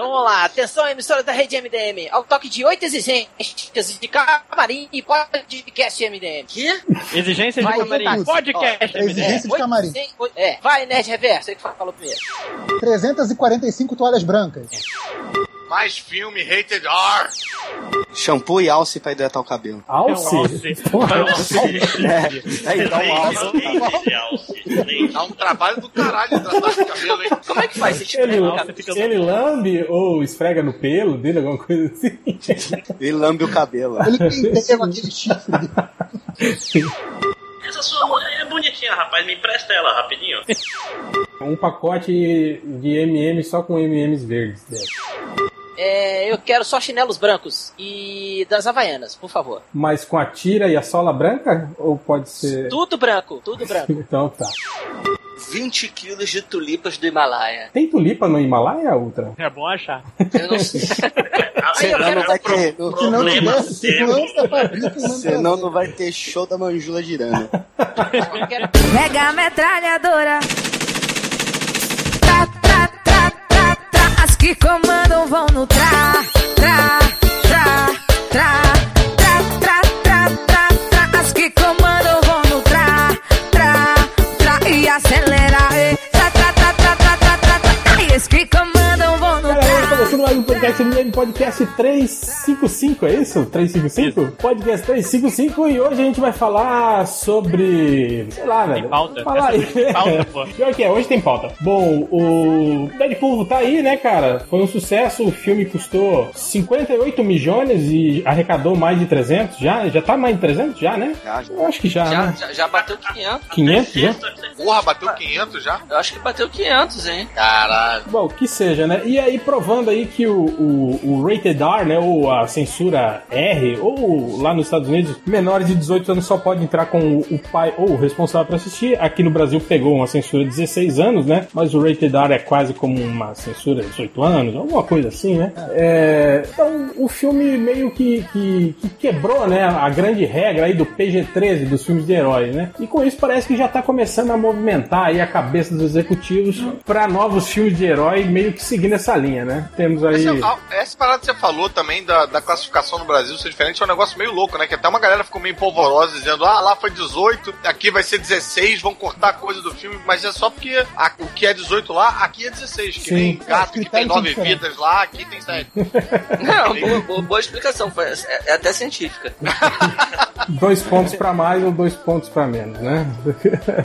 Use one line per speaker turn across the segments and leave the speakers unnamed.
Então, vamos lá. Atenção, emissora da rede MDM. Ao toque de oito exigências de camarim e podcast MDM.
Que?
Exigência de
Vai,
camarim.
tá.
Podcast,
É exigência de
Oito
camarim.
exigências- É, vai, Nerd Reverso, ele que falou primeiro.
345 toalhas brancas.
Mais filme rated R.
Shampoo e alce pra hidratar o cabelo.
Então,
Alce? Porra,
É, aí dá um alce.
Dá um trabalho do caralho tratar esse cabelo, hein?
Como é que faz? Você escreve
ele,
no cabelo?
ele lambe ou esfrega no pelo dele, alguma coisa assim?
E lambe o cabelo.
Ele penteia com aquele chifre.
Essa sua mulher é bonitinha, rapaz. Me empresta ela rapidinho.
Um pacote de M&M só com M&M's verdes. né?
É, eu quero só chinelos brancos e das Havaianas, por favor.
Mas com a tira e a sola branca? Ou pode
É.
ser...
Tudo branco, tudo branco.
Então tá.
20 quilos de tulipas do Himalaia.
Tem tulipa no Himalaia, Ultra?
É bom achar.
Eu não sei.
Aí eu
Senão
quero
não vai ter. não-
Se não
Problema
tivesse, se
seu.
lança pra mim, que não
Senão não vai ter show da manjula girando.
Eu quero-
Pega a metralhadora. Tra, tra, tra, tra, tra. As que comandam vão no tra, tra, tra, tra. Tra, tra, tra, tra, tra. As que comandam vão no tra, tra, tra. E acelera, e tra, tra, tra, tra, tra, tra, tra, tra. E as que comandam vão no
Galera,
tra.
começando mais um podcast MDM, podcast 355, é isso? 355? Podcast 355 e hoje a gente vai falar sobre. sei lá, velho.
Tem pauta.
Fala aí.
Essa tem pauta, pô.
Pior que é, hoje tem pauta. Bom, o Deadpool tá aí, né, cara? Foi um sucesso, o filme custou 58 milhões e arrecadou mais de 300 já? Já tá mais de 300 já, né?
Já, já.
Eu acho que já,
Já,
né?
já, já bateu 500.
500 já?
Porra, bateu 500 já?
Eu acho que bateu 500, hein?
Caralho.
Bom, que seja, né? E aí provando aí que o, o, o rated R, né, ou a censura R, ou lá nos Estados Unidos, menores de 18 anos só pode entrar com o, o pai ou o responsável para assistir. Aqui no Brasil pegou uma censura de 16 anos, né? Mas o rated R é quase como uma censura de 18 anos, alguma coisa assim, né? É, então o filme meio que, que, que quebrou, né, a grande regra aí do PG-13 dos filmes de heróis, né? E com isso parece que já tá começando a movimentar aí a cabeça dos executivos pra novos filmes de herói, meio que seguindo essa linha, né? Temos aí.
Essa, a- é essa parada que você falou também da, da classificação no Brasil ser diferente é um negócio meio louco, né? Que até uma galera ficou meio polvorosa dizendo, ah, lá foi 18, aqui vai ser 16, vão cortar coisa do filme, mas é só porque a- o que é 18 lá, aqui é 16. Que
Sim.
nem gato, que tem
critérios são
9
diferentes.
vidas lá, aqui tem 7.
Não, boa, boa- boa explicação. Foi, é, é até científica.
Dois pontos pra mais ou dois pontos pra menos, né?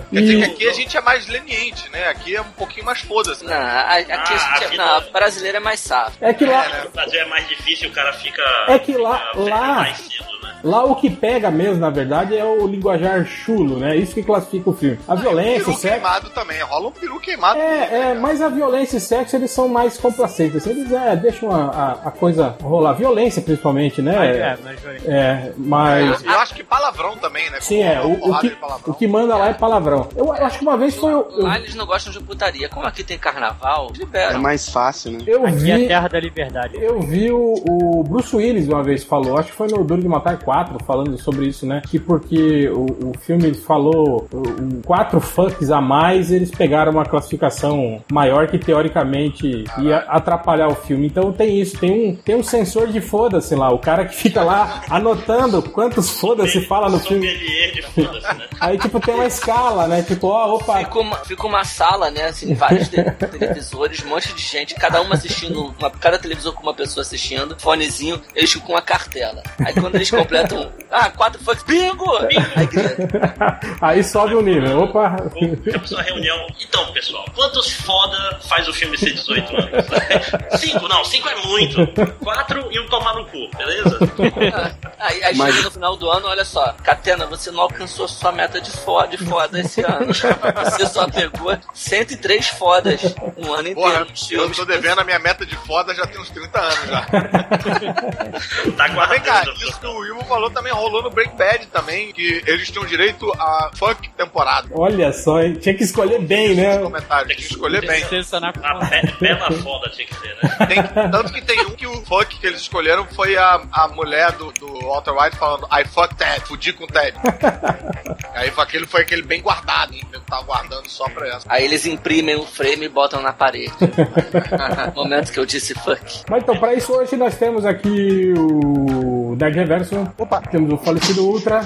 Quer dizer que aqui a gente é mais leniente, né? Aqui é um pouquinho mais foda-se.
Não, a- aqui a
Ah,
gente-
aqui
não,
não.
a brasileira é mais safra.
É que lá.
No Brasil é mais difícil, o cara fica.
É que lá-
fica velho
lá-
mais cedo, né?
Lá o que pega mesmo, na verdade, é o linguajar chulo, né? Isso que classifica o filme. A violência, é o
peru
sexo.
queimado também, rola um peru queimado.
É, é, mas a violência e sexo eles são mais complacentes. assim, Eles é, deixam a, a- a coisa rolar. Violência, principalmente,
Mas,
né?
é, mas,
É, mas.
Eu acho que palavrão também, né?
Sim, é. O, o
É, Porrada
que,
de palavrão.
o que manda lá é palavrão. Eu, eu acho que uma vez foi. Eu,
Lá Ah, eles não gostam de putaria. Como aqui tem carnaval,
É
liberam.
mais fácil, né?
eu, eu
aqui é a
vi.
terra da liberdade.
Eu vi o, o Bruce Willis uma vez falou, acho que foi no Duro de Matar 4 falando sobre isso, né? Que porque o, o filme falou o- o quatro funks a mais, eles pegaram uma classificação maior que teoricamente ia atrapalhar o filme. Então tem isso, tem um, tem um sensor de foda-se lá, o cara que fica lá anotando quantos foda-se fala no filme.
Sommelier de foda-se, né?
Aí, tipo, tem uma escala, né? Tipo, ó, opa,
Fica uma, fica uma sala, né? Assim, vários te- televisores, um monte de gente, cada uma assistindo, uma, cada televisor com uma pessoa assistindo, fonezinho, eles ficam com a cartela. Aí quando eles completam, ah, quatro fucks, bingo! Aí grita.
aí sobe o nível, opa.
Ou Temos uma reunião. Então, pessoal, quantos foda faz o filme ser 18 anos? cinco, não, cinco é muito. Quatro e um tomar no cu, beleza?
Aí, aí
Mas-
chega no final do ano, olha só, Catena, você não alcançou sua meta de foda, de foda esse ano. Você só pegou 103 fodas um ano
Porra,
inteiro. dos
eu
filmes.
tô devendo a minha meta de foda já tem uns 30 anos já.
Tá
Vem cá,
guardando.
isso que o Will falou também rolou no Break Bad também, que eles tinham direito a funk temporada.
Olha só, hein? tinha que escolher bem, né?
Os comentários, tem que escolher bem.
Sensacional.
A be- bela foda tinha que ser, né?
Tem- tanto que tem um que o funk que eles escolheram foi a, a mulher do, do Walter White falando I fuck Ted, fudi com Ted. Aí foi aquele foi aquele bem guardado, hein? Eu tava guardando só pra essa.
Aí eles imprimem o frame e botam na parede. Momento que eu disse fuck.
Mas então, pra isso hoje nós temos aqui o Nerd Reverso. Opa! Temos o Falecido Ultra,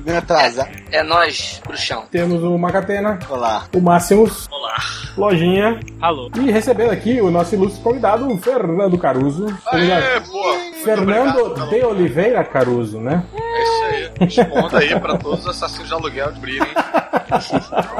Vem atrasar.
É nós, bruxão.
temos o Macatena,
Olá.
o Máximos,
Olá.
Lojinha
Alô.
e recebendo aqui o nosso ilustre convidado, o Fernando Caruso.
Aê, pô! muito
Fernando
obrigado, tá
de Oliveira Caruso, né?
É isso aí. Responda aí pra todos os assassinos de aluguel de Brilho, hein?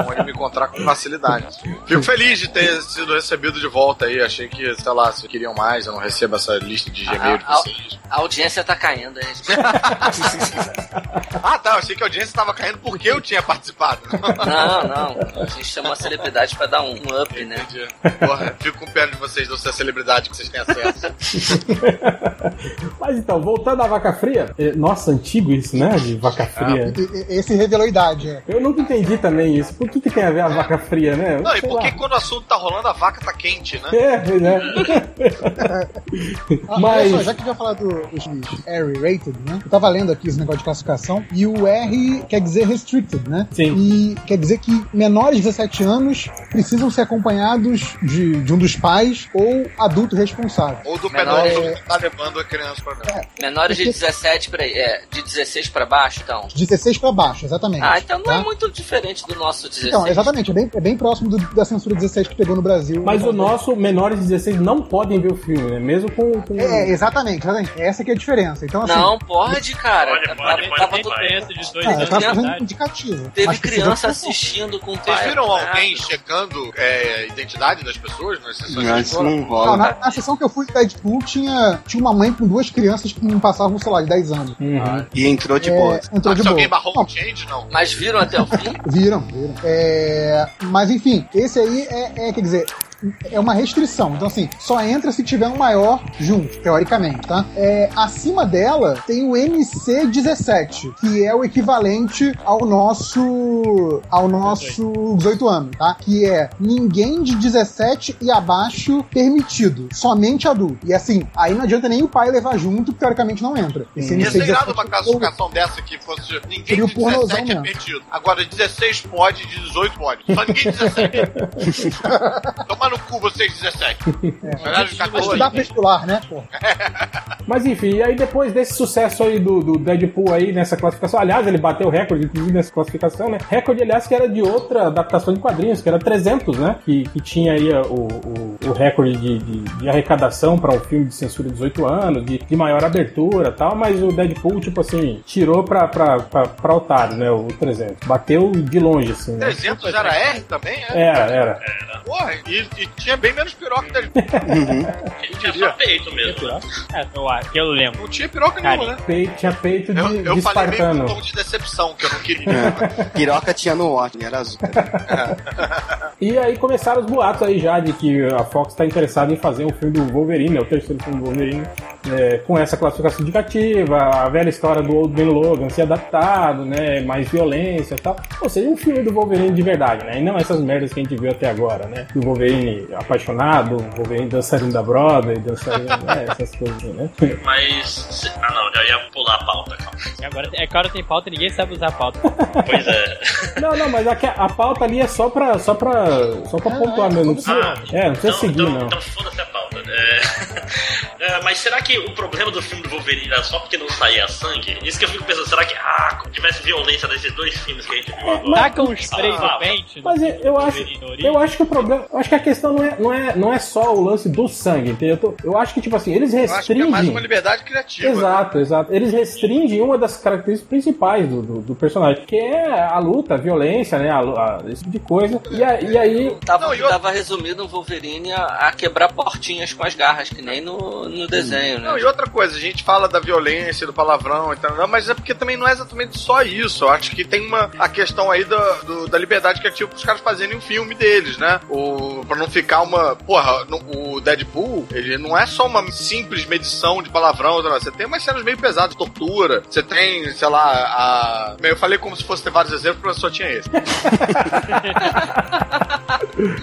Onde me encontrar com facilidade. Fico feliz de ter sido recebido de volta aí. Achei que, sei lá, se queriam mais, eu não recebo essa lista de Gmail de
Ah, ah,
vocês.
A audiência tá caindo, hein?
Ah, tá. eu Achei que a audiência tava caindo porque eu tinha participado.
Não, não. A gente chamou a celebridade pra dar um up, né?
Entendi. Porra, fico com pena de vocês não ser a celebridade que vocês têm acesso.
Mas então, voltando à vaca fria, eh, nossa, antigo isso, né? De vaca
Ah,
fria.
E- e- Esse revelou idade, é.
Eu nunca entendi também isso. Por que, que tem a ver a vaca fria, né?
Não, e
Sei
por que
lá.
quando o assunto tá rolando, a vaca tá quente, né?
É, pois é.
Ah,
Mas-
olha só, já que já falar do, dos R-rated, né? Eu tava lendo aqui esse negócio de classificação e o R quer dizer restricted, né?
Sim.
E quer dizer que menores de 17 anos precisam ser acompanhados de, de um dos pais ou adulto responsável.
Ou do
Menor é.
pedófilo que tá levando a criança pra mim.
Menores de 17 pra, é, de 16 pra baixo, então.
De 16 pra baixo, exatamente.
Ah, então não
tá?
é muito diferente do nosso 16.
Então, exatamente, é bem, é bem próximo do- da censura 16 que pegou no Brasil.
Mas o nosso, menores de 16, não podem ver o filme, né? Mesmo com. com...
É, exatamente, exatamente. Essa que é a diferença. Então, assim,
Não, pode, cara.
Pode,
Tava-
pode, pode,
tava
tem
todo-
Criança de dois
é,
anos
eu
de
tava fazendo
idade.
indicativo.
Teve
mas tipo, precisa
criança
ter-
assistando com o pai.
Vocês viram
Ah,
alguém checando é, identidade das pessoas nas sessões
Não,
de
isso
escola?
não
Não,
rola.
na, na sessão que eu fui do Deadpool, tinha, tinha uma mãe com duas crianças que não passavam, sei lá, de 10 anos.
Uhum.
E entrou de
É,
boa.
entrou
Ah,
de
se alguém
boa.
barrou
Não,
um change, não.
Mas viram até o fim?
viram, viram. É, mas enfim, esse aí é, é, quer dizer, é uma restrição. Então, assim, só entra se tiver um maior junto, teoricamente, tá? É, acima dela tem o MC17, que é o equivalente ao nosso. ao nosso 18 anos, tá? Que é ninguém de 17 e abaixo permitido. Somente adulto. E assim, aí não adianta nem o pai levar junto, que teoricamente não entra. Esse
Ia ser irado uma
é o-
classificação dessa que fosse ninguém
Seria um
de
pornozão
17 é
mesmo.
permitido. Agora, 16 pode, 18 pode. Só ninguém de 17. Toma no cu vocês é 17.
É.
Caralho,
Pra
14.
estudar vestibular, né, pô?
Mas enfim, e aí depois desse sucesso aí do, do Deadpool aí nessa classificação, aliás, ele bateu o recorde, inclusive, nessa classificação, né? Recorde, aliás, que era de outra adaptação de quadrinhos, que era 300, né? Que, que tinha aí ó, o, o, o recorde de, de, de arrecadação para um filme de censura de 18 anos, de, de maior abertura e tal, mas o Deadpool, tipo assim, tirou pra, pra, pra, pra otário, né? O 300. Bateu de longe, assim, né?
300 já era R também, é?
Era, era.
Porra, e, e tinha bem menos piroca. das-
Ele tinha só peito mesmo. né?
É, eu acho que eu lembro.
Não tinha piroca nenhuma, né?
Peito, tinha peito de,
Eu, eu falei
de
meio com um
espartano.
tom de decepção que eu não queria.
É.
É. Piroca tinha no ótimo, era azul.
E aí começaram os boatos aí já de que a Fox está interessada em fazer um filme do Wolverine, né, o terceiro filme do Wolverine, é, com essa classificação indicativa, a velha história do Old Man Logan ser adaptado, né, mais violência e tal. Ou seja, um filme do Wolverine de verdade, né, e não essas merdas que a gente viu até agora, né, do Wolverine apaixonado, o Wolverine dançarino da Broadway, dançarino, né, essas coisas, né.
Mas. se- Ah, não, já ia pular a pauta, calma.
E agora, é claro, tem pauta, ninguém sabe usar pauta.
Pois é.
Não, não, mas aqui a, a pauta ali é só pra, só pra, só pra pontuar mesmo, não precisa, é, não precisa
então,
seguir,
então,
não.
Então foda-se a pauta. É... É, mas será que o problema do filme do Wolverine era só porque não saía sangue? Isso que eu fico pensando, será que ah, tivesse violência nesses dois filmes que a
É,
gente viu agora?
Taca um spray no pente.
Mas eu, eu acho, eu acho que o problema, eu acho que a questão não é, não é, não é só o lance do sangue, entendeu? Eu, tô- eu acho que tipo assim, eles
Eu acho que é
restringem.
mais uma né? liberdade criativa.
Exato, exato. Eles restringem uma das características principais do, do, do personagem, que é a luta, a violência, né? A, lu- a- esse tipo de coisa. E, a- e aí.
Tava,
Não, e eu-
tava resumido o Wolverine a, a quebrar portinhas com as garras, que nem no, no desenho, né?
Hum. Não, e outra coisa, a gente fala da violência, do palavrão e tal, não, mas é porque também não é exatamente só isso. Eu acho que tem uma a questão aí da, do- da liberdade criativa pros caras fazerem um filme deles, né? O, pra não ficar uma. Porra, no- o Deadpool, ele não é só uma simples medição de palavrão, tal, você tem umas cenas meio pesadas, tortura, você tem, sei lá, a. Bem, Eu falei como se fosse ter vários exemplos, mas só tinha esse.
É.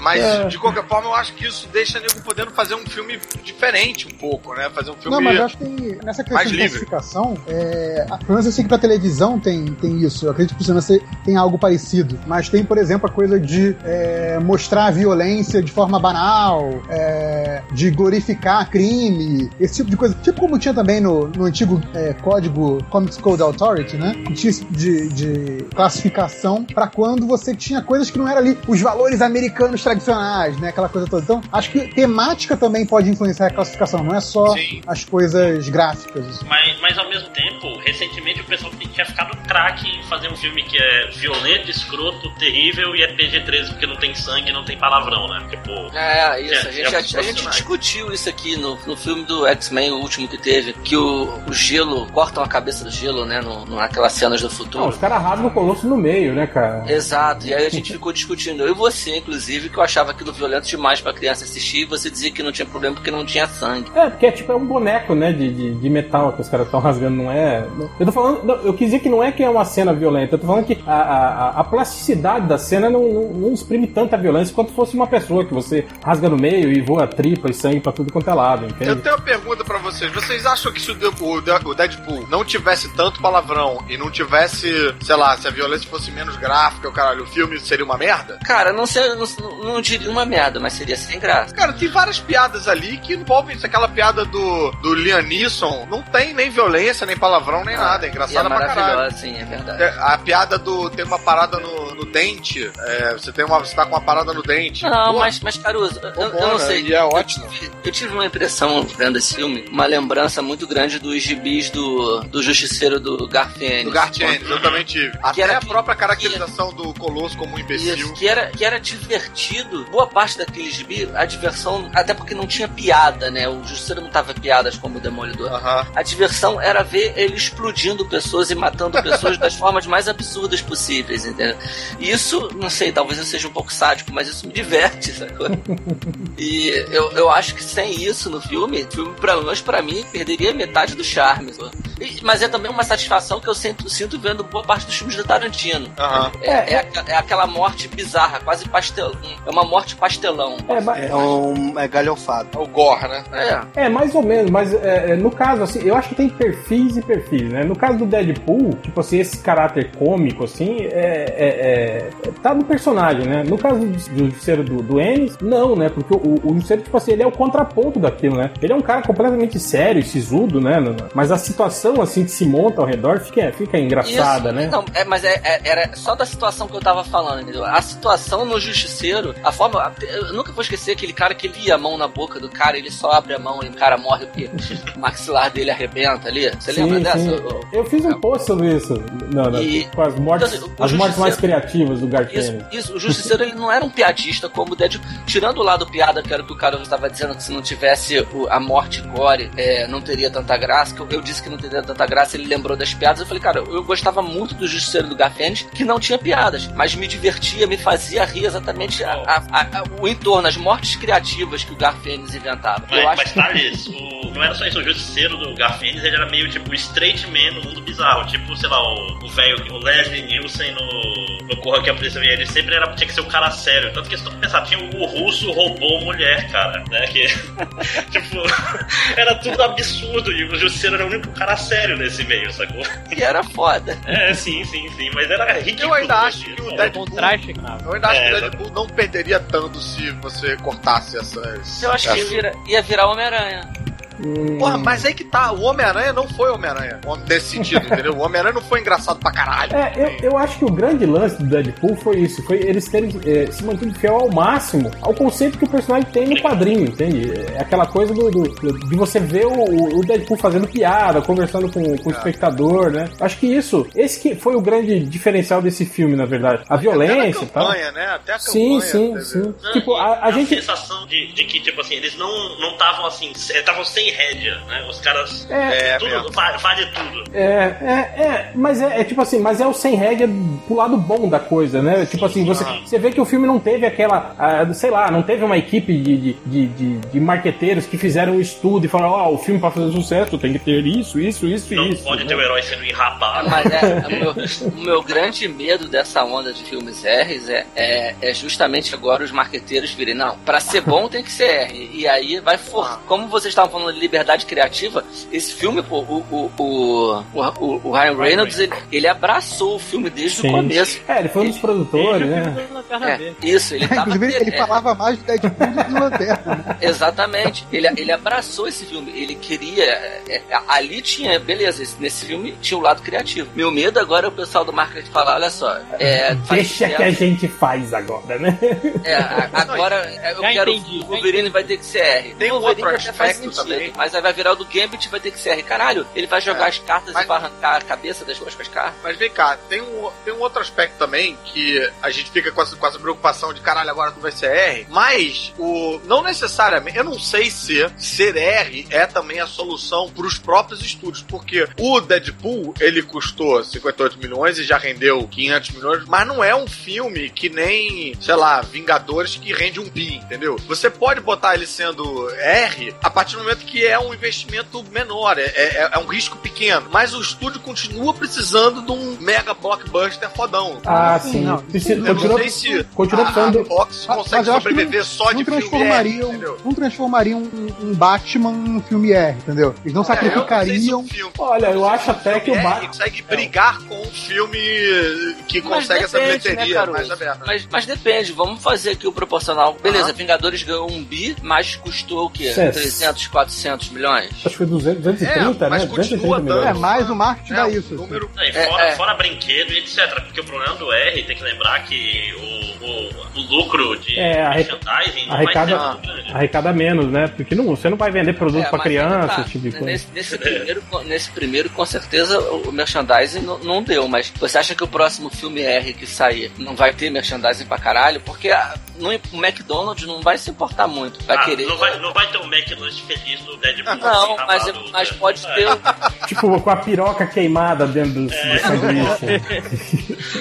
Mas, de qualquer forma, eu acho que isso deixa nego podendo fazer um filme diferente um pouco, pouco, né? Fazer um filme.
Não, mas eu acho que tem, nessa questão
mais
de
livre.
classificação, é, a- pelo menos eu sei que pra televisão tem, tem isso. Eu acredito que pro cinema você tem algo parecido. Mas tem, por exemplo, a coisa de é, mostrar a violência de forma banal, é, de glorificar crime, esse tipo de coisa. Tipo como tinha também no, no antigo é, código Comics Code Authority, né? Que Tinha esse de, de classificação pra quando você tinha coisas que não eram ali os valores americanos tradicionais, né? Aquela coisa toda. Então, acho que temática também pode influenciar a classificação, não é só
Sim.
as coisas gráficas.
Mas, mas ao mesmo tempo, recentemente o pessoal t- tinha ficado craque em fazer um filme que é violento, escroto, terrível e é PG-13 porque não tem sangue e não tem palavrão, né? Tipo,
É, isso.
É,
A gente,
é
a, a gente
profissional.
discutiu isso aqui no, no filme do X-Men, o último que teve, que o, o gelo, cortam a cabeça do gelo, né? No, no- naquelas cenas do
Não,
futuro.
os caras rasgam o colosso no meio, né, cara?
Exato, e aí a gente ficou discutindo. Eu e você, inclusive, que eu achava aquilo violento demais pra criança assistir, e você dizia que não tinha problema porque não tinha sangue.
É, porque é tipo é um boneco, né, de, de, de metal que os caras estão rasgando, não é. Eu tô falando. não, eu quis dizer que não é que é uma cena violenta, eu tô falando que a, a, a- a plasticidade da cena não, não, não exprime tanta violência quanto fosse uma pessoa que você rasga no meio e voa tripa e sangue pra tudo quanto é lado,
Eu
entende?
tenho uma pergunta pra vocês. Vocês acham que se o, De- o De- o Deadpool não tivesse tanto palavrão e não tivesse, sei lá, se a violência fosse menos gráfica, o caralho, o filme seria uma merda?
Cara, não sei, eu não, não diria uma merda, mas seria sem graça.
Cara, tem várias piadas ali que envolvem isso. Aquela piada do, do Liam Neeson não tem nem violência, nem palavrão, nem nada.
E
É
é
engraçada pra caralho.
maravilhosa, sim, é verdade.
É, A piada do. Tem uma parada no, no dente. é, você, tem uma, você tá com uma parada no dente.
Não,
Pô,
mas, mas Caruso, eu, eu
Vambora,
não sei.
e é ótimo.
Eu tive, eu tive uma impressão vendo esse filme, uma lembrança muito grande dos gibis do, do Justiceiro do Garfield.
Do Gartienes, eu também tive. Até
era
a própria caracterização do Colosso como um imbecil.
Isso, que era, que era divertido. Boa parte daquele gibi, a diversão, até porque não tinha piada, né? O Justiceiro não tava piadas como o Demolidor.
Aham.
A diversão era ver ele explodindo pessoas e matando pessoas das formas mais absurdas possíveis, entendeu? E isso, não sei, talvez eu seja um pouco sádico, mas isso me diverte, sacou? E eu, eu acho que sem isso no filme, o filme, pelo menos pra mim, perderia metade do charme. sacou? E- mas é também uma satisfação que eu sinto, sinto vendo boa parte dos filmes do Tarantino.
Aham.
É, é aqua- é aquela morte bizarra, quase pastelão. É uma morte pastelão.
É, mas,
É, um, é galhofado.
O Gore, né?
É,
É, mais ou menos, mas é, é, no caso, assim, eu acho que tem perfis e perfis, né? No caso do Deadpool, tipo assim, esse caráter cômico, assim, é, é- é- é- tá no personagem, né? No caso do, do Justiceiro do, do Ennis, não, né? Porque o, o Justiceiro, tipo assim, ele é o contraponto daquilo, né? Ele é um cara completamente sério e sisudo, né? No- no- Mas a situação, assim, que se monta ao redor fica, fica engraçada,
isso,
né?
Então, é, mas é- é- era só da situação que eu tava falando, entendeu? A situação no Justiceiro, a forma. a- Eu nunca vou esquecer aquele cara que lia a mão na boca do cara, ele só abre a mão e o cara morre porque o maxilar dele arrebenta ali. Você lembra dessa? ô?
Eu fiz um post sobre isso, não, não,
E-
com as mortes,
Então, assim, o
as mortes mais
Justiceiro-
criativas do
Isso,
Garfield.
isso, o Justiceiro ele não era um piadista como o Deadpool. Tirando o lado piada, que era o que o cara estava dizendo, que se não tivesse o- a morte gore, é, não teria tanta graça. Que eu, eu disse que não teria tanta graça, ele lembrou das piadas. Eu falei, cara, eu gostava muito do Justiceiro do Garfênis, que não tinha piadas, mas me divertia, me fazia rir exatamente a- a- a- a- o entorno, as mortes criativas que o Garfênis inventava.
Mas,
eu acho
mas Thales, o, não era só isso, o justiceiro do Garfinis, ele era meio tipo o straight man no mundo bizarro. Tipo, sei lá, o o velho, o, Leslie Nielsen no, no Corra que a Polícia Vem, ele sempre era, tinha que ser um cara sério. Tanto que se tu pensar, tinha o russo roubou mulher, cara, né? Que, tipo, era tudo absurdo e o justiceiro era o único cara sério nesse meio, sacou?
que era foda.
É, sim, sim, sim, mas
É,
era ridículo.
Eu ainda acho
isso,
que o
cara.
É o
Deadpool-
contraste, cara.
Eu ainda acho
É,
que o Deadpool não perderia tanto se você cortasse essas.
Eu acho que ia
essas-
virar, ia virar Homem-Aranha.
Porra, mas aí que tá. O Homem-Aranha não foi Homem-Aranha. O homem- Nesse sentido, entendeu? O Homem-Aranha não foi engraçado pra caralho.
É, eu, eu acho que o grande lance do Deadpool foi isso, foi eles terem eh, se mantido fiel ao máximo ao conceito que o personagem tem no quadrinho, entende? É aquela coisa do, do- de você ver o, o Deadpool fazendo piada, conversando com,
É.
com o espectador, né? Acho que isso, esse que foi o grande diferencial desse filme, na verdade. A
Até
violência e
na
tal.
É, campanha, né? Até a
Sim,
campanha.
sim,
teve-
sim.
Não,
Tipo,
e
a, a gente.
sensação de, de que, tipo assim, eles não não estavam assim, estavam sem rédea, né? Os caras.
É,
É,
tudo,
mesmo.
vale, vale tudo.
é, é, é, mas é, é tipo assim, mas é o sem regra pro lado bom da coisa, né? Tipo assim, você, você vê que o filme não teve aquela, ah, sei lá, não teve uma equipe de, de, de, de, de marqueteiros que fizeram um estudo e falaram, ó, o filme pra fazer sucesso tem que ter isso, isso, isso
Não
e isso.
Então, pode
né?
ter o herói sendo enrabado.
Mas é, o, meu, o meu grande medo dessa onda de filmes R's é, é, é justamente agora os marqueteiros virem. Não, pra ser bom tem que ser R. E aí vai for. Como vocês estavam falando de liberdade criativa, esse filme, pô, o, o, o, o, o Ryan Reynolds, ele, ele abraçou o filme desde
Sim.
o começo.
É, ele foi um dos produtores, né?
É, isso, ele tava
Inclusive, ele
é,
falava mais do Deadpool do que do Lanterna. né?
Exatamente. Ele, ele abraçou esse filme. Ele queria. é, é, ali tinha, beleza, esse- nesse filme tinha o lado criativo. Meu medo agora é o pessoal do marketing falar, olha só, é, faz
Deixa que a
sucesso,
gente faz agora, né?
é, a- agora é, eu
Já
quero
entendi,
o Wolverine vai ter que ser R.
Tem um
o Wolverine
outro
até faz
aspecto
sentido,
também.
Mas aí vai virar o do Gambit e vai ter que ser R. Caralho, ele vai jogar
É.
as cartas
Mas-
e vai arrancar a cabeça das ruas com as cartas.
Mas vem cá, tem um, tem um outro aspecto também que a gente fica com essa, com essa preocupação de caralho, agora tu vai ser R, mas o, não necessariamente, eu não sei se ser R é também a solução para os próprios estúdios, porque o Deadpool, ele custou 58 milhões e já rendeu 500 milhões, mas não é um filme que nem, sei lá, Vingadores que rende um pi, entendeu? Você pode botar ele sendo R a partir do momento que é um investimento menor, é, é- é um risco pequeno, mas o estúdio continua precisando de um mega blockbuster fodão.
Ah, sim.
não.
Precisa-
Eu não
continua
sei se
continua
a,
precisando-
a Fox
Ah,
consegue
mas eu acho que
sobreviver só de
Não
filme
transformaria,
R,
um,
é, entendeu?
não transformaria um, um Batman num filme R, entendeu? Eles não
É, eu não sei se
sacrificariam.
um filme
Olha, eu acho até que o
R
Batman.
consegue brigar com um filme que
Mas
consegue essa
depende, né,
bilheteria
Caruso?
mais aberta.
Mas, mas depende, vamos fazer aqui o proporcional. Beleza,
Aham.
Vingadores ganhou um bi, mas custou o quê?
Certo.
300, 400 milhões?
Acho que foi 200, 230,
É, mas
né?
continua
230
dando-
É,
milhões.
mais o marketing
É,
dá
o
isso. assim.
número-
Não, né? e
É,
fora,
é.
fora brinquedo e etc. Porque o problema do R, tem que lembrar que o, o, o lucro de
É, a re-
merchandising não vai ser
Arrecada,
muito
Ah,
grande.
arrecada menos, né? Porque não, você não vai vender produto
É,
pra
mas
criança,
tá,
esse tipo de coisa.
nesse, nesse primeiro, nesse primeiro, com certeza, o merchandising não, não deu, mas você acha que o próximo filme R que sair não vai ter merchandising pra caralho? Porque a- não, o McDonald's não vai se importar muito, vai
Ah,
querer.
não, vai, não vai ter um McLunch feliz no Deadpool.
Não,
assim,
mas,
rabado,
mas
né?
pode
É.
ter. um,
Tipo, com a piroca queimada dentro do,
É.
do sanduíche.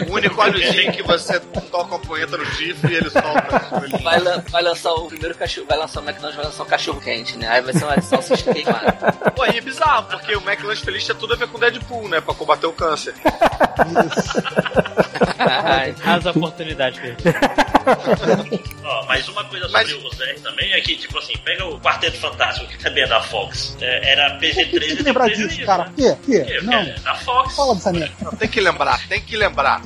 O unicórniozinho que você toca a punheta no chifre e ele solta.
Vai, lan- vai lançar o primeiro cachorro, vai lançar o McDonald's, vai lançar um cachorro quente, né? Aí vai ser uma salsicha queimada.
Pô, e é bizarro, porque o McLanche Feliz tinha tudo a ver com Deadpool, né? Pra combater o câncer.
Ai,
As oportunidades perdidas.
Ó, mas uma coisa
Mas-
sobre o Zé também é que, tipo assim, pega o Quarteto Fantástico, que também é da Fox. É, era
Por que tem
PG-13
que lembrar disso, cara?
né?
Por quê? Por quê?
É
Não,
da Fox.
fala dessa merda.
Não, tem que lembrar, tem que lembrar.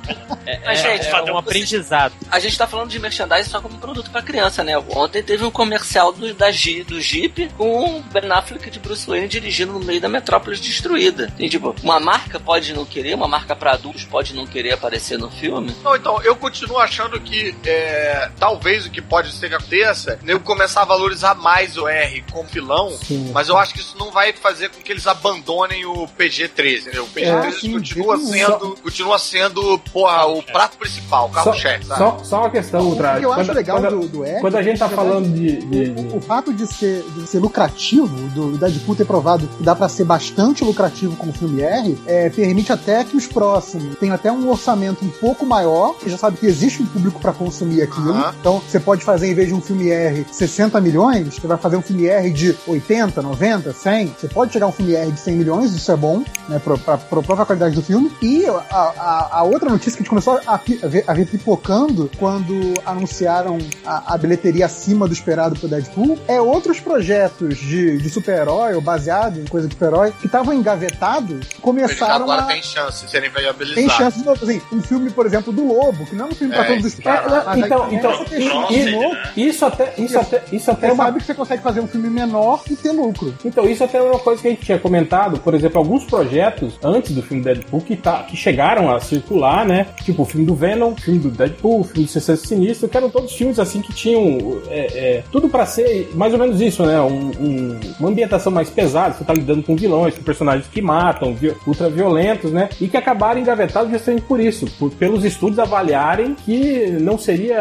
Mas,
é,
gente,
é
fazer
um
um- vocês-
aprendizado.
a gente tá falando de merchandising só como produto pra criança, né? Ontem teve um comercial do, da Jeep, do Jeep com o Ben Affleck de Bruce Wayne dirigindo no meio da metrópolis destruída. E, tipo, uma marca pode não querer, uma marca pra adultos pode não querer aparecer no filme.
Não, então, eu continuo achando que é, talvez o que pode ser que aconteça, eu começar a valorizar mais o R como vilão,
Sim.
mas eu acho que isso não vai fazer com que eles abandonem o PG-13, entendeu? né? O PG-13
É, sim,
continua,
sim.
sendo, continua sendo, porra, o prato principal, o
Só,
carro-chefe, sabe?
só, só uma questão, Ultra.
O que eu acho legal
quando,
do, é do R.
quando a gente tá
na verdade,
falando de. de- de-
O fato de ser, de ser lucrativo, do Deadpool ter provado que dá pra ser bastante lucrativo com o filme R, é, permite até que os próximos tenham até um orçamento um pouco maior, que já sabe que existe um público pra consumir aquilo.
Aham.
Então, você pode fazer, em vez de um filme R 60 milhões, você vai fazer um filme R de 80, 90, 100. Você pode tirar um filme R de 100 milhões, isso é bom, né, pra, pra, pra própria qualidade do filme. E a, a- a outra notícia que a gente começou a, pi- a ver, a ver pipocando quando anunciaram a, a bilheteria acima do esperado pro Deadpool é outros projetos de, de super-herói ou baseado em coisa de super-herói que estavam engavetados
Eles
começaram
agora
a...
têm chance de serem
Tem
viabilizados.
chance de assim, um filme, por exemplo, do Lobo, que não é um filme pra
É,
todos os
É, não,
mas aí
então,
tem
então
essa
e-
questão
e-
de novo,
isso até, isso até, isso até é
Você
uma
sabe que você consegue fazer um filme menor e ter lucro.
Então, isso até era uma coisa que a gente tinha comentado, por exemplo, alguns projetos antes do filme Deadpool que, tá, que chegaram a circular, né? Tipo o filme do Venom, o filme do Deadpool, o filme do Sexteto Sinistro, que eram todos filmes assim que tinham é, é, tudo pra ser mais ou menos isso, né? Um- um- uma ambientação mais pesada, você tá lidando com vilões, com personagens que matam, vi, ultraviolentos, né? E que acabaram engavetados justamente por isso, por, pelos estudos avaliarem que não seria.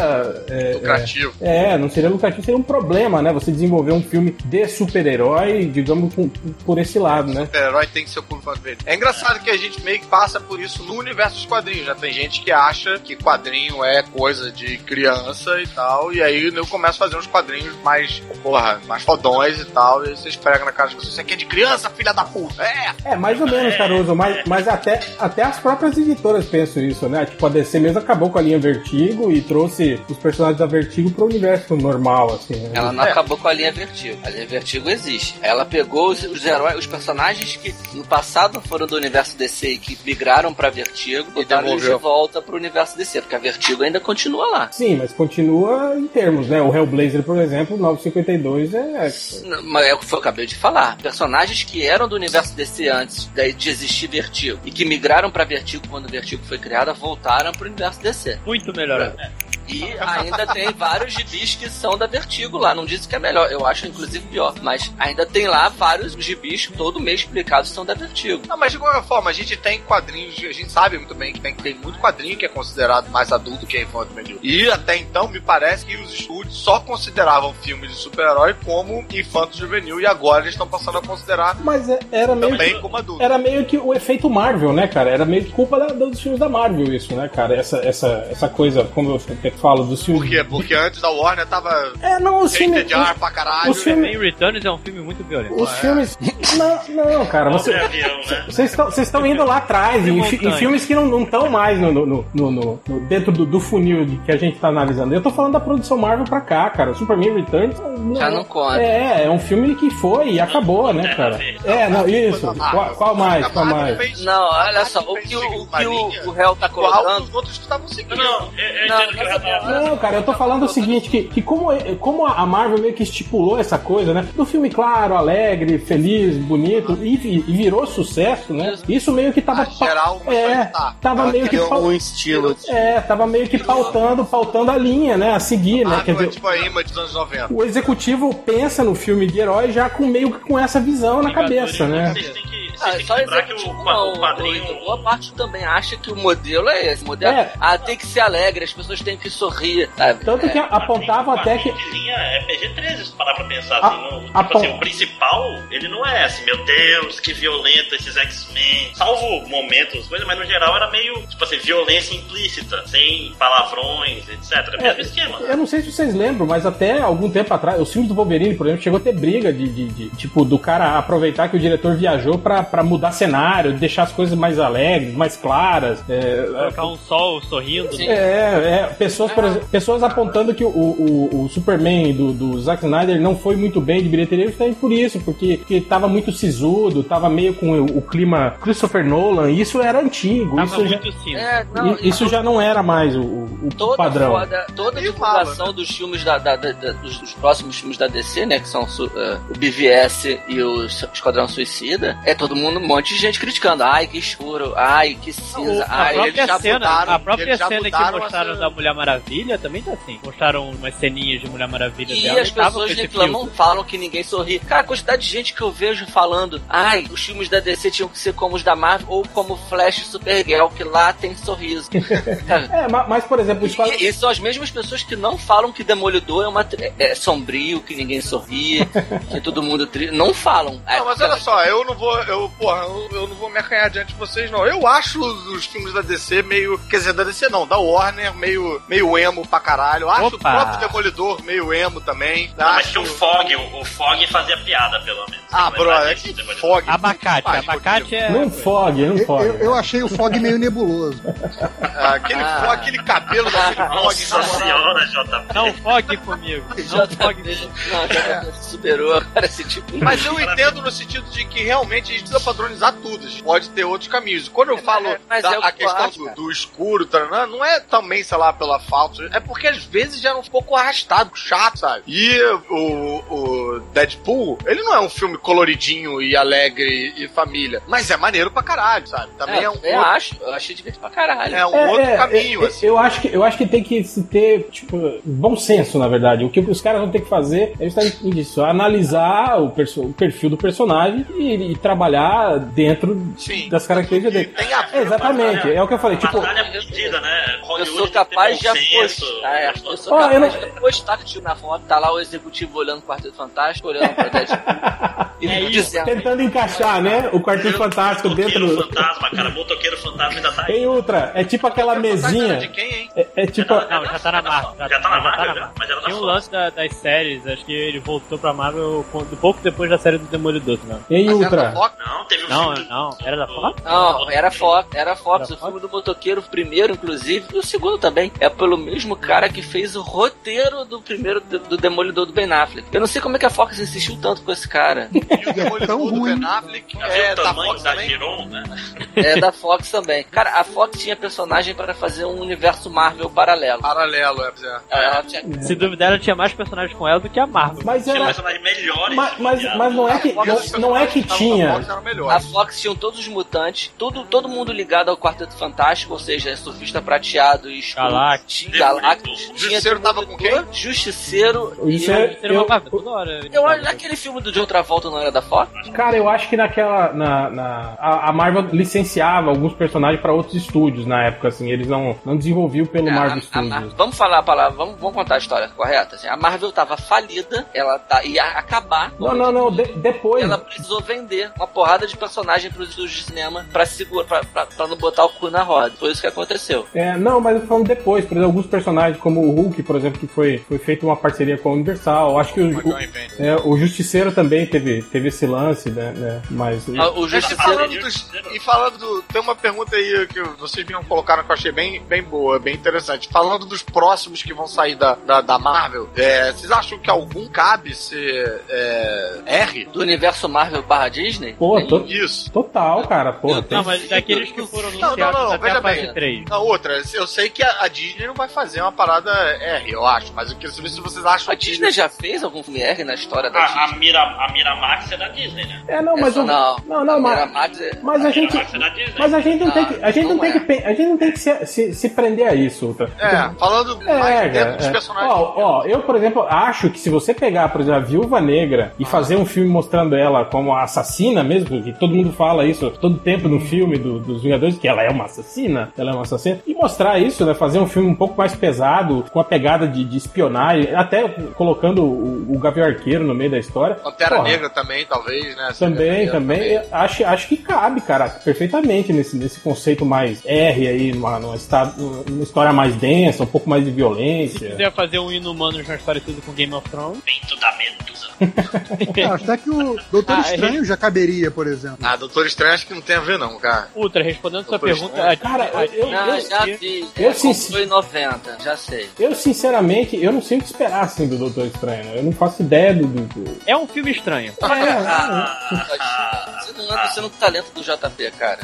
é, é,
Lucrativo.
é, não seria lucrativo, seria um problema, né? Você desenvolver um filme de super-herói, digamos, com- por esse lado, né?
super-herói tem que ser o curva verde. É engraçado que a gente meio que passa por isso no universo dos quadrinhos. Já tem gente que acha que quadrinho é coisa de criança e tal, e aí eu começo a fazer uns quadrinhos mais, porra, mais fodões e tal, e aí vocês pregam na cara de vocês, isso aqui é de criança, filha da puta. É,
É, mais ou menos, Caruso, mas, mas até, até a as próprias editoras pensam isso, né? Tipo, a DC mesmo acabou com a linha Vertigo e trouxe os personagens da Vertigo pro universo normal, assim. Né?
Ela não acabou com a linha Vertigo. A linha Vertigo existe. Ela pegou os, os heróis, os personagens que no passado foram do universo DC e que migraram pra Vertigo, botaram eles de
devolveu.
volta pro universo DC, porque a Vertigo ainda continua lá.
Sim, mas continua em termos, né? O Hellblazer, por exemplo, 952 é.
Não, Mas é o que eu acabei de falar. Personagens que eram do universo DC antes daí de existir Vertigo e que migraram pra Vertigo quando Vertigo foi criada, voltaram pro universo DC.
Muito melhor.
É. E ainda tem vários gibis que são da Vertigo lá. Não disse que é melhor, eu acho inclusive pior. Mas ainda tem lá vários gibis que todo mês publicados são da Vertigo.
Não, mas de qualquer forma, a gente tem quadrinhos, a gente sabe muito bem que tem, tem muito quadrinho que é considerado mais adulto que a infanto juvenil. E até então, me parece que os estúdios só consideravam filmes de super-herói como infanto juvenil e agora eles estão passando a considerar
Mas é- era meio
também
que.
como adulto.
Era meio que o efeito Marvel, né, cara? Era meio que culpa da- dos filmes da Marvel isso, né, cara? Essa, essa, essa coisa, como eu sempre falo, dos filmes...
Por quê? Porque antes da Warner tava
É, não, os filmes...
rated R pra caralho. né?
Os filmes...
Batman Returns é um filme muito violento.
Os filmes...
é.
Não, não, cara, você...
Sobre avião, né?
Vocês estão- vocês estão indo lá atrás, em, fi- em filmes que não estão mais no, no- no- no- no- no- dentro do, do funil de- que a gente tá analisando. Eu tô falando da produção Marvel pra cá, cara. O Superman Returns.
Já não conta.
É, é um filme que foi e acabou, né, cara? É, não,
tá
isso. Qual, qual mais? Qual mais?
Fez-
Não, olha só,
Batman
o que
fez
o, o,
uma
que
linha
o, o réu tá
Igual
colocando.
os outros que estavam seguindo.
Não,
Não,
eu, eu É,
é
entendo o que o Rafael.
Não, cara, eu tô falando o seguinte, que, que como, é, como a Marvel meio que estipulou essa coisa, né? Do filme claro, alegre, feliz, bonito, e, vi- e virou sucesso, né? Isso meio que tava...
Ah, geral, mas
é,
vai tá.
tava
Ela
meio que...
criou
fal-
um estilo. de-
É, tava meio que pautando, pautando a linha, né? A seguir, né?
Ah,
Quer
não é
dizer,
tipo a Image dos anos 90.
o executivo pensa no filme de herói já com meio que com essa visão na cabeça, né?
Vocês têm que, vocês
Ah,
têm que
só
lembrar que o,
executivo
o,
não,
o
Oito.
quadrinho.
então, Boa parte também acha que o modelo é esse. O modelo
É.
ah, tem que ser alegre, as pessoas têm que sorrir. sabe? É.
Tanto que apontavam até que.
De linha é PG-13, se parar pra pensar
A-
assim. não- tipo
apon-
assim, o principal, ele não é assim, meu Deus, que violento esses X-Men. Salvo momentos, coisa, mas no geral era meio, tipo assim, violência implícita, sem palavrões, etc. É o mesmo esquema.
Eu não sei se vocês lembram, mas até algum tempo atrás, os filmes do Wolverine, por exemplo, chegou a ter briga de, de- de- tipo, do cara aproveitar que o diretor viajou pra, pra mudar cenário, deixar as coisas mais alegres, mais claras. É,
Colocar um sol sorrindo.
Sim.
É, é, pessoas, por exemplo, pessoas apontando que o, o, o Superman do, do Zack Snyder não foi muito bem de bilheteria justamente por isso, porque, porque tava muito sisudo, tava meio com o, o clima Christopher Nolan, isso era antigo,
Tava
isso já,
muito cinza.
É, não,
i- isso já não era mais o, o- o
toda
padrão.
foda- toda a
E
divulgação dos filmes da, da- da- da- dos, dos próximos filmes da DC, né? Que são su- eh, o BVS e o Su- Esquadrão Suicida, é todo mundo, um monte de gente criticando. Ai, que escuro, ai, que cinza,
A
ai, eles
própria
já
cena,
mudaram.
a própria
eles já
cena que
mudaram
mostraram
essa-
da Mulher Maravilha também tá assim. Mostraram umas ceninhas de Mulher Maravilha
E
dela.
as
tava
pessoas
com esse
reclamam,
filtro.
falam que ninguém sorri. Cara, a quantidade de gente que eu vejo falando, ai, os filmes da DC tinham que ser como os da Marvel ou como Flash e Supergirl, que lá tem sorriso. Cara,
É, ma- mas, por exemplo, o Esquadrão...
E, e são as mesmas pessoas que não falam que Demolidor é, uma, tri- é, é sombrio, que ninguém sorri, que todo mundo tri... Não falam. É,
Não, mas olha só, eu não vou, eu, porra, eu, eu não vou me acanhar diante de vocês, não. Eu acho os, os filmes da DC meio. Quer dizer, da DC não, da Warner meio, meio emo pra caralho. Eu acho o
Opa.
próprio Demolidor meio emo também.
Não, mas
acho...
tinha o Fog, o, o Fog fazia piada, pelo menos.
Ah,
Mas um
brother, é
fazia
que
isso,
fog.
Abacate,
Faz,
abacate
porque-
é.
Não fog, não
Eu,
fog.
eu- eu achei o fog meio nebuloso.
Ah, Aquele,
Ah.
fog, aquele cabelo daquele fog.
Nossa
na moral.
senhora, JP.
Não fogue comigo. Não fogue comigo.
tá Não,
É.
já tá superou agora esse tipo.
Mas eu entendo no sentido de que realmente a gente precisa padronizar tudo. A gente pode ter outros caminhos. Quando eu falo
é, mas
da-
é o que
a
eu
questão
acho,
do,
cara.
do escuro, taranã, não é também, sei lá, pela falta. É porque às vezes já era um pouco arrastado, chato, sabe? E o, o Deadpool, ele não é um filme coloridinho e alegre e família. Mas é maneiro pra caralho, sabe? Também é, um
eu
outro,
acho, eu achei divertido pra caralho.
é um
É,
outro
é,
caminho,
é, é,
assim.
Eu acho, que, eu acho que tem que se ter, tipo, bom senso, na verdade. O que os caras vão ter que fazer é justamente isso, analisar o, perso- o perfil do personagem e, e trabalhar dentro
Sim.
das características dele.
Tem a
É, exatamente, é o que eu falei, tipo...
Batalha perdida, né?
Eu
Hollywood
sou capaz de
tem bom senso. né?
apostar. é, eu sou
Ó, eu
capaz
não-
de apostar que tio na foto tá lá o executivo olhando o Quarteto Fantástico, olhando pra Deadpool. e
É isso,
dizendo.
Tentando encaixar, né? O Quarteto Fantástico
Motoqueiro
dentro do...
fantasma, cara. Motoqueiro fantasma ainda tá aí.
Ei, Ultra, é tipo aquela
Tá cara
mesinha...
de quem, hein?
É, É tipo.
Não, já tá na marca.
Já tá na marca,
marca.
já. Mas ela tá
Tem um
solta.
lance da- das séries, acho que ele voltou pra Marvel quando- pouco depois da série do Demolidor, não.
E aí,
Mas é era
Ultra?
da Fox?
Não, teve um
Não,
filme.
não, era da Fox?
Não, era Fox, era Fox,
Era
o filme do motoqueiro, o primeiro, inclusive, e o segundo também. É pelo mesmo cara que fez o roteiro do primeiro do, do Demolidor do Ben Affleck. Eu não sei como é que a Fox insistiu tanto com esse cara.
E o
tão
Demolidor do
ruim.
Ben Affleck
Já viu
é
o
da
tamanho
Fox
da
também.
Giron, né?
É da Fox também. Cara, a Fox tinha personagem para fazer um universo Marvel paralelo.
Paralelo, é, Zé.
Ela tinha
Hum.
Se duvidar, ela tinha mais personagens com ela do que a Marvel.
Mas
Tinha
era.
personagens melhores.
Mas, mas, mas não é que. Não, não é que tinha.
Fox era
A
melhor.
Fox tinham todos os mutantes, todo, todo mundo ligado ao Quarteto Fantástico, ou seja, surfista prateado e escuro.
Galactus.
Tinha Galactus. Tinha
Justiceiro tava com
Demolidor, Justiceiro.
O Justiceiro-
Era uma
eu-
Marvel toda hora.
Eu acho aquele filme do John Travolta não era da Fox?
Cara, eu acho que naquela. Na, na- a, a Marvel licenciava alguns personagens pra outros estúdios na época, assim. Eles não, não desenvolviam pelo
É,
Marvel
a- a Mar-
Studios.
vamos falar a palavra, vamos, vamos contar a história correta. assim, a Marvel tava falida, ela tá, ia acabar.
Não, não, não. de- depois.
Ela precisou vender uma porrada de personagem pros estúdios de cinema pra, segurar, pra, pra, pra não botar o cu na roda. Foi isso que aconteceu.
É, não, mas eu tô falando depois, por exemplo, alguns personagens, como o Hulk, por exemplo, que foi, foi feita uma parceria com a Universal. Acho que o,
Mas é um
o,
evento.
é, o Justiceiro também teve, teve esse lance, né? né, mas.
Ah, O
Mas e
Justiceiro.
falando, dos, e falando do. Tem uma pergunta aí que vocês me colocaram que eu achei bem, bem boa, bem interessante. Falando dos próximos que vão sair da, da, da Marvel, é, vocês acham que algum cabe ser é, R?
Do universo Marvel barra Disney?
Pô, tô-
Isso.
total, cara, porra. Tem...
Não, mas daqueles que foram
Não, não,
anunciados
não,
até
veja
a fase
bem.
3.
Na outra, eu sei que a, a Disney não vai fazer uma parada R, eu acho, mas eu queria saber se vocês acham
A Disney já fez algum filme R na história da
A,
Disney?
a, Mira, a Miramax é da Disney, né?
É, não, mas.
Essa
o-
não.
Não, não, mas.
Miramax é-
Mas a gente.
Miramax é da Disney.
Mas a gente não
Ah,
tem que. A gente não
não
tem
é.
que. pe- A gente não tem que se, se, se prender a isso, Ultra.
É, falando
É,
mais
cara,
dentro dos
é.
personagens.
Ó, ó, eu, por exemplo, acho que se você pegar, por exemplo, a Viúva Negra
Ah.
e fazer um filme mostrando ela como a assassina mesmo, que todo mundo fala isso todo tempo no filme do- dos Vingadores, que ela é uma assassina, ela é uma assassina, e mostrar isso, né, fazer um filme um pouco mais pesado, com a pegada de, de espionagem, até colocando o, o Gavião Arqueiro no meio da história.
Pantera
Porra,
Negra também, talvez, né?
Também,
Seria maneiro
também, eu acho, acho que cabe, cara, perfeitamente nesse, nesse conceito mais R aí, numa, numa, esta- numa história mais densa, um pouco mais de
Se
violência.
É.
quiser fazer um Inumanos na história tudo com Game of Thrones,
Peito da Medusa.
Cara, até que o Doutor
Ah,
é.
Estranho já caberia, por exemplo.
Ah, Doutor Estranho acho que não tem a ver, não, cara.
Ultra, respondendo sua
Doutor
pergunta.
Estranho.
a-
Cara,
a-
eu-
Não, já
eu-
vi.
eu
É,
sim-
Foi em 90, já sei.
Eu, sinceramente, eu não sei o que esperar, assim, do Doutor Estranho. né? Eu não faço ideia do... do- do-
É um filme estranho.
É,
Ah, Você não anda sendo um talento do JP, cara.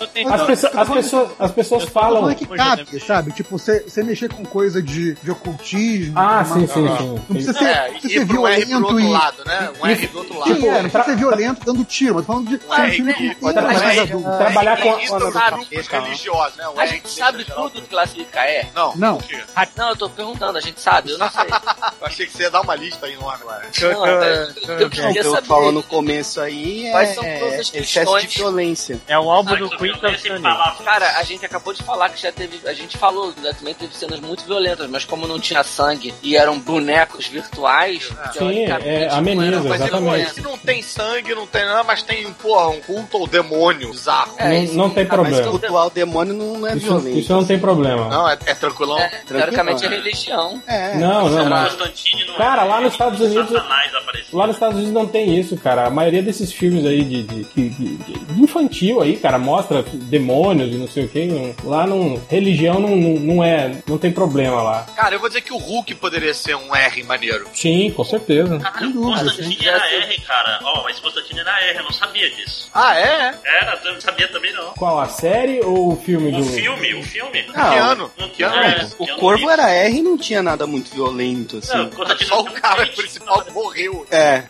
Só tem-
as, pessoas- as pessoas, as pessoas
Fala,
falam...
é que
Hoje eu
cabe,
lembro.
sabe? Tipo, você você mexer com coisa de, de ocultismo.
Ah,
tudo
sim,
mais.
sim,
não,
sim.
Não precisa ser,
É,
não precisa
e
ser
pro R pro
violento
outro
e.
lado, né? Um R do outro lado.
Sim, é, não
Pra-
precisa ser violento dando tiro, mas tô falando de ser um
R
filme
que-
um pouco mais
R que-
adulto.
Trabalhar com a-
Isso
com a-
dos
com a-
grupos
calma.
religiosos, né? O
A
R
gente
que
sabe
seja lá.
tudo que classifica é?
Não,
Não.
por quê?
Não, eu tô perguntando, a gente sabe, eu não sei.
Eu achei que você ia dar uma lista aí enorme lá.
Não, eu, eu
É, o que
queria
eu
saber.
falo no começo aí é,
Quais são todas
é
as
excesso de
questões?
violência.
É um álbum do
Só
Queen
violência e
Tanzania.
palavras.
Cara, a gente acabou de falar que já teve. A gente falou, né, também teve cenas muito violentas, mas como não tinha sangue e eram bonecos virtuais, teoricamente,
é,
não
ameniza,
era pra ser
exatamente.
Mas
violento.
se não tem sangue, não tem nada, mas tem, porra, um culto ao demônio bizarro.
É,
Não-
isso
não
que-
tem
ah, mas
problema.
então,
Cultuar o demônio não é
Isso,
violência.
isso não tem problema.
Não, é, é tranquilão.
é, teoricamente é religião.
É,
Não, não,
Cara,
mas...
Constantine não
Cara,
é.
lá nos Estados Unidos-
Satanás apareceu.
Lá nos Estados Unidos não tem isso, cara. A maioria desses filmes aí de, de- de- de- de infantil aí, cara, mostra demônios e não sei o que. Lá não. Religião não, não, não é. não tem problema lá.
Cara, eu vou dizer que o Hulk poderia ser um R maneiro.
Sim, com certeza.
Caralho, Constantine
né?
era R, cara. Ó, mas Constantine era R, eu não sabia disso.
Ah, é?
Era, eu não sabia também não.
Qual? A série ou o filme do.
O filme, o filme.
Que
Ah,
ano?
Não
Que
tinha-
ano é isso?
eu
o
não
Corvo
vi.
era R e não tinha nada muito violento, assim.
Não, Constantine
Só
não
o
tinha
cara
muito
principal morreu.
É,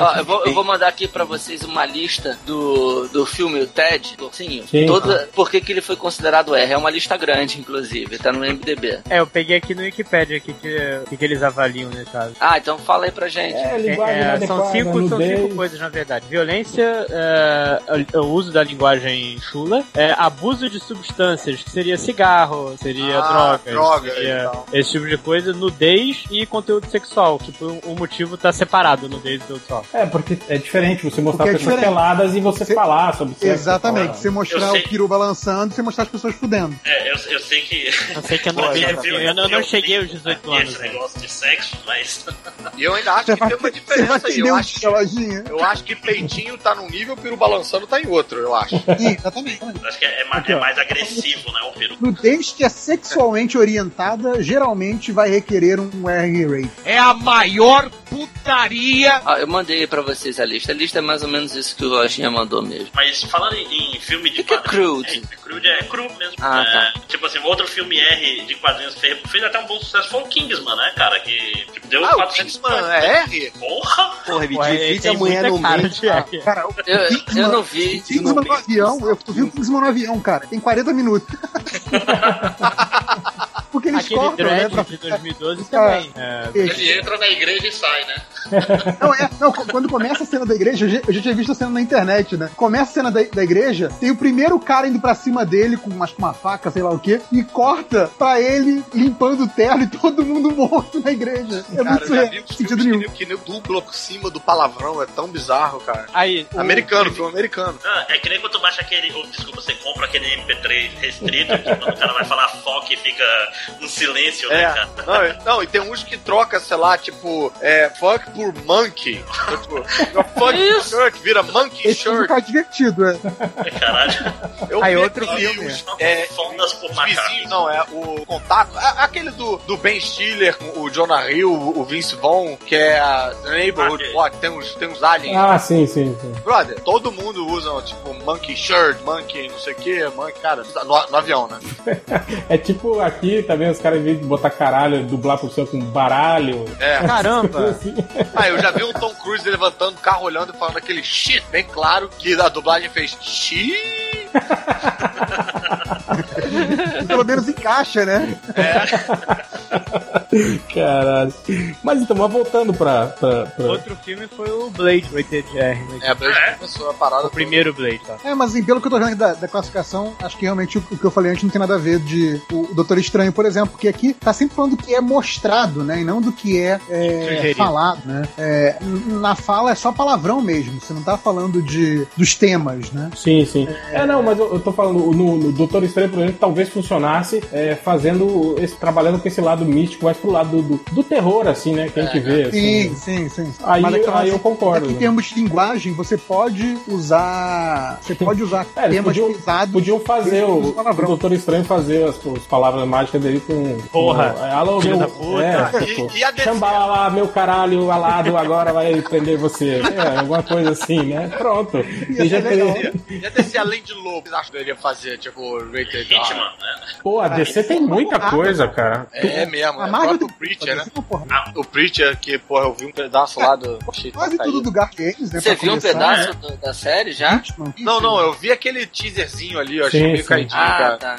Ó, eu, vou, eu vou mandar aqui pra vocês uma lista do, do filme o Ted, do ursinho.
Sim.
Toda, por que que ele foi considerado R? É uma lista grande, inclusive, tá no MDB.
É, eu peguei aqui no Wikipedia aqui que, que, que eles avaliam nesse caso.
Ah, então fala aí pra gente.
É,
É,
linguagem
é,
inadequada,
são cinco, são
nudez.
cinco coisas, na verdade. Violência, é, o- o uso da linguagem chula, é, abuso de substâncias, que seria cigarro, seria
Ah,
drogas,
droga,
seria
então.
esse tipo de coisa, nudez e conteúdo sexual, que por um motivo tá separado, nudez e conteúdo sexual.
É, porque é diferente. Tipo, você mostrar
Porque é
pessoas
diferente.
peladas e você
Você-
falar sobre sexo,
Exatamente.
falar.
Você mostrar
Eu sei.
o peru balançando e você mostrar as pessoas fudendo.
É, eu, eu sei que.
Eu sei que eu não,
Pô,
vi,
já um
eu,
viu,
eu não- eu
já
não
viu.
cheguei aos 18 anos.
Esse
né?
negócio de sexo, mas.
E eu ainda acho que Tá tem uma
Você vai
diferença aí.
atender
Eu
um
acho,
dia, lojinha.
eu acho que peitinho tá num nível, peru balançando tá em outro, eu acho.
Sim, exatamente.
Acho que é, é ma- é mais agressivo, né? O peru.
Nudez que é sexualmente orientada geralmente vai requerer um R rate.
Ah, eu mandei pra vocês a lista. A lista é mais ou menos isso que o Lojinha mandou mesmo.
Mas falando em, em filme de
O que que é
quadrinhos,
crude?
É, crude é cru mesmo.
Ah,
É, Tipo assim, outro filme R de quadrinhos fez, fez até um bom sucesso foi o Kingsman, né, cara? Que tipo, deu
Ah, o
400
Kingsman é R?
Porra!
Porra, me
Ué,
divide
é, tem
a mulher
muita
no
cara
meio.
de-
Cara, o
Eu, eu não vi.
Kingsman no avião, eu tô vendo Kingsman no avião, cara. Tem 40 minutos. Porque eles
Aquele
cortam, né?
Dredd
pra-
de 2012 também. É,
Ele
entra na igreja e sai, né?
Não, é, não, co- quando começa a cena da igreja, eu já, eu já tinha visto a cena na internet, né? Começa a cena da, da igreja, tem o primeiro cara indo pra cima dele com uma, uma faca, sei lá o quê, e corta pra ele limpando o terno e todo mundo morto na igreja. É muito
Cara, eu
surreal,
já
não
vi uns
faz
filmes
sentido
que
nenhum.
nem- que nem o duplo por cima do palavrão, é tão bizarro, cara.
Aí, o-
Americano, filme americano.
Ah, é que nem quando tu baixa aquele. Ou, desculpa, você compra aquele MP3 restrito, que quando o cara vai falar foco e fica um silêncio,
É,
né, cara?
não, e- não, e tem uns que troca, sei lá, tipo, é, fuck por monkey. Então, tipo, fuck shirt, vira monkey
Esse filme
shirt.
tá divertido, é.
Caralho.
Eu
Aí
vi
outro
aqui
filme.
os- É,
Fondas por
os
macaco.
vizinhos, não, é o contato. a- aquele do, do Ben Stiller, com o Jonah Hill, o o Vince Vaughn, que é a Neighborhood
Ah, que-
Watch, tem uns, tem uns aliens.
Ah, sim, sim, sim.
Brother, todo mundo usa, tipo, monkey shirt, monkey não sei o que, monkey, cara, no, no avião, né?
É tipo aqui também os caras em vez de botar caralho, dublar pro céu com baralho.
É.
Caramba!
Assim.
Ah, eu já vi um Tom Cruise levantando o carro, olhando e falando aquele shit, bem claro, que a dublagem fez shit.
Pelo menos encaixa, né?
Caralho. Mas então, mas voltando pra. pra, pra-
outro filme foi o Blade, o Rated R. né?
É, mas
É?
começou a parada.
O primeiro Blade, tá?
É, mas assim, pelo que eu tô vendo aqui da, da classificação, acho que realmente o, o que eu falei antes não tem nada a ver de o, o Doutor Estranho, por exemplo, porque aqui tá sempre falando do que é mostrado, né? E não do que é, é,
Sugerido.
falado, né? É, n- na fala é só palavrão mesmo, você não tá falando de, dos temas, né?
Sim, sim. É, não, mas eu, eu tô falando, no, no Doutor Estranho, por exemplo, talvez funcionasse é, fazendo. Esse, trabalhando com esse lado místico, mas pro lado do, do terror, assim, né? Quem que vê, assim.
Sim, sim, sim. sim.
Aí,
Mas é claro,
aí eu concordo. né?
é que em termos de linguagem, você pode usar. Você pode usar
É, eles
temas
podiam-
pesados.
Podiam fazer
Eles
o,
um
usam palavrão.
o Doutor Estranho fazer as, as palavras mágicas dele com.
Porra,
com- alô,
filho
meu.
da puta.
É,
E-
tipo,
e a DC?
Xambalala, meu caralho, alado, agora vai prender você. É, alguma coisa assim, né? Pronto. E já tem.
Já desci além de lobo, vocês acham que ele ia fazer, tipo, rated R?
Hitman, né?
Pô, a DC tem muita coisa, cara.
É mesmo,
A
é o
Marvel
próprio
tem-
Preacher, né?
Porra,
O Preacher, que, porra, eu vi um pedaço lá do... tá Achei
Quase
porcaria.
tudo do Garfield, né?
Você
pra
viu um
começar.
pedaço do- da série já?
Não, não, eu vi aquele teaserzinho ali, eu achei
Sim,
meio
sim.
caidinho,
Ah,
cara.
tá.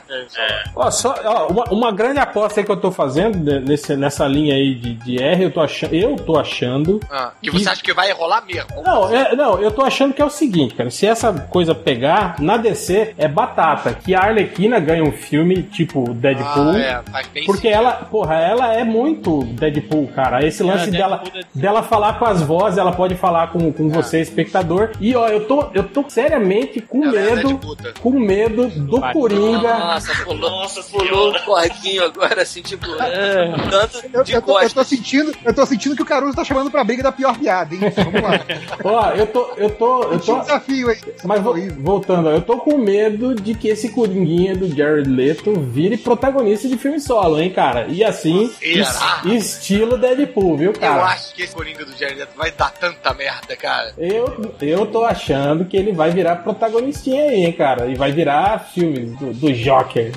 Ó, só, ó, uma, uma grande aposta aí que eu tô fazendo né, nesse, nessa linha aí de, de R, eu tô achando. Eu tô achando.
Ah, que você acha que vai rolar mesmo.
Não, é- não, eu tô achando que é o seguinte, cara. Se essa coisa pegar, na DC é batata. Que a Arlequina ganha um filme tipo Deadpool.
Ah, é, faz bem
Porque ela, porra, ela é muito Deadpool, cara. Esse lance
é Deadpool,
dela,
Deadpool.
dela falar com as vozes, ela pode falar com,
Ah.
com você, espectador. E ó, eu tô, eu tô seriamente com
Ela é
medo,
Deadpool. Ah.
com medo do
Batman.
Coringa.
Nossa, pulou,
Nossa
pulou
senhora.
um corguinho agora, assim, tipo, tanto
Eu,
de
eu, tô, eu, tô
costas.
sentindo, eu tô sentindo que o Caruso tá chamando pra briga da pior piada, hein? Vamos lá.
Ó, eu tô, eu tô, eu
Tinha um
tô.
desafio aí.
Tá
Mas vo-
Horrível.
voltando, ó, eu tô com medo de que esse Coringuinha do Jared Leto vire protagonista de filme solo, hein, cara? E assim,
Será?
es- estilo Deadpool, viu,
Eu
cara?
acho que esse Coringa do Jared Leto vai dar tanta merda, cara.
Eu, eu tô achando que ele vai virar protagonistinha aí, hein, cara? E vai virar filme do, do Joker.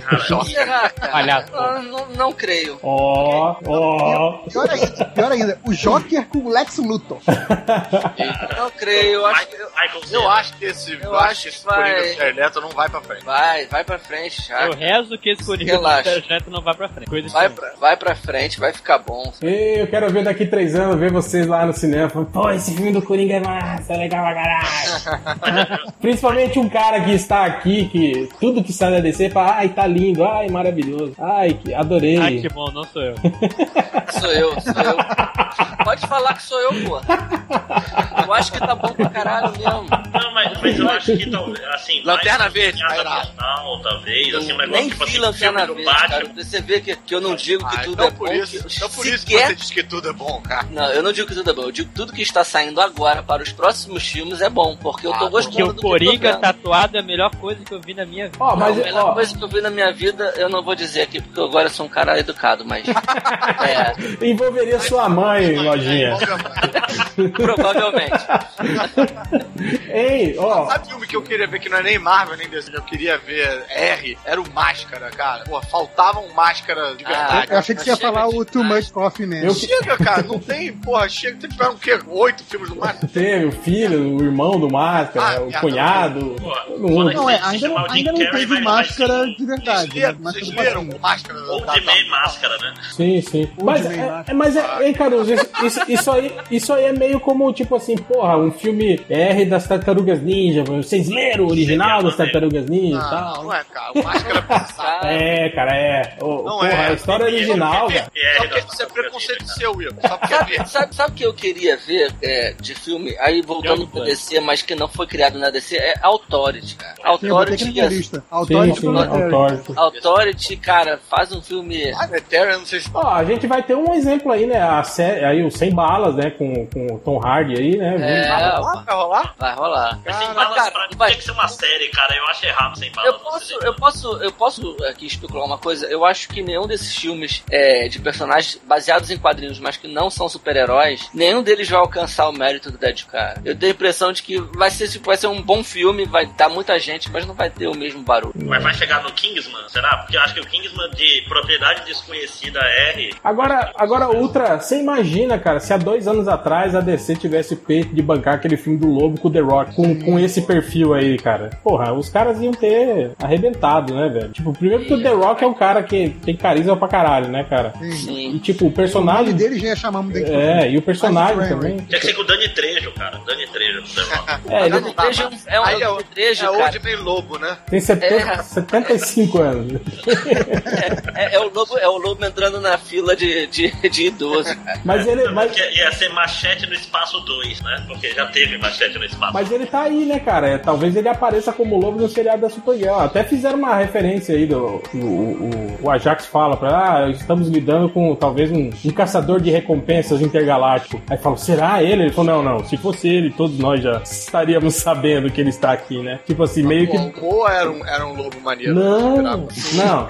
Será, cara?
Palhaço.
Ah, Não, não creio.
Ó, ó.
Pior ainda, pior ainda, o Joker com o Lex Luthor.
Não creio. Eu acho,
Michael, Michael Cera.
Eu acho que esse, eu acho que esse
vai-
Coringa do Jared Leto não vai pra frente.
Vai, vai pra frente, já.
Eu rezo que esse Coringa do
Relaxa.
projeto não vá pra frente. Coisa
Vai
assim.
pra, vai pra frente, vai ficar bom.
Ei, eu quero ver daqui três anos, ver vocês lá no cinema falando, pô, esse filme do Coringa é massa, é legal pra caralho. Principalmente um cara que está aqui, que tudo que sai da DC fala, ai, tá lindo, ai, maravilhoso, ai, que adorei.
Ah, que bom, não sou eu.
Sou eu, sou eu. Pode falar que sou eu, porra. Eu acho que tá bom pra caralho mesmo.
Não, mas, mas eu acho que talvez, assim...
Lanterna
mais
Verde,
piada
vai lá.
Final, talvez, assim, um
Eu
negócio
nem
tipo
vi
assim,
lanterna
filme do
verde,
Batman.
cara. Você vê que, que eu não digo que
Ah,
tudo
então
é
por
bom.
isso,
que,
então por isso que
sequer-
você diz que tudo é bom, cara.
Não, eu não digo que tudo é bom. Eu digo que tudo que está saindo agora para os próximos filmes é bom, porque eu tô
Ah,
gostando
Que o
do que eu tô
Coringa
vendo.
tatuado é a melhor coisa que eu vi na minha vida.
Ó,
Não,
mas,
a Então, melhor
ó,
coisa que eu vi na minha vida, eu não vou dizer aqui, porque agora eu sou um cara educado, mas. é,
envolveria sua mãe, lojinha.
provavelmente. tá?
Ei, ó.
Sabe o filme que eu queria ver que não é nem Marvel nem DC? Eu queria ver R, era o Máscara, cara. Pô, faltava um Máscara de verdade.
Ah,
Eu
Eu achei que você ia
Chega
falar
de-
o Too Much Coffee Man.
Eu-
Chega, cara, não tem, porra, chega. Vocês tiveram o quê? Oito filmes no Máscara?
Teve o filho, o irmão do Máscara,
Ah,
o
já,
cunhado.
Porra,
todo
foda
mundo.
que
Não, é,
vai se
ainda,
chamar
não-
o Jim
ainda não
Carrey,
teve
vai- vai
máscara
ser um-
de verdade. né?
Leram, Vocês
Máscara
leram
do
o Máscara?
Ou
Tá,
da-
de
da-
meia máscara, né?
Sim, sim. Mas,
Onde vem
é,
lá? Ah.
é- mas é, hein, Caruso, isso, isso- isso aí, isso aí é meio como, tipo assim, porra, um filme R das Tartarugas Ninja. Vocês leram o original das
né?
Tartarugas Ninja e
Não,
tal?
não é, cara. O Máscara é pensado.
É, cara, é. Ô,
Não
porra,
é.
a história original,
É,
velho.
é,
Só
é,
porque isso é preconceito seu, Will. Só porque é
Sabe,
verde.
sabe, sabe o que eu queria ver é, de filme? Aí voltando pro DC, mas que não foi criado na DC, é Authority, cara.
Sim, eu botei aqui
Authority, assim,
na minha lista.
Sim,
Autógrafo
sim, autógrafo.
Authority, cara, faz um filme.
Ah, Planetarium, é não sei se
Ó, a gente vai ter um exemplo aí, né? A série, aí o 100 balas, né? Com, com o Tom Hardy aí, né?
É,
Ah, vai rolar?
vai rolar.
Mas sem
Mas,
balas
cara,
pra mim
vai-
tinha que ser uma série, cara. Eu acho errado sem balas.
Eu
no
posso,
cinema.
eu posso, eu posso aqui especular uma coisa. Eu acho que nenhum desses filmes é, de personagens baseados em quadrinhos, mas que não são super-heróis, nenhum deles vai alcançar o mérito do Dead Cara. Eu tenho a impressão de que vai ser, tipo, vai ser um bom filme, vai dar muita gente, mas não vai ter o mesmo barulho.
Mas vai chegar no Kingsman, será? Porque eu acho que o Kingsman de propriedade desconhecida R.
Agora, agora, Ultra, você imagina, cara, se há dois anos atrás a DC tivesse peito de bancar aquele filme do Lobo com o The Rock, com, com esse perfil aí, cara. Porra, os caras iam ter arrebentado, né, velho? Tipo, primeiro que o The Rock é um cara que tem carisma pra caralho, né, cara? E,
Sim.
tipo, o
O nome
personagem...
dele já ia chamar muito dentro.
É, e o personagem
Mas o
também.
Tinha que ser com o Dani Trejo, cara. Dani Trejo. do The Rock.
É,
Mas
ele
o Trejo é um,
Aí
é
é
um
o-
Trejo,
É
cara.
hoje nem lobo, né?
tem 70,
É.
75 anos.
É, é o lobo, é o lobo entrando na fila de, de, de idoso. cara.
Mas ele... Mas...
Porque ia ser Machete no Espaço 2, né? Porque já teve Machete no Espaço
Mas ele tá aí, né, cara? É, Talvez ele apareça como lobo no seriado da Supergirl. Até fizeram uma referência aí do. O, o- o Ajax fala pra. Ah, estamos lidando com talvez um, um caçador de recompensas intergaláctico. Aí fala, será ele? Ele falou, não, não. Se fosse ele, todos nós já estaríamos sabendo que ele está aqui, né? Tipo assim, meio que.
O Moa era um, era um lobo maneiro.
Não,
Esperava.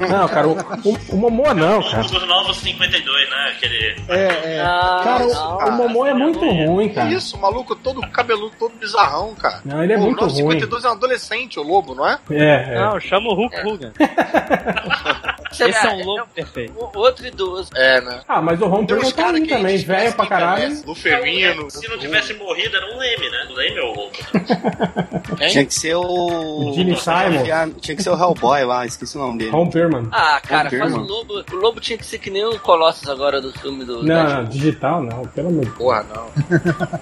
não, não, cara, o, o, o Momô não,
Um
cara.
dos novos 52, né? Aquele.
É, é.
Ah,
Cara,
não.
o, o Momô é muito ruim, cara.
Que isso, o maluco todo cabeludo, todo bizarrão, cara.
Não, ele é muito
O 952 é um adolescente, o lobo, não é?
É, é.
Não, chama o Hulk Hogan.
Você
Esse é
vê,
um lobo perfeito.
o- Outro idoso. É, né?
Ah, mas o Ron Perlman tá aí também, velho pra caralho.
Luferino.
É, Se não tivesse morrido, era um Leme, né? Leme ou louco.
Tinha que ser o.
O Gene Simon.
Tinha que ser o Hellboy lá, esqueci o nome dele.
Ron Perlman.
Ah, cara,
Vampiro,
faz o
mano.
lobo. O lobo tinha que ser que nem o Colossus agora do filme do. Ah,
Não,
Deadpool.
digital não, pelo amor de Deus.
Porra, não.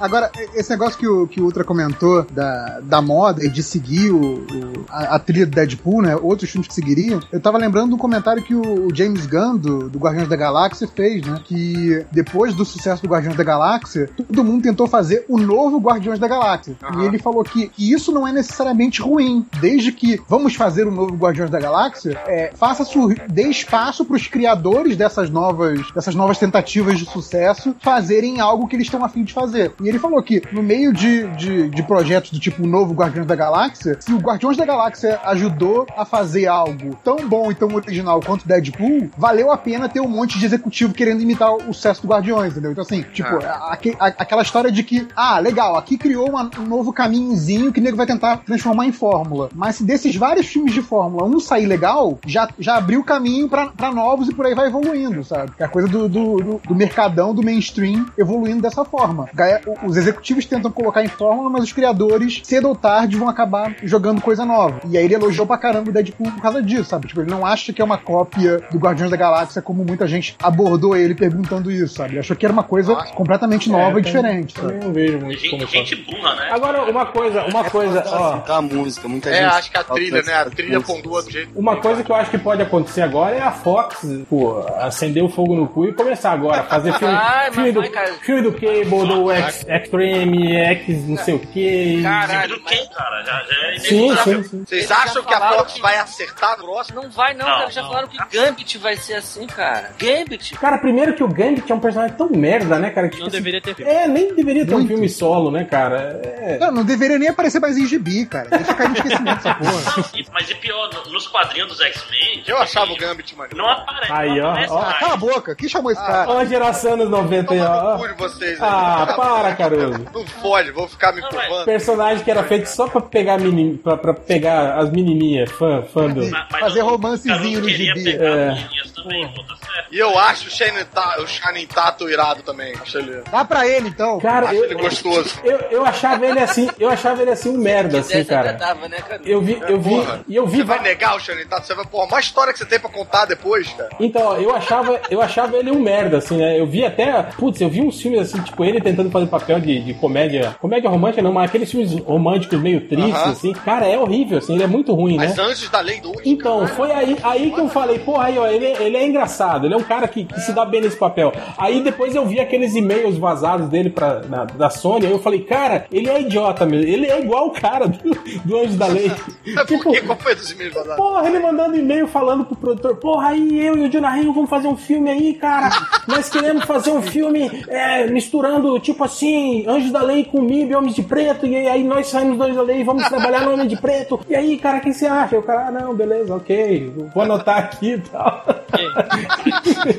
Agora, esse negócio que o, que o Ultra comentou da, da moda e de seguir o, o- a, a trilha do Deadpool, né? Outros filmes que seguiriam. Eu tava lembrando de um comentário que o, o James Gunn, do, do Guardiões da Galáxia, fez, né? Que depois do sucesso do Guardiões da Galáxia, todo mundo tentou fazer o novo Guardiões da Galáxia.
Aham.
E ele falou que, que isso não é necessariamente ruim. Desde que vamos fazer o novo Guardiões da Galáxia, é, faça sur- dê espaço para os criadores dessas novas, dessas novas tentativas de sucesso fazerem algo que eles estão afim de fazer. E ele falou que no meio de, de, de projetos do tipo o novo Guardiões da Galáxia, se o Guardiões da Galáxia ajudou a fazer algo tão bom e tão original quanto o Deadpool, valeu a pena ter um monte de executivo querendo imitar o sucesso do Guardiões, entendeu? Então assim, tipo, aque- a- aquela história de que, ah, legal, aqui criou uma- um novo caminhozinho que o nego vai tentar transformar em fórmula. Mas se desses vários filmes de fórmula um sair legal, já, já abriu o caminho pra pra novos e por aí vai evoluindo, sabe? Que é a coisa do, do, do- do mercadão, do mainstream evoluindo dessa forma. Ga- o- os executivos tentam colocar em fórmula, mas os criadores, cedo ou tarde, vão acabar jogando coisa nova. E aí ele elogiou pra caramba o Deadpool por causa disso, sabe? Tipo, ele não acha que é uma cópia do Guardiões da Galáxia, como muita gente abordou ele perguntando isso, sabe? Ele achou que era uma coisa completamente nova e diferente.
Eu
sabe?
não vejo muito como
Gente,
faz.
gente burra, né?
Agora, uma coisa, uma coisa, ó.
Tá a música, muita
É,
gente.
acho que a
falta
trilha,
essa
né? A trilha
música.
pondua do jeito.
Uma coisa que eu acho que pode acontecer agora é a Fox, pô, acender o fogo no cu e começar agora a fazer filme,
Ai, mas
filme, do,
vai, cara.
filme do Cable, do X, Extreme, X não sei o que.
Filme
Caralho,
do quem, cara? Já, já é
Sim,
inevitável.
sim, sim.
Vocês
Eles já
acham que a
falaram
Fox
que-
vai acertar no próximo?
não vai não,
Não,
cara. Já
não.
falaram que Gambit vai ser assim, cara. Gambit?
Cara, primeiro que o Gambit é um personagem tão merda, né, cara? que,
Não
tipo,
deveria ter
assim,
filme.
É, nem deveria ter um filme solo, né, cara? É.
Cara, não deveria nem aparecer mais em gibi, cara. Deixa cair no esquecimento essa porra.
Não, e- mas e pior, no- nos quadrinhos dos X-Men.
Eu achava o
Gambit.
Gambit, mano.
Não aparece.
Aí,
não
ó,
aparece
ó.
mais.
Cala a boca, quem chamou
Ah,
esse cara?
Ó, a geração anos 90 aí,
Toma no cu
ó.
de vocês, né?
Ah, para, Caruso.
Não fode, vou ficar me
Não,
curvando.
Personagem que era feito só pra pegar, mini, pra, pra pegar as menininhas, fã, fã do.
Mas- mas
Fazer
o- o
romancezinho
Caruso
no
queria
gibi.
pegar
É.
as menininhas também, pô, tá certo.
E eu acho o Shining Ta- o Shining Tato irado também. Acho ele,
Dá pra ele, então.
Cara,
acho ele
eu,
gostoso.
eu, eu achava ele assim, eu achava ele assim um merda, assim,
Dessa até
cara.
dava, né, cara?
Eu vi, eu vi,
Porra.
e eu vi.
Você vai
va-
negar o Shining Tato? Você vai, porra, maior história que você tem pra contar depois, cara.
Então, ó, eu achava, eu achava ele um merda, assim, né? Eu vi até, putz, eu vi uns filmes assim, tipo, ele tentando fazer papel de, de comédia. Comédia romântica não, mas aqueles filmes românticos meio tristes,
Aham.
assim. Cara, é horrível, assim, ele é muito ruim, né?
Mas antes da Lei 2.
Então, foi aí, aí que eu falei, porra, aí, ó, ele, ele é engraçado, ele é um cara que, que se dá bem nesse papel. Aí depois eu vi aqueles e-mails vazados dele pra, na- da Sony, aí eu falei, cara, ele é idiota mesmo, ele é igual o cara do, do Anjo da Lei.
Por que? Qual foi dos e-mails vazados?
Tipo- Porra, ele mandando e-mail falando pro produtor, porra, aí eu e o Jonah Hill vamos fazer um filme aí, cara. Nós queremos fazer um filme é, misturando, tipo assim, Anjos da Lei com MIB, Homens de Preto, e aí nós saímos do Anjos da Lei e vamos trabalhar no Homem de Preto. E aí, cara, o que você acha? E o cara, ah, não, beleza, ok, vou anotar aqui e tal.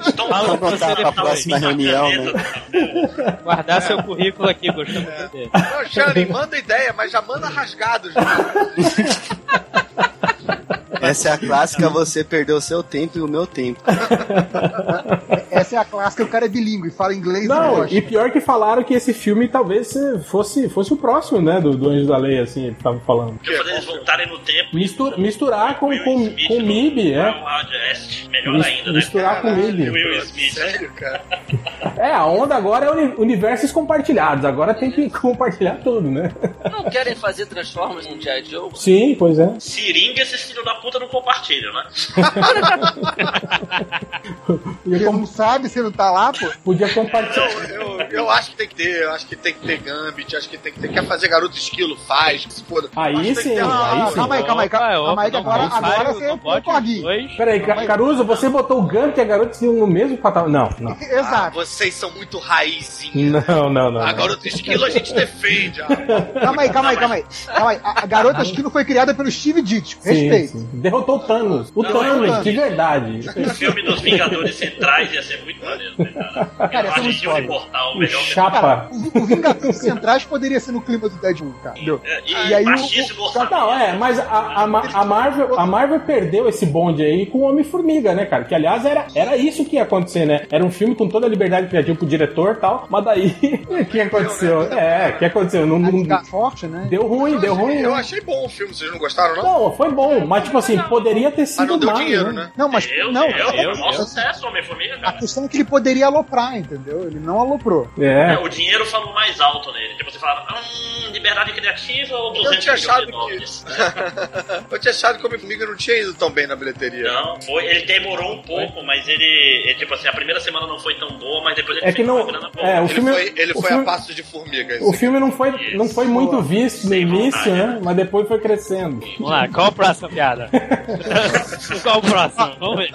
Então,
Fala
você
pra contar
deve
pra
estar
assim,
próxima
"Tá
ouvindo a
reunião, né?"
caneta do-
Guardar seu currículo aqui, gostamos de ter.
Não, Shining, manda ideia, mas já manda rasgado. gente.
Essa é a clássica, você perdeu o seu tempo e o meu tempo.
Essa é a clássica, o cara é bilíngue, fala inglês né? e
Não,
gosta.
e pior que falaram que esse filme talvez fosse, fosse o próximo, né, do, do Anjos da Lei, assim, tava falando.
Eu falei eles voltarem no tempo. um
misturar com,
Will
com,
Smith
com
no-
MIB,
no
é.
Wildest, um Melhor
Mis-
ainda, né?
misturar com MIB.
Will Smith. né?
Sério, cara?
É, a onda agora é uni- universos compartilhados. Agora tem que compartilhar tudo, né?
Não querem fazer Transformers no G.I. Joe?
Sim, pois é.
Seringa, esses filhos da puta não compartilham, né?
Podia,
Porque
com-
não sabe se não tá lá, pô.
podia compartilhar.
Eu, eu acho que tem que ter, eu acho que tem que ter Gambit, acho que tem que ter. Quer fazer garoto esquilo? Faz, que se foda.
Aí
Acho que tem
sim,
que ter uma-
aí sim.
Calma aí, calma aí, calma aí,
Opa,
calma aí, que
opa,
agora,
não sai
agora
o
você é
Bot
corguinho.
dois.
Peraí, Ca- Caruso, você botou o Gambit e a garota Esquilo no mesmo patamar. Não, não.
Ah,
Exato.
vocês são muito raizinha.
Não, não, não.
A garota esquilo a gente defende. ah.
Calma aí, calma aí, calma aí. Calma aí. A, a garota Esquilo foi criada pelo Steve Ditko.
Sim,
Respeito.
sim. Derrotou o Thanos. O
é o
Thanos,
Thanos.
de verdade.
O filme dos Vingadores Centrais ia ser muito maneiro, né, cara?
Cara, é ia
eu
ser
acho
muito
que iam
foda.
imortal o
O
melhor.
Chapa.
O, o Vingadores Centrais poderia ser no clima do Deadpool, cara.
É, E,
E aí o-
baixíssimo orçamento.
Não, é, mas a, a Ma- a Marvel, a Marvel perdeu esse bonde aí com o Homem-Formiga, né, cara? Que, aliás, era, era isso que ia acontecer, né? Era um filme com toda a liberdade criativa pro diretor e tal, mas daí, o que aconteceu? É, o que aconteceu? Não, não-
Tá forte, né?
deu ruim, deu ruim.
Eu
né?
achei bom o filme, vocês não gostaram, não?
Não, foi bom, mas, tipo assim, poderia ter
Mas não
sido
deu
mais,
dinheiro,
né?
né?
Não, mas.
Meu
não,
Deus,
não,
é o maior sucesso, Homem-Formiga,
a
cara.
questão é que ele poderia aloprar, entendeu? Ele não aloprou.
né?
É,
É.
o dinheiro falou mais alto nele. Tipo, você fala, hum, liberdade criativa ou
Eu
200
tinha
milhões
achado
de dólares?
que. né? eu tinha achado que o Homem-Formiga não tinha ido tão bem na bilheteria.
Não, foi, ele demorou um pouco, mas ele, ele, tipo assim, a primeira semana não foi tão boa, mas depois ele
É que
fez uma
não.
grana boa.
É, o
Ele
filme.
foi, ele
o
foi
filme-
a passos de formiga.
o
assim.
filme não foi, não foi muito visto no
Sem
início,
vontade,
né? Mas depois foi crescendo.
Vamos lá, qual o próximo, piada? qual o próximo? Vamos ver.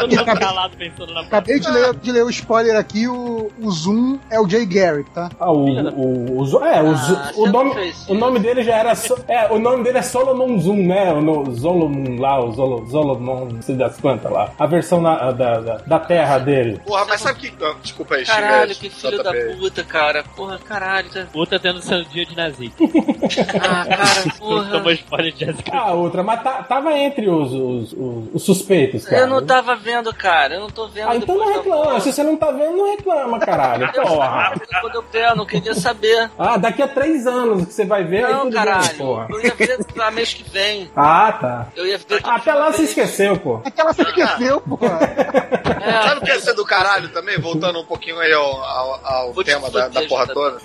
Todo mundo calado pensando na próxima.
Acabei de ler, de ler o spoiler aqui, o, o Zoom é o Jay Garrick, tá?
Ah, o, o, o, Zo- é, o Zo- o,
você
nome,
não fez
o nome dele já era. So- é, o nome dele é Solomon Zoom, né? O no- Solomon lá, o Zolo, Solomon, não sei das quantas lá. A versão na- da, da, da terra dele.
Porra, mas sabe que. ah, Desculpa aí,
Caralho,
Chimete,
que filho da
JP.
puta, cara. Porra, caralho. cara.
Puta tendo seu dia de nazi.
Ah, cara, porra.
Tomou spoiler de Jessica.
Ah, outra, mas tá- tava entre os, os, os- os suspeitos, cara.
Eu não tava vendo, cara. Eu não tô vendo.
Ah, então
depois
não
da
reclama.
porra.
Se você não tá vendo, não reclama, caralho. Porra.
Quando eu pego, não queria saber.
Ah, daqui a três anos que você vai ver, aí
Não,
tudo
caralho.
bem, porra.
Eu ia ver pra mês que vem.
Ah, tá.
Eu ia ver.
Até lá você esqueceu, pô.
Aquela você esqueceu, pô.
É,
Sabe o que é ser do caralho também? Voltando um pouquinho aí ao, ao- ao
Vou te
tema da, da
fuder,
porra
JP.
toda.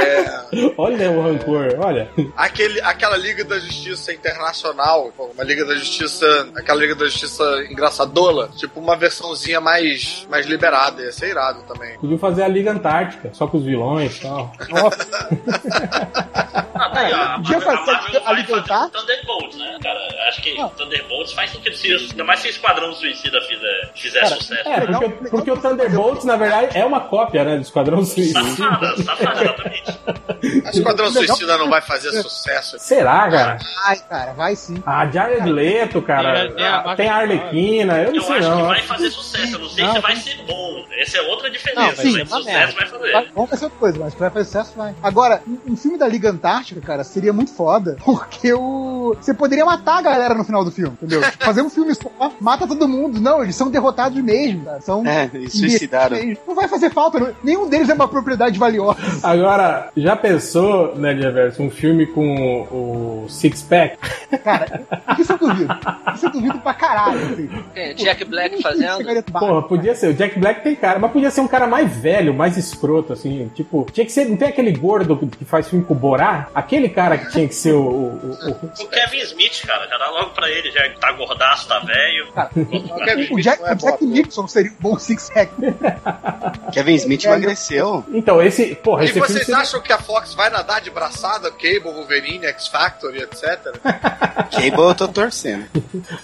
É.
Olha o rancor, olha.
Aquele, aquela Liga da Justiça Internacional, uma Liga da Justiça, aquela Liga da Justiça engraçadola, tipo uma versãozinha mais, mais liberada, ia ser irado também.
Podia fazer a Liga Antártica, só com os vilões e tal.
Ah, tá aí, ó. A
Podia
Marvel- a
fazer
Marvel
a
vai
Liga
fazer
Antártica?
Thunderbolts, né, cara? Acho que Thunderbolts faz sentido se isso. Ainda mais se Esquadrão Suicida fizer, fizer sucesso.
É, porque, o- porque o Thunderbolts, na verdade, é uma cópia, né, do Esquadrão Suicida.
Safada, safada, exatamente.
A Esquadrão
Legal.
Suicida não vai fazer sucesso.
Será, cara?
Ai, cara, vai sim.
A Jared Leto, cara.
Tem a- tem a-
Tem a Arlequina, eu não
Eu
sei
acho que
não.
vai fazer sucesso. Eu não sei
Não,
se vai ser bom. Essa é outra
Não,
diferença.
sim,
mas
uma
sucesso
merda.
vai fazer.
Vai- Vamos fazer outra coisa, mas vai fazer sucesso, vai. Agora, um um filme da Liga Antártica, cara, seria muito foda, porque o... você poderia matar a galera no final do filme, entendeu? Tipo, Fazer um filme só, mata todo mundo. Não, eles são derrotados mesmo, cara. São...
É, eles suicidaram.
Mesmo. Não vai fazer falta, não- nenhum deles é uma propriedade valiosa.
Ah, Agora, já pensou, né, Diverso, um filme com o, o Six Pack?
Cara, isso eu duvido. Isso eu duvido pra caralho, assim.
tem Jack Black fazendo.
Chegaria-
Porra, podia ser. O Jack Black tem cara, mas podia ser um cara mais velho, mais escroto, assim. Tipo, tinha que ser. Não tem aquele gordo que faz filme com o Borá? Aquele cara que tinha que ser o. o- o- o-
O Kevin Smith, cara, já dá logo pra ele, já que tá gordaço, tá velho.
O Jack,
é
o Jack Nixon seria um bom six-pack.
Kevin Smith emagreceu.
Então, esse.
é
Porra,
E
esse filme.
vocês
seria-
acham que a Fox vai nadar de braçada, Cable, Wolverine, X-Factor e etc?
Cable, eu tô torcendo.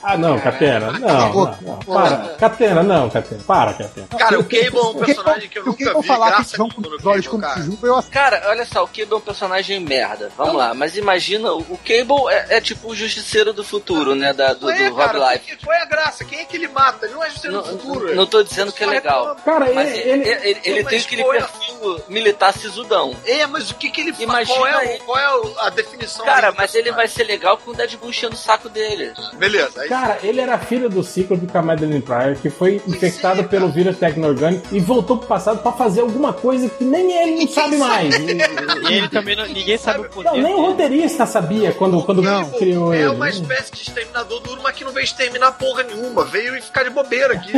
Ah, não,
É.
Catena. Não, não, não. Para. Catena, não, Catena. Para, Catena.
Cara, o Cable é um personagem que eu
Se o
nunca
Cable
vi,
falar que
graças
eles
a
vão
Deus,
com
no
os olhos
Cable,
como
cara.
Jujuba, eu aceito.
Cara, olha só, o Cable é um personagem merda. Vamos lá, mas imagina, o Cable é, é tipo o justiceiro do futuro, né? Da, do,
Qual é,
do Rob
cara?
Life.
Quem- Qual é a graça? Quem é que ele mata? Ele não é justiça
Não,
do futuro.
não tô dizendo que é legal.
Cara, ele.
Mas ele,
é,
ele-
ele, ele, ele tem
Mas
aquele
foi a-
perfil militar sisudão.
É, mas o que, que ele faz?
Imagina
Qual é,
aí.
o, qual é o- a definição
Cara,
dele?
mas ele vai ser legal com o Deadpool enchendo o saco dele.
Beleza, aí
Cara, ele era filho do ciclo do Camadelian Pryor, que foi infectado pelo vírus tecno-orgânico e voltou pro passado pra fazer alguma coisa que nem ele não sabe mais.
E ele também não, ninguém sabe o poder.
Não, nem o
dele.
roteirista sabia quando, quando
Não,
criou ele.
é
né?
uma espécie de exterminador duro, mas que não veio exterminar porra nenhuma. Veio e ficar de bobeira aqui.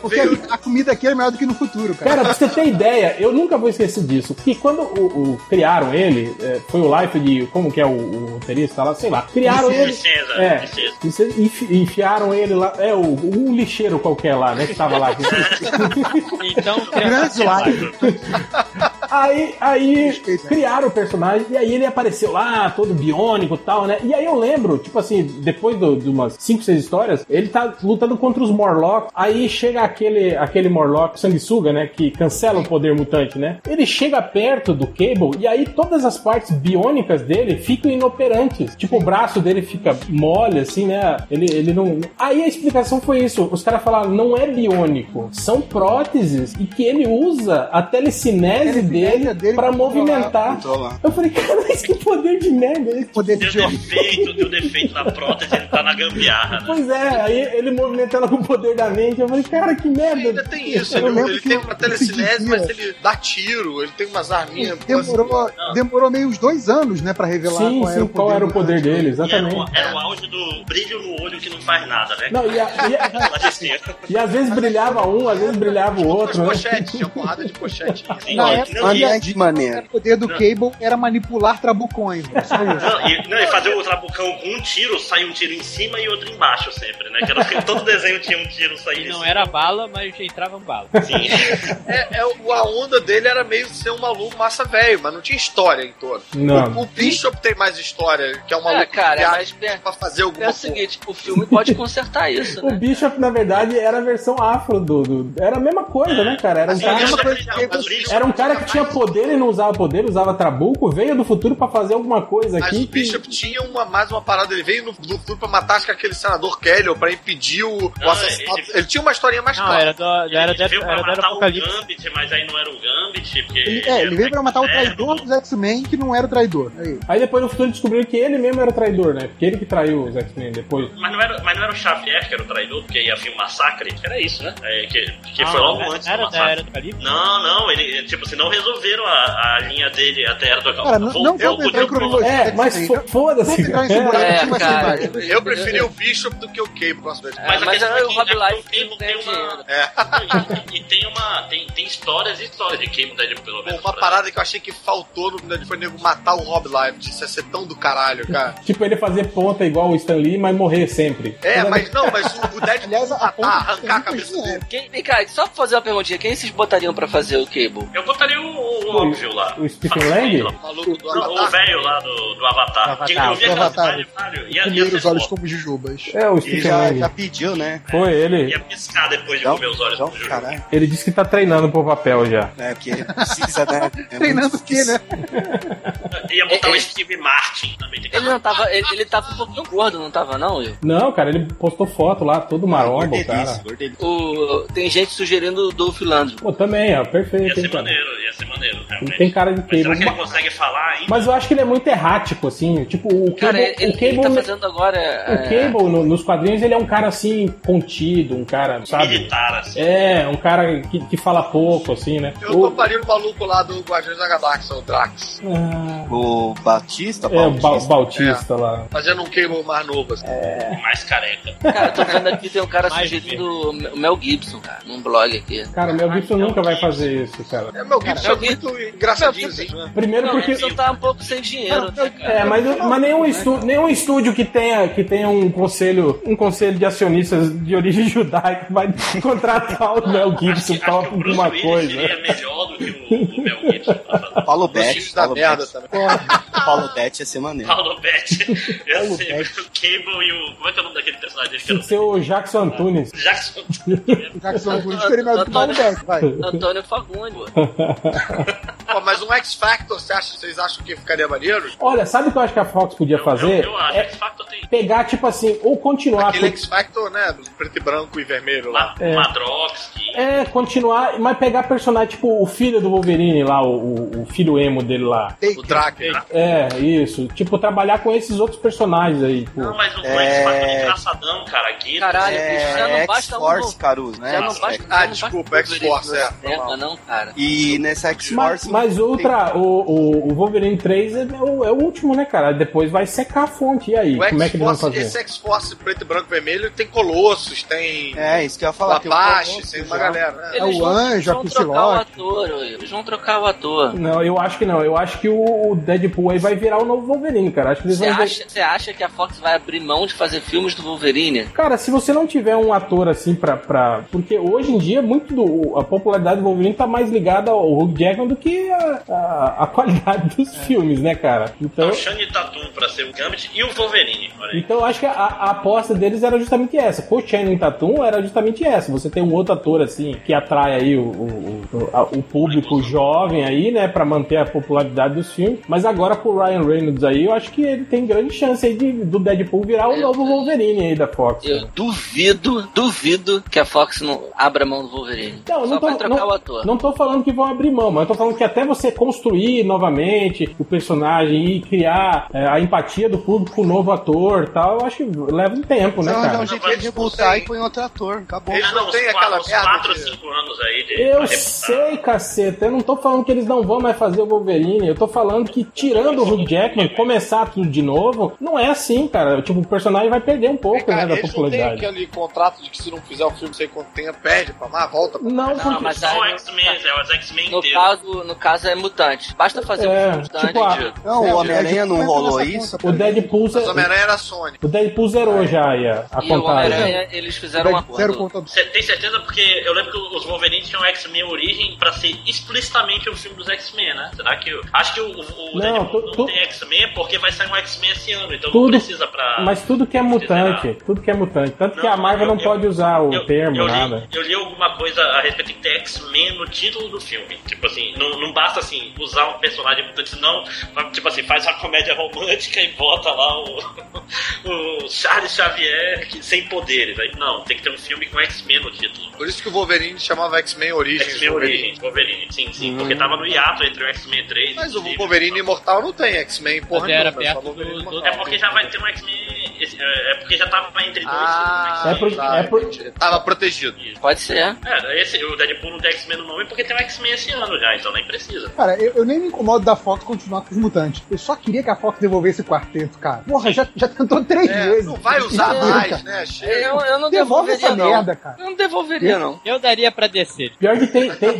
Porque a comida aqui é melhor do que no futuro, cara.
Cara, pra você ter ideia, eu nunca vou esquecer disso. Porque quando o, o- criaram ele, é, foi o Life de. Como que é o, o roteirista lá? Sei lá. Criaram ele.
Licença,
É.
licença.
e enfi- Enfiaram ele lá. É, o, um lixeiro qualquer lá, né? Que tava lá.
Então,
Grande lá.
Aí, aí
Respeito, né?
criaram o personagem e aí ele apareceu lá, todo biônico e tal, né? E aí eu lembro, tipo assim, depois do- de umas 5, 6 histórias, ele tá lutando contra os Morlocks. Aí chega aquele, aquele Morlock sanguessuga, né? Que cancela o poder mutante, né? Ele chega perto do Cable e aí todas as partes biônicas dele ficam inoperantes. Tipo, o braço dele fica mole, assim, né? Ele, ele não. Aí a explicação foi isso. Os caras falaram, não é biônico, são próteses e que ele usa a telecinese dele,
Telecinese dele
pra
pra
movimentar.
Tô lá.
Eu falei, cara, isso que poder de merda. é
Poder de
Deu
idiota.
defeito, deu defeito na prótese, ele tá na gambiarra, né?
Pois é, aí ele movimenta ela com o poder da mente. Eu falei, cara, que merda.
Ainda tem isso.
Eu
Ele,
lembro
ele
que
tem
eu-
uma telecinese,
eu-
mas ele dá tiro. Ele tem umas arminhas.
Demorou, demorou meio uns dois anos, né, pra revelar
Sim,
qual,
sim,
era o
qual
poder
era o
do-
poder dele,
E
é
era, o,
exatamente.
era o auge do brilho no olho que não faz nada, né? assim,
Não, e, a- e a-
Ela descia.
e às vezes brilhava um, às vezes brilhava o
Outras
outro. né?
pochetes. Tinha porrada de pochete.
Sim,
Na
ó,
época,
não, é e-
Olha de maneira.
O poder do Cable era manipular trabucões. né? Só isso.
Não, e, não, e fazer o trabucão com um tiro, sai um tiro em cima e outro embaixo sempre, né? Que era, todo desenho tinha um tiro
E
saindo.
não assim. era bala, mas entrava um bala.
Sim.
É, é, o- a onda dele era meio ser um maluco massa velho, mas não tinha história em torno.
Não.
O, o Bishop tem mais história, que é um maluco
É, cara,
que
mas
viaja
pe-
pra fazer alguma
É o
coisa.
seguinte, o filme pode consertar isso,
O
né?
Bishop, na verdade, era a versão afro do. do- era a mesma coisa, né, cara? Era um
Sim,
Assim,
cara.
mas-
é coisa que
mas o Bishop-
Era um cara que tinha poder e não usava poder, usava trabuco, veio do futuro pra fazer alguma coisa
Mas
aqui.
o Bishop tinha uma, mais uma parada, ele veio no, no futuro pra matar acho que aquele senador Kelly, ou pra impedir o, o
Não,
assassinato. Ele...
ele-
tinha uma historinha mais
Não,
clara.
era do, era do,
ele veio pra
era do
matar o
Apocalipse.
Gambit, mas aí não era o Gambit, porque...
Ele, é, ele veio pra matar o traidor dos X-Men que não era o traidor. Aí.
Aí depois no futuro descobriram que ele mesmo era o traidor, né? Porque ele que traiu os X-Men depois.
Mas não, era, mas não era o Xavier que era o traidor, porque ia vir o massacre? Era isso, né? É, que que
Não,
foi logo
Ah, era-
antes do
Era da
massacre.
Era do Apocalipse?
Não, não, ele, tipo assim, não resolveram a, a linha dele até a era do
Cara, não, não
Voltou
vamos entrar em
pro-
cronologia.
É, mas
X-Men.
fo- foda-se.
Vamos entrar
cara.
nesse buraco.
É.
Eu tinha uma
cara.
cidade.
Eu preferi o Bishop do que o Cable no próximo
É, mas
a questão
é o
que
Rob
é que
Life que não
tem
ganha
uma-
dinheiro.
É.
E, e tem uma. Tem, tem histórias e histórias de Cable Dead, pelo
Pô,
menos.
uma parada que eu achei que faltou no Deadpool foi nego matar o Rob Life. Isso ia ser tão do caralho, cara.
Tipo, ele fazer ponta igual o Stan Lee, mas morrer sempre.
É, mas não, mas o, o Deadpool
Aliás, a
matar,
ponta
arrancar a
tem muita
cabeça
gente,
dele.
Quem, vem cá, só pra fazer uma perguntinha, quem vocês botariam pra fazer o Cable?
Eu botaria o, o óbvio lá.
O Stephen Lang?
O maluco do
né?
Não, o
Avatar.
velho lá do, do Avatar.
Avatar,
Que eu vi
do
aquela
Avatar.
cidade, Mário, ia, ia
Primeiro
ser
os olhos
foda.
como jujubas.
É, o
Ele
Stephen
já, já
Lang.
pediu, né?
Foi ele.
Ia piscar depois de
Então,
comer os olhos
então,
do Júlio.
caralho.
Ele disse que tá treinando pro papel já.
É, porque ele precisa, né? É
Treinando
muito
o quê, né?
Ia botar o
Ele-
Steve Martin também. Tem que
É, Ele não tava. Ele, ele tava um pouquinho gordo, não tava, não, Will?
Não, cara, ele postou foto lá, todo marombo,
Gordelice,
Tá cara.
gordelice.
O, tem gente sugerindo o Dolph Landry.
Pô, também, ó,
Ia
perfeito, hein,
ser
cara.
maneiro, ia ser maneiro, realmente.
tem cara de
Mas será
Cable.
que ele
Ma-
consegue falar ainda?
Mas eu acho que ele é muito errático, assim. Tipo, o Cable,
Cara, ele,
o Cable,
ele tá fazendo agora.
o
é,
Cable no- nos quadrinhos, ele é um cara, assim, contido, um cara, sabe?
Militar, assim.
É, um cara que, que fala pouco, assim, né?
Eu
O-
toparia o maluco lá do Guardiões da Galáxia, o Drax.
Ah,
O Batista,
é, o Ba-
Bautista.
Bautista, lá.
Fazendo um Cable mais novo, assim.
É.
Mais careca.
Cara, tô vendo aqui, tem um cara
Mais
sugerindo o Mel Gibson, cara, num blog aqui.
Cara, o Mel Gibson nunca vai fazer isso, cara.
É, meu Gibson é muito engraçadinho,
É.
né?
Primeiro
Não,
É porque...
ele só tá um pouco sem dinheiro, né, cara?
É, mas, mas nenhum, estu- nenhum estúdio que tenha, que tenha um conselho um conselho de acionistas de origem judaica vai contratar o Mel Gibson
Acho que-
pra
acho que o Bruce
alguma
Willis
coisa.
seria melhor do que o, o Mel Gibson. pra fazer.
Paulo
Os filhos
Betti.
da
Paulo
merda
Betti.
também.
Paulo Betti ia ser maneiro.
Paulo Betti. Eu sei, o Cable e o. Como é que é o nome daquele personagem dele que
Tem
era
que ser o Jackson Antunes.
o Jackson?
O Jackson Tunes experimentou com o Paulo Beck, vai.
Antônio Fagundes. pô.
Pô, mas um X-Factor, você acha- vocês acham que ficaria maneiro?
Olha, sabe o que eu acho que a Fox podia fazer?
Eu, eu acho.
É
Esse fato tem
pegar, tipo assim, ou continuar...
Aquele
com-
X-Factor, né? Preto e branco e vermelho lá.
Ma- Madrox. que-
É, continuar, mas pegar personagem, tipo o filho do Wolverine lá, o- o- o filho emo dele lá.
O Draken.
É, isso. Tipo, trabalhar com esses outros personagens aí. Tipo.
Não, mas o
É.
é... X-Factor é engraçadão, cara.
É
Guido.
Caralho, bicho, já não
É,
basta um.
X-Force,
do-
Caruso, né?
Já não basta.
Ah,
já não
desculpa,
basta um
X-Force, é,
Wolverine no
foi mal.
Não, cara.
E nessa
Mas,
X-Force...
mas
tem-
outra, o, o, o Wolverine 3 é o, é o último, né, cara? Depois vai secar a fonte. E aí?
O
Como é que eles vão
X-Force,
fazer?
esse X-Force preto, e branco e vermelho tem Colossos, tem
É, isso que eu ia falar. tem o
Apache,
Colossus
tem
já.
uma galera, né?
É o
Eles vão-
anjo,
vão
a
trocar o
Psylocke.
ator, Will, eles vão trocar o ator.
Não, eu acho que não. Eu acho que o, o Deadpool aí vai virar o novo Wolverine, cara. Acho que eles
Você
vão. ver-
acha, você acha que a Fox vai abrir mão de fazer filmes do Wolverine?
Cara, se você não tiver um ator assim pra. pra... Porque hoje em dia, muito do. A popularidade do Wolverine tá mais ligada ao Hugh Jackman do que a, a, a qualidade dos filmes, né, cara? Então.
tá O Shane Tatum pra ser o Gambit e o Wolverine.
é
Olha aí.
Então eu acho que a, a aposta deles era justamente essa. Com o Channing Tatum era justamente essa. Você tem um outro ator assim que atrai aí o, o- o- a- o público jovem aí, né, Pra manter a popularidade dos filmes. Mas agora com o Ryan Reynolds aí, eu acho que ele tem grande chance aí de, do Deadpool virar o
É, Eu-
novo Wolverine aí da Fox.
Eu duvido, duvido que a Fox não abra mão do Wolverine.
Não, eu
Só
não tô,
vai trocar
não,
o ator.
não tô falando que vão abrir mão, mas eu tô falando que até você construir novamente o personagem e criar é, a empatia do público com o novo ator e tal, eu acho que leva um tempo, né,
Não,
cara?
dá um jeito de
Mas
rebutar
tem-
e põe um outro ator. Acabou.
Eles
Ah,
não
uns
têm
quatro-
aquela
uns
merda
quatro,
de-
cinco anos aí de. pra
Eu
rebutar.
sei, caceta. Eu não tô falando que eles não vão mais fazer o Wolverine. Eu tô falando que, tirando o Hugh Jackman, começar tudo de novo, não é assim, cara. Tipo, o personagem vai perder um pouco,
É, Cara,
né, da
eles não têm
popularidade.
aquele contrato de que se não fizer o filme, não sei quanto tempo, perde pra lá, volta. pra-
Não,
Não,
porque...
mas
Só o
aí,
X-Men, é o X-Men
no,
inteiro.
caso, no caso é mutante. Basta fazer
É,
um filme mutante.
tipo a-
Diego.
Não,
É,
o Homem-Aranha não
Deadpool
rolou
entra nessa
isso.
conta,
o Deadpool...
Mas
zer-
Homem-Aranha era Sony.
O Deadpool zerou já aí a,
E
a
o
contagem.
Homem-Aranha, eles fizeram um
cara. Zero
acordo.
conta do
Cê tem certeza? Porque eu lembro que os Wolverine tinham X-Men Origem pra ser explicitamente o filme dos X-Men, né? Será que. eu- Acho que o, o o
Não,
Deadpool
tu-
não
tu-
tem X-Men porque vai sair um X-Men esse ano, então
Tudo-
não precisa pra.
Mas tudo que é mutante, tudo que é mutante. Tanto que a Marvel não
eu-
pode usar o
eu-
termo,
eu li,
nada.
Eu li alguma coisa a respeito de X-Men no título do filme. Tipo assim, não, não basta, assim, usar um personagem mutante, não, tipo assim, faz uma comédia romântica e bota lá o, o Charles Xavier que- sem poderes. Aí, não, tem que ter um filme com X-Men no título.
Por isso que o Wolverine chamava X-Men Origins.
X-Men Origins, Wolverine, sim, sim, porque tava no hiato entre o X-Men 3
Mas
e
o Wolverine Imortal não tem X-Men, porra
Mas era
nenhuma, é só
perto do-
Wolverine
do-
Imortal.
É porque já vai ter um X-Men. esse- É é porque já tava entre dois.
Ah,
É por-
tá,
é por-
entendi. Tava protegido.
Pode ser.
É, esse, o Deadpool não tem X-Men no nome porque tem um X-Men esse ano já, então nem precisa.
Cara, eu, eu nem me incomodo da Fox continuar com os mutantes. Eu só queria que a Fox devolvesse o quarteto, cara. Porra, já, já tentou três
É,
vezes.
não vai usar
Já deu,
mais,
cara.
né? Chega.
Eu,
É,
eu não
Devolve
devolveria,
essa
não.
merda, cara.
Eu não devolveria, não.
Eu daria pra descer.
Pior que tem. Tem,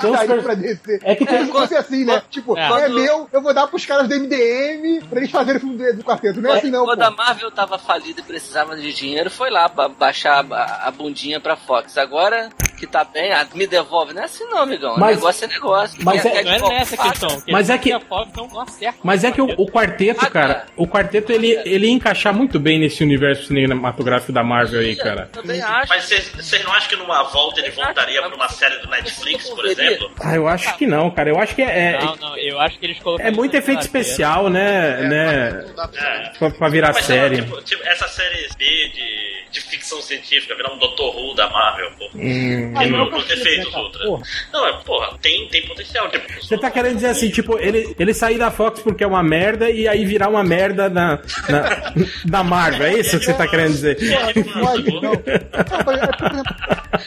tem uns
Daí
per-
pra descer.
É que tem.
Tem que ser assim, né? Tipo,
Ah,
é,
quando-
meu, eu vou dar pros caras do MDM pra eles fazerem o filme do- do quarteto. Não é assim, não, pô.
Quando a Marvel tava falida e precisava de dinheiro, foi lá ba- baixar a, ba- a bundinha pra Fox. Agora que tá bem, ah, me devolve. Não é assim não, amigão.
Mas-
negócio é negócio.
mas
Quem
é-
quer
Não era
devolver,
nessa a
paga.
questão.
Mas é que-
A Fox não acerta.
Mas é que o, o quarteto,
Ah,
tá.
cara, o quarteto ele, ele ia encaixar muito bem nesse universo cinematográfico da Marvel aí, cara.
Eu também acho.
Mas vocês vocês não acham que numa volta ele voltaria pra uma série do Netflix, por exemplo?
Ah, eu acho que não, cara. Eu acho que é.
Não, não, eu acho que eles
É,
colocaram.
é muito efeito especial, né? né?
É, Não dá pra-
É.
Pra, pra virar
Mas, sei lá,
série.
tipo, tipo, essa série B de, de ficção científica virar um Dr. Who da Marvel, pô.
Hum.
Tem
não
outros
consigo,
defeitos,
né, cara?
outras.
Porra.
Não, é, porra, tem, tem potencial. Tipo,
Você tá querendo dizer assim, tipo, ele, ele sair da Fox porque é uma merda e aí virar uma merda na, na, da Marvel. É isso que você tá querendo dizer?
É, tipo,
Não,
tipo,
não. Não, por exemplo, por exemplo,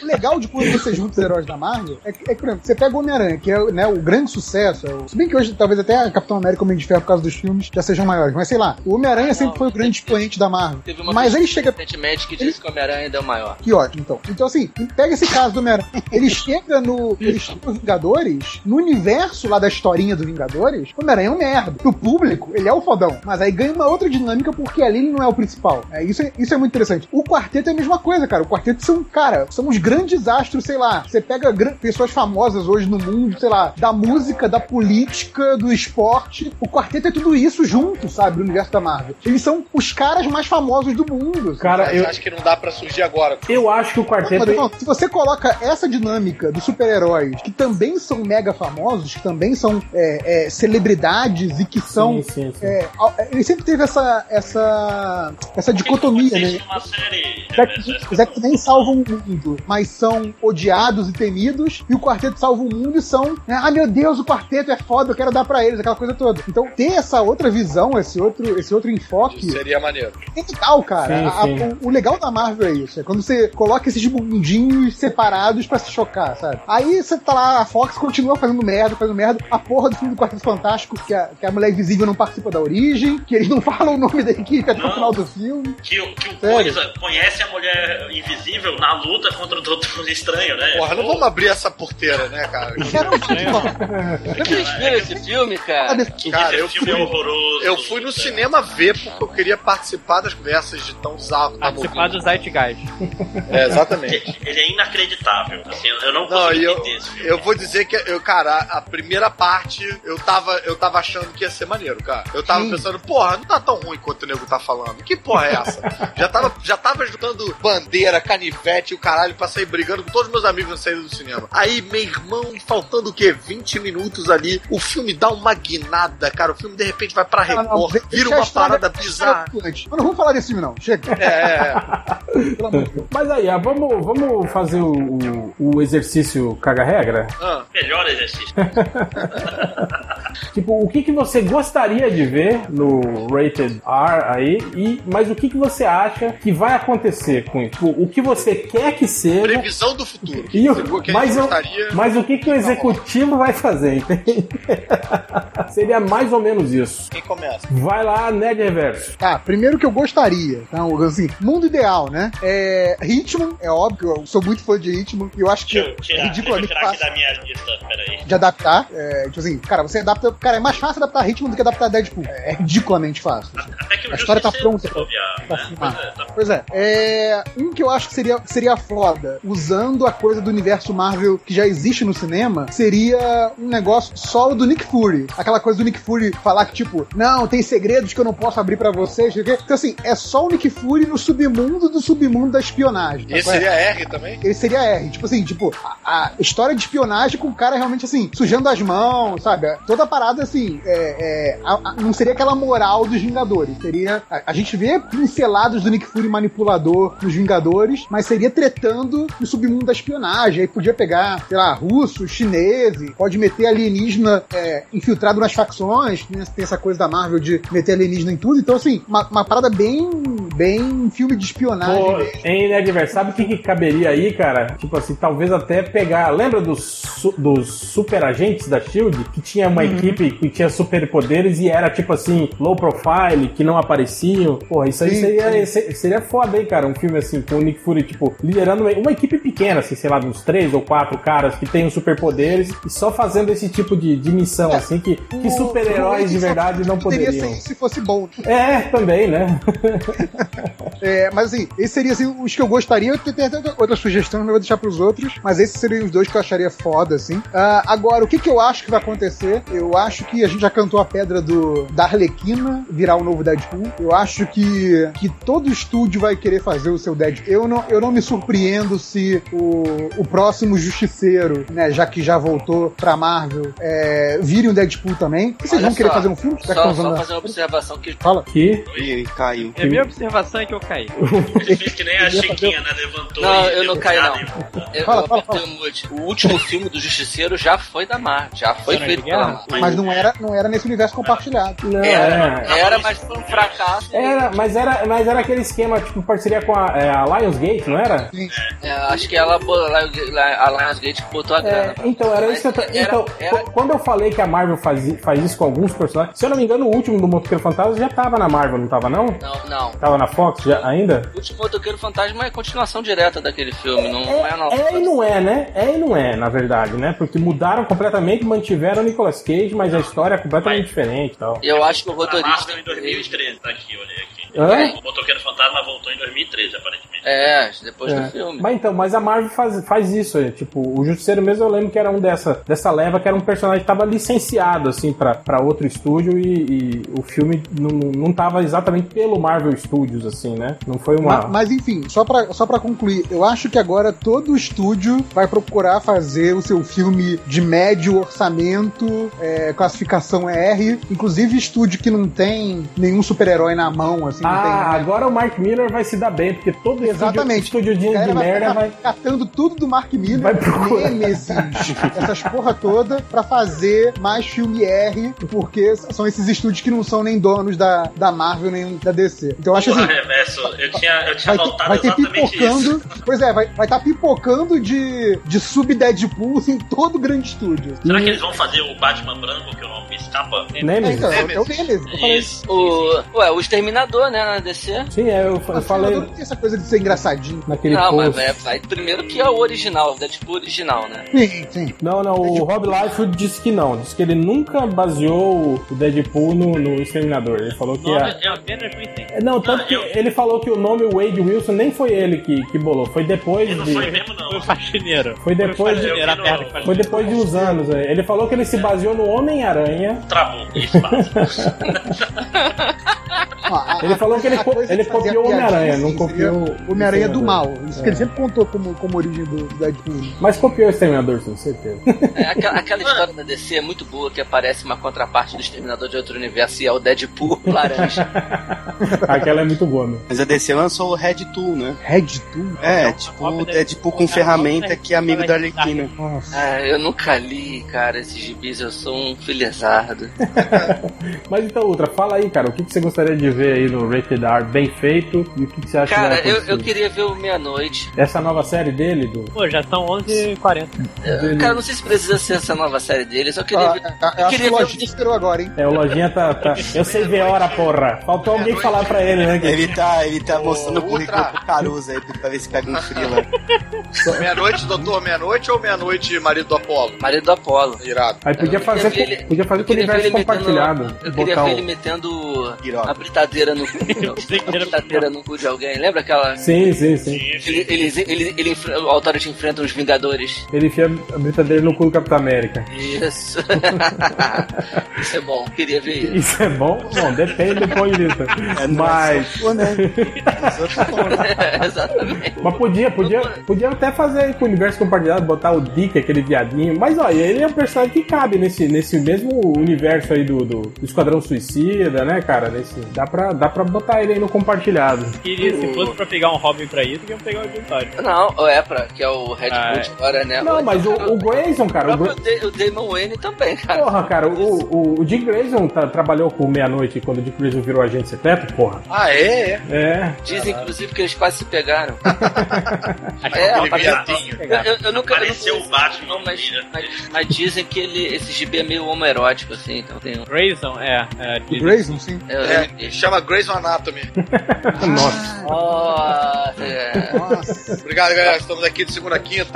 o legal de quando você junta os heróis da Marvel é que, é que, por exemplo, você pega o Homem-Aranha, que é né, o grande sucesso. é o- Se bem que hoje talvez até a Capitão América e o Homem de Ferro, por causa dos filmes, já sejam maiores. Mas sei lá, o Homem-Aranha sempre foi o grande expoente da Marvel.
Teve uma
Mas
pesquisa
ele chega
recentemente que disse que o Homem-Aranha ainda é o maior.
que ótimo, então. Então, assim, pega esse caso do Homem-Aranha. Ele chega no. Ele chega nos Vingadores, no universo lá da historinha do Vingadores, o Homem-Aranha é um merda. Pro público, ele é o fodão. Mas aí ganha uma outra dinâmica porque ali ele não é o principal. É, isso, é- isso é muito interessante. O quarteto é a mesma coisa, cara. O quarteto são, cara, são os grandes astros, sei lá. Você pega gran- pessoas famosas hoje no mundo, sei lá, da música, da política, do esporte. O quarteto é tudo isso junto, sabe? Do universo da Marvel. Eles são os caras mais famosos do mundo. sabe?
Cara,
Mas
eu,
acho que não dá pra surgir agora.
eu acho que o
Não, mas,
quarteto.
irmão, se você coloca essa dinâmica dos super-heróis, que também são mega famosos, que também são é, é, celebridades e que são.
Sim, sim, sim.
é, ao- ele sempre teve essa, essa, essa
por que que
dicotomia,
existe
né?
uma série. é,
Os X- Os X-Men salvam o mundo, mas são odiados e temidos, e o quarteto salva o mundo e são, né, ah meu Deus, o quarteto é foda, eu quero dar pra eles, aquela coisa toda. Então, ter essa outra visão, esse outro, esse outro enfoque,
Seria maneiro.
é legal, cara.
Sim,
A- a-
sim.
o, o legal da Marvel é isso. É quando você coloca esses mundinhos separados pra se chocar, sabe? Aí você tá lá, a Fox continua fazendo merda, fazendo merda. A porra do filme do Quarteto Fantástico, que a, que a mulher invisível não participa da origem, que eles não falam o nome da equipe até o
Não.
final do filme.
Que, o- que o
Sério?
Coisa conhece a mulher invisível na luta contra o Doutor Estranho, né?
Porra, não vamos abrir essa porteira, né, cara?
Era um filme bom.
Vocês viram esse filme, cara?
Esse
né? Cara, eu
filme
fui-
é um horroroso.
Eu fui no
É.
cinema ver porque eu queria participar das conversas de tão zarro. que tava
Participar do Zeitgeist.
ouvindo. É, exatamente.
Ele é inacreditável. Assim, eu não
Não, e
consigo
eu,
entender esse filme.
eu vou dizer que, eu, cara, a a primeira parte eu tava, eu tava achando que ia ser maneiro, cara. Eu tava
Sim.
pensando, porra, não tá tão ruim quanto o nego tá falando. Que porra é essa? já, tava, já tava juntando bandeira, canivete e o caralho pra sair brigando com todos os meus amigos na saída do cinema. Aí, meu irmão, faltando o quê? 20 minutos ali, o filme dá uma guinada, cara. O filme de repente vai pra
Ah, não,
Record,
deixa
Tipo, vira
a
uma
história-
parada bizarra.
Mas não vamos falar desse filme, não. Chega.
É,
Pelo amor de Deus.
Mas aí, ah, vamos, vamos fazer o, o- o exercício caga-regra?
ah,
Melhor exercício.
Tipo, o que, que você gostaria de ver no Rated R aí, e, mas o que, que você acha que vai acontecer com isso? Tipo, o que você quer que seja.
previsão do futuro.
E o,
Você viu que a gente
mas, o,
gostaria- Tá
mas o que, que o executivo vai fazer, entende? Seria mais ou menos isso.
Quem começa?
Vai lá, Nerd Reverso.
Tá, primeiro que eu gostaria, então, assim, mundo ideal, né? É, Hitman, é óbvio, eu sou muito fã de Hitman, e eu acho que
Deixa eu
é
tirar, deixa eu
ridiculamente
tirar aqui
fácil.
da minha lista. Peraí.
de adaptar. É, tipo assim, cara, você adapta. Cara, é mais fácil adaptar ritmo do que adaptar Deadpool. É ridiculamente fácil. assim.
Até que o
A história tá
Justiceiro
pronta
se bobear,
pra
né?
filmar.
Pois é, tá
Pois é. é. Um que eu acho que seria, seria foda, usando a coisa do universo Marvel que já existe no cinema, seria um negócio solo do Nick Fury. Aquela coisa do Nick Fury falar que, tipo, não, tem segredos que eu não posso abrir pra vocês. não sei o quê. Então, assim, é só o Nick Fury no submundo do submundo da espionagem. tá
Esse
qual é?
seria R também?
ele seria R. Tipo assim, tipo, a, a história de espionagem com o cara realmente assim, sujando as mãos, sabe? Toda a parada assim, é, é, a- a- não seria aquela moral dos Vingadores. Seria. A, a gente vê pincelados do Nick Fury manipulador nos Vingadores, mas seria tretando no submundo da espionagem. Aí podia pegar, sei lá, russo, chinese, pode meter alienígena é, infiltrado nas facções, né? tem essa coisa da Marvel de meter alienígena em tudo. Então, assim, uma, uma parada bem. bem filme de espionagem.
Pô,
né?
hein, né, Guilherme? Sabe o que, que caberia aí, cara? Tipo assim, talvez até pegar. Lembra dos, su- dos super agentes da Shield? Que tinha uma
Uhum.
equipe que tinha superpoderes e era tipo assim, low profile, que não apareciam. Porra, isso aí
Sim,
seria, se- seria foda, hein, cara? Um filme assim, com o Nick Fury, tipo, liderando uma, uma equipe pequena, assim, sei lá, de uns três ou quatro caras que tenham superpoderes e só fazendo esse tipo de, de missão, assim, que, que
É, O- o
super-heróis de
Nick
verdade não
poderia
poderiam.
ser se fosse bom.
É, também, né?
É, mas assim, esses seriam assim, os que eu gostaria. Eu tenho até outra sugestão, mas eu vou deixar pros outros. Mas esses seriam os dois que eu acharia foda, assim. Ah, agora, o que, que eu acho que vai acontecer? Eu acho que a gente já cantou a pedra do da Arlequina virar o novo Deadpool. Eu acho que, que todo estúdio vai querer fazer o seu Deadpool. Eu não, eu não me surpreendo se o, o próximo Justiceiro, né, já que já voltou pra Marvel, é, vire um Deadpool também. Vocês
Olha
vão querer
só,
fazer um filme? Já que
Só,
estão
só
usando a-
fazer uma observação que
Fala.
Que.
Ih, caiu.
É minha observação é que eu caí.
Ele fez que nem a Chiquinha, né? Levantou
Não,
e
eu não
deu
caí,
nada
não.
e voltou.
Eu,
Fala,
eu
fala,
apertei o mute. O último filme do Justiceiro já foi da Marvel. Já foi
Era
é?
feito
de guerra?
pela Marvel.
Mas não era, não era nesse universo compartilhado.
Não, é.
né?
Era, era, mas foi um fracasso.
Era, mas era, mas era aquele esquema, tipo, parceria com a, é, a Lionsgate, não era?
É, acho que ela, bo- lá- lá- a Lionsgate que botou a grana.
É, então, era isso que eu tô-
Era-
Então,
era-
qu- quando eu falei que a Marvel faz, faz isso com alguns personagens, se eu não me engano, o último do Motoqueiro Fantasma já tava na Marvel, não tava não?
Não, não.
Tava na Fox já, ainda?
O último motoqueiro fantasma é continuação direta daquele filme, não não é, não.
É e não é, né? É e não é, na verdade, né? Porque mudaram completamente, mantiveram o Nicolas Cage, mas a história é completamente diferente e tal.
Eu acho que o
A
roteirista.
Marvel em 2013, tá aqui, olhei aqui.
Hã?
O Motoqueiro Fantasma voltou em 2013, aparentemente.
É, depois do
É.
filme.
Mas então, mas a Marvel faz, faz isso, é, tipo, o Justiceiro mesmo eu lembro que era um dessa, dessa leva, que era um personagem que tava licenciado, assim, pra, pra outro estúdio e, e o filme não, não tava exatamente pelo Marvel Studios, assim, né? Não foi uma...
Ma- Mas enfim, só pra, só pra concluir, eu acho que agora todo estúdio vai procurar fazer o seu filme de médio orçamento, é, classificação R, inclusive estúdio que não tem nenhum super-herói na mão, assim, não tem.
Ah, agora o Mark Miller vai se dar bem, porque todo
Exatamente.
estúdio,
A
estúdio de,
galera
de merda vai... né,
ficar catando tudo do Mark Miller,
Vai procurar.
Nemesis, essas porra toda, pra fazer mais filme R, porque são esses estúdios que não são nem donos da, da Marvel nem da DC. Então eu acho
Porra,
assim,
reverso, eu tinha,
Tá
eu tinha
Vai ter,
notado
vai ter
exatamente
pipocando.
isso.
Pois é, vai estar pipocando de, de sub-Deadpool em todo grande estúdio.
Hum.
Será que eles vão fazer o Batman branco que o nome me escapa?
É,
Nemesis?
então, é o Nemesis. Eu falei.
Isso.
O, ué, o Exterminador, né, na DC?
Sim, é, eu, eu
Ah,
falei
Vingador não tem essa coisa de ser engraçadinho.
naquele
Não, mas
post.
é, vai primeiro que é o original, é tipo o original, né?
Sim, sim.
Não, não,
tipo-
o Rob Liefeld disse que não. Disse que ele nunca baseou o Deadpool no, no Exterminador. Ele falou
O
que... a-
nome é apenas um item.
É, Não, tanto que ele falou que o nome Wade Wilson nem foi ele que, que bolou, foi depois
Não
de.
foi mesmo, não.
Foi o faxineiro.
Foi depois de-
Eu vi
Era a
no-
perna que faz-
Foi depois de uns anos. né? Ele falou que ele se baseou no Homem-Aranha.
Travou. Isso, passa.
Ó, a-
Ele
a
falou que ele
coisa-
co-
a coisa
ele
de fazer
copiou o
piadinha,
Homem-Aranha, não
sim, seria
copiou o
o Homem-Aranha do mal.
Exterminador.
Isso
É.
que ele sempre contou como, como origem do, do Deadpool.
Mas copiou o Exterminador, sim, certeza.
É, aquela, aquela história da DC é muito boa que aparece uma contraparte do Exterminador de outro universo e é o Deadpool laranja.
Aquela é muito boa, meu.
Mas a DC lançou o Red Tool, né?
Red Tool?
É, tipo, é tipo com ferramenta que é amigo da Arlequina.
Nossa.
ah, eu nunca li, cara, esses gibis, eu sou um filhazardo.
É Mas então, Ultra, fala aí, cara, o que, que você gostaria de ver aí no Rated R bem feito e o que, que você acha
Cara,
que vai
eu, eu
acontecer?
queria ver o Meia-Noite.
Essa nova série dele, do.
Pô, já são 11h40.
dele-
Cara, não sei se precisa ser essa nova série dele, eu só queria
Ah,
ver.
a- a-
eu
acho que
queria ver
o
um
Lojinha esperou agora, hein?
É, o Lojinha tá. tá- Eu sei ver a hora, porra. Faltou alguém falar pra ele, né? que-
Ele tá, ele tá
Ô,
mostrando o currículo
Ultra.
pro Caruso aí pra ver se pega um frila.
Meia-noite, doutor, meia-noite ou meia-noite, marido do Apolo.
Marido do Apolo.
Irado.
Aí podia
Eu queria
fazer, com-
ver ele-
podia fazer
eu
com o
queria ver
universo
ele metendo-
compartilhado.
Eu queria
botar
ver
o-
ele metendo
Piroca.
a britadeira no a britadeira no cu de alguém. Lembra aquela.
Sim, sim, sim.
Ele, ele, ele, ele enfre- o Authority enfrenta os Vingadores.
Ele enfia a brincadeira no cu do Capitão América.
Isso. isso é bom, queria ver isso.
Isso é bom? Bom, depende do ponto de vista. Mas,
Pô, né? Os outros não.
Exatamente.
mas podia, podia, podia até fazer aí com o universo compartilhado, botar o Dick, aquele viadinho. Mas olha, ele é um personagem que cabe nesse, nesse mesmo universo aí do, do, do Esquadrão Suicida, né, cara? Nesse, dá, pra, dá pra botar ele aí no compartilhado.
Queria, se fosse pra pegar um Robin pra isso, que iam pegar o Jim Todd.
Não, é pra, que é o Red
Ah,
Bull agora, né?
Não, mas o, o Grayson,
O
cara, o,
próprio
Gra-
Da- o Damon Wayne também, cara.
Porra, cara, o, o, o Dick Grayson tá- trabalhou com o meia-noite quando o Dick Grayson virou agente secreto, porra.
Ah, é? é.
É.
Dizem, inclusive, que eles quase se pegaram.
Aquele
rapaz,
viadinho.
Eu, eu, eu nunca. eu
Pareceu
nunca-
o Batman,
Não, mas,
né?
mas, mas dizem que ele, esse gibi é meio homoerótico, assim, então tem um.
Grayson, é. é
O
diz-
Grayson, sim.
Eu,
É,
eu-
chama Grayson Anatomy.
Nossa.
Nossa, é.
Nossa.
Obrigado, galera. Estamos aqui de segunda a quinta.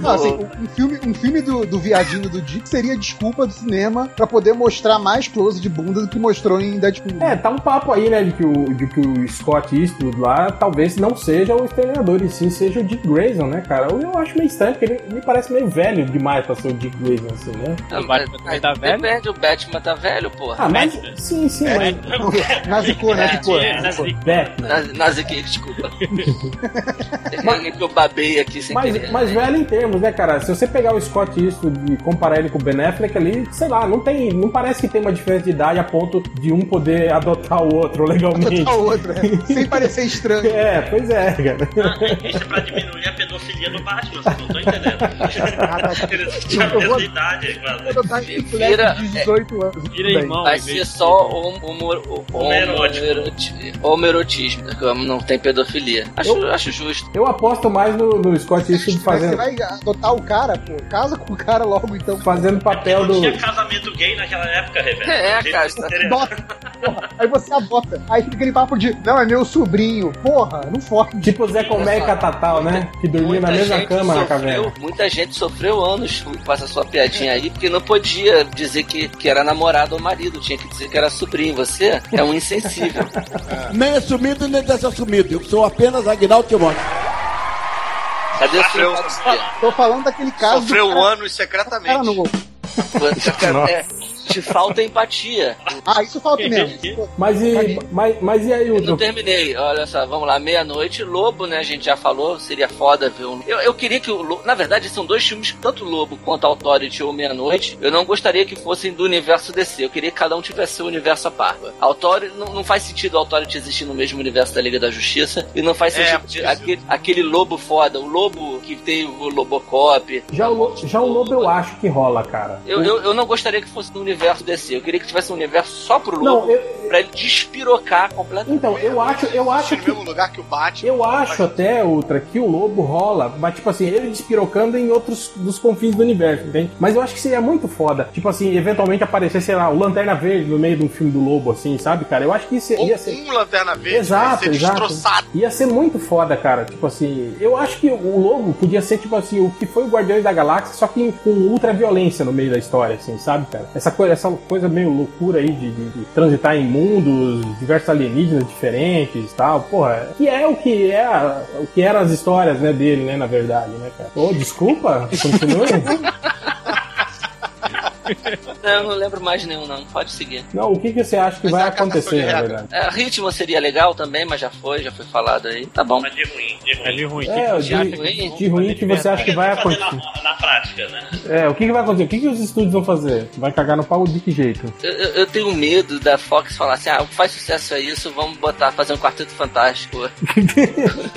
Não, assim, um- um filme, um filme do, do viadinho do Dick seria desculpa do cinema pra poder mostrar mais close de bunda do que mostrou em Deadpool.
É, tá um papo aí, né, de que o, de que o Scott Eastwood lá talvez não seja o exterminador, e sim seja o Dick Grayson, né, cara? Eu, eu acho meio estranho, porque ele me parece meio velho demais pra ser o Dick Grayson, assim, né?
Não,
O Batman
mas-
também tá velho?
Depende, o Batman tá velho, porra.
Ah, mas. Sim, sim, mas.
Nazicou, Nazicou.
É, né?
Pô, Batman.
Nazi, Nazi que desculpa. mas, eu babei aqui sem
Mas,
querer.
mas velho em termos, né, cara? Se você pegar o Scott Eastwood e comparar ele com o Ben Affleck ali, sei lá, não tem, não parece que tem uma diferença de idade a ponto de um poder adotar o outro legalmente.
Total outra, né? sem parecer estranho.
É, pois é, cara.
Ah, Isso é pra diminuir a pedofilia do Batman, vocês não estão entendendo. Eles tinham a mesma idade, quase.
Eu tava com
Vira-
moleque de 18 anos.
Vira
Bem,
irmão.
Tá
Vai
em vez
ser
de-
só hom- homo- hom-
Homoerótico.
homoeroti- homoerotismo, né, como não tem pedofilia. Acho,
Eu-
acho justo.
Eu aposto mais no, no Scott
Você
Eastwood
vai- você
fazendo,
vai adotar o cara, pô. Casa com o cara logo, então.
fazendo papel do.
Não tinha casamento gay naquela época, Rebeca.
É,
Gente,
cara, tá-
sério.
Adota, porra. Aí você adota. Aí fica aquele papo de, não, é meu sobrinho. Porra, não fode.
Tipo o Zé Colmeia e Catatal, né? Que dormia na mesma cama na caverna.
sofreu, muita gente sofreu anos com essa sua piadinha aí, porque não podia dizer que, que era namorado ou marido, tinha que dizer que era sobrinho. Você é um insensível.
Nem assumido, nem desassumido. Eu sou apenas Aguinaldo Timóteo.
Cadê o
Sofreu.
seu parceiro?
Tô falando daquele caso. do
Sofreu
cara-
anos
cara no
secretamente.
gol.
É, Te falta empatia.
Ah, isso falta mesmo. Pô,
Mas e, mas, mas e aí,
Eu não
Udo?
terminei. Olha só, vamos lá, meia-noite, Lobo, né? A gente já falou, seria foda ver um. Eu, eu queria que o Lobo. Na verdade, são dois filmes, tanto Lobo quanto Authority ou Meia-Noite. Eu não gostaria que fossem do universo DC. Eu queria que cada um tivesse seu universo à par. Authority. Não, não faz sentido o Authority existir no mesmo universo da Liga da Justiça. E não faz
É,
sentido de- aquele, aquele lobo foda. O lobo que tem o Lobocop.
Já o, Lo- já o Lobo eu acho que rola, cara.
Eu, eu, eu não gostaria que fosse no universo DC. Eu queria que tivesse um universo só pro
Não,
Lobo.
eu-
Pra ele despirocar completamente.
então, eu acho, eu acho
No
que
mesmo lugar que o Batman.
Eu acho até, Ultra, que o lobo rola, mas tipo assim, ele despirocando em outros dos confins do universo, entende? Mas eu acho que seria muito foda. Tipo assim, eventualmente aparecer, sei lá, o Lanterna Verde no meio de um filme do lobo, assim, sabe, cara? Eu acho que isso
Ou
ia ser.
um Lanterna Verde vai
Exato,
ser
exato.
destroçado.
Ia ser muito foda, cara. Tipo assim, eu acho que o lobo podia ser, tipo assim, o que foi o Guardiões da Galáxia, só que com ultra violência no meio da história, assim, sabe, cara? Essa coisa, essa coisa meio loucura aí de, de- de transitar em mundos, diversos alienígenas diferentes e tal, porra. Que é o que é a- o que eram as histórias, né, dele, né, na verdade, né, cara? Ô, desculpa, continue.
Não, eu não lembro mais nenhum, não. Pode seguir.
Não, o que, que você acha que
Mas é
vai
a catação
acontecer,
de
na
regra.
verdade?
É, ritmo seria legal também, mas já foi, já foi falado aí. Tá bom.
Mas de ruim, de ruim.
Ali ruim.
É,
que-
acha
de,
ruim?
de ruim que você acha que vai
fazer
acontecer.
na, na prática, né?
É, o que, que vai acontecer? O que, que os estúdios vão fazer? Vai cagar no pau de que jeito?
Eu, eu- eu tenho medo da Fox falar assim: ah, faz sucesso é isso, vamos botar, fazer um quarteto fantástico.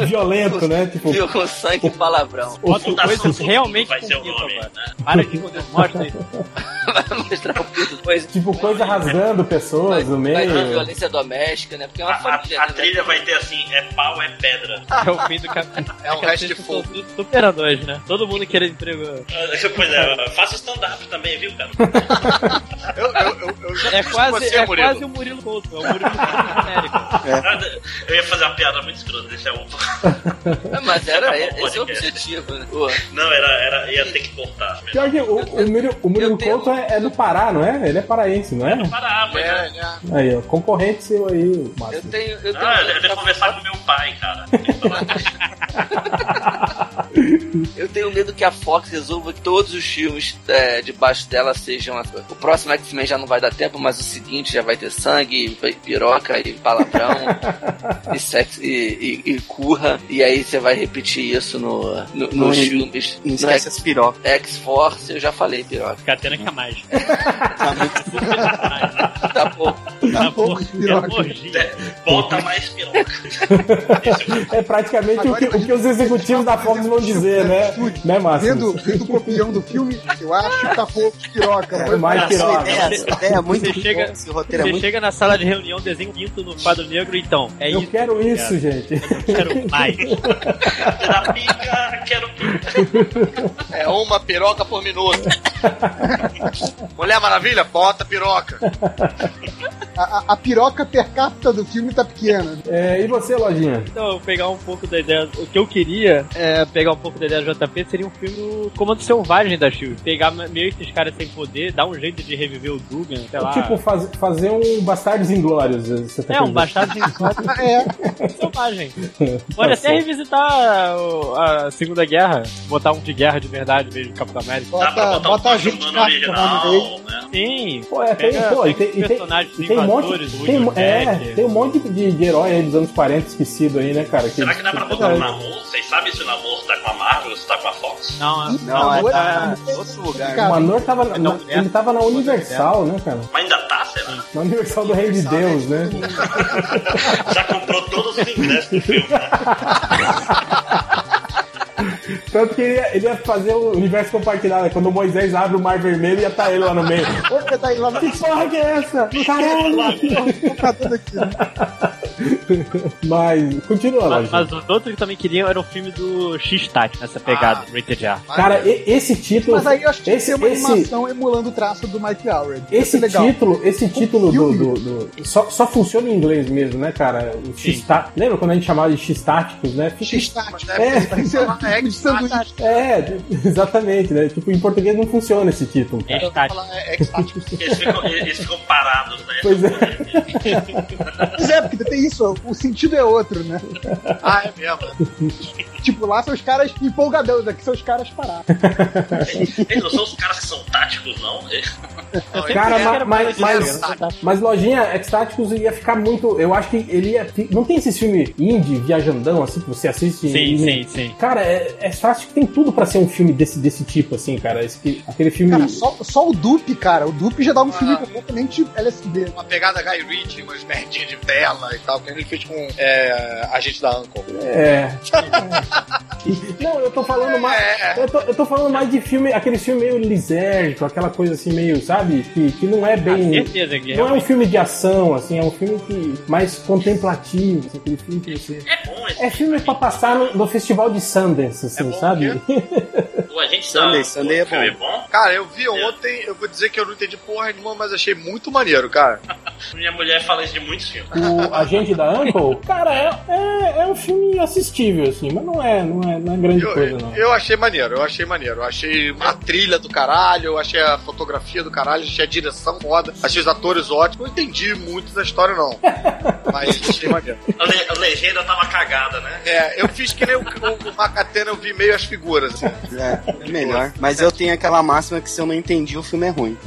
Violento, né? Tipo,
Viu, com sangue e palavrão.
Bota coisas
Futuro
realmente
vai ser o
comigo
nome.
agora.
Né?
Para de mostra isso.
Vai mostrar o pinto coisa.
tipo coisa rasgando
Vai,
pessoas no
vai ter
meio.
violência doméstica, né? Porque é
A,
uma
a-
família.
a
né?
trilha vai ter assim, é pau, é pedra.
É o fim do capítulo.
É um resto de fogo.
Superando hoje, né? Todo mundo querendo emprego.
Ah, Pois é, faça stand-up também, viu, cara?
Eu, eu, eu, eu já
É
fiz com
quase,
você,
é
Murilo.
quase o Murilo Couto. É o Murilo Couto genérico.
É.
Eu ia fazer uma piada muito escrota, deixa eu.
Mas era
Acabou o
esse é o
podcast.
objetivo, né?
Não, era, era, ia ter que cortar.
Pior que o, o Murilo, o Murilo Couto é, é do Pará, não é? Ele é paraense, não é?
Pará, mas.
Aí, ó, concorrente seu aí,
é.
Márcio.
Eu tenho. Eu tenho
Ah, eu devo conversar com meu pai, cara.
Eu tenho medo que a Fox resolva que todos os filmes é, debaixo dela sejam. a- O próximo X-Men já não vai dar tempo, mas o seguinte já vai ter sangue, vai- piroca e palavrão e sexo e, e, e curra. E aí você vai repetir isso no, no-
Não,
nos
e-
filmes.
não esquece as pirocas.
X-Force, eu já falei piroca.
Catena que é mais. Tá né?
Tá pouco.
Tá pouco de piroca.
Bota mais piroca.
É praticamente o que, o que os executivos da Fox vão dizer, né? Né, Márcio?
Vendo, vendo o copião do filme, eu acho que tá pouco de piroca. Foi
É mais
pra-
piroca.
né?
Essa ideia, essa ideia é muito
Você chega,
boa, esse roteiro é
você
muito
chega na sala de reunião, desenha um pinto no quadro negro, então. É
Eu
isso.
quero isso, gente.
Quero mais.
Quero pica, quero pica.
É uma piroca por minuto. Mulher Maravilha, bota piroca.
A, a- a piroca per capita do filme tá pequena.
É, e você, Lojinha?
Então, eu vou pegar um pouco da ideia. O que eu queria é pegar um pouco da ideia do JP seria um filme do Comando Selvagem da Shield. Pegar meio que esses caras sem poder, dar um jeito de reviver o Dugan, sei lá.
Tipo, faz- fazer um Bastardos Inglórios. Você tá
é, um
querendo dizer.
bastardo sem
Ah, é.
selvagem. Pode
Tá
até
certo.
revisitar o- a Segunda Guerra, botar um de guerra de verdade mesmo, Capitão América.
Dá pra
Bota,
botar
bota
um
a
filme
gente
humano original, né?
Sim,
Pô, é, tem,
Pega-
pô, e
pega
tem,
os
e tem,
personagens
e tem um monte,
invasores, o
tem,
Yuri
é,
Beck.
tem um monte de, de herói aí dos anos 40 esquecido aí, né, cara? Que-
Será que dá pra
que-
É
botar um namoro? Vocês sabem se o namoro tá com a Marvel ou se tá com a Fox?
Não,
Não,
Não,
é tá
é-
em outro lugar.
O
Cara,
Manor tava, na-
Não,
ele tava na Universal, né, cara?
Mas ainda tá, será?
Na Universal do Reino de
é
Deus, né?
Já comprou todos os ingressos do filme, né?
Tanto que ele ia, ele ia fazer o universo compartilhado. né? Quando o Moisés abre o mar vermelho, ia tá ele lá no meio.
Opa, tá aí lá na
Que porra que é essa? Caralho!
computadora aqui. né?
Mas, continua,
Mas,
Lojinha.
mas os outros que também queriam era o filme do X-Tat, nessa pegada, Rated R.
Cara, e- esse título.
Mas aí eu acho que
esse,
tem uma
esse,
animação emulando o traço do Mike Howard. é
Esse
legal.
título, esse título do,
filme-
do, do- só, só funciona em inglês mesmo, né, cara? O x Lembra quando a gente chamava de X-Táticos, né? Fica-
X-Tático.
É.
Parece um
É,
de sanduíche.
É, exatamente, né? Tipo, em português não funciona esse título.
É
Eu vou
X-Tat.
falar, é, X-Tático.
Eles ficam, eles ficam parados, né?
Pois é.
Pois é, porque tem isso, ó, o sentido é outro, né?
Ah, é mesmo.
Tipo, lá são os caras empolgadão, aqui são os caras parados.
Eles não são os caras que são táticos, não. É, Eles-
Não,
Cara,
é-
ma- mas, mas, mas lojinha Extáticos ia ficar muito. Eu acho que ele ia. fi- Não tem esse filme indie, viajandão, assim, que você assiste.
Sim,
e-
sim, sim.
Cara, é, é Extático tem tudo pra ser um filme desse, desse tipo, assim, cara. Esse que- aquele filme.
Cara, só, só o Dupe, cara. O Dupe já dá um
Ah.
filme completamente LSD.
uma pegada Guy Ritchie, umas merdinhas de tela e tal, que ele fez com é, a gente da Uncle.
É. Não, eu tô falando mais.
É.
Eu tô, eu tô falando mais de filme, aquele filme meio lisérgico, aquela coisa assim, meio, sabe? Que, que não é
Ah,
bem.
certeza que
Não é um
realmente-
filme de ação, assim, é um filme que mais contemplativo, assim, aquele filme que você.
É bom esse.
É filme pra passar no, no festival de Sundance, assim,
É bom
sabe?
O agente
Sunday,
da,
Sunday é
o filme é bom.
Cara, eu vi ontem, eu vou dizer que eu não entendi porra nenhuma, mas achei muito maneiro, cara.
Minha mulher fala isso de muitos filmes.
O Agente da Uncle, cara, é, é, é um filme assistível, assim, mas não é, não é, não é grande
Eu,
coisa, não.
eu achei maneiro, eu achei maneiro. Eu achei a trilha do caralho, eu achei a fotografia do caralho, achei a direção foda, achei os atores ótimos. Não entendi muito da história, não. Mas achei maneiro.
A, le- a legenda tava cagada, né?
É, eu fiz que nem o, o, o Macatena, eu vi meio as figuras. assim.
É, é melhor. Mas eu tenho aquela máxima que se eu não entendi, o filme é ruim.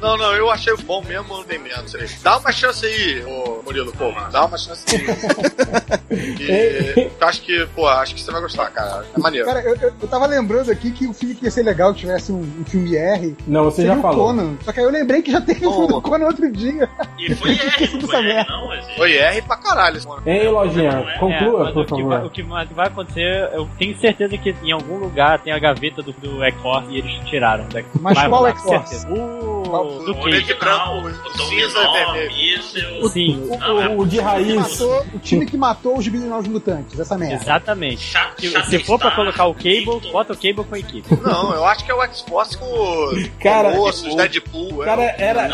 Não, não, eu achei bom mesmo, eu não tem menos. aí. Dá uma chance aí, ô Murilo, pô, dá uma chance aí. E, eu acho que, pô, acho que você vai gostar, cara. É maneiro.
Cara, eu, eu, eu tava lembrando aqui que o filme que ia ser legal que tivesse um, um filme R
Não, você
seria
já
o
falou.
Conan. Só que aí eu lembrei que já teve um filme do Conan outro dia.
E foi R, não foi R,
merda.
não. esse-
Foi R pra caralho esse mano.
Hein, Lojinha?
É,
É,
Conclua,
mas
por
o que vai-
favor.
o que vai- o que vai acontecer, eu tenho certeza que em algum lugar tem a gaveta do, do X-Force e eles tiraram. da-
Mas
vai
qual
rolar,
X-Force?
com certeza. O do, do Cage.
O Dominó, Míssel...
Sim, o, o- o
Ah,
de raiz.
O time que matou os bilionários mutantes, essa merda.
Exatamente. Se, se for pra colocar o Cable, bota o Cable com a equipe.
Não, eu acho que é o Xbox com o-
Cara,
com ossos, Deadpool. é,
Cara, era.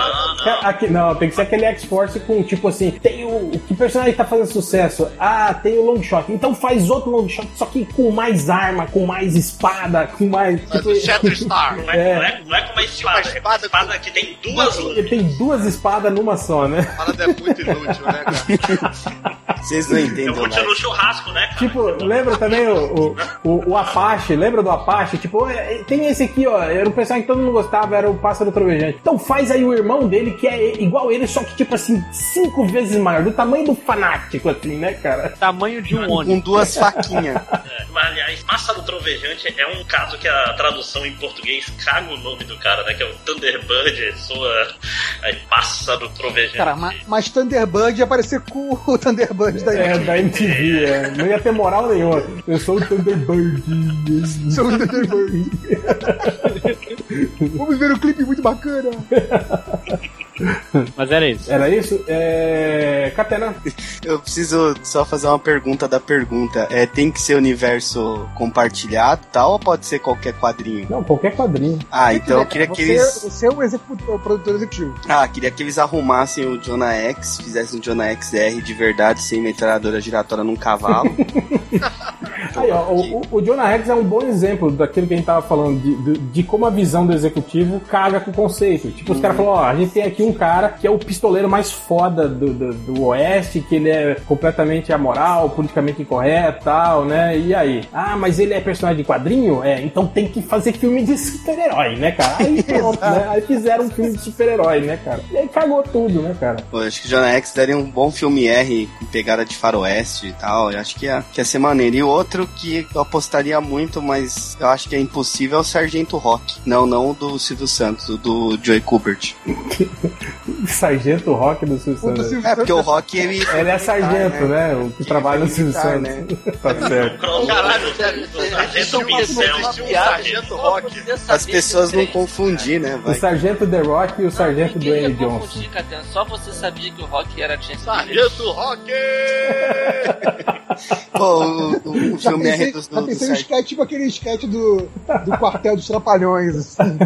Ca- aqui- Não, tem que ser aquele X-Force com tipo assim: tem o. Que personagem tá fazendo sucesso? Ah, tem o long shot. Então faz outro long shot, só que com mais arma, com mais espada, com mais. Tipo,
Shatterstar.
Não é, não, é, não é com uma espada, é com uma espada que tem duas lâminas.
ele tem duas espadas numa só, né?
parada é muito inútil, né,
cara? Vocês não entendem
Eu continuo no churrasco, né, cara?
Tipo, lembra também o, o, o, o Apache, lembra do Apache? Tipo, é, é, tem esse aqui, ó. Era um personagem que todo mundo gostava, era o pássaro trovejante. Então faz aí o irmão dele, que é e- igual ele, só que, tipo assim, cinco vezes maior, do tamanho do fanático, assim, né, cara?
Tamanho de um
Com duas faquinhas.
É, mas, aliás, Pássaro Trovejante é um caso que a tradução em português caga o nome do cara, né? Que é o Thunderbird, soa. Aí, Pássaro Trovejante.
Cara, ma- mas, Thunderbird ia aparecer com o Thunderbird da
É,
MTV.
da MTV, é. Não ia ter moral nenhuma. Eu sou o Thunderbird.
Sou o Thunderbird. Vamos ver um clipe muito bacana.
Mas era isso.
Era isso? É. Catena.
Eu preciso só fazer uma pergunta da pergunta. É, tem que ser universo compartilhado tal, ou pode ser qualquer quadrinho?
Não, qualquer quadrinho.
Ah, então eu queria
né? Você-
que eles.
Você é o, executor, o produtor executivo.
Ah, queria que eles arrumassem o Jonah X, fizessem o Jonah XR de verdade, sem metralhadora giratória num cavalo.
Aí, ó, o, o- o Jonah Rex é um bom exemplo daquilo que a gente tava falando, de, de, de como a visão do executivo caga com o conceito. Tipo, os caras falam, ó, a gente tem aqui um cara que é o pistoleiro mais foda do, do, do Oeste, que ele é completamente amoral, politicamente incorreto e tal, né? E aí? Ah, mas ele é personagem de quadrinho? É, então tem que fazer filme de super-herói, né, cara? Aí pronto, né? Aí fizeram um filme de super-herói, né, cara? E aí cagou tudo, né, cara?
Pô, eu acho que o Jonah X daria um bom filme R com pegada de faroeste e tal. Eu acho que ia, que ia ser maneiro. E outro que eu apostaria muito, mas eu acho que é impossível, é o Sargento Rock. Não, não o do Silvio Santos, o do Joey Kubert.
Sargento Rock do Silvio Santos.
É, porque o Rock, ele... né?
Ele é sargento, né? O que trabalha no Silvio
militar,
Santos. Tá certo.
Caralho,
tá
Sargento Pincel.
é
um Sargento Rock.
As pessoas não confundir, né?
O
Vai.
Sargento The Rock e o Sargento
Ninguém ia
Dwayne é Johnson.
confundir, Catena. Só você sabia que o Rock era James
Ah,
Sargento Rock!
Pô, o, o, o
Já
filme R
pensei,
do, do,
já
do
pensei em
Sargento,
sketch, tipo aquele sketch do, do quartel dos trapalhões, assim.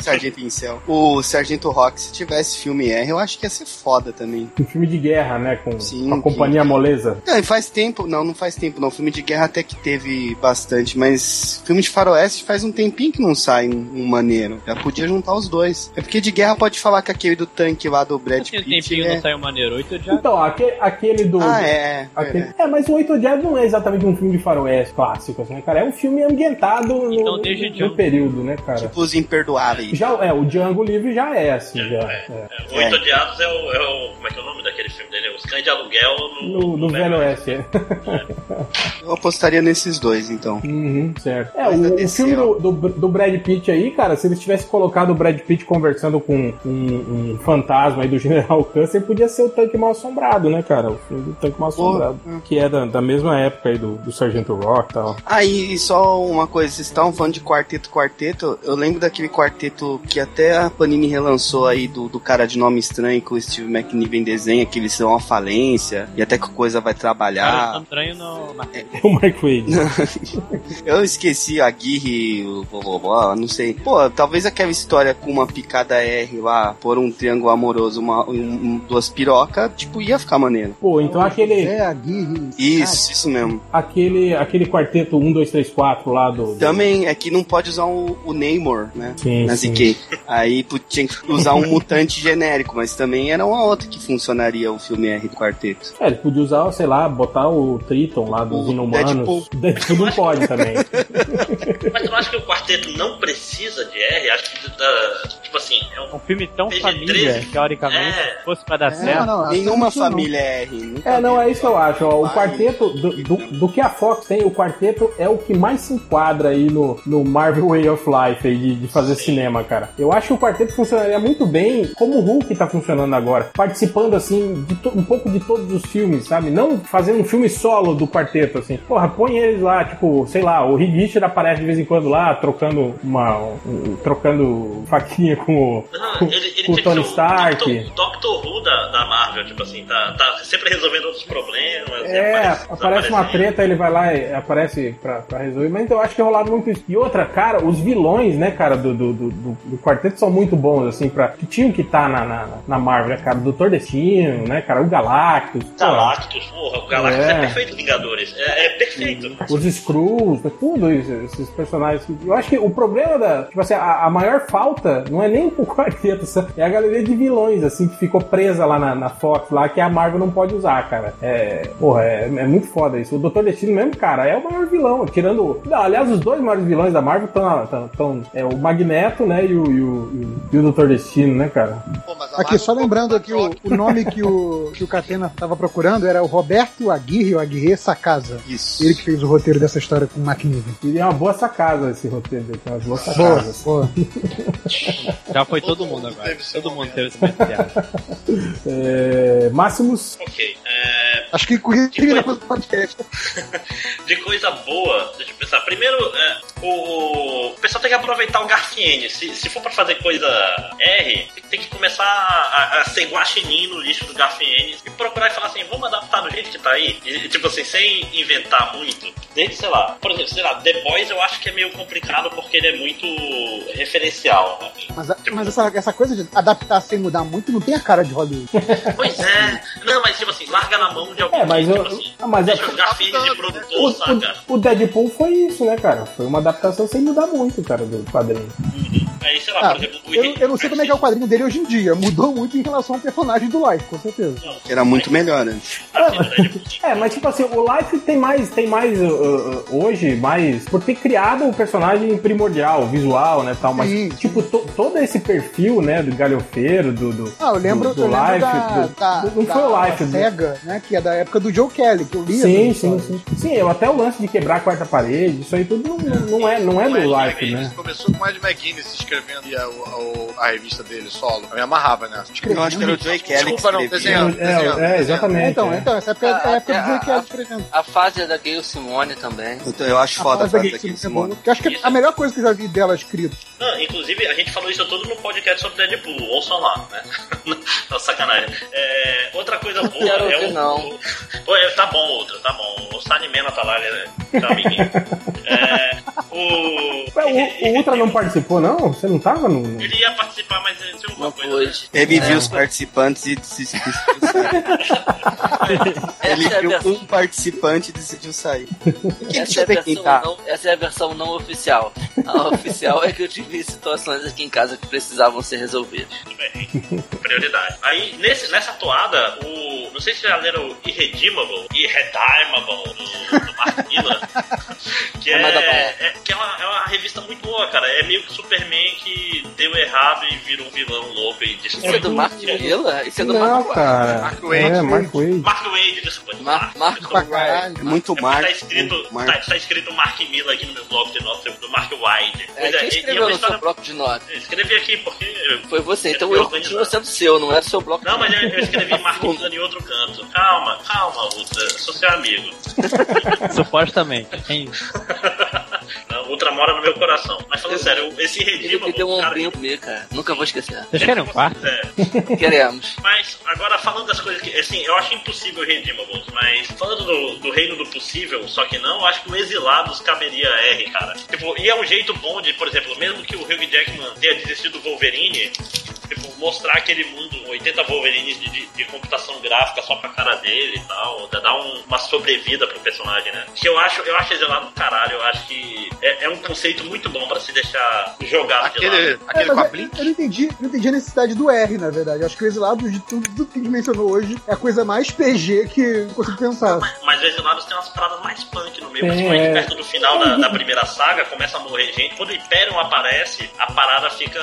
Sargento Pincel. O Sargento Rock, se tivesse filme R, eu acho que ia ser foda também.
Um filme de guerra, né? Com
Sim,
com a companhia
que-
moleza.
Não, e faz tempo, não, não faz tempo não. Filme de guerra até que teve bastante, mas filme de faroeste faz um tempinho que não sai um, um maneiro. Já podia juntar os dois. É porque de guerra pode falar que aquele do tanque lá do Brad
Tinha um
Pitt
tempinho, não
é...
saiu maneiro. Oito já.
Então, aquele, aquele do.
Ah, é.
aquele-
é.
é, mas o Oito Odiados não é exatamente um filme de faroeste clássico, assim, né, cara? É um filme ambientado no,
Então, desde
no
Django.
período, né, cara?
Tipo os imperdoáveis.
Já, é, o Django Livre já é, assim, já. é.
É, Oito Odiados é o, é o. Como é que é o nome daquele filme dele? Os Cães de Aluguel no.
No, no Velho Oeste, é.
Eu apostaria nesses dois, então.
Uhum, certo. É,
Mas da
o, o
DC,
filme
ó.
do, do, do Brad Pitt aí, cara, se eles tivessem colocado o Brad Pitt conversando com um, um fantasma aí do General Câncer, podia ser o Tanque Mal Assombrado, né, cara? O filme do Tanque Mal Assombrado, que é da, da mesma época aí do, do Sargento Rock e tal.
Aí, Ah, e só uma coisa, vocês estavam falando de quarteto, quarteto. Eu lembro daquele quarteto que até a Panini relançou aí do, do cara de nome estranho que o Steve McNiven desenha, que eles são uma falência, e até que coisa vai trabalhar.
Cara, um estranho no. na-
O Mark Wade.
Eu esqueci a Guirre, o blá, não sei. Pô, talvez aquela história com uma picada R lá, por um triângulo amoroso, uma, um- um- duas pirocas, tipo, ia ficar maneiro.
Pô, então aquele,
É, Aguirre.
Isso, isso mesmo.
aquele, aquele quarteto 1, 2, 3, 4 lá do. do-
Também é que não pode usar o, o Namor, né?
Sim,
Na
sim.
ZK. Aí pô, tinha que usar um mutante genérico, mas também era uma outra que funcionaria o filme R do quarteto.
É, ele podia usar, sei lá, botar o Triton lá dos
O
Inumanos. Deadpool não pode também. é.
Mas eu acho que o quarteto não precisa de R, acho que da, tipo assim, é um.
Um filme tão
PG-13,
família, teoricamente,
é.
se fosse pra dar
Não,
Né?
certo.
Ah,
não,
Nenhuma
absolutamente não.
família é R. nunca
É, não,
vi.
é isso que eu acho. ó. O
Vai.
quarteto, do, do- do que a Fox tem, o quarteto é o que mais se enquadra aí no, no Marvel Way of Life aí de, de fazer cinema, cara. Eu acho que o quarteto funcionaria muito bem como o Hulk tá funcionando agora. Participando, assim, de to- um pouco de todos os filmes, sabe? Não fazendo um filme solo do quarteto, assim. Porra, põe eles lá, tipo, sei lá, o Richard aparece de vez em quando andando lá, trocando uma. um- trocando faquinha com o, com,
Ele, ele
com o Tony
tinha que ser um o
Stark.
Doctor, Doctor Who da, da Marvel, tipo assim, tá, tá sempre resolvendo outros problemas. e
É, aparece uma
aparece-
treta, ele vai lá e aparece pra, pra resolver. Mas então eu acho que rolava muito isso. E outra, cara, os vilões, né, cara, do, do, do, do- do quarteto são muito bons, assim, pra, que tinham que estar na, na, na Marvel, né, cara? Doutor Destino, né, cara? O Galactus.
Tá
pô,
Galactus, porra, o Galactus é,
É.
perfeito, Vingadores. É, é perfeito.
Os Screws, tudo isso, esses personagens. que- Eu acho que o problema da. Tipo assim, a, a maior falta não é nem o quarteto, sa- é a galeria de vilões, assim, que ficou presa lá na, na Fox, lá, que a Marvel não pode usar, cara. É. Porra, é, é muito foda isso. O Doutor Destino mesmo, cara, é o maior vilão. Tirando. Não, aliás, os dois maiores vilões da Marvel estão. É o Magneto, né? E o, e o, e o- e o Doutor Destino, né, cara?
Aqui, só lembrando aqui o, o nome que o, que o Catena estava procurando era o Roberto Aguirre, o Aguirre Sacasa.
Isso.
Ele que fez o roteiro dessa história com o McNiven.
E é uma boa sacada esse roteiro, é dele, tem umas boas
Boa,
sacadas.
boa.
Já foi todo mundo agora. Todo mundo teve esse material.
É, Máximos.
Ok. É,
Acho que inclusive no podcast.
de coisa boa, deixa eu pensar. Primeiro, é, o, o pessoal tem que aproveitar o Garfiene. Se, se for pra fazer coisa R, tem que começar a, a- a ser guaxinim no lixo do Garfiene e procurar e falar assim, vamos adaptar do jeito que tá aí. E, tipo assim, sem inventar muito. Desde, sei lá, por exemplo, sei lá, The Boys eu acho que é meio complicado porque ele é muito referencial. né?
Mas, a- mas essa, essa coisa de adaptar sem mudar muito não tem a cara de Hollywood.
Pois é. Não, mas tipo assim, larga na mão de alguém.
É, mas
tipo
eu-
assim,
ah, mas eu-
deixa o Garfiene de produtor,
né?
saca?
O, o, o Deadpool foi isso, né, cara? Foi uma adaptação sem mudar muito, cara, do quadrinho.
Aí, sei lá,
Ah,
por exemplo, o
eu, eu não sei como é que é o quadrinho dele hoje em dia. Mudou muito em relação ao personagem do Life, com certeza.
Que era muito melhor né? antes.
É, mas tipo assim, o Life tem mais, tem mais uh, uh, uh, hoje, mais por ter criado o personagem primordial, visual, né, tal. Mas
Sim, sim.
tipo to- todo esse perfil, né, do galhofeiro, do, do
Ah, eu lembro,
do, do
eu lembro
Life,
da,
do-
da-
do- não
da-
foi o
da
Life, do-
SEGA, né? Que é da época do Joe Kelly, que eu li.
Sim,
essas
sim,
histórias.
sim. Sim, eu até o lance de quebrar a quarta parede, isso aí tudo não, não é, não é do
O Ed
Life,
McGuinness
né?
Começou com o Ed McGuinness escrevendo e a, o- a revista dele solo. Eu me amarrava nessa.
Eu acho que era o Joey Kelly que
Desculpa, não,
escrevia.
desenhando. desenhando,
É, é,
desenhando.
exatamente.
Então,
é.
então, essa época,
Ah,
é a época do
até
Joe
a-
Kelly escrevendo.
A fase é da Gayle Simone também.
Então, Eu, eu acho foda
Faz
a
aqui
frase
que
daquele
isso é bom,
Simone.
que eu acho que é a melhor coisa que eu já vi dela escrito.
Não, inclusive, a gente falou isso todo no podcast sobre Deadpool, ouçam lá, né? Não, sacanagem. É, outra coisa boa
Quero
é
ouvir,
o.
não.
Pô, é, tá bom, outra, tá bom. O Sanimena tá lá, né? Tá menino. É, o...
Ué, o, o Ultra não participou, não? Você não tava no. no-
Ele ia participar, mas ele tinha alguma
Não
coisa.
pôde.
Ele viu os participantes e decidiu sair. Ele
Essa é a
viu
versão,
um participante e decidiu sair. Quem
essa é
deixa
a
eu ver quem
versão,
tá?
não, essa é a versão não oficial. A oficial é que eu tive situações aqui em casa que precisavam ser resolvidas.
Prioridade. Aí, nesse, nessa toada, o. Não sei se já leram o Irredeemable, Irredeemable do, do Mark Miller, que, é,
Amada Baia.
é- que é, uma, é uma revista muito boa, cara. É meio que Superman que deu errado e vira um vilão louco e
Isso é
destrói.
do Mark Miller? Isso é do
Não,
Mark
cara.
Mark Wade.
É, Mark Wade.
Mark Wade, desculpa.
Mar Marco
Pra caralho.
É muito
É porque
Mark.
tá escrito,
Mark.
Tá, tá escrito Mark Miller aqui no meu blog de nosso do Mark Wide.
É,
Pois é,
quem
e- e
escreveu
uma
no
história-
seu bloco de nota?
Eu Escrevi aqui porque. eu-
Foi você, então
Eu
o erro
organizo.
continua sendo seu, não é do seu bloco
Não, mas eu, eu escrevi Mark Miller em outro canto. Calma, calma, Ultra. Sou seu amigo.
Supostamente. Quem-
Não, Ultra mora no meu coração. Mas falando sério, eu- esse é
Ele
Redima.
me deu um ombrinho comigo, cara. Nunca vou esquecer.
Vocês querem um quarto?
é,
Queremos.
Mas agora falando das coisas que. Assim, eu acho impossível Redimables, mas falando do, do reino do possível, só que não, eu acho que o Exilados caberia R, cara. Tipo, e é um jeito bom de, por exemplo, mesmo que o Hugh Jackman tenha desistido do Wolverine, tipo, mostrar aquele mundo, 80 Wolverines de, de- de computação gráfica só pra cara dele e tal, dá- dá um- uma sobrevida pro personagem, né? Que eu acho, eu acho Exilado do caralho, eu acho que é, é um conceito muito bom pra se deixar jogar de lado.
Aquele,
É,
aquele com a
mas eu,
Blink.
eu não entendi, não entendi a necessidade do R, na verdade. Eu Acho que o exilado de tudo, tudo que a gente mencionou hoje é a coisa mais PG que eu consigo pensar.
Mas o Exilados tem umas paradas mais punk no meio,
Tem,
principalmente
é.
perto do final da, da primeira saga, começa a morrer gente. Quando o Imperium aparece, a parada fica.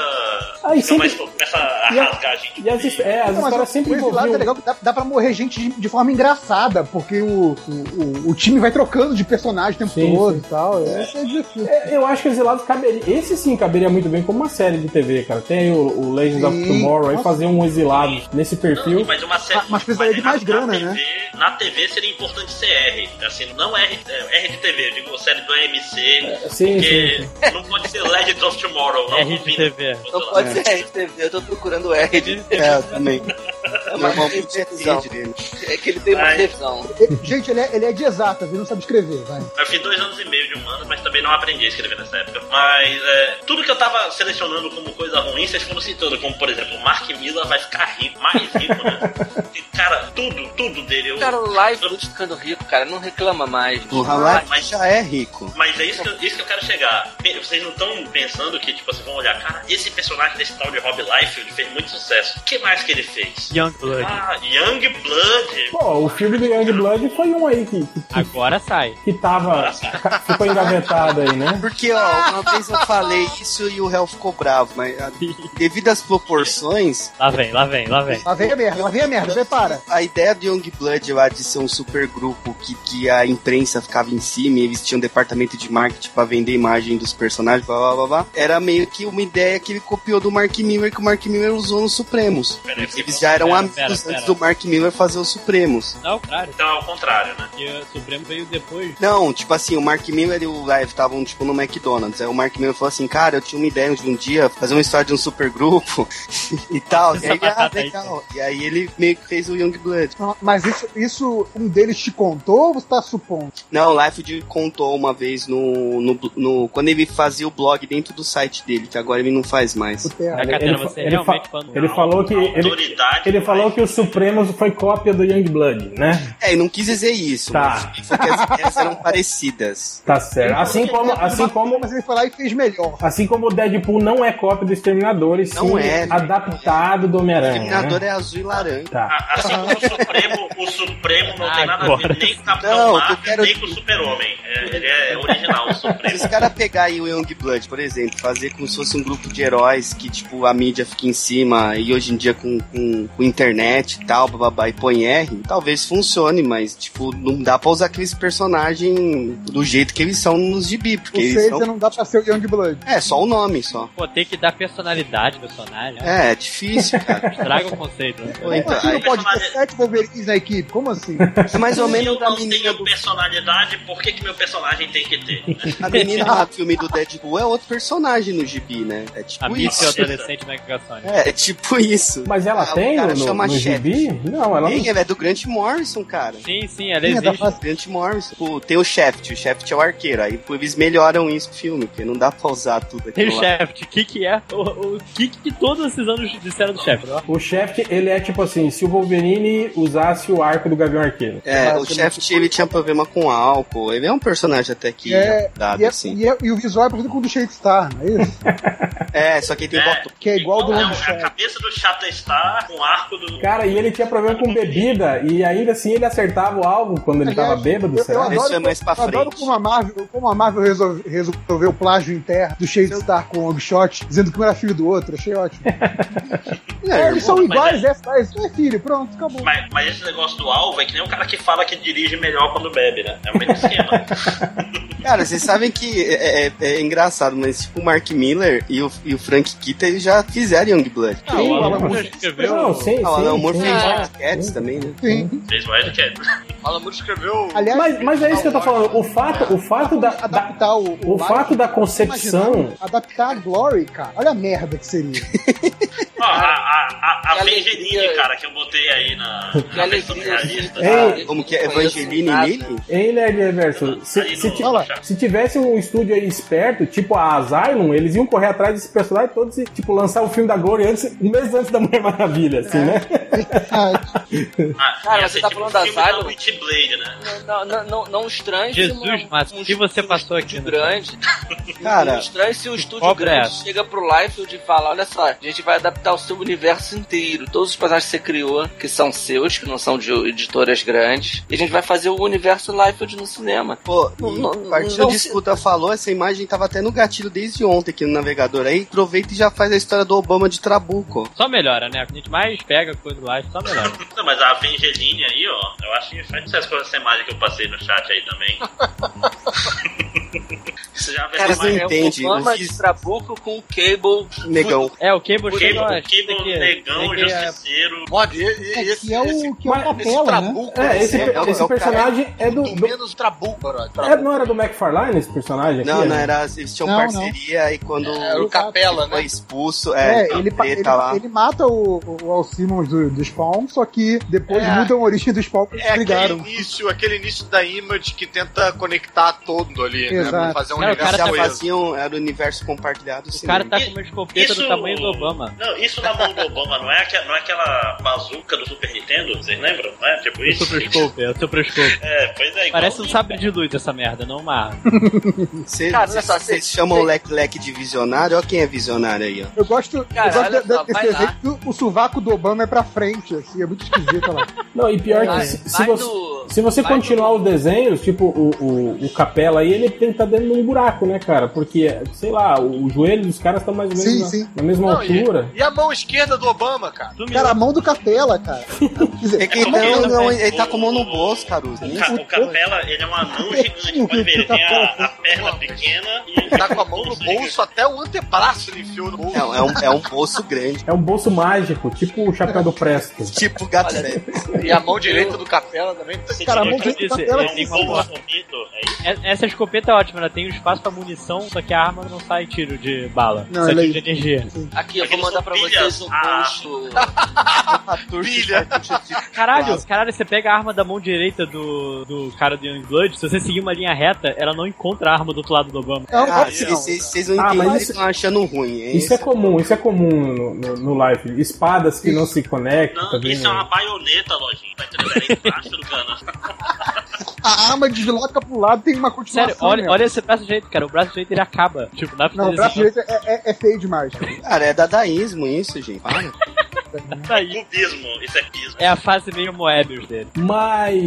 Ah, e
fica mais-
sempre-
começa a
e a-
rasgar a gente.
E as, his- é, as
Não, mas
histórias
o-
sempre
o exilado é
envolviam.
legal que dá, dá pra morrer gente de, de forma engraçada, porque o, o, o- o time vai trocando de personagem o tempo
Sim,
todo e tal. Isso é difícil.
É, Eu acho que Exilados caberia. Esse sim caberia muito bem como uma série de TV, cara. Tem aí o, o Legends of
Sim,
Tomorrow aí
nossa.
fazer um exilado nesse
Não,
perfil.
mas uma série.
Mas precisaria de mais
rasgar
grana,
a TV
né?
na TV seria importante ser R. Assim, não R, é, R de TV, eu digo série do AMC,
É, sim,
porque
sim,
não pode ser Legends of Tomorrow, não
R de
combina.
TV.
Não Então, pode ser RTV, eu tô procurando o R de
É, eu também.
É uma
Normalmente
revisão.
depende dele.
É que ele tem uma
Ai.
revisão.
E- Gente, ele é, ele é de exatas, ele não sabe escrever, vai.
Eu fiz dois anos e meio de humanas, mas também não aprendi a escrever nessa época. Mas é, tudo que eu tava selecionando como coisa ruim, vocês foram citando, como por exemplo, Mark Miller vai ficar rico, mais rico, né? E, Cara, tudo, tudo dele. Eu,
Cara, o live tá ficando rico, cara. Não reclama mais.
O
Ah,
Halak
mas-
já é rico.
Mas é isso que, eu, isso que eu quero chegar. Pe- Vocês não estão pensando que, tipo, vocês vão olhar, cara, esse personagem desse tal de Rob Liefeld fez muito sucesso. O que mais que ele fez?
Youngblood.
Ah, Young Blood.
Pô, o filme do Young Blood foi um aí que, que,
Agora sai.
que tava. ficou engavetado aí, né?
Porque, ó, uma vez eu falei isso e o réu ficou bravo, mas ah, devido às proporções,
Lá vem, lá vem, lá vem.
Lá vem a merda, lá vem a merda, prepara.
a ideia do Youngblood lá de ser um supergrupo que, que a imprensa ficava em cima e eles tinham um departamento de marketing pra vender imagem dos personagens, blá blá blá blá, era meio que uma ideia que ele copiou do Mark Miller que o Mark Miller usou nos Supremos.
Peraí, porque-
Eles já eram
Pera,
amigos
pera,
antes
pera.
do Mark Miller fazer os Supremos.
Não, o contrário.
Então é o contrário, né?
Porque o Supremo veio depois.
Não, tipo assim, o Mark Miller e o Live estavam, tipo, no McDonald's. Aí o Mark Miller falou assim, cara, eu tinha uma ideia de um dia fazer uma história de um supergrupo e tal. E
Essa
aí, ah,
batata aí, né?
legal. E aí ele meio que fez o Youngblood.
Mas isso, isso um deles te contou ou você tá supondo?
Não, o Life contou uma vez no, no, no- Quando ele fazia o blog dentro do site dele, que agora ele não faz mais.
O Terra.
Na
Ele-
Catena,
ele fa-
você
ele
realmente
fa-
fã do
ele
Raul?
falou que. Ele,
Autoridade.
ele falou que o Supremos foi cópia do Youngblood, né?
É, ele não quis dizer isso.
Tá.
mas foi que as ideias eram parecidas.
Tá certo. Assim como, assim como,
Mas ele foi lá e fez melhor.
assim como o Deadpool não é cópia do Exterminador, e sim
Não é, né?
adaptado do
O
Homem-Aranha.
Terminador
Né?
é azul e laranja.
Tá.
A- Assim como o Supremo, o Supremo não tem nada a
Agora.
ver nem com o Capitão
Não,
Marvel,
eu quero-
nem com o Super-Homem. É, ele é original, o
Se
Supremo.
os caras pegarem o Youngblood, por exemplo, fazer como se fosse um grupo de heróis que, tipo, a mídia fica em cima e hoje em dia com, com, com internet e tal, bababá, e põe R, talvez funcione, mas, tipo, não dá pra usar aqueles personagens do jeito que eles são nos gibi, porque
O
eles
Seiza
são...
não dá pra ser o Youngblood.
É, só o nome, só.
Pô, tem que dar personalidade ao personagem. né?
É, é difícil, cara.
Estraga o conceito. né?
Pô,
Como
então,
assim
aí-
não pode ter
personagem-
sete Wolverines na equipe? Como assim?
é mais ou
Se
menos
eu
da
não
menina do...
tenho personalidade, por que, que meu personagem tem que ter?
A menina lá do filme do Deadpool é outro personagem no gibi, né? É tipo
A
isso.
Missy adolescente né, Megagasonic.
É, é tipo isso.
Mas ela
Ah, o
tem
cara
no, no,
chama
no
Chet.
gibi? Não, ela não.
Tem, ela é do Grant Morrison, cara.
Sim, sim, ela
Sim, é da
existe.
fase-
Grant Morrison. Tipo, tem o Shaft, o Shaft é o arqueiro. Aí pô, eles melhoram isso no filme, porque não dá pra usar tudo
Tem o
aquilo lá.
Shaft. O que que é? O, o que que todos esses anos disseram do Shaft?
O Shaft, ele é tipo assim, se o Wolverine usasse o arco do Gavião Arqueiro.
É, o Shaft ele tinha problema com álcool. Ele é um personagem até que
É,
dado,
E, é-
assim.
e é- e o visual é parecido com o do Shakespeare, não é isso?
É, só que ele tem
É.
botão.
Que é igual ao do
Não,
Lobo
é a
Shaw.
cabeça do Shatterstar com o arco do.
Cara, e ele tinha problema com bebida, e ainda assim ele acertava o alvo quando ele tava
Aliás,
bêbado,
eu- eu
será?
adoro
Isso é mais pra
Eu Adoro
frente.
como a Marvel, como a Marvel resol- resolveu o plágio em terra do Shakespeare com o Longshot, dizendo que um era filho do outro. Achei ótimo.
É,
É, eles são
mas
iguais, é, é, isso é filho, pronto, acabou.
Mas, mas esse negócio do alvo é que nem o cara que fala que dirige melhor quando bebe, né? É o mesmo esquema.
Cara, vocês sabem que é, é- é engraçado, mas tipo o Mark Miller e o, e o Frank Kita eles já fizeram Youngblood.
Ah, o Alan
Alan
Moore
Moore.
escreveu.
Não, sim,
Ah, o Alan Moore
sim.
fez
sim.
Wildcats também, né?
Sim.
Fez o Wildcat.
Alan Moore escreveu.
Aliás,
Mas, mas é isso que eu tô falando. O fato, o fato da, da-
adaptar o.
o fato da concepção.
Imagina, adaptar a Glory, cara. Olha a merda que seria.
Ó, a a, a, a
Que
Tangerine,
alegria.
cara, que eu botei aí na,
Que
na versão
alegria.
realista. tá?
Ei.
Como que é?
Eu não conheço
Evangeline
nada.
Lily?
Ei, Nerd Reverso, se,
Aí
se
no-
ti-
no
Olha,
chat.
se tivesse um estúdio aí esperto, tipo a Asylum, eles iam correr atrás desse personagem todos e, tipo, lançar o filme da Glory antes, um mês antes da Mulher Maravilha, assim, né?
Ah,
Cara,
ia
você
ser
tá
tipo
falando da
o filme da
Asylum?
Witchblade, né?
Não, não, não, não estranhe se
Jesus,
uma-
mas o que você passou
estúdio
aqui né? no-
grande.
Cara,
Não estranhe se um estúdio
cobra
grande
é essa.
chega pro Liefeld e fala: Olha só, a gente vai adaptar o seu universo inteiro. Todos os personagens que você criou, que são seus, que não são de editoras grandes, e a gente vai fazer o universo Liefeld no cinema.
Pô,
Não,
e
não,
a partir
não
do
se-
Disputa falou, essa imagem tava até no gatilho desde ontem aqui no navegador. Aí aproveita e já faz a história do Obama de Trabuco.
Só melhora, né? A gente mais pega coisa lá, só
É
melhora.
Não, mas a Evangeline aí, ó, eu acho que faz sucesso com essa imagem que eu passei no chat aí também. Isso já vai
Cara,
assim,
tomar-
é o Obama de Trabuco com o Cable negão.
É, o Cable
Cable-
chega, acho
Cable
que-
negão,
que-
Justiceiro.
Mod, e, e, esse,
que é o, que é o capela, né?
É, esse,
é o-
esse
é o
personagem é do. do-
menos Trabuco, né? brother.
é, não era do McFarlane esse personagem?
Não,
aqui,
não,
né?
era, eles tinham
Não,
parceria e quando
Era o Capela, né?
foi expulso,
É,
é,
ele, pa-
treta
ele,
lá.
ele mata o, o Al Simmons do, do Spawn, só que depois mudam a origem do Spawn porque
É
eles
aquele
brigaram.
início, aquele início da Image que tenta conectar todo ali, né? Pra
Exato.
fazer um
Não, o cara
universo
já
tá
coeso.
faziam, era o universo compartilhado. sim.
O cara tá com uma escopeta
Isso-
do tamanho do Obama.
Não, isso na mão do Obama não é, aqua- não é aquela bazuca do Super Nintendo, vocês lembram? Não é tipo
O
isso?
Super Scope, é o Super Scope.
É, pois é.
Parece um
igualzinho.
sabre de luz essa merda, não uma arma.
Vocês
Cara, olha só, cê-
chamam
cê-
o leque-leque de visionário? Olha quem é visionário aí, ó.
Eu gosto,
Cara,
eu gosto
olha
de- de-
só, vai
desse
lá.
desenho que o sovaco do Obama é pra frente, assim, é muito esquisito, olha lá.
Não, e pior
Vai-
que se, se
vai
você,
do-
se você
vai
continuar os desenhos, tipo o, o, o Capela aí, ele tem que estar tá dentro de um buraco, né, cara? Porque, sei lá, o, o joelho dos caras tá mais ou menos
Sim,
na,
sim.
na mesma
Não, e,
altura.
e a mão esquerda do Obama, cara?
Cara, a mão do capela, cara. Quer dizer,
É que
como
não,
ele
não,
também.
ele tá com a mão no bolso, Caruso.
O,
Nem
ca
fudeu.
o Capela, ele é um anão gigante, pode ver, ele tem a, a perna pequena e
Tá com a mão no bolso, até o antebraço ele enfiou no bolso.
Não, é um, é um bolso grande.
É um bolso mágico, tipo o chapéu do Presto.
Tipo gato
Olha,
velho.
E a mão direita do Capela também. tá-
cara, a mão
Eu
direita do
disse,
capela
É
é
um
assim,
gol
ó.
assumido, é isso?
E- Essa escopeta é ótima, ela tem um espaço pra munição, só que a arma não sai tiro de bala.
Não,
só
ela
tiro
é-
de energia.
Aqui, eu
É
vou
Aqueles
mandar pra
sopilhas.
vocês um
Ah.
posto.
Pilha.
Caralho, caralho, você pega a arma da mão direita do, do cara do Youngblood, se você seguir uma linha reta, ela não encontra a arma do outro lado do Obama.
Não,
Ah,
não,
vocês-
não.
vocês vocês não
Ah, mas
entendem,
isso-
vocês estão achando ruim, hein?
Isso é comum, isso é comum no, no, no live. Espadas que não se conectam.
Não,
também né?
isso é
não.
uma baioneta, lojinha. Vai ter embaixo do cano.
A arma desloca pro lado tem uma
Sério,
continuação.
olha,
né?
olha esse braço direito, cara. O braço direito ele acaba. Tipo, dá pra
Não, o braço
desenhar.
direito é, é- é feio demais.
Cara, é dadaísmo isso, gente. Para.
Tá Cubismo, isso é pismo.
É a fase meio Moebius dele.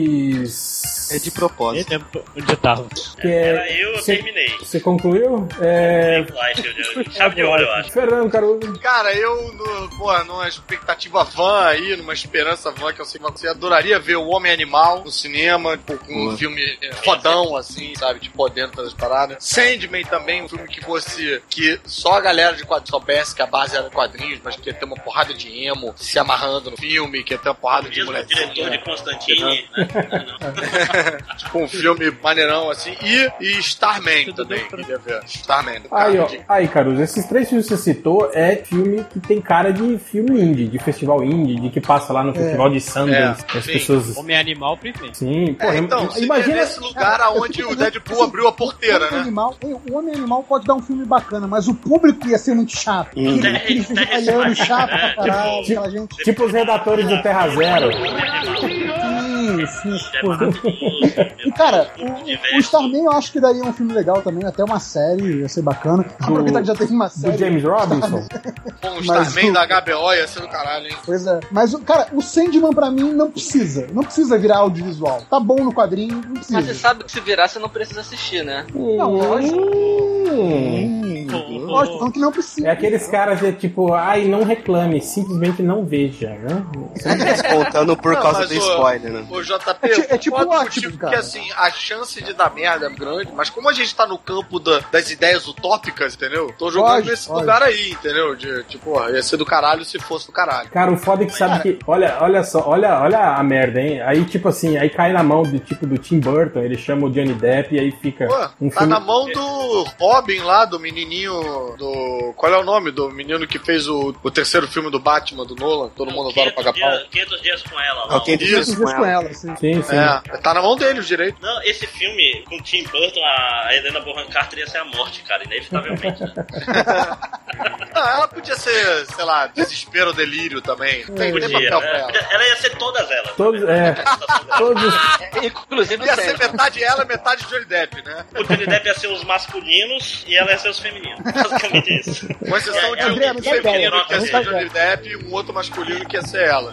Mas.
É de
Nem
propósito.
lembro onde eu tava.
que é-
Era eu, eu
Você-
terminei.
Você concluiu? É.
Eu acho, eu- eu- Chave de ouro, eu acho.
Fernando, Caruso.
Cara, eu, no, porra, numa expectativa van aí, numa esperança van que eu sei que vai acontecer, adoraria ver o Homem Animal no cinema, tipo, com um
Boa.
filme é, fodão, assim, sabe, de poder das paradas. Sandman também, um filme que fosse, que só a galera de quadrinhos soubesse que a base era quadrinhos, mas que ia ter uma porrada de emo se amarrando no filme, que ia ter uma porrada de
Mesmo
moleque.
diretor de Constantine. né?
com um filme maneirão, assim, e, e Starman
Tudo
também,
bem, tudo
queria ver. Starman, do
Aí,
cara
ó.
de-
Aí, Caruso, esses três filmes que você citou é filme que tem cara de filme indie, de festival indie, de que passa lá no festival de Sundance.
É,
as
sim.
pessoas.
Homem animal, principalmente.
Sim, porra,
É, então,
im-
imagina
imagina.
esse lugar aonde
eu
o
fico
Deadpool
pensando-
abriu a
O
porteira,
homem,
né?
Um animal, o homem animal pode dar um filme bacana, mas o público ia ser muito chato.
Uhum.
Hum.
Aquele- Aquele filme
Terra-
italiano
Terra-
chato pra
Terra-
caralho,
Tipo-
aquela gente.
Tipo os redatores do Terra Zero.
Sim, sim.
É maravilhoso.
E cara, o, o
Diverso.
Starman eu acho que daria um filme legal também, até uma série, ia ser bacana. Aproveitar que já teve uma série.
Do James Robinson.
Com o
Mas
Starman
o-
da HBO ia ser do caralho, hein?
Pois é. Mas, o- cara, o Sandman pra mim não precisa. Não precisa virar audiovisual. Tá bom no quadrinho, não
Mas você
precisa.
sabe que se virar, você não precisa assistir, né?
Não, lógico.
Hum.
Lógico, falando que não precisa.
É aqueles caras de tipo, ai, não reclame, simplesmente não veja, né?
Contando por
Não,
causa
mas
do
o-
spoiler, né?
O
É
JP,
ti- é tipo
concordo
o
contigo
Watchmen,
que
cara.
assim, a chance de dar merda é grande, mas como a gente tá no campo da- das ideias utópicas, entendeu? Tô jogando
Pode,
nesse
pode.
lugar aí, entendeu? De, tipo, ó, ia ser do caralho se fosse do caralho.
Cara, o foda é que sabe que. Olha, olha só, olha, olha a merda, hein? Aí, tipo assim, aí cai na mão do tipo do Tim Burton, ele chama o Johnny Depp e aí fica
Pô,
um
tá
filme.
na mão do Robin lá, do menininho do... Qual é o nome? Do menino que fez o, o terceiro filme do Batman, do Nolan. Todo mundo adora
500
pagar pau.
dias- 500 dias com ela. lá.
Alguém diz
Isso,
isso com
com
ela.
ela, assim.
Sim, sim.
É, tá na mão dele o direito.
Não, esse filme com o Tim Burton, a a Helena Bonham Carter ia ser a morte, cara, inevitavelmente. né?
Não, Ah, ela podia ser, sei lá, desespero ou delírio também. Tem, tem
Podia,
papel pra
né?
ela.
Podia- ela ia ser todas elas.
Todos, é, todos os-
É, Inclusive o
Ia ser
Sandman.
metade ela, metade Johnny Depp, né?
O Johnny Depp ia ser os masculinos e ela ia ser os femininos. masculino. Basicamente é isso.
Com exceção de um
André, É, não dá ideia,
feminino que ia
não
ser
dá
Johnny Depp e um outro masculino que ia ser ela.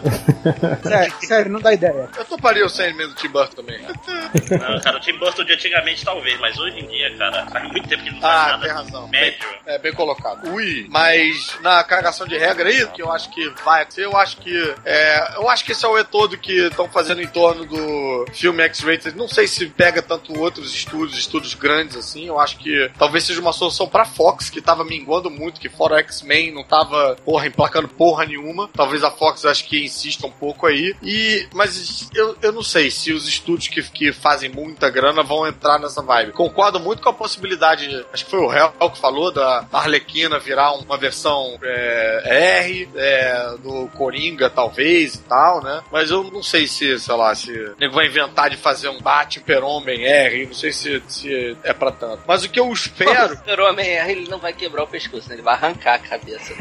Sério, É, sério, não dá ideia.
Eu toparia o Sandman do Tim Burton também.
Não, cara, o Tim Burton de antigamente talvez, mas hoje em dia, cara, faz muito tempo que ele não faz
Ah,
nada.
tem razão.
Médio.
É bem colocado. Ui, mas na cagação de regra aí, que eu acho que vai ser, eu acho que. é, eu acho que esse é o E todo que estão fazendo em torno do filme X-Rated. Não sei se pega tanto outros estúdios, estúdios grandes assim. Eu acho que talvez seja uma solução pra Fox, que tava minguando muito, que fora o X-Men não tava, porra, emplacando porra nenhuma. Talvez a Fox acho que insista um pouco aí. E. Mas eu, eu não sei se os estúdios que, que fazem muita grana vão entrar nessa vibe. Concordo muito com a possibilidade, acho que foi o Hel que falou, da Arlequina virar uma versão é, R, é, do Coringa, talvez e tal, né? Mas eu não sei se, sei lá, se o nego vai inventar de fazer um Batman Super-Homem R, não sei se, se é pra tanto. Mas o que eu espero
O homem ele não vai quebrar o pescoço, né? Ele vai arrancar a cabeça.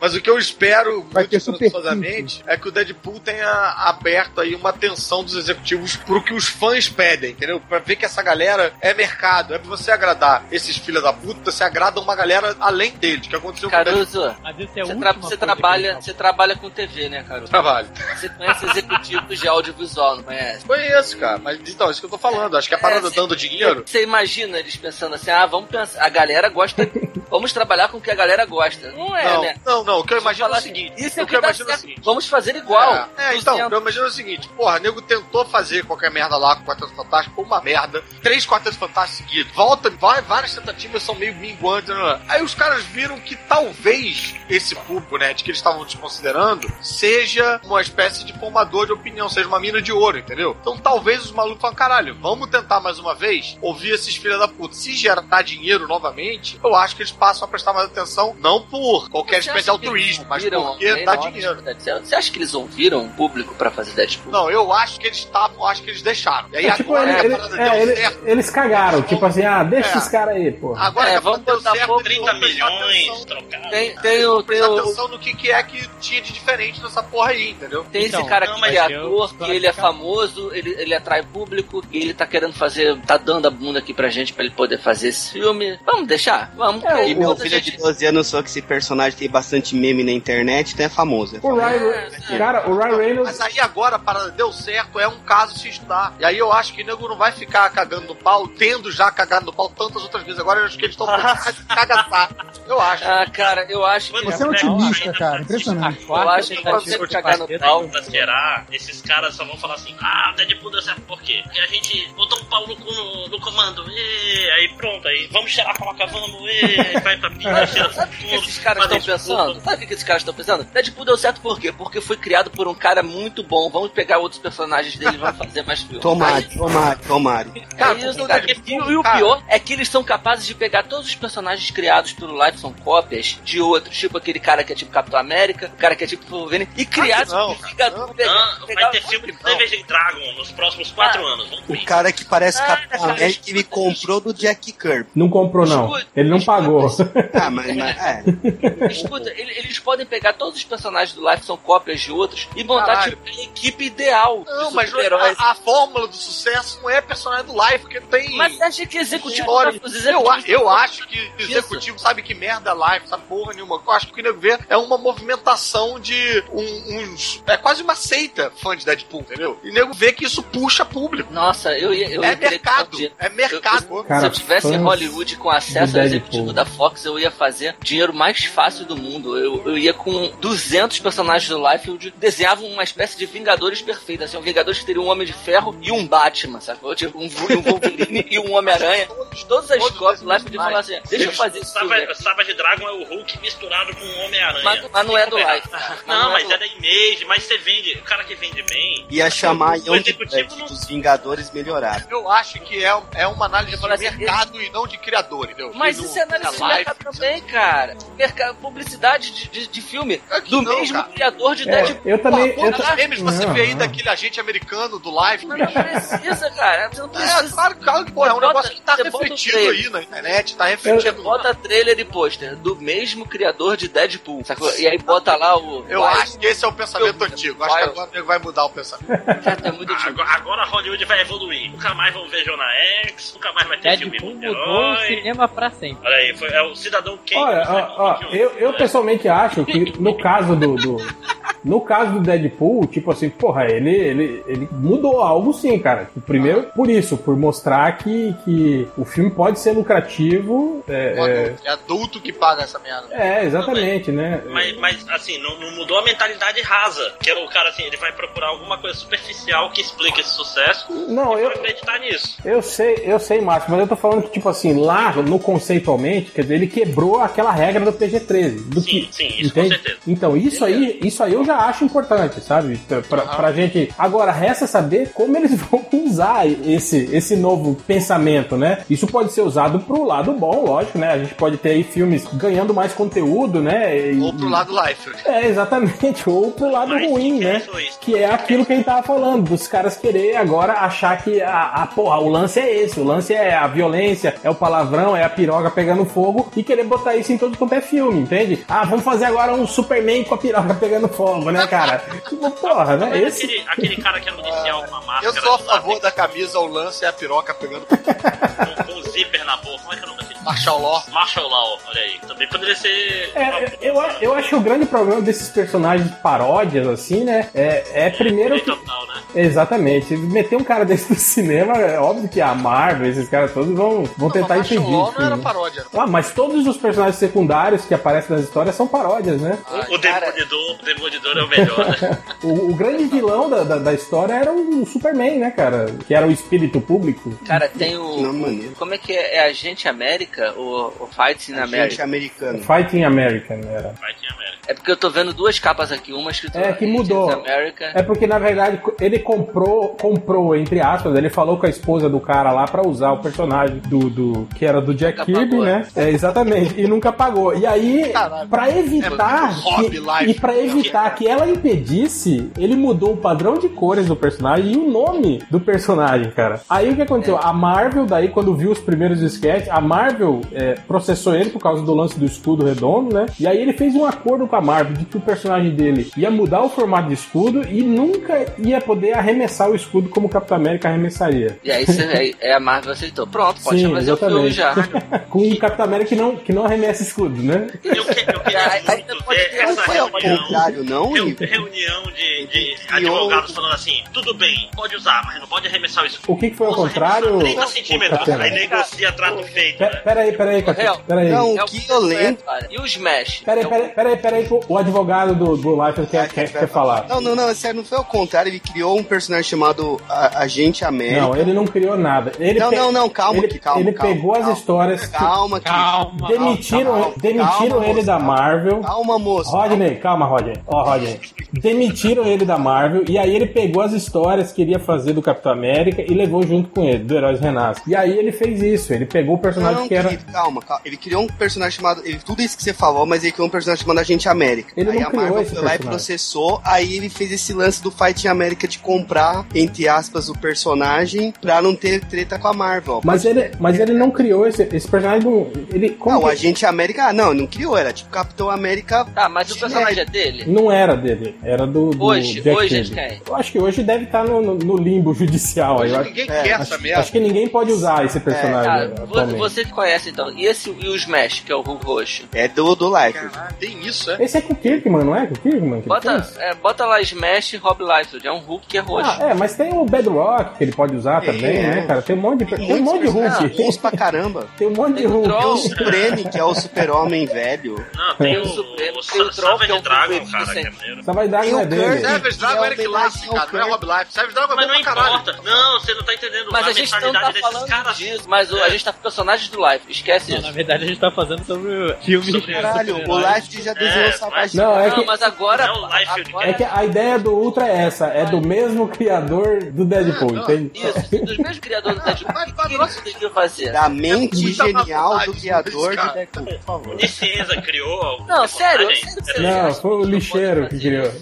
Mas o que eu espero
Vai
muito
ter super
esperançosamente é que o Deadpool tenha aberto aí uma atenção dos executivos pro que os fãs pedem, entendeu? Pra ver que essa galera é mercado, é pra você agradar esses filha da puta, você agrada uma galera além deles, que aconteceu com o Deadpool
Caruso,
Mas isso é
você,
o
tra- você trabalha, você trabalha com TV, né, Caruso?
no trabalho.
Você conhece executivos de audiovisual, não conhece?
Conheço, cara, mas então, isso que eu tô falando, acho que a parada
É, sim.
dando dinheiro.
Você imagina eles pensando assim, ah, vamos pensar, a galera gosta, vamos trabalhar com o que a galera gosta. Não é,
não,
né?
não, não, o que eu imagino é
Falar
o seguinte.
assim, isso é
o
o
que eu
que dá
imagino é o
certo,
seguinte.
vamos fazer igual.
É, é, então,
Dizendo,
eu imagino o seguinte, porra, nego tentou fazer qualquer merda lá com Quarteto Fantástico, foi uma merda. Três Quartetos Fantásticos seguidos, volta, vai, várias tentativas são meio minguantes. né, né. Aí os caras viram que talvez esse público, né, de que eles estavam desconsiderando, seja uma espécie de formador de opinião, seja uma mina de ouro, entendeu? Então talvez os malucos falam, caralho, vamos tentar mais uma vez ouvir esses filhos da puta. Se gerar dinheiro novamente, eu acho que eles passam a prestar mais atenção, não por qualquer
você
espécie de
acha que um eles
altruísmo, mas
ouviram
porque
alguém
dá
na hora de
dinheiro.
botar de céu? Você acha que eles ouviram o público pra fazer Deadpool?
Não, eu acho que eles estavam, acho que eles deixaram. E aí
É, tipo,
agora
ele-
que
ele-
a parada
é,
deu
ele-
certo.
eles cagaram, tipo assim, ah, deixa
É.
esses caras aí, pô.
Agora
É,
que a
vamos
parada deu
botar
certo,
pouco,
eles
30
vão prestar
milhões,
atenção-
trocado.
Tem, tem o, tem
Prestar
o,
atenção no que, que é que tinha de diferente nessa porra aí, entendeu?
Tem
Então,
esse cara
não,
que
mas
é
eu-
ator, que
claro
ele é
que-
famoso, ele, ele atrai público, e ele tá querendo fazer, tá dando a bunda aqui pra gente pra ele poder fazer esse filme. Vamos deixar? Vamos.
É,
porque
o-
Meu
muita
filho de
gente-
12 anos só que esse personagem tem bastante meme na internet, então é famoso. É
O
famoso.
Ryan, cara, o Ryan Reynolds
Mas aí agora a parada deu certo, é um caso se estudar. E aí eu acho que o nego não vai ficar cagando no pau, tendo já cagado no pau tantas outras vezes. Agora eu acho que eles estão cagaçar. Eu acho.
Ah, cara, eu acho que.
Você é um otimista, cara, impressionante.
Eu acho que vai sempre cagar no pau.
Pra gerar, esses caras só vão falar assim: Ah, o Deadpool deu certo, por quê? Porque a gente botou o pau no, cu- no comando, e aí pronto, aí vamos cheirar pra lá, vamos, e aí vai pra pinta, cheira
Sabe o que
tudo,
esses caras
manda
estão
um
pensando?
soco.
Sabe o que esses caras estão pensando? Deadpool deu certo por quê? Porque foi criado por um cara muito bom. Vamos pegar outros personagens dele e vamos fazer mais filmes.
Tomara, tomara, tomara.
Cara,
Aí
isso,
o
cara,
Deadpool,
e o- e o
cara-
pior é que eles são capazes de pegar todos os personagens criados pelo Live são cópias de outros, tipo aquele cara que é tipo Capitão América, o cara que é tipo Wolverine, e criar
que não,
tipo Vingador, pegar-
Não, vai
pegar
ter
um
filme
monte
do
de- não.
David Dragon nos próximos 4 anos. Vamos ver.
O cara que parece
Ah,
Capitão
cara,
América que me
escuta,
comprou do Jack Kirby.
não comprou, não.
Escuta,
Ele não
escuta,
pagou.
Ah, mas, mas é.
Escuta, ele- eles podem pegar todos os personagens do Live são cópias de outros e montar
Caralho.
tipo a equipe ideal
Não, é assim.
de
mas
super-heróis.
a, a fórmula do sucesso não é personagem do live, porque tem.
Mas você acha que executivo
Olha,
os
eu, a-
executivos-
eu acho que executivo sabe que merda é live, sabe porra nenhuma. Eu acho que o que o nego vê é uma movimentação de um- uns. É quase uma seita fã de Deadpool, entendeu? E o nego vê que isso puxa público.
Nossa, eu ia. Eu
é
ia querer
mercado.
tanto dinheiro.
É mercado.
Cara, um-
Se eu tivesse em
fãs
Hollywood com acesso
do
ao
Deadpool.
executivo da Fox, eu ia fazer dinheiro mais fácil do mundo. Eu, eu ia com 200 personagens do Life, desenhava uma espécie de Vingadores perfeita. Assim, um Vingadores que teria um Homem de Ferro e um Batman, sacou? Tipo, um, um Wolverine e um Homem-Aranha. Todas as cópias do Life falar assim: deixa eu fazer isso.
Savage,
né?
Savage Dragon é o Hulk misturado com o Homem-Aranha.
Mas, mas não é do Life. cara.
Não,
é
mas
do
é da Image, mas você vende. O cara que vende bem.
Ia chamar
O
Young
executivo
Blood
não-
dos Vingadores melhorados.
Eu acho que é, é uma análise de
Mas-
mercado e não de criador, entendeu?
Mas
Que
isso
no-
é análise de
na live,
mercado também, cara. Mercado, publicidade de, de, de filme
É que
do
não,
mesmo
cara.
criador de
É,
Deadpool.
eu também.
Pô,
Eu
quantos
ta-
memes você
Não,
vê aí
não.
daquele agente americano do live?
Mas não precisa, cara. Você não precisa.
É, claro, claro que pô, é um
Bota-
negócio que tá
você bota
refletido
o trailer.
aí na internet, tá refletido.
Bota trailer e pôster do mesmo criador de Deadpool, sacou? E aí bota lá o.
Eu
Vai,
acho que esse é o pensamento antigo. Acho que
Vai.
agora o nego vai mudar o pensamento.
cara, tá muito antigo.
Agora, agora Hollywood vai evoluir. Nunca mais vão ver Jonah X, nunca mais vai ter filme
Deadpool
com
mudou o
herói.
cinema pra sempre.
Olha aí, foi, é o cidadão Kane.
Olha, ó, ó, eu, eu
né?
pessoalmente acho que no caso do, do- No caso do Deadpool, tipo assim, porra, ele, ele, ele mudou algo sim, cara. O Primeiro,
Ah.
por isso, por mostrar que, que o filme pode ser lucrativo.
É
É,
adulto, é adulto que paga essa merda.
é, é, exatamente, né?
Mas, mas, assim, não, não mudou a mentalidade rasa. Que é o cara, assim, ele vai procurar alguma coisa superficial que explique esse sucesso
Não,
e
eu,
vai acreditar nisso.
Eu sei, eu sei, Márcio, mas eu tô falando que, tipo assim, lá no conceitualmente, quer dizer, ele quebrou aquela regra do PG-13. Do
Sim,
que,
sim, isso com certeza.
Então, isso aí, isso aí eu já acho importante, sabe? Pra, pra, pra gente. Agora, resta saber como eles vão usar esse, esse novo pensamento, né? Isso pode ser usado pro lado bom, lógico, né? A gente pode ter aí filmes ganhando mais conteúdo, né? E-
Ou pro lado life.
é, exatamente. Ou pro lado ruim, né? Que é aquilo que a gente tava falando, dos caras querer agora achar que a, a porra, o lance é esse, o lance é a violência, é o palavrão, é a piroga pegando fogo e querer botar isso em todo quanto é filme, entende? Ah, vamos fazer agora um Superman com a piroga pegando fogo, né, cara? Tipo, porra, né?
Tá, Mas
Esse.
aquele, aquele cara que é policial com a
Eu
máscara,
sou a favor da camisa, o lance é a piroca pegando
com, com um zíper na boca, como é que é o nome daquele?
Marshall Law.
Marshall Law, olha aí. Também poderia ser.
É, eu, a- eu acho que o grande problema desses personagens paródias, assim, né? É, é primeiro que,
Total, né?
Exatamente. Meter um cara desse no cinema, é óbvio que a Marvel, esses caras todos vão, vão tentar impedir.
Marshall Law
isso,
não era
né?
paródia.
Ah, mas todos os personagens secundários que aparecem nas histórias são paródias, né?
Ah,
O, o Demolidor, o Demolidor é o melhor, né?
O, o grande vilão da, da, da história era o Superman, né, cara? Que era o espírito público.
Cara, tem
Não,
o.
mano.
Como é que é? É Agente América ou, ou Fighting
é Gente
América?
americano.
Fighting American era.
Vai ter América.
É porque eu tô vendo duas capas aqui, uma escrita
É, que mudou.
América.
É porque, na verdade, ele comprou, comprou, entre aspas, ele falou com a esposa do cara lá pra usar o personagem do, do que era do Jack
Nunca
Kirby,
pagou.
né? É, exatamente. E nunca pagou. E aí,
Caralho.
pra evitar.
É muito hobby
que-
life.
e pra evitar que ela impedisse, ele mudou o padrão de cores do personagem e o nome do personagem, cara. Aí o que aconteceu?
É.
A Marvel, daí, quando viu os primeiros sketches, a Marvel é, processou ele por causa do lance do escudo redondo, né? E aí ele fez um acordo com a Marvel de que o personagem dele ia mudar o formato de escudo e nunca ia poder arremessar o escudo como o Capitão América arremessaria.
E aí, você, aí- aí a Marvel aceitou. Pronto, pode
Sim,
fazer o filme
exatamente.
já.
Com o Capitão América que não, que não arremessa escudo, né?
Eu, que, eu queria
Aí- aí
muito
pode
ter
ter-
essa
Foi ao
reunião.
contrário, não,
Reu-
Ivo?
reunião de, de advogados falando assim: tudo bem, pode usar, mas não pode arremessar o escudo.
O que, que foi ao
Nossa,
contrário?
arremessar 30 centímetros,
Capitão
aí
América?
negocia trato feito.
Pe- Peraí, peraí, Capitão. Peraí.
Não,
É o-
que eu lembro.
Cara, E É o Smash?
Peraí,
Eu-
Então-
peraí, peraí, peraí, que o- o advogado do, do Life
Ah,
quer, quer, quer falar.
Não, não, não, sério, não foi ao contrário. Ele criou um personagem chamado A- Agente América.
Não, ele não criou nada. Ele
tá- Não,
pe-
não, não, calma
ele,
aqui, calma,
Ele
calma,
pegou
calma.
as histórias. que-
Calma, calma,
demitiram
calma,
demitiram
calma,
ele
moço,
da
calma.
Marvel.
calma, moço.
Rodney, calma, Rodney. Ó, Rodney. Demitiram ele da Marvel e aí ele pegou as histórias que ele ia fazer do Capitão América e levou junto com ele, do Heróis Renasce. E aí ele fez isso, ele pegou o personagem
Não,
que era.
querido, calma, calma. Ele criou um personagem chamado. Ele, tudo isso que você falou, mas ele criou um personagem chamado Agente América.
Ele
aí
não
a
criou
Marvel
esse
foi lá e
personagem.
processou. Aí ele fez esse lance do Fighting América de comprar, entre aspas, o personagem pra não ter treta com a Marvel.
Mas ele, mas ele não criou esse, esse personagem. não- Ele, como
Não, o
que-
Agente América. Ah, não, não criou, era tipo Capitão América.
Tá, mas o personagem é dele?
Não era dele, era do. do
Hoje-
Jack
hoje é de
Kirby.
quem?
Eu acho que hoje deve estar no, no- no limbo judicial. aí. Eu acho,
Ninguém quer essa merda.
acho que ninguém pode usar esse personagem.
Tá, vo-
atualmente.
você que conhece então. E esse e o Smash, que é o Hulk roxo?
É do, do Life.
Ah, tem isso, é?
Esse é com o Kirkman, não é? Com o Kirkman? que ele
Bota,
fez?
é, bota lá Smash e Rob Liefeld. É um Hulk que é roxo.
Ah, é, mas tem o Bedrock que ele pode usar também,
é.
né, cara? Tem um monte de, per- tem um monte de Hulk.
Uns pra caramba.
Tem um monte de
Tem o
Hulk.
Tem o
Troll.
Supreme, que é o super-homem velho.
Não, tem
Tem
o,
o Supremo,
o
tem o
Sa-
Troll, que é
Savage
um
Dragon,
Wolverine
cara, que é
decente.
maneiro.
Essa vai dar
Tem
não é
o Kirby.
dele.
Savage Dragon
É,
era que
tem
lasse,
mais
cara, não é
Hulk.
Rob Life. Savage Dragon é
Mas
bom
não
pra caralho.
importa. Não, você não tá entendendo.
Mas a gente não
mentalidade
tá
desses
falando
caras.
disso. Mas o- a gente tá com personagens do Life. Esquece
Não,
isso.
na verdade a gente tá fazendo sobre o filme.
Caralho, o Life já desenhou
É,
o Savage.
Não, é
Não,
que,
mas agora.
Não, o Liefeld,
agora-
é que a ideia do Ultra é essa. É do mesmo criador do Deadpool, entende?
é Isso, um dos mesmos criadores do Deadpool,
Mas,
o
é
que,
mas
que eles
nossa-
conseguiram fazer?
Da mente
muita
genial
maldade
do
isso,
criador
cara.
de Deadpool, por favor.
De cinza criou. algum
Não, sério,
personagem? É,
sério,
Você
sério.
Não, foi o lixeiro que criou.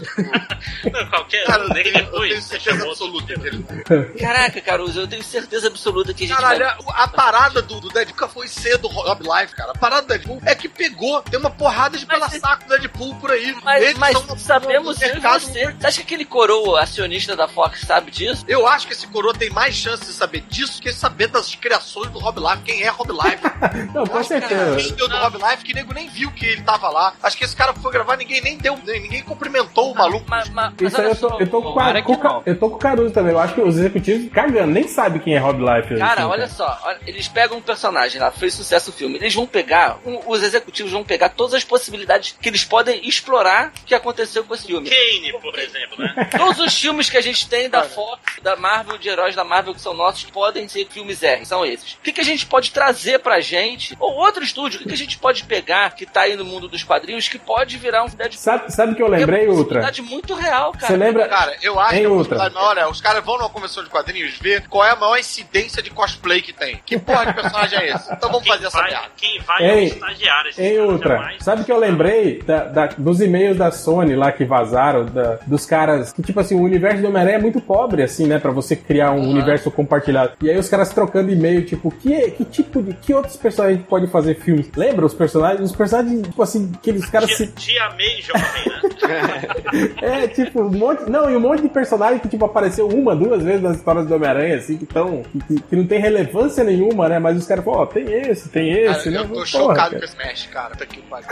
Não, é qualquer. um,
Cara, eu
nem
tenho, eu tenho
depois. Você
certeza
chamou outro.
absoluta que ele-
Caraca, Caruso, eu tenho certeza absoluta que a gente vai
Caralho, a, a parada do, do Deadpool nunca foi foi ser do Rob Life, cara. A parada do Deadpool é que pegou. Tem uma porrada de pela saco do Deadpool por aí.
é- Mas,
Eles
mas
são uma-
sabemos
do
eu e
mercado-
você. Você acha que aquele coroa acionista da Fox sabe disso?
Eu acho que esse coroa tem mais chance de saber disso que saber das criações do Rob Life. Quem é Rob Life?
Não, com
é
certeza.
Quem deu do Rob Life que nego nem viu que ele tava lá. Acho que esse cara foi gravar, ninguém nem deu, nem- ninguém cumprimentou o maluco.
Mas, mas, mas
Isso aí
olha
eu tô,
só,
eu tô, com, a,
tomara
com
que
o Ca-
não.
eu tô com o Caruso também. Eu acho que os executivos cagando, nem sabem quem é Rob Life. hoje, assim,
Cara, olha só, olha, eles pegam um personagem lá, fez sucesso o filme, eles vão pegar, um- os executivos vão pegar todas as possibilidades que eles podem explorar que aconteceu com esse filme.
Kane, por exemplo, né?
Todos os filmes que a gente tem da Fox, da Marvel, de heróis da Marvel que são nossos, podem ser filmes R, são esses. O que, que a gente pode trazer pra gente? Ou outro estúdio, o que, que a gente pode pegar que tá aí no mundo dos quadrinhos que pode virar um Deadpool?
Sabe, sabe que eu lembrei,
é uma
Ultra?
possibilidade muito real, cara.
Você lembra?
Cara, eu acho
Em
que
outra.
mas olha, os caras vão numa convenção de quadrinhos ver qual é a maior incidência de cosplay que tem. Que porra de personagem é esse? Então vamos
Quem
fazer essa
vai,
piada.
quem vai é o
Ei,
estagiário. esses
Ei,
caras
outra.
jamais-
Sabe que eu lembrei da- da- dos e-mails da Sony lá que vazaram, da- dos caras que, tipo assim, o universo do Homem-Aranha é muito pobre, assim, né? Pra você criar um universo compartilhado. E aí os caras trocando e-mail, tipo, que, que tipo de. Que outros personagens podem fazer filmes? Lembra os personagens? Os personagens, tipo assim, que os caras
Tia,
se.
tia May jovem, né?
É, tipo, um monte. Não, e um monte de personagem que, tipo, apareceu uma, duas vezes nas histórias do Homem-Aranha, assim, que, tão, que, que não tem relevância nenhuma, né? Mas os caras falam, ó, tem esse, tem
Cara,
esse, né?
eu tô
Porra,
chocado
cara.
com esse Smash, cara. Tá que pariu.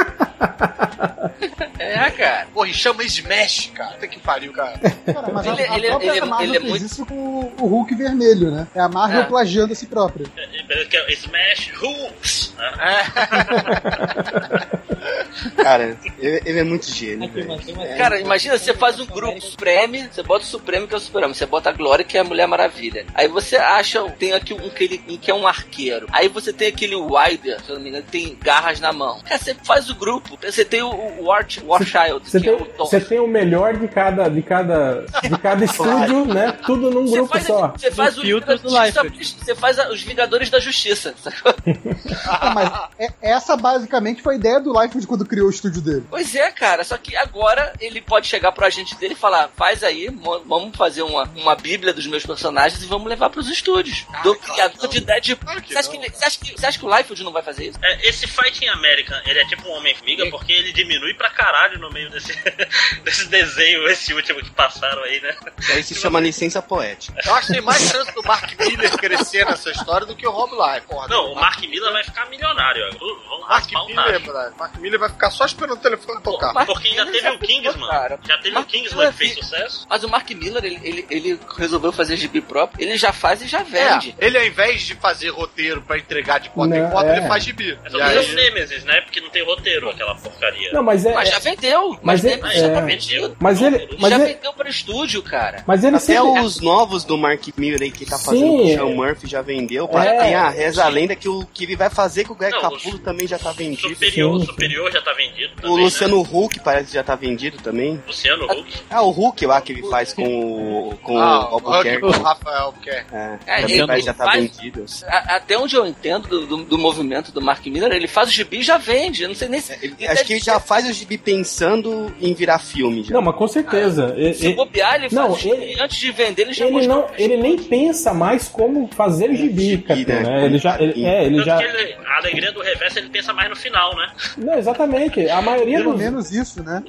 É, cara.
Porra, e chama Smash, cara. Tá que pariu, cara.
Cara, mas
Ele-
a, a
ele-
própria
ele é-
Marvel
ele é
fez
muito-
isso com o o Hulk vermelho, né? É a Marvel
É.
plagiando a si própria.
Beleza, que é Smash Hulks. né?
Cara, ele, ele é muito gênio, velho.
É,
Cara,
então.
imagina, você faz um grupo Supreme, você bota o Supremo que é o Supremo, você bota a Glória que é a Mulher Maravilha. Aí você acha, tem aqui um que, ele- um que é um arqueiro. Aí você tem aquele Wider, se eu não me engano, que tem garras na mão. Cara, você faz o grupo. Você tem o, o War, Warchild,
Você
que é
tem,
o Tom.
você tem o melhor de cada, de cada, de cada estúdio, né? Tudo num
Você
grupo
faz,
só.
você faz
Do
o
filtro do
Vingadores-
Liefeld.
você faz a- os Vingadores da Justiça. sacou?
Ah, mas é- essa basicamente foi a ideia do Life quando criou o estúdio dele.
Pois é, cara. Só que agora ele pode chegar pro agente dele e falar: faz aí, mo- vamos fazer uma, uma bíblia dos meus personagens e vamos levar pros estúdios.
Ah,
do criador de Deadpool.
Claro que
você, acha
não,
que, ele- você, acha que, você acha que o Liefeld não vai fazer isso?
É, Esse Fighting American, ele é tipo um Homem-Formiga, porque ele diminui pra caralho no meio desse, desse desenho, esse último que passaram aí, né?
Isso aí se chama licença poética.
Eu acho que tem mais chance do Mark Miller crescer nessa história do que o Rob Life, porra.
Não, o Mark Miller vai ficar milionário. ó. Uh, Vamos
Mark
raspar o
Miller,
tacho.
brother. Mark Miller vai ficar só esperando o telefone tocar.
Mark
Porque já
Miller
teve o
ficou,
Kingsman.
cara.
Já teve o
Mark
Kingsman
Miller
que fez
fi-
sucesso.
Mas o Mark Miller, ele, ele, ele resolveu fazer gibi próprio, ele já faz e já vende.
É, ele ao invés de fazer roteiro pra entregar de ponta
Não,
em ponta,
é.
ele faz gibi.
É
E
sobre os
aí,
Nemesis, né? Porque não tem roteiro aquela porcaria. Ah,
Não, mas é.
Mas já vendeu. Mas,
Mas é-
ele já
é.
tá vendido.
Mas
então.
ele.
Ele
Mas é-
já
ele,
vendeu para estúdio, cara.
mas ele
Até
sempre-
os novos do Mark Miller que tá fazendo
Sim,
com o
é.
Sean Murphy já vendeu. Pra...
É.
Tem a reza a lenda que o que ele vai fazer com o Greg
Não,
Capullo
o-
também já tá
O
vendido.
superior,
sim.
o superior já tá vendido.
O
também,
Luciano Huck parece que já tá vendido também.
Né? Luciano Huck.
É o Hulk lá que ele faz com o, com
ah, o
o
Hulk
Albuquerque.
do Rafael Kerr.
É,
É,
também
ele
parece que já tá
faz-
vendido.
A- até onde eu entendo do, do- do movimento do Mark Miller, ele faz o gibi e já vende. Eu não sei nem se.
É, Ele- acho que ele já faz o gibi pensando em virar filme. Já.
Não, mas com certeza. E-
Se
e-
bobear, ele faz
Não,
o gibi
ele-
e antes de vender, ele já
ele,
mostrou.
não, ele nem pensa mais como fazer gibi,
Gibi,
cara,
né?
né? Ele já, ele, é, ele
Tanto
já.
que ele- a alegria do reverso ele pensa mais no final, né?
Não, exatamente. A maioria
Pelo
dos.
menos isso, né?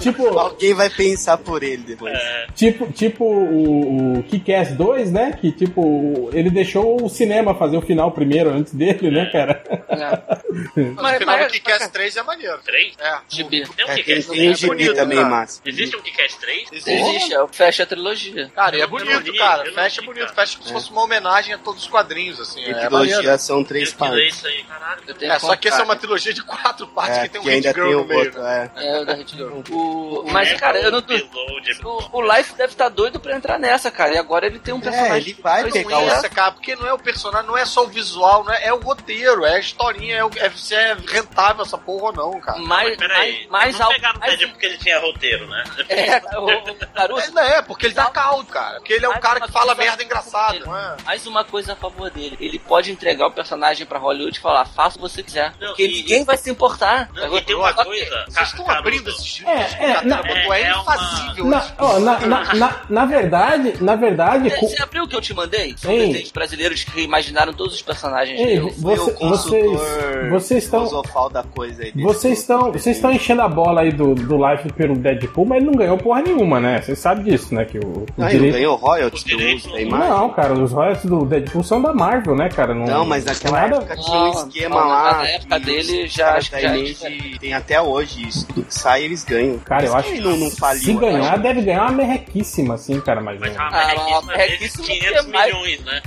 Tipo,
Alguém vai pensar por ele depois.
É,
tipo, tipo o, o Kick-Ass 2, né? Que, tipo, o- ele deixou o cinema fazer o final primeiro antes dele, né, cara?
É.
Mas o
Mas-
final
mas-
do Kick-Ass 3 é maneiro.
Três.
É.
Gibi.
Tem um
É,
que
tem,
quer
tem o gibi também,
cara.
Márcio.
Existe um que quer três?
Existe, é, fecha a trilogia.
Cara, e é
Eu não
bonito,
li,
cara.
eu não
Fecha
li,
bonito.
cara.
Fecha como se fosse uma homenagem a todos os quadrinhos, assim.
E
É, maneiro.
trilogia são três
Eu que leio
partes.
isso aí, caralho.
Eu tenho
É, só que essa é uma
vontade.
trilogia de quatro partes
É,
que tem um
que ainda
Hit
tem
Girl no
o
meio.
outro.
né?
É.
É, o da Hit Girl. O- Mas, cara, eu não tô.
É um Reload.
O, o Life deve estar doido pra entrar nessa, cara. E agora ele tem um personagem.
É,
um
ele vai
dois
pegar
Não
meses.
é, isso, cara, porque não é o personagem, não é só o visual, não é, é o roteiro, é a historinha, é, o, é se é rentável essa porra ou não, cara.
mais,
Peraí,
mais, mais
não
alto.
pegaram o
mais- um-
Ted porque ele tinha roteiro, né?
É, o, o Caruso,
tá Mas não é, porque ele dá caldo, cara. Porque ele é um cara que fala merda engraçada. não é?
mais uma coisa a favor dele. Ele pode entregar o personagem pra Hollywood e falar, faça o que você quiser.
Não,
porque
e-
ninguém
e-
vai se importar.
Não, e tem uma coisa.
Vocês estão
Ca-
abrindo
Caruso,
esses filmes?
É, é, na,
Pô, é,
é uma-
infacível.
na, ó,
é
na, na, na, na verdade, na verdade,
É, Você
co-
você abriu o que eu te mandei? São
Ei.
desenhos brasileiros que reimaginaram todos os personagens
Ei,
deles.
Foi
você-
o consultor
vocês- vocês estão-
filosofal da coisa aí. desse
vocês estão,
grupo.
vocês estão enchendo a bola aí do, do life pelo Deadpool, mas ele não ganhou porra nenhuma, né? Você sabe disso, né? Que o, o
Ah, ele
direito-
ganhou royalties
Os
do
direitos
uso
não-
da imagem?
Não, cara, os royalties do Deadpool são da Marvel, né, cara? Não,
Não, mas naquela
nada-
época tinha um
Não,
esquema
não,
lá.
na época
que
dele,
os
já-
caras
acho que
da
já-
Image tem até hoje isso. Tudo que sai eles ganham.
Cara, eu
Por
acho
isso
que
ele não, não faliu. né?
se
eu
ganhar,
acho.
deve ganhar uma merrequíssima, assim, cara, mas...
Mas
não.
a
Ah,
Merrequíssima
mas
vezes
isso não
500
tem mais.
milhões, né?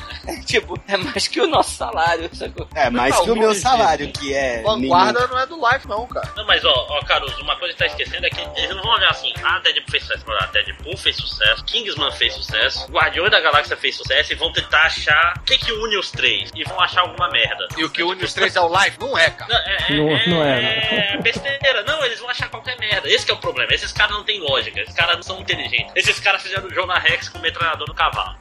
tipo, é mais que o nosso salário. sacou?
É, mais que o meu
Talvez,
salário, que
um
é.
Vanguarda não é do Life, não, cara.
Não, mas ó, ó, Caruso, uma coisa que tá esquecendo é que eles não vão olhar assim, ah, Deadpool fez sucesso, mas, ah, Deadpool fez sucesso, Kingsman fez sucesso, Guardiões da Galáxia fez sucesso e vão tentar achar o que que une os três e vão achar alguma merda.
E o que une os três é o Life? Não é, cara.
Não, é, é,
Não-
é-
não é,
é besteira. Não, eles vão achar qualquer merda. Esse que é o problema. Esses caras não têm lógica. Esses caras não são inteligentes. Esses caras fizeram o Jonah Rex com metralhador no cavalo.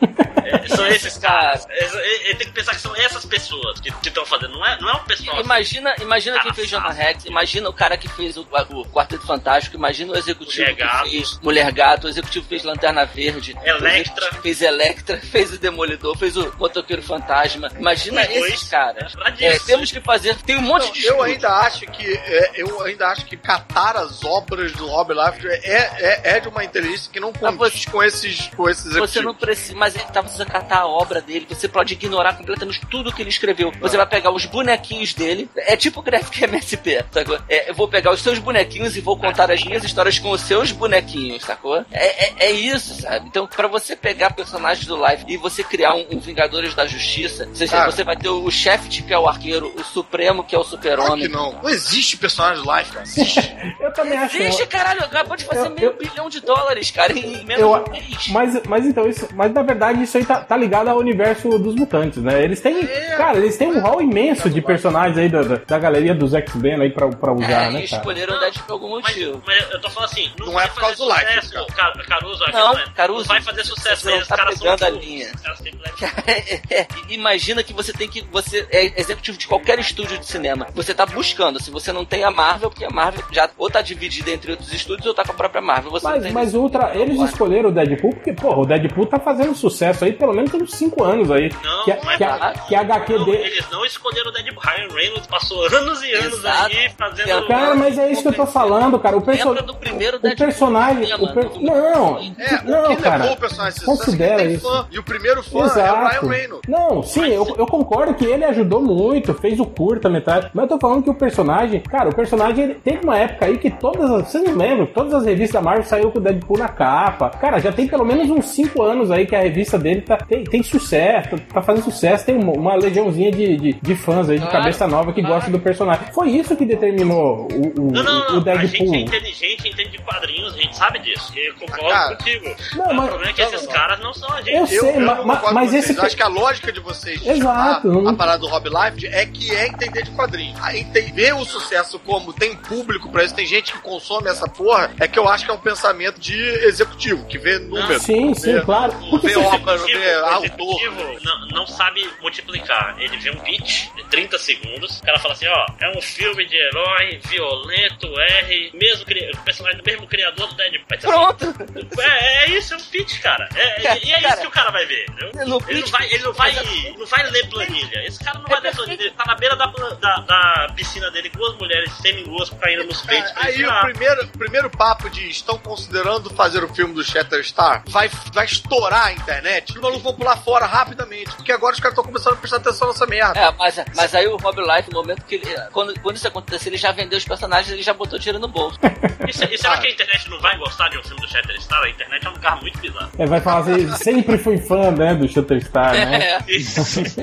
É, são esses caras. Eles- e- e Tem que pensar que são essas pessoas que estão fazendo. Não é, não é um pessoal. assim.
Imagina, imagina quem
Ah,
fez
fácil.
Jonah Rex, imagina o cara que fez o, o Quarteto Fantástico, imagina o executivo
Mulher Gato.
que fez Mulher Gato, o executivo fez Lanterna Verde, o
Electra.
executivo fez Electra, fez o Demolidor, fez o Motoqueiro Fantasma. Imagina
Os dois,
esses caras.
né? Pra
É,
disso.
temos que fazer, tem um monte
Não,
de
eu
estudo.
ainda acho que é, eu ainda acho que catar as obras do Rob Liefeld é, é, é de uma inteligência que não
Ah,
condiz com esses com esses
Você não
executivos.
precisa, mas ele tá precisando catar a obra dele. Você pode ignorar completamente tudo que ele
Tá.
escreveu. Você vai pegar os bonequinhos dele. É tipo o Graphic MSP, sacou? É, eu vou pegar os seus bonequinhos e vou contar as minhas histórias com os seus bonequinhos, sacou? É, é, é isso, sabe? Então, pra você pegar personagens do Life e você criar um, um Vingadores da Justiça, você,
Cara.
você vai ter o chefe, que é o arqueiro, o Supremo, que é o
Claro que
Super-Homem.
então.
não. Não existe personagem do Life, cara. Existe.
Eu também acho...
Deixa, caralho, acabou de fazer
Eu-
meio
eu-
bilhão de dólares, cara, em menos
Eu-
de um mês.
Mas, mas então, isso, mas na verdade isso aí tá, tá ligado ao universo dos mutantes, né? Eles têm.
É.
Cara, eles têm um hall imenso de personagens aí da, da, da galeria dos X-Men aí pra, pra usar,
É,
né,
e
cara?
escolheram o Deadpool por algum
Mas,
motivo.
mas eu tô falando assim, não,
Não
vai
é por causa
fazer
do like,
sucesso, Ca- Caruso, a
Não,
questão é,
Caruso,
vai fazer sucesso,
você não
eles
tá
caras são
pegando a
burros,
linha.
os caras sempre levam-
Imagina que você tem que. Você é executivo de qualquer estúdio de cinema. Você tá buscando. Se você não tem a Marvel, porque a Marvel já ou tá dividida entre outros estúdios ou tá com a própria Marvel. Você não
Mas,
tem
mas Ultra, eles escolheram o Deadpool porque, porra, o Deadpool tá fazendo sucesso aí pelo menos uns 5 anos aí.
Não,
que, a-
não é
que, a,
verdade.
que a HQ
Não,
dele.
eles não escolheram o Deadpool. Ryan Reynolds passou anos e anos
Exato.
aí fazendo.
Cara, mas é isso que eu tô falando, cara. O, perso...
Lembra do primeiro
o
Deadpool
personagem.
cinema,
O per...
do-
Não,
É, o
não,
que levou
cara.
o personagem a esse sucesso é que
Considera
ele tem
isso.
fã. E o primeiro fã é o
Exato.
Ryan Reynolds.
Não, sim, eu, eu concordo que ele ajudou muito, fez o curta-metragem, mas eu tô falando que o personagem, cara, o personagem ele- teve uma época aí que todas as, vocês não lembram, todas as revistas da Marvel saiu com o Deadpool na capa. Cara, já tem pelo menos uns 5 anos aí que a revista dele tá, tem, tem sucesso, tá fazendo sucesso, tem uma, uma legiãozinha de, de, de fãs aí, de
Claro,
cabeça nova que
claro.
gosta do personagem. Foi isso que determinou o, o,
Não, não,
o
não. A gente
Deadpool.
é inteligente, entende de quadrinhos, a gente sabe disso. Eu concordo
Ah, cara.
contigo.
Não,
o
mas- tá
problema é que esses caras não são a gente.
Eu sei,
eu
ma-
não
ma-
concordo
mas
com
esse.
vocês. Eu acho que a lógica de vocês de
Exato,
chamar
não-
a parada do Rob Life é que é entender de quadrinho. A entender o sucesso como tem público pra isso, tem gente que consome essa porra, é que eu acho que é um pensamento de executivo, que vê número.
Sim, sim,
vê-
claro. Porque
Vê
se-
obra,
O
vê autor.
executivo não, não sabe multiplicar. Ele vê um pitch de 30 segundos, o cara fala assim, ó, é um filme de herói, violento, R, mesmo cri- personagem do mesmo criador do Deadpool. Aí você fala,
Pronto!
É, é isso, é um pitch, cara. É, é- e é
Cara,
isso que o cara vai ver, entendeu?
no
ele,
pitch-
não vai, ele não vai, não vai ler planilha. Esse cara não
É
vai ler planilha. Ele tá na beira da, pla- da, da piscina dele, com duas mulheres semi-nuas caindo nos peitos.
Cara, É, aí
Ele,
o
ah,
primeiro, primeiro papo de estão considerando fazer o filme do Shatterstar vai, vai estourar a internet. Os malucos vão pular fora rapidamente, porque agora os caras estão começando a prestar atenção nessa merda.
É, mas, mas aí o Rob Life, no momento que ele, quando, quando isso acontecer, ele já vendeu os personagens, ele já botou dinheiro no bolso.
e, se- e será que a internet não vai gostar de um filme do Shatterstar? A internet é um lugar muito bizarro.
É, vai falar assim, sempre fui fã, né, do Shutterstar, né?
É.
Desde,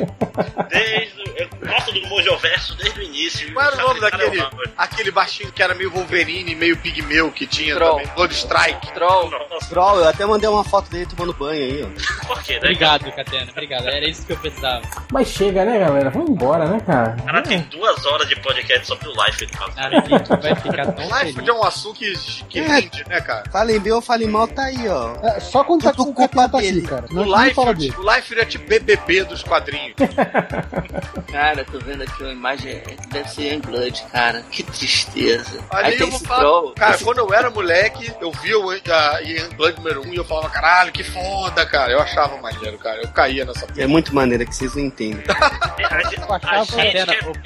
eu, gosta do Mojoverso desde o início.
Qual era o
Cara,
nome
cara é
daquele,
uma-
aquele baixinho que era meio Wolverine, meio pigmeu que tinha
Troll.
também? Blood Strike.
Troll.
Troll, eu até mandei uma foto dele tomando banho aí, ó.
Obrigado, Catena. Obrigado. Era isso que eu precisava.
Mas chega, né, galera? Vamos embora, né, cara?
Cara, tem duas horas de podcast só pro Life.
Ah,
Cara,
vai ficar
tão Life é um assunto que, que rende, né, cara?
Falei bem ou falei mal, tá aí, ó.
É, só quando tá com o Catena tá aqui, cara. Não,
o
não fala
Life,
dele.
o Life é tipo BBB dos quadrinhos.
Cara, tô vendo aqui uma imagem. Deve ser Young Blood, cara. Que tristeza.
Aí,
Aí
eu
tem
vou
esse
falar.
troll.
Cara,
esse-
quando eu era moleque, eu via o a Youngblood número 1 e eu falava, caralho, que foda, cara. Eu achava maneiro, cara. Eu caía nessa
É muito maneiro que vocês não entendem.
A gente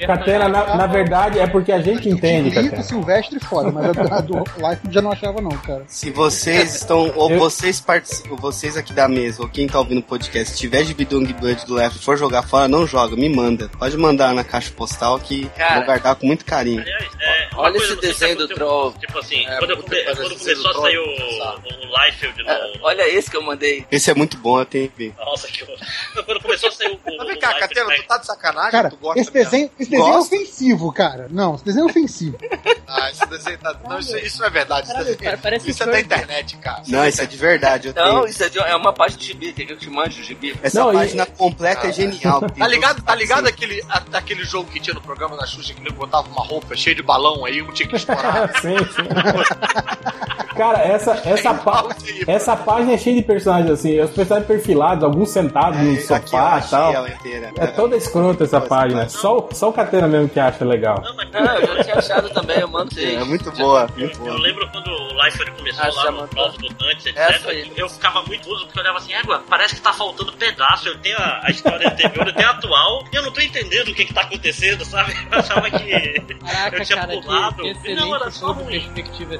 Catena, na, na verdade, é porque a gente entende,
Grito
Catena.
Silvestre foda, mas a, a do Life já não achava, não, cara.
Se vocês estão, ou vocês participam, vocês aqui da mesa, ou quem tá ouvindo o podcast, se tiver de Bidung Blood do Left, for jogar fora, não joga, me manda. Pode mandar na caixa postal que
Cara.
vou guardar com muito carinho.
é,
Olha esse desenho do É troll.
Tipo assim, quando, eu come- quando
assim
começou a sair o, o Life de novo.
Ah, Olha esse que eu mandei.
Esse é muito bom, eu tenho que ver.
Nossa, que horror. Quando começou a sair o. o vem cá,
Catena, tu tá de sacanagem?
Cara,
tu gosta
esse desenho, esse desenho é
Gosta?
ofensivo, cara. Não, esse desenho é ofensivo.
Ah, esse desenho tá... Não, isso, isso não é verdade. Isso, é- isso é da internet, cara.
Não, isso é de verdade, eu
Não,
tenho.
isso é, de- é uma parte de gibi. Quer que eu te mande o gibi?
Essa
Não, e-
página completa é genial.
Tá ligado, tá ligado aquele, a- aquele jogo que tinha no programa da Xuxa que ele botava uma roupa cheia de balão aí, um tinha que estourar?
sim, sim. Cara, essa, essa, pá- essa página é cheia de personagens assim. Os personagens perfilados, alguns sentados
É,
no
Aqui eu
sofá e
achei
tal.
ela tá. inteira.
É toda escrota essa página. Só, o- só o Catena mesmo que acha legal.
tá
Ah, eu já tinha achado também, eu mandei.
É muito boa, muito
Eu
boa.
lembro quando o Life começou
Ah, já
lá no
mandou.
Novos Mutantes, etc.
Essa aí.
Eu ficava muito uso porque eu olhava assim, água, parece que tá faltando pedaço. Eu tenho a, a história anterior, eu tenho a atual, e eu não tô entendendo o que que tá acontecendo, sabe? Eu achava que eu
Caraca,
tinha
cara,
pulado.
que
E não, era
excelente
só um
jogo de
ruim.
perspectiva.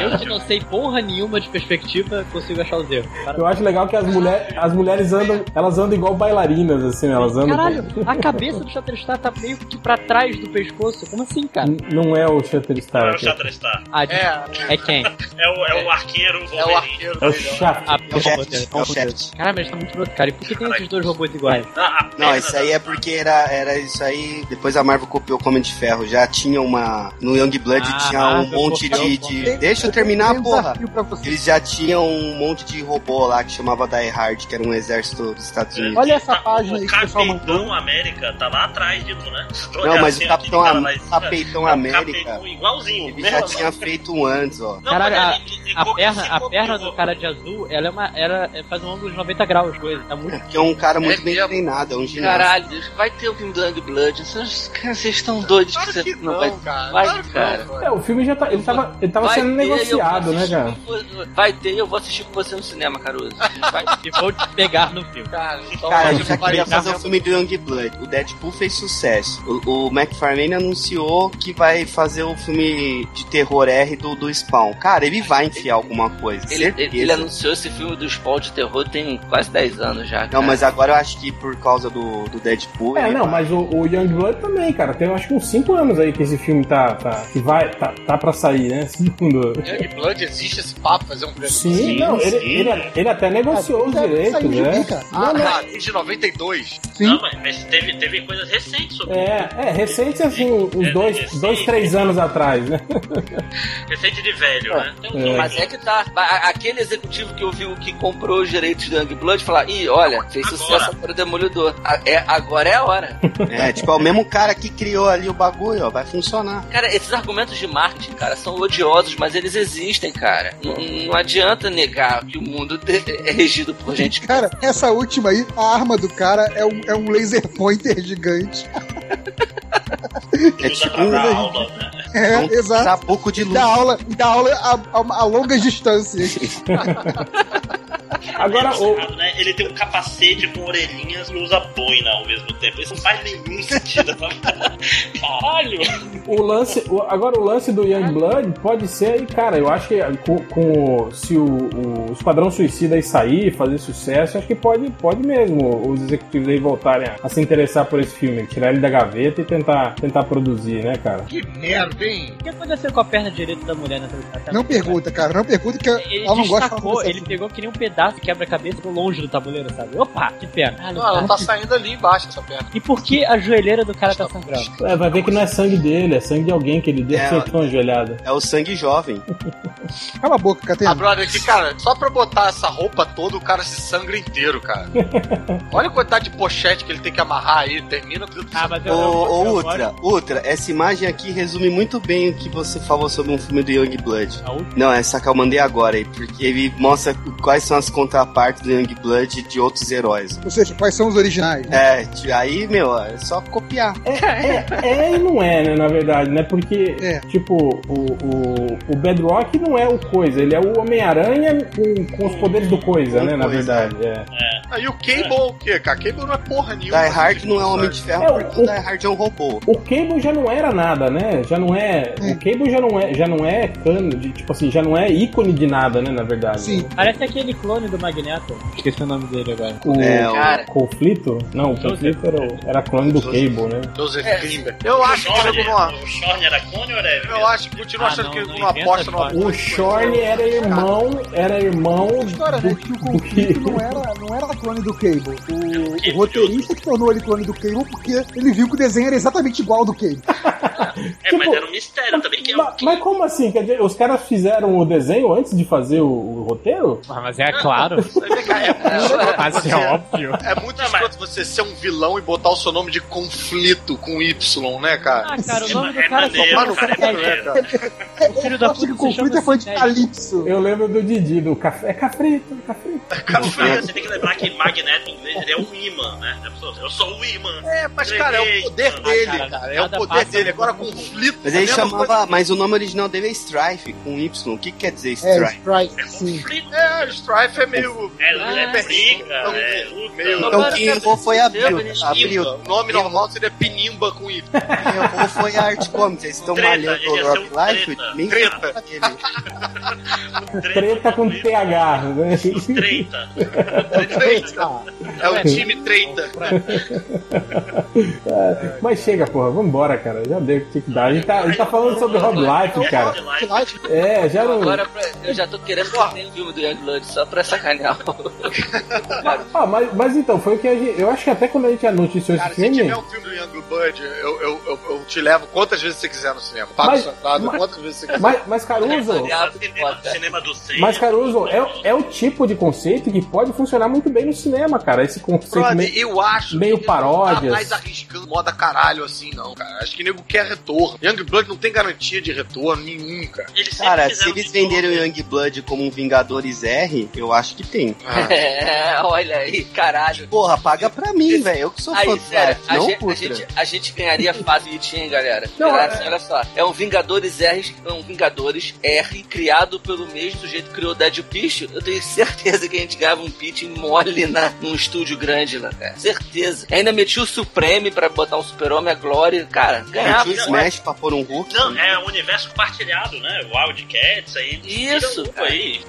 Eu que não sei porra nenhuma de perspectiva, consigo achar os erros.
Eu acho legal que as, mulher, as mulheres andam, elas andam igual bailarinas, assim, elas andam.
Caralho, a cabeça do Shatterstar tá meio que pra trás do pescoço. Como assim, cara?
N- Não é o Shutter
Tá,
Não
Star.
é o Shatterstar.
Ah, de- é. quem?
É o, é o arqueiro
É o
Wolverine.
arqueiro.
É o
dele, ó.
Shaft.
Ah, pelo amor de Deus,
É o
pelo amor de Deus.
chefe.
Cara, mas tá muito louco, cara. E por que tem esses dois robôs iguais?
Ah, a
Não,
perna
isso aí é porque era, era isso aí. Depois a Marvel copiou o Homem de Ferro. Já tinha uma. No Young Blood
Ah,
tinha um
Marvel
monte
copiou
de,
o
de-
Homem.
Deixa eu terminar,
Tem um
porra.
desafio pra você.
Eles já tinham um monte de robô lá que chamava Die Hard, que era um exército dos Estados Unidos.
Olha essa
Tá,
página aí
o
que o pessoal mandou.
Capitão América tá lá atrás disso, né?
Não, mas o Capitão,
América.
Am Capitão América,
igualzinho.
ele
é mesmo, assim,
já tinha feito um antes, ó.
Não,
Caralho,
mas ele- ele
A
copiou-
perna,
se
a perna
copiou.
do cara de azul, ela é uma. Ela é- faz um ângulo de 90 graus, coisa. Tá muito.
Que é um cara muito
É
bem
mesmo.
treinado, é um ginasta.
Caralho, vai ter o filme do Young Blood. Vocês, cara, vocês estão doidos
Claro
que
que
você não,
não,
vai.
cara.
Vai,
Claro que
cara.
não,
É, o filme já tá. Ele tava, ele tava
Vai
sendo
ter, eu vou
negociado, né,
assistir
cara?
com vo- Vai ter, eu vou assistir com você no cinema, Caruso. Vai,
E vou te pegar no filme.
cara, então
Cara, a
vai-
gente já queria
Tá
fazer o filme do Young Blood. O Deadpool fez sucesso. O, o McFarlane anunciou que vai fazer o filme de terror R do, do Spawn. Cara, ele vai enfiar alguma coisa.
ele, ele-
certeza.
ele anunciou esse filme do Spawn de terror tem quase 10 anos já.
Não,
cara.
mas agora eu acho que por causa do, do Deadpool.
É,
ele
não,
vai-
mas o, o Young Blood também, cara. Tem eu acho que uns 5 anos aí que esse filme tá. tá que vai. tá, tá pra sair, né? Segundo.
É, Youngblood existe esse papo, fazer um programa.
Sim, não, ele, ele, ele até negociou os
É, Ele deve sair
direitos,
de
né?
mim, cara.
Ah, tá, desde 92.
Sim.
Não, mas- mas teve, teve coisas recentes sobre
É, é, recente assim, uns
É,
dois,
recente.
dois, três anos atrás, né?
Recente de velho, né? Tem um
É.
Mas é que tá. a- Aquele executivo que ouviu que comprou os direitos do Young Blood falar: ih, olha, fez
Agora.
sucesso para o Demolidor. A- é, agora é a hora.
É, tipo, é o mesmo cara que criou ali o bagulho, ó. Vai funcionar.
Cara, esses argumentos de marketing, cara, são odiosos, mas eles existem, cara. Não, não adianta negar que o mundo te- é regido por gente.
Cara, essa última aí, a arma do cara é um, é um laser pointer gigante.
É
usa
tipo
pra
um,
dar
é
aula, né?
É,
um
exato.
sabuco de
E
luz.
dá aula, e dá aula a, a- a longas distâncias.
Agora,
É
o,
engraçado, né? Ele tem um capacete com orelhinhas e usa boina ao mesmo tempo. Isso não faz nenhum sentido. Caralho!
o lance. o- agora, o lance do Young Blood pode ser aí, cara, eu acho que com, com o- se o, o Esquadrão Suicida aí sair, fazer sucesso, acho que pode, pode mesmo os executivos aí voltarem a, a se interessar por esse filme, tirar ele da gaveta e tentar, tentar produzir, né, cara?
Que merda, hein?
O que aconteceu com a perna direita da mulher nessa nessa-
Não pergunta, cara. Não pergunta que eu,
Ele
ela não gosta de falar
destacou,
assim.
dessa-
ele pegou que nem um
pedaço de quebra-cabeça longe do tabuleiro, sabe? Opa, que pena. Ah,
Não, ela tá saindo ali embaixo, essa perna.
E por que a joelheira do cara tá sangrando?
É, vai ver que não é sangue dele, é sangue de alguém que ele deu é, uma joelhada.
É o sangue jovem.
Cala a boca,
Ah,
Catena.
brother, que, cara, só pra botar essa roupa toda, o cara se sangra inteiro, cara. Olha a quantidade de pochete que ele tem que amarrar aí, termina tudo. Ah, mas
Ô, ô Ultra, Ultra, essa imagem aqui resume muito bem o que você falou sobre um filme do Youngblood. Não, essa que eu mandei agora aí, porque ele mostra quais são as contrapartes do Youngblood de outros heróis.
Ou seja, quais são os originais?
É, t- aí, meu, é só copiar.
É, é e não é, né, na verdade, né? Porque, tipo, o, o, o Bedrock não é o Coisa, ele é o Homem-Aranha com, com os poderes do Coisa, né, na verdade. É.
Aí o Cable é o quê, cara? Cable não é porra nenhuma.
Die Hard não é um homem de ferro,
É, o-
porque o Die Hard é um robô.
O Cable já não era nada, né? Já não é. O Cable já não é, já não é cano, de, tipo assim, já não é ícone de nada, né, na verdade. Sim.
Parece aquele clone do Magneto. Esqueci o nome dele agora.
O,
É, o-
o conflito? Não, o conflito era, o- era clone do Cable, né?
é
Joseph Klimber. É, Eu acho que o nego não é.
O Shorn era clone ou era Evelyn?
Eu acho que continuo achando que ele não é aposta no
O Shorn era irmão, era irmão
Cara, né, que o conflito não era, não era clone do Cable. O, o roteirista que tornou ele clone do Cable porque ele viu que o desenho era exatamente igual ao do Cable.
É, mas era um mistério também. Que
tipo, Mas, mas como assim? Quer dizer, os caras fizeram o desenho antes de fazer o, o roteiro?
Ah, mas é claro.
Mas é óbvio.
É muito escroto você ser um vilão e botar o seu nome de conflito com Y, né, cara?
Ah, cara, o nome do
É
cara é
maneiro,
Tomar no
cara,
cu,
é
né,
maneiro.
O filho da puta que
assim,
conflito
né?
é fã de Calypso. Eu lembro do Didi, do café. É cafrito, cafrito.
Você tem que lembrar que Magneto em inglês ele é um imã, né? A pessoa, Eu sou o imã.
É, mas, cara, é o poder
Ah,
dele, cara. É o poder dele.
um
Agora conflito.
Mas
é a
ele
mesma
chamava. Mas o nome original dele é Strife, com Y. O que que quer dizer Strife?
Strike, sim.
É, Strife é meio.
É,
Ah,
é
briga,
um
é
meio.
Então quem errou foi a Abril. Abril.
O nome normal seria Pinimba com Y.
Quem errou foi a Art Comics. Eles estão
Treta,
malhando
ele
o
ia
Rock Life. Nem
Treta.
Treta com TH, né?
Treta.
É o time treta.
É, Mas chega, porra, vambora, cara. Já deu o que tinha que dar. A gente tá, a gente tá falando sobre Rob Life, cara. É, já não.
Agora pra- eu já tô querendo que tenha um filme do Youngblood só pra sacanear.
Ah, mas, mas então, foi o que a gente. Eu acho que até quando a gente anunciou esse
Cara, se
filme.
tiver um filme do Young Bud, eu, eu, eu, eu te levo quantas vezes você quiser no cinema. Pago
Mas-
sentado,
mas-
quantas vezes você quiser.
Mas, mas Caruso,
Cinema, cinema do Sei.
mas Caruso, é, é o tipo de conceito que pode funcionar muito bem no cinema, cara. Esse conceito
Brother,
meio,
eu acho
meio
que Não tá
paródias.
mais arriscando moda caralho assim, não, cara. Acho que nego quer retorno. Youngblood não tem garantia de retorno nenhum, cara.
Cara, se eles venderem
né?
o Youngblood como um Vingadores R, eu acho que tem.
Ah.
É, olha aí, caralho.
Porra, paga pra mim, velho. Eu que sou fã
Aí,
do
sério,
Life,
a,
não
gente, a,
Ultra.
gente, a gente ganharia fácil de hein, galera.
Não,
Galera,
é-
assim, Olha só, é um Vingadores R, é um Vingadores R criado pelo mesmo sujeito que criou Dead Picho. Eu tenho certeza que a gente ganhava um pitch mole na, num estúdio grande lá, cara. Certeza. Ainda metia o Supreme pra botar um Super-Homem, a Glória. Cara, ganhava.
Metia o Smash pra pôr um Hulk.
Não, é um universo compartilhado, né? Wildcats aí.
Isso,
Tira um aí.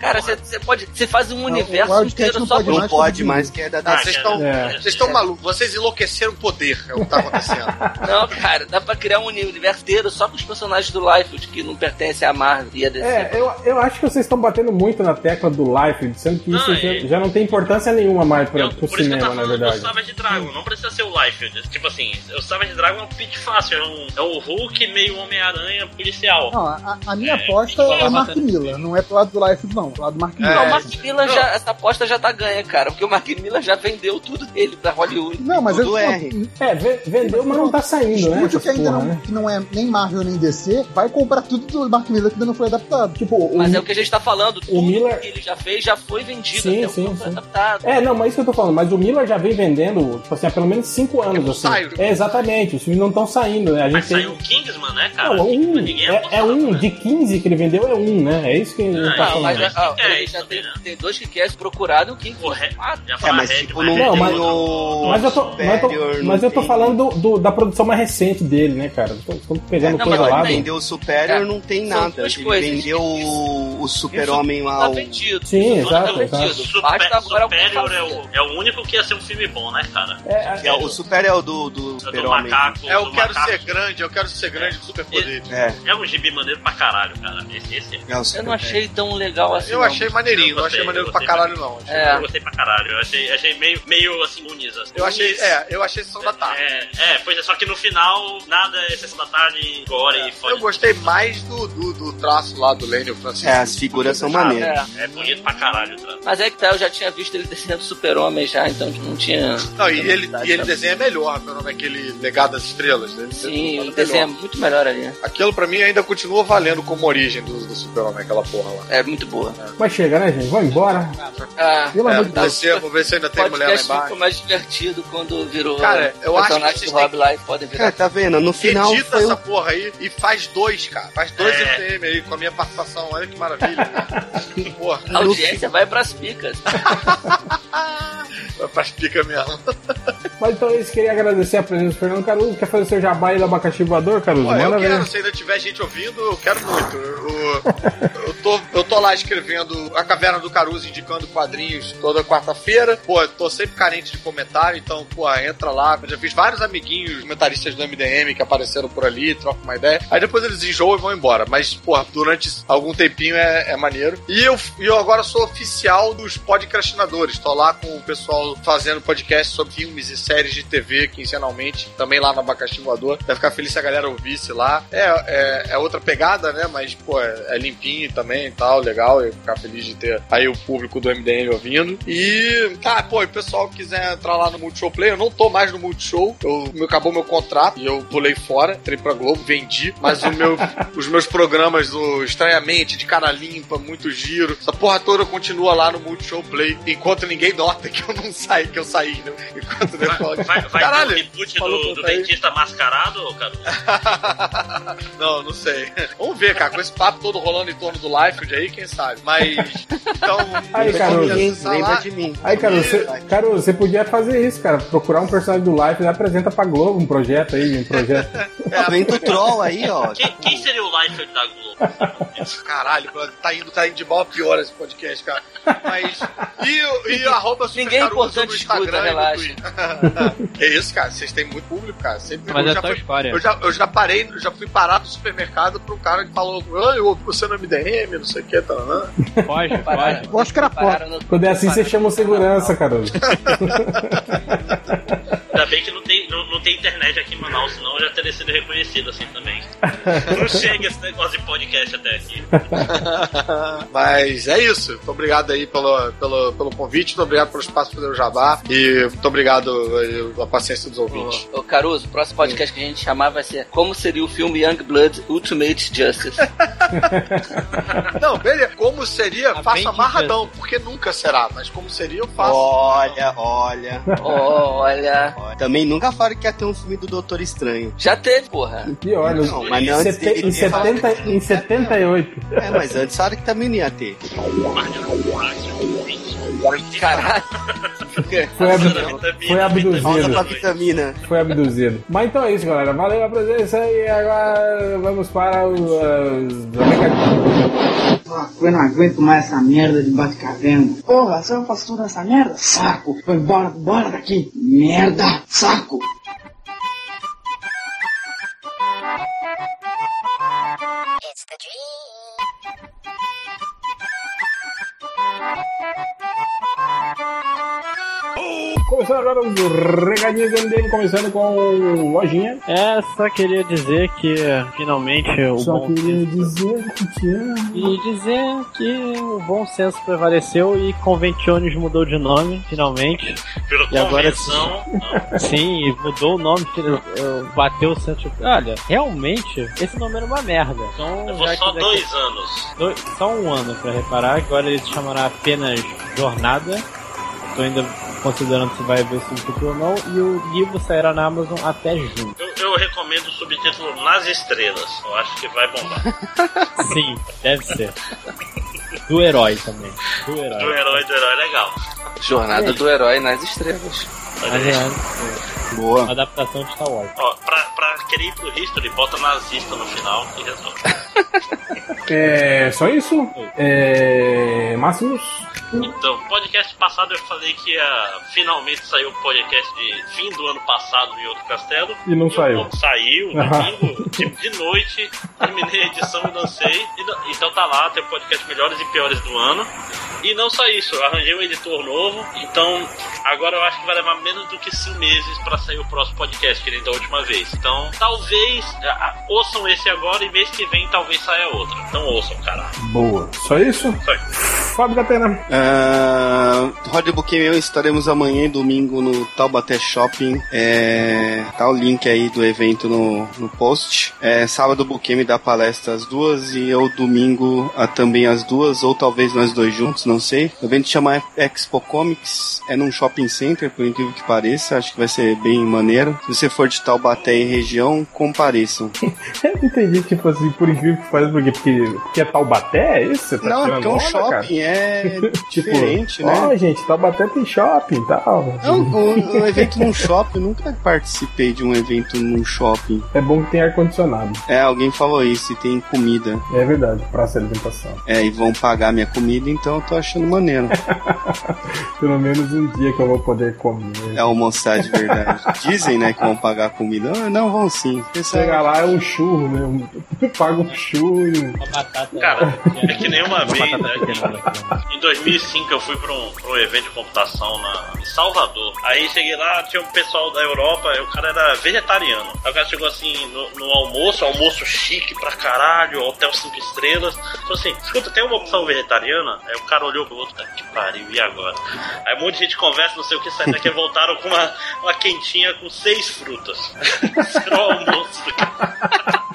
Cara, você pode. Você faz um universo
Wildcats
inteiro
não
só
pode
pro-
mais, pode mais,
que é da
Ah, vocês estão
É.
vocês estão malucos, vocês enlouqueceram o poder, é o que tá acontecendo.
Não, cara, dá pra criar um universo inteiro só com os personagens do Life, que não pertencem a Marvel e a DC.
É, eu, eu acho que vocês estão batendo muito na tecla do Life, sendo que isso
Não,
já,
e-
já não tem importância nenhuma mais pra, pro
Por isso que eu
cinema,
tava
na
falando do
verdade.
Savage Dragon, não precisa ser o Life. Tipo assim, o Savage Dragon é um pitch fácil, é um, é um Hulk meio Homem-Aranha policial.
Não, a, a minha aposta é o Mark Miller, não é pro lado do Life, não, pro lado do
É.
É.
Mark
Não, o
Miller.
Mark Miller já. Essa aposta já tá ganha, cara. Porque o Mark Miller já vendeu tudo dele pra Hollywood.
Não, mas eu- um
É, ve- vendeu, mas não tá saindo, né?
estúdio
essas
que ainda
porra,
não,
né?
que não é nem Marvel nem DC vai comprar tudo do Mark Miller que ainda não foi adaptado.
Tipo,
Mas é o que a gente tá falando. Tudo
Miller-
que ele já fez já foi vendido.
Sim,
até
sim, sim.
adaptado.
É, não, mas isso que eu tô falando. Mas o Miller já vem vendendo, tipo assim, há pelo menos 5 anos, assim.
saio.
É, exatamente. Os filmes não estão saindo, né? A gente tem...
Saiu o Kingsman, né, cara?
Não, é um,
Ninguém né?
é, é um de 15 que ele vendeu, é um, né? É isso que ele tá
Não, Ah, então, mas
falando.
ó, ele já tem, tem dois que quer procurado o King.
É, mas, Red, tipo, mas não Red tem mas-
o
Mas eu tô, mas eu
Superior
tô,
não
mas eu tô
tem.
falando do- do- da produção mais recente dele, né, cara? Tô, tô pegando
Não, mas
coisa lá.
ele
do-
vendeu o Superior, não tem
são
nada.
duas
Ele
coisas.
vendeu o o, o super-homem lá.
Tá
o-
vendido.
Sim,
Isso tá
exato,
vendido.
exato.
Basta agora alguém
Superior é
fazer.
o, é o único que ia ser um filme bom, né, cara?
É,
É, o super é o do, do super-homem.
macaco,
É, eu
do
quero
macaco.
ser grande, eu quero ser grande com superpoderes.
É,
É um gibi maneiro pra caralho, cara. Esse, esse.
é o
Eu
super
não achei tão legal assim.
Eu
não.
achei maneirinho, não
gostei,
achei maneiro
eu
pra
gostei
caralho, não. Achei-
É.
Eu gostei pra caralho. Eu achei, achei meio, meio assim, unis. Assim.
Eu achei,
Unis.
é, eu achei sessão da tarde.
É, é, pois é, só que no final, nada é sessão da tarde, gore e foda.
É, Eu gostei mais do, do, do traço lá do Lênio Francisco.
É, as figuras são maneiras.
É bonito pra caralho, tá?
Mas é que tá, eu já tinha visto ele desenhando super-homem já, então não tinha.
Não, e ele,
Verdade,
e ele
tá?
desenha melhor, meu nome é aquele Legado das Estrelas. Né? Ele
Sim,
fala
o desenho é
melhor.
muito melhor ali.
Aquilo pra mim ainda continua valendo como origem do, do Super-Homem, aquela porra lá.
É muito boa.
Mas chega, né, gente? Vamos embora.
Ah,
Pelo
É,
amor de
vou,
Deus.
ver se, vou ver se ainda tem
o
mulher lá
podcast ficou
embaixo.
mais divertido quando virou
Cara, eu acho
personagem
que vocês
do Rob lá e podem virar.
É, tá vendo? No final
Edita
foi um- o-
essa porra aí e faz dois, cara. Faz dois
É.
FM aí com a minha participação. Olha que maravilha. cara. porra,
A audiência vai pras picas.
faz pica mesmo.
Mas então eles queriam agradecer a presença do Fernando Caruso. Quer fazer seu jabá aí do abacaxi voador, Caruso?
Pô, eu
Manda ver.
quero, se ainda tiver gente ouvindo, eu quero muito. Eu, eu tô, eu tô lá escrevendo A Caverna do Caruso, indicando quadrinhos toda quarta-feira. Pô, eu tô sempre carente de comentário, então, pô, entra lá. Eu já fiz vários amiguinhos comentaristas do MDM que apareceram por ali, trocam uma ideia. Aí depois eles enjoam e vão embora. Mas, pô, durante algum tempinho é, é maneiro. E eu, e eu agora sou oficial dos podcastinadores. Tô lá com o pessoal fazendo podcast sobre filmes e séries de TV quinzenalmente, também lá no Abacaxi Voador. Vai ficar feliz se a galera ouvisse lá. É, é, é outra pegada, né? Mas, pô, é, é limpinho também e tal, legal. Eu ficar feliz de ter aí o público do MDM ouvindo. E, tá, pô, e o pessoal que quiser entrar lá no Multishow Play, eu não tô mais no Multishow. Eu, meu- acabou meu contrato e eu pulei fora, entrei pra Globo, vendi. Mas o meu, os meus programas, o Estranhamente, De Cara Limpa, Muito Giro, essa porra toda continua lá no Multishow Play. Enquanto ninguém nota que eu não saí, que eu saí, né? Enquanto o pessoal-
Vai, vai, vai
Caralho,
ter o reboot
falou
do,
que
do
eu saí.
dentista mascarado, cara?
não, não sei. Vamos ver, cara. Com esse papo todo rolando em torno do Life aí, quem sabe? Mas. Então.
Aí,
só
Caruso.
me
Ninguém
acessar
lembra
lá.
de mim.
Aí, Caruso, você, Caruso, você podia fazer isso, cara. Procurar um personagem do Life e apresenta pra Globo um projeto aí, um projeto.
Tá vendo o troll aí, ó.
Quem, quem seria o Liefeld da Globo?
Caralho, brother, tá indo, tá indo de mal a pior esse podcast, cara. Mas. E, e arroba super
Ninguém é
Caruso
importante
no
escuta,
Instagram e no
relaxa.
Twitter. é isso, cara. Vocês têm muito público, cara. Sempre
Mas
eu
é
já
só
fui-
história.
Eu já, eu já parei, eu já fui parar no supermercado pra um cara que falou, ah, eu ouvi você no MDM, não sei o que, tá, né?
Foge,
Pararam-
foge.
Gosto que era
pararam no-
Quando é assim, você
pararam-
chama o segurança, Caruso.
Ainda bem que não tem, não, não tem internet aqui em Manaus, senão eu já teria sido reconhecido assim também. Não chega esse negócio de podcast até aqui.
Mas é isso. Muito obrigado aí pelo, pelo, pelo convite, muito obrigado pelo espaço pelo jabá e muito obrigado eh, pela paciência dos ouvintes.
Ô, ô, Caruso, o próximo podcast que a gente chamar vai ser Como seria o filme Young Blood Ultimate Justice?
Não, beleza. Como
Tá
seria,
bem
faço
que
amarradão, porque nunca será, mas como seria, eu faço.
Olha, olha,
Olha.
olha. Também nunca falaram que ia ter um filme do Doutor Estranho.
Já teve, porra.
Pior, né?
Não, mas
Em
antes
sete-
dele
em,
ter-
70, em 78.
É, mas antes falaram que também não ia ter.
Caralho.
Foi, ab-
Vitamina,
foi
Falta pra
abduzido.
vitamina.
Foi abduzido. Mas então é isso, galera. Valeu a presença e agora vamos para os. os- Ah,
Eu não aguento mais essa merda de bate-caverna. Porra, se eu faço tudo nessa merda, saco. Vou embora, bora daqui. Merda, saco.
Começando agora os recadinhos do MDM, começando com Lojinha.
É, só queria dizer que finalmente o
Só
bom
queria dizer que te amo.
E dizer que o bom senso prevaleceu e Conventiones mudou de nome, finalmente.
Pelo
E agora-
convenção,
Sim, e mudou o nome, que eu- eu- bateu o centro. Olha, realmente, esse nome era uma merda. Então, já
levou
que
só
daqui-
dois anos.
dois- só um ano pra reparar, agora ele se chamará apenas Jornada. Tô ainda considerando se vai ver se futuro ou não. E o livro sairá na Amazon até junho.
Eu, eu recomendo o subtítulo Nas Estrelas. Eu acho que vai bombar.
Sim, deve ser. Do herói também. Do herói.
Do herói do herói, é legal.
Jornada do Herói nas Estrelas.
Aliás,
Boa.
é adaptação de Star Wars.
Ó, pra, pra querer ir pro history, bota nazista no final e resolve.
É só isso? É. Máximos?
Então, podcast passado eu falei que ah, finalmente saiu o podcast de fim do ano passado em outro castelo.
E não saiu.
Saiu,
Aham.
domingo, tipo, de noite, terminei a edição e lancei. E não- então tá lá, tem o podcast Melhores e Piores do Ano. E não só isso, eu arranjei um editor novo, então agora eu acho que vai levar menos do que cinco meses pra sair o próximo podcast, que nem da última vez. Então, talvez ah, ah, ouçam esse agora e mês que vem talvez saia outro. Então ouçam, caralho.
Boa. Só isso?
Só
Fábio da Pena.
Ah, Roda Buquem eu estaremos amanhã e domingo no Taubaté Shopping. É, tá o link aí do evento no, no post. É, sábado o Buquem dá palestra às duas e eu domingo ah, também às duas, ou talvez nós dois juntos, não sei. O evento chama Expo Comics, é num shopping center, por incrível que pareça. Acho que vai ser bem maneiro. Se você for de Taubaté e região, compareçam.
Eu não entendi, tipo assim, por incrível que pareça, por quê? Porque, porque é Taubaté, é isso? Você tá
Não, é
tirando
porque é um
onda,
shopping,
cara?
é
tipo,
diferente, né?
Ó, gente, Taubaté tem shopping e tal.
Não, um, um evento num shopping, eu nunca participei de um evento num shopping.
É bom que tem ar-condicionado.
É, alguém falou isso, e tem comida.
É verdade, praça de alimentação.
É, e vão pagar minha comida, então eu tô achando maneiro.
Pelo menos um dia que eu vou poder comer.
É almoçar de verdade. Dizem, né, que vão pagar a comida. Ah, não, vão sim. Essa-
Chega lá, é um churro, né? Um- Paga um churro e um...
Cara, é que nem uma vez, né? que Em 2005 eu fui pra um, pra um evento de computação na, em Salvador. Aí cheguei lá, tinha um pessoal da Europa, e o cara era vegetariano. Aí o cara chegou assim no, no almoço, almoço chique pra caralho, hotel 5 estrelas. Falou assim: escuta, tem uma opção vegetariana? Aí o cara olhou pro outro, tá que pariu, e agora? Aí um monte de gente conversa, não sei o que, sai daqui e voltaram com uma, uma quentinha com seis frutas. Era o almoço do cara.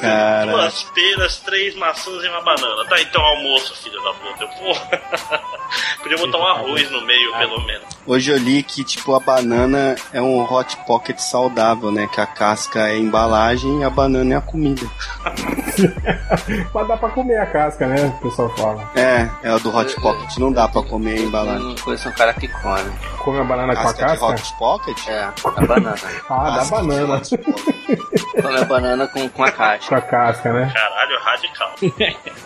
Cara.
Duas peras, três maçãs e uma banana. Tá, então almoço, filho da puta. Eu, Porra. Podia botar um arroz no meio, pelo menos.
Hoje eu li que, tipo, a banana é um hot pocket saudável, né? Que a casca é a embalagem e a banana é a comida.
Mas dá pra comer a casca, né? O pessoal fala.
É, é a do hot pocket. Não dá pra comer a embalagem.
Não conheço um cara que come.
Come a banana com a
de
casca?
hot pocket?
É, a banana.
Ah, dá
Casca de
banana.
Come a banana com, com a caixa.
com a casca, né?
Caralho, radical.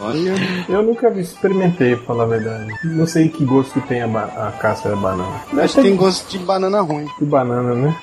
Olha.
Eu nunca experimentei, pra falar a verdade. Não sei que gosto que tem a, ba- a casca da banana.
Mas tem gosto de banana ruim.
De banana, né?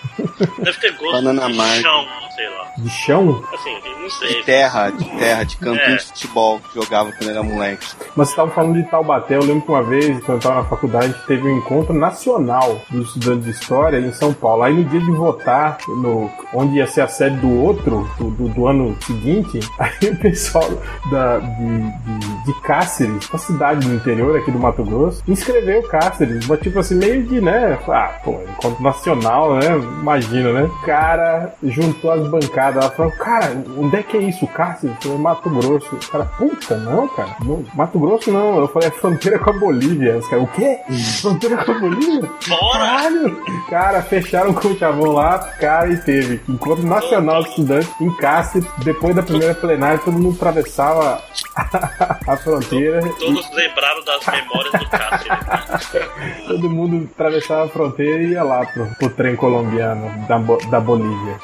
Deve ter gosto
Banana
de
amarga.
chão, sei lá.
De chão?
Assim, eu não sei.
De terra, de terra, de campinho
É.
de futebol que jogava quando era moleque.
Mas você tava falando de Taubaté, eu lembro que uma vez, quando eu tava na faculdade, teve um encontro nacional dos estudantes de história em São Paulo. Aí no dia de votar, no, onde ia ser a sede do outro, do, do- do ano seguinte, aí o pessoal da, de, de, de Cáceres, uma cidade do interior aqui do Mato Grosso, inscreveu Cáceres, mas tipo assim, meio de, né? Ah, pô, encontro nacional, né? Imagina, né? O cara juntou as bancadas lá, falou, cara, onde é que é isso, Cáceres? Eu falei, Mato Grosso. O cara, puta, não, cara. Não, Mato Grosso não. Eu falei, é fronteira com a Bolívia. Os caras, o quê? Fronteira com a Bolívia? Caralho! Cara, fecharam com o chavão lá, cara, e teve. Encontro nacional de estudantes em Cáceres, depois da primeira plenária, todo mundo atravessava a, a fronteira.
Todos lembraram das memórias do Cássio.
Todo mundo atravessava a fronteira e ia lá pro, pro trem colombiano da, Bo- da Bolívia.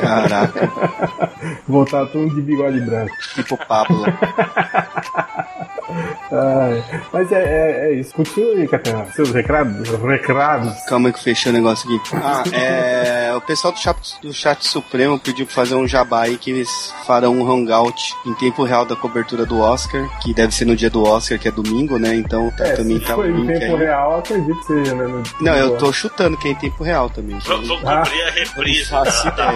Caraca.
Voltava todo mundo de bigode branco.
Tipo Pablo.
Ai, mas é, é- é isso. Continua aí, Catena. Seus recados? Recados.
Calma que eu fechei o negócio aqui. Ah, é. O pessoal do chat, do chat Supremo pediu pra fazer um jabá aí que eles farão um hangout em tempo real da cobertura do Oscar, que deve ser no dia do Oscar, que é domingo, né? Então tá,
É,
também
se
tá o
foi em
link
tempo
aí.
real, acredito que seja, né? no-
Não, eu
no-
tô chutando que é em tempo real também.
Vou, vou cobrir a reprise da, da segunda,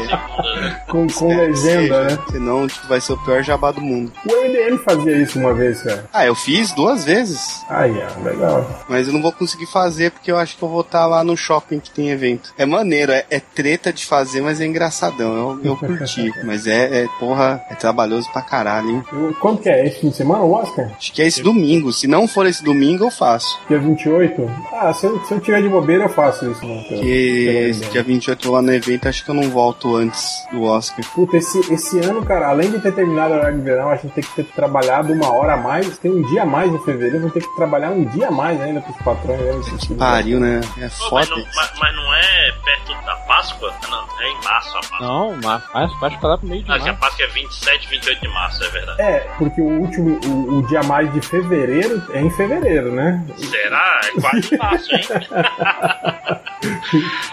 né?
Com, com legenda, né?
Senão tipo, vai ser o pior jabá do mundo.
O MDM fazia isso uma vez, cara.
Ah, eu fiz duas vezes.
Ah, é, legal.
Mas eu não vou conseguir fazer porque eu acho que eu vou estar lá no shopping que tem evento. É maneiro, é, é treta de fazer, mas é engraçadão. Eu, eu curti. mas é, é, porra, é trabalhoso pra caralho, hein?
Quanto que é? Esse fim de semana, o Oscar?
Acho que é esse domingo. Se não for esse domingo, eu faço.
Dia 28? Ah, se eu, se eu tiver de bobeira, eu faço isso, né? mano.
Porque esse dia 28 lá no evento, acho que eu não volto antes do Oscar.
Puta, esse, esse ano, cara, além de ter terminado o horário de verão, a gente tem que ter trabalhado uma hora a mais. Tem um dia a mais em fevereiro, eu vou ter que trabalhar um dia a mais ainda pros patrões. Né, nesse sentido.
Pariu, né? É
Pô,
foda.
mas, não, mas- mas não é perto da Páscoa? Páscoa. Ah, Não, é em março a Páscoa.
Não, mas faz, faz pra lá pro meio de
Ah, que a
março.
Páscoa é 27, 28 de março, é verdade.
É, porque o último, o, o dia mais de fevereiro é em fevereiro, né?
Será? É quase março, hein?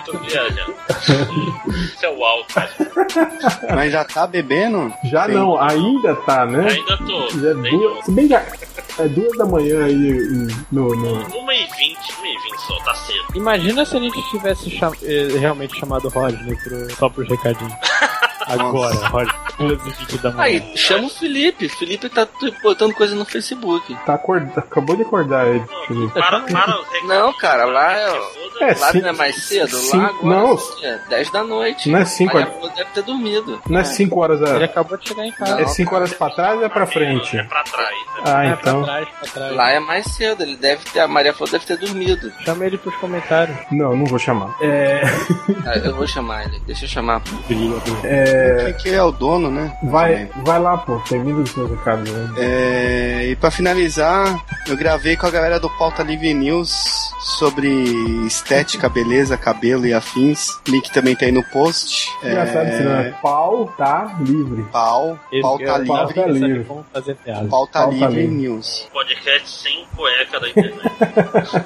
Tô viajando. Isso é o alto.
Mas já tá bebendo?
Já
Sim.
não, ainda tá, né?
Ainda tô.
Já é duas, se bem já é duas da manhã aí em- no. no...
1h20, 1h20 só, tá cedo.
Imagina se a gente tivesse cham- eh, realmente chamado Rodney pro... só pros recadinhos. Agora, Rodney. 2h20 da manhã.
Aí, chama o Felipe. Felipe tá t- botando coisa no Facebook.
Tá acorda... Acabou de acordar ele. Felipe.
Não, cara, lá é.
É,
lá
cinco-
não é mais cedo?
cinco-
lá agora
não.
é 10 da noite.
Não é cinco,
Aí
é-
a pessoa deve ter dormido.
Não é 5 horas a...
Ele acabou de chegar em casa.
É 5 horas pra trás ou é pra frente? É
pra trás.
Ah, então.
Lá é mais cedo, ele deve ter. A Maria falou deve ter dormido.
Chama ele pros comentários.
Não, não vou chamar. É.
Ah, eu vou chamar ele, deixa eu chamar.
É.
Que é o dono, né?
Vai, vai lá, pô, é termina os seus recados. Né?
É, e pra finalizar, eu gravei com a galera do Pauta Livre News sobre estética, beleza, cabelo e afins. Link também tá aí no post.
Engraçado isso, né? Pau tá livre.
Pau, pau
é
tá livre.
Pau tá livre.
Vamos fazer piada.
Pauta
Pauta
Livre
Livre.
News.
Podcast sem cueca da internet.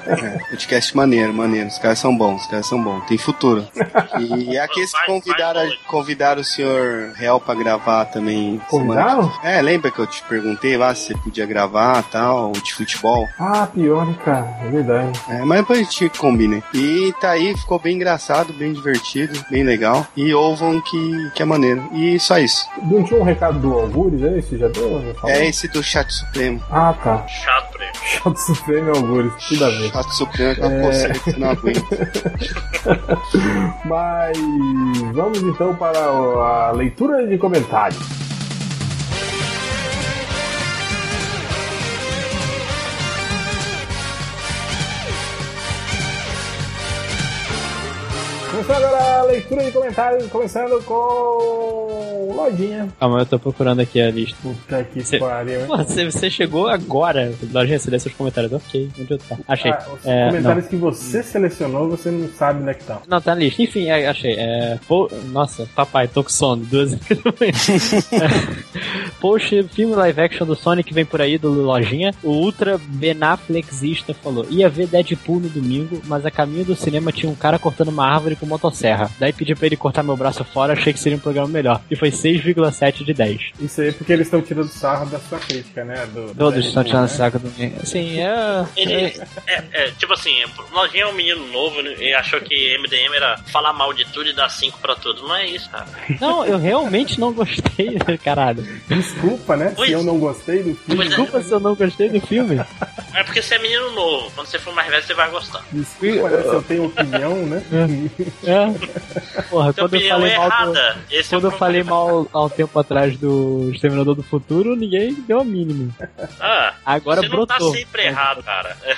É, podcast maneiro, maneiro. Os caras são bons, os caras são bons. Tem futuro. E aqueles que convidaram, convidaram o senhor Real pra gravar também.
Convidaram?
semana- É, lembra que eu te perguntei lá se você podia gravar tal, de futebol?
Ah, pior, né, cara? É verdade.
É, mas depois a gente combina. E tá aí, ficou bem engraçado, bem divertido, bem legal. E ouvam que, que é maneiro. E só isso.
Não tinha um recado do Algures aí? Você já deu? Já falou?
É esse do Chat Supremo.
Ah, tá.
Chato, prêmio.
Chato Supremo e Algures, tudo a ver.
Chato Supremo, aquela
É.
coceira que você não aguenta.
Mas vamos então para o- a leitura de comentários. Começando agora a leitura de comentários, começando com Lojinha.
Calma, eu tô procurando aqui a lista.
Puta que
Cê-
pariu, hein?
Pô, você, você chegou agora. Lojinha, você lê seus comentários. Ok, onde eu tá? Achei.
Ah, os
É,
comentários
não.
que você selecionou, você não sabe onde é que tá.
Não, tá na lista. Enfim, é, achei. É, po- Nossa, papai, tô com sono. Duas horas da manhã. É, Post, filme live action do Sonic vem por aí, do Lojinha. O ultra benaflexista falou: ia ver Deadpool no domingo, mas a caminho do cinema tinha um cara cortando uma árvore com motosserra. Daí pedi pra ele cortar meu braço fora, achei que seria um programa melhor. E foi 6,7 de 10.
Isso aí é porque eles estão tirando sarro da sua crítica, né? Do, do
Todos estão
Deadpool,
tirando
né?
saco do mim. Assim, é.
Ele, é, é, tipo assim, o Lojinha é um menino novo né, e achou que MDM era falar mal de tudo e dar 5 pra tudo. Não é isso, cara.
Não, eu realmente não gostei, caralho.
Desculpa, né? Se eu não gostei do filme.
Desculpa se eu não gostei do filme.
É porque você é menino novo. Quando você for mais velho, você vai gostar.
Desculpa, né? Se eu tenho opinião, né?
É. Porra,
Sua
quando eu
opinião
falei
é
mal.
errada. é
Do, quando eu falei mal há um tempo atrás do Exterminador do Futuro, ninguém deu a mínima.
Ah,
Agora
você não
brotou.
tá sempre errado, cara. É,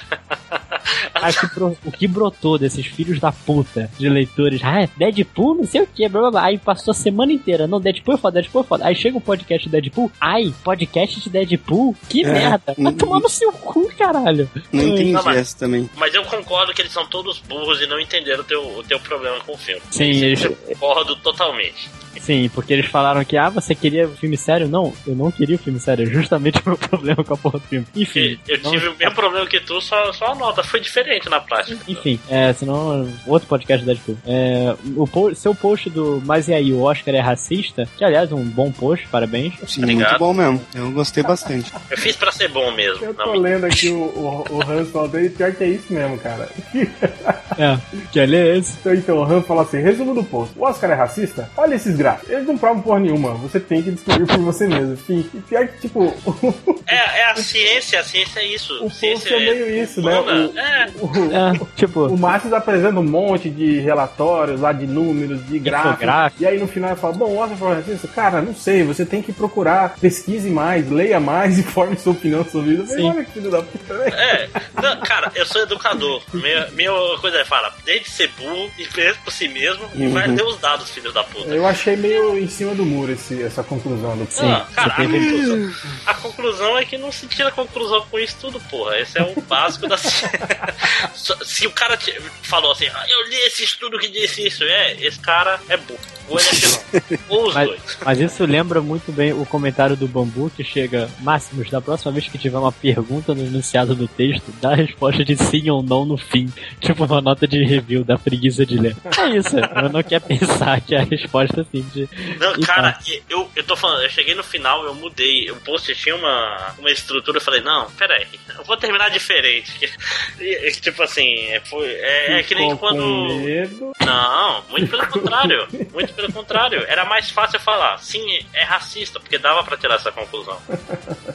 Ah, que bro- o que brotou desses filhos da puta de leitores? Ah, Deadpool, não sei o que, blá blá blá. Aí passou a semana inteira. Não, Deadpool é foda, Deadpool é foda. Aí chega o podcast do Deadpool. Ai, podcast de Deadpool? Que
É.
merda. Vai tomar no seu cu, caralho.
Não entendi
Não, mas-
essa também.
Mas eu concordo que eles são todos burros e não entenderam o teu, o teu problema com o filme.
Sim, eles-
Eu concordo totalmente.
Sim, porque eles falaram que, ah, você queria um filme sério? Não, eu não queria o filme sério, é justamente o meu problema com a porra do filme. Enfim,
Eu
não-
tive o mesmo problema que tu, só, só a nota foi diferente na prática.
enfim, é, senão outro podcast da Deadpool. É, o po- seu post do Mas e aí, o Oscar é racista? Que aliás, um bom post, parabéns.
Sim, Tá muito bom mesmo. Eu gostei bastante.
Eu fiz pra ser bom mesmo.
Eu tô
não,
lendo aqui o, o, o Hans falando e pior que é isso mesmo, cara.
É, que é esse?
Então, então o Hans fala assim: resumo do post. O Oscar é racista? Olha esses gráficos. Eles não provam porra nenhuma. Você tem que descobrir por você mesmo. Enfim, e pior que, tipo, o
É, é a ciência, a ciência é isso. O
post
ciência
é meio isso, né?
humana.
O-
É.
o-
tipo.
O Márcio apresenta um monte de relatórios lá de números, de gráficos.
Infográfico.
E aí no final ele fala: Bom, o Oscar falou racista? Cara, não sei. Você tem que procurar, pesquise mais, leia mais e forme sua opinião sobre isso. Eu falei,
Sim.
Olha que filho da puta, né?
É, não, cara, eu sou educador. Minha, minha coisa é fala, deixe de ser burro e pense por si mesmo e vai
Uhum.
ler os dados, filho da puta.
Eu achei meio em cima do muro esse- essa conclusão do
Sim, Ah, cara, você teve- A conclusão é que não se tira conclusão com isso tudo, porra. Esse é o básico da ciência. Só- Se o cara te- falou assim, "Ah, eu li esse estudo que disse isso, é, esse cara é burro. Ou ele é vilão. Ou os
Mas,
dois.
mas isso lembra muito bem o comentário do Bambu que chega, Máximos, da próxima vez que tiver uma pergunta no enunciado do texto, dá a resposta de sim ou não no fim. Tipo uma nota de review da preguiça de ler. É isso, eu não quero pensar que a resposta assim de.
Não,
e
cara,
tá.
e- eu, eu tô falando, eu cheguei no final, eu mudei. O post tinha uma, uma estrutura, eu falei, não, peraí, eu vou terminar diferente. E- e, tipo assim, é, foi, é, é que nem
Ficou com
quando.
medo.
Não, muito pelo contrário. Muito pelo contrário. Era mais fácil eu falar, sim, é racista, porque dava pra tirar essa conclusão.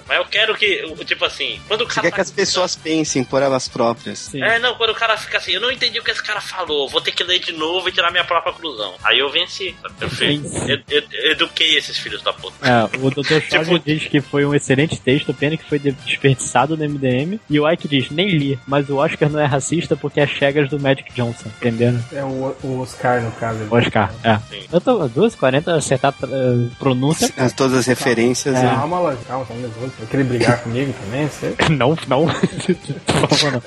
Mas eu quero que, eu- tipo assim, quando o
Você
cara.
quer que as pessoas pensem por elas próprias.
É, não, quando o cara fica assim, eu não entendi o que esse cara falou, vou ter que ler de novo e tirar minha própria conclusão. Aí eu venci. sabe? Eu, fiz, eu, eu- eduquei esses filhos da puta.
É, o Dr. Fábio diz que foi um excelente texto, pena que foi de- desperdiçado no MDM. E o Ike diz, nem li, mas o Oscar não é racista porque é chegas do Magic Johnson, entenderam?
É o, o Oscar, no caso. ele-
Oscar, é. Eu tô 2h40 acertar eh, pronúncia.
As- Ah, todas as referências, né?
Calma, Lan, calma, calma, nervoso. Vai querer brigar comigo também? Você...
Não, não. Por favor, não.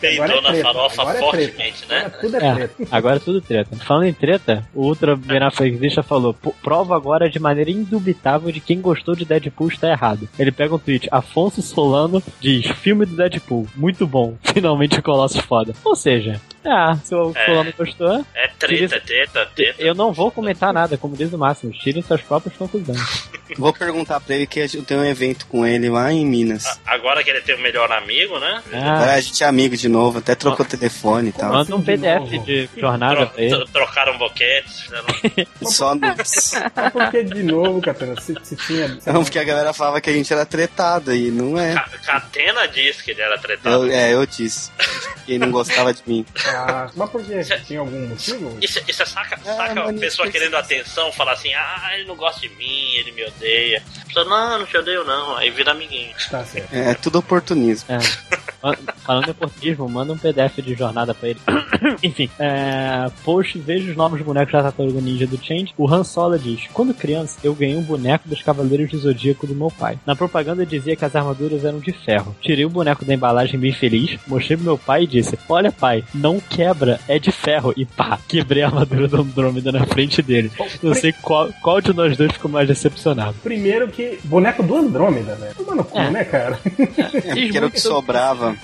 Peidou na
treta,
farofa
agora é
fortemente, né?
Tudo é treta.
Agora tudo treta. Falando em treta, o Ultra Benaflexista falou: "P- prova agora de maneira indubitável de quem gostou de Deadpool está errado. Ele pega um tweet: Afonso Solano diz: filme do Deadpool, muito bom, finalmente o Colossus foda. Ou seja, ah, se o
É.
Solano gostou.
É treta, treta, treta.
Eu não vou comentar nada, como diz o Máximo, tirem suas próprias conclusões.
Vou perguntar pra ele que eu tenho um evento com ele lá em Minas.
Agora que ele tem o melhor amigo, né?
Agora a gente é amigo de novo, até trocou telefone e tal.
Ah, Manda um PDF de jornada pra é ele.
Tro- Trocaram boquetes, fizeram
Só nudes.
Só porque, de novo, Catana, se, se tinha. se
Não, porque a galera falava que a gente era tretado e não é.
Ca- Catena disse que ele era tretado.
Eu- é, eu disse. Quem não gostava de mim.
Ah, mas por que? Tinha algum motivo?
Isso, isso é
Ah,
saca, saca a pessoa querendo atenção, falar assim, ah, ele não gosta de mim, ele me odeia. A pessoa, não, não te odeio não, aí vira amiguinho.
Tá certo.
É, é tudo oportunismo.
Falando em oportunismo, manda um PDF de jornada pra ele. Enfim, é, post, vejo os novos bonecos da Tartaruga Ninja do Change. O Han Solo diz: Quando criança, eu ganhei um boneco dos Cavaleiros do Zodíaco do meu pai. Na propaganda dizia que as armaduras eram de ferro. Tirei o boneco da embalagem bem feliz, mostrei pro meu pai e disse: Olha, pai, não quebra, é de ferro. E pá, quebrei a armadura do Andrômeda na frente dele. Não sei qual, qual de nós dois ficou mais decepcionado.
Primeiro que. Boneco do Andrômeda, velho. Toma no cu, né, cara?
É, porque era o que sobrava.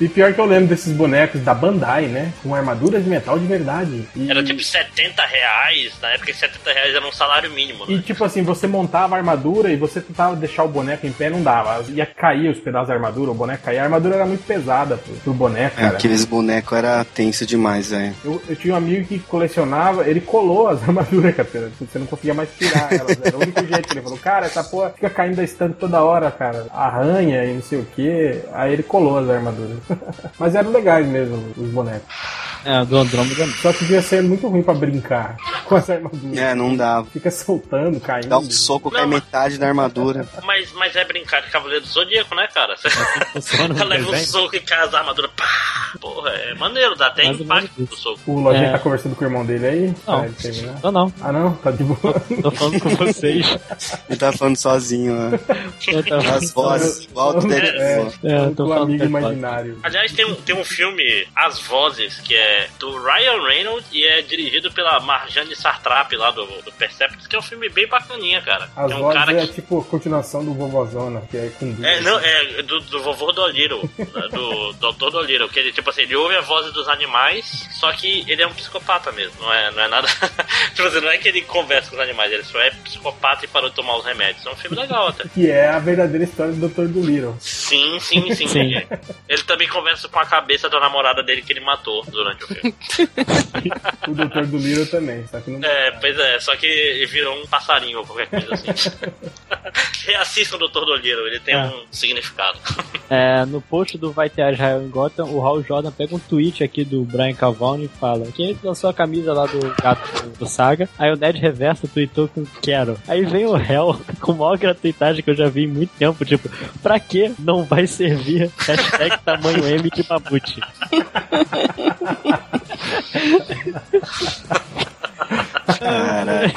E pior que eu lembro desses bonecos da Bandai, né? Com armadura de metal de verdade. E,
Era tipo 70 reais, na época 70 reais era um salário mínimo, né?
e, tipo assim, você montava a armadura e você tentava deixar o boneco em pé, não dava. Ia cair os pedaços da armadura, o boneco caía. A armadura era muito pesada pro, pro boneco,
É,
cara.
aqueles bonecos era tenso demais, velho.
Eu, eu tinha um amigo que colecionava, ele colou as armaduras, cara. Você não conseguia mais tirar elas. né? Era o único jeito que ele falou, cara, essa porra fica caindo da estante toda hora, cara. Arranha e não sei o que. Aí ele colou as armaduras. Mas eram legais mesmo, os bonecos.
É, do Andrômeda.
Só que devia ser muito ruim pra brincar com as armaduras.
É, não dava.
Fica soltando, caindo.
Dá um soco, cai metade da armadura.
Mas, mas é brincar de Cavaleiro do Zodíaco, né, cara? Você
funciona
você leva um
desenho.
soco e cai as armaduras, pá! Porra, é maneiro, dá até impacto do soco.
O Lojinha
É.
tá conversando com o irmão dele aí?
Não.
pra ele terminar.
Não, não.
Ah, não? Tá de boa.
Tô falando com vocês.
Ele tá falando sozinho, né?
Eu tava-
As vozes, igual do Deadpool.
É, eu tô falando
amigo
Deadpool.
imaginário.
Aliás, tem um, tem um filme, As Vozes, que é do Ryan Reynolds e é dirigido pela Marjane Satrap lá do, do Persepolis, que é um filme bem bacaninha, cara.
As
tem um
vozes
cara
é
que.
tipo a continuação do Vovozona, que é com duas.
É, não, é do, do vovô Doliro, do doutor Doliro, que ele, tipo assim, ele ouve a voz dos animais, só que ele é um psicopata mesmo, não é, não é nada. tipo assim, não é que ele conversa com os animais, ele só é psicopata e parou de tomar os remédios. É um filme legal até.
Que é a verdadeira história do Dr. do Little.
Sim, sim, sim.
Sim.
Ele também conversa com a cabeça da namorada dele que ele matou durante o filme.
O Dr. do Little também, só que não.
É, pois é, só que ele virou um passarinho ou qualquer coisa assim. Reassista o Dr. Doliro, ele tem
É.
um significado.
É, no post do Vai Ter Israel em Gotham, o Hal Jordan pega um tweet aqui do Brian Cavani e fala que lançou a camisa lá do gato do Saga. Aí o Ned Reverso tweetou com quero. Aí vem o Hell com a maior gratuitagem que eu já vi em muito tempo. Tipo, pra que não vai servir hashtag tamanho M de mamute?
Caralho.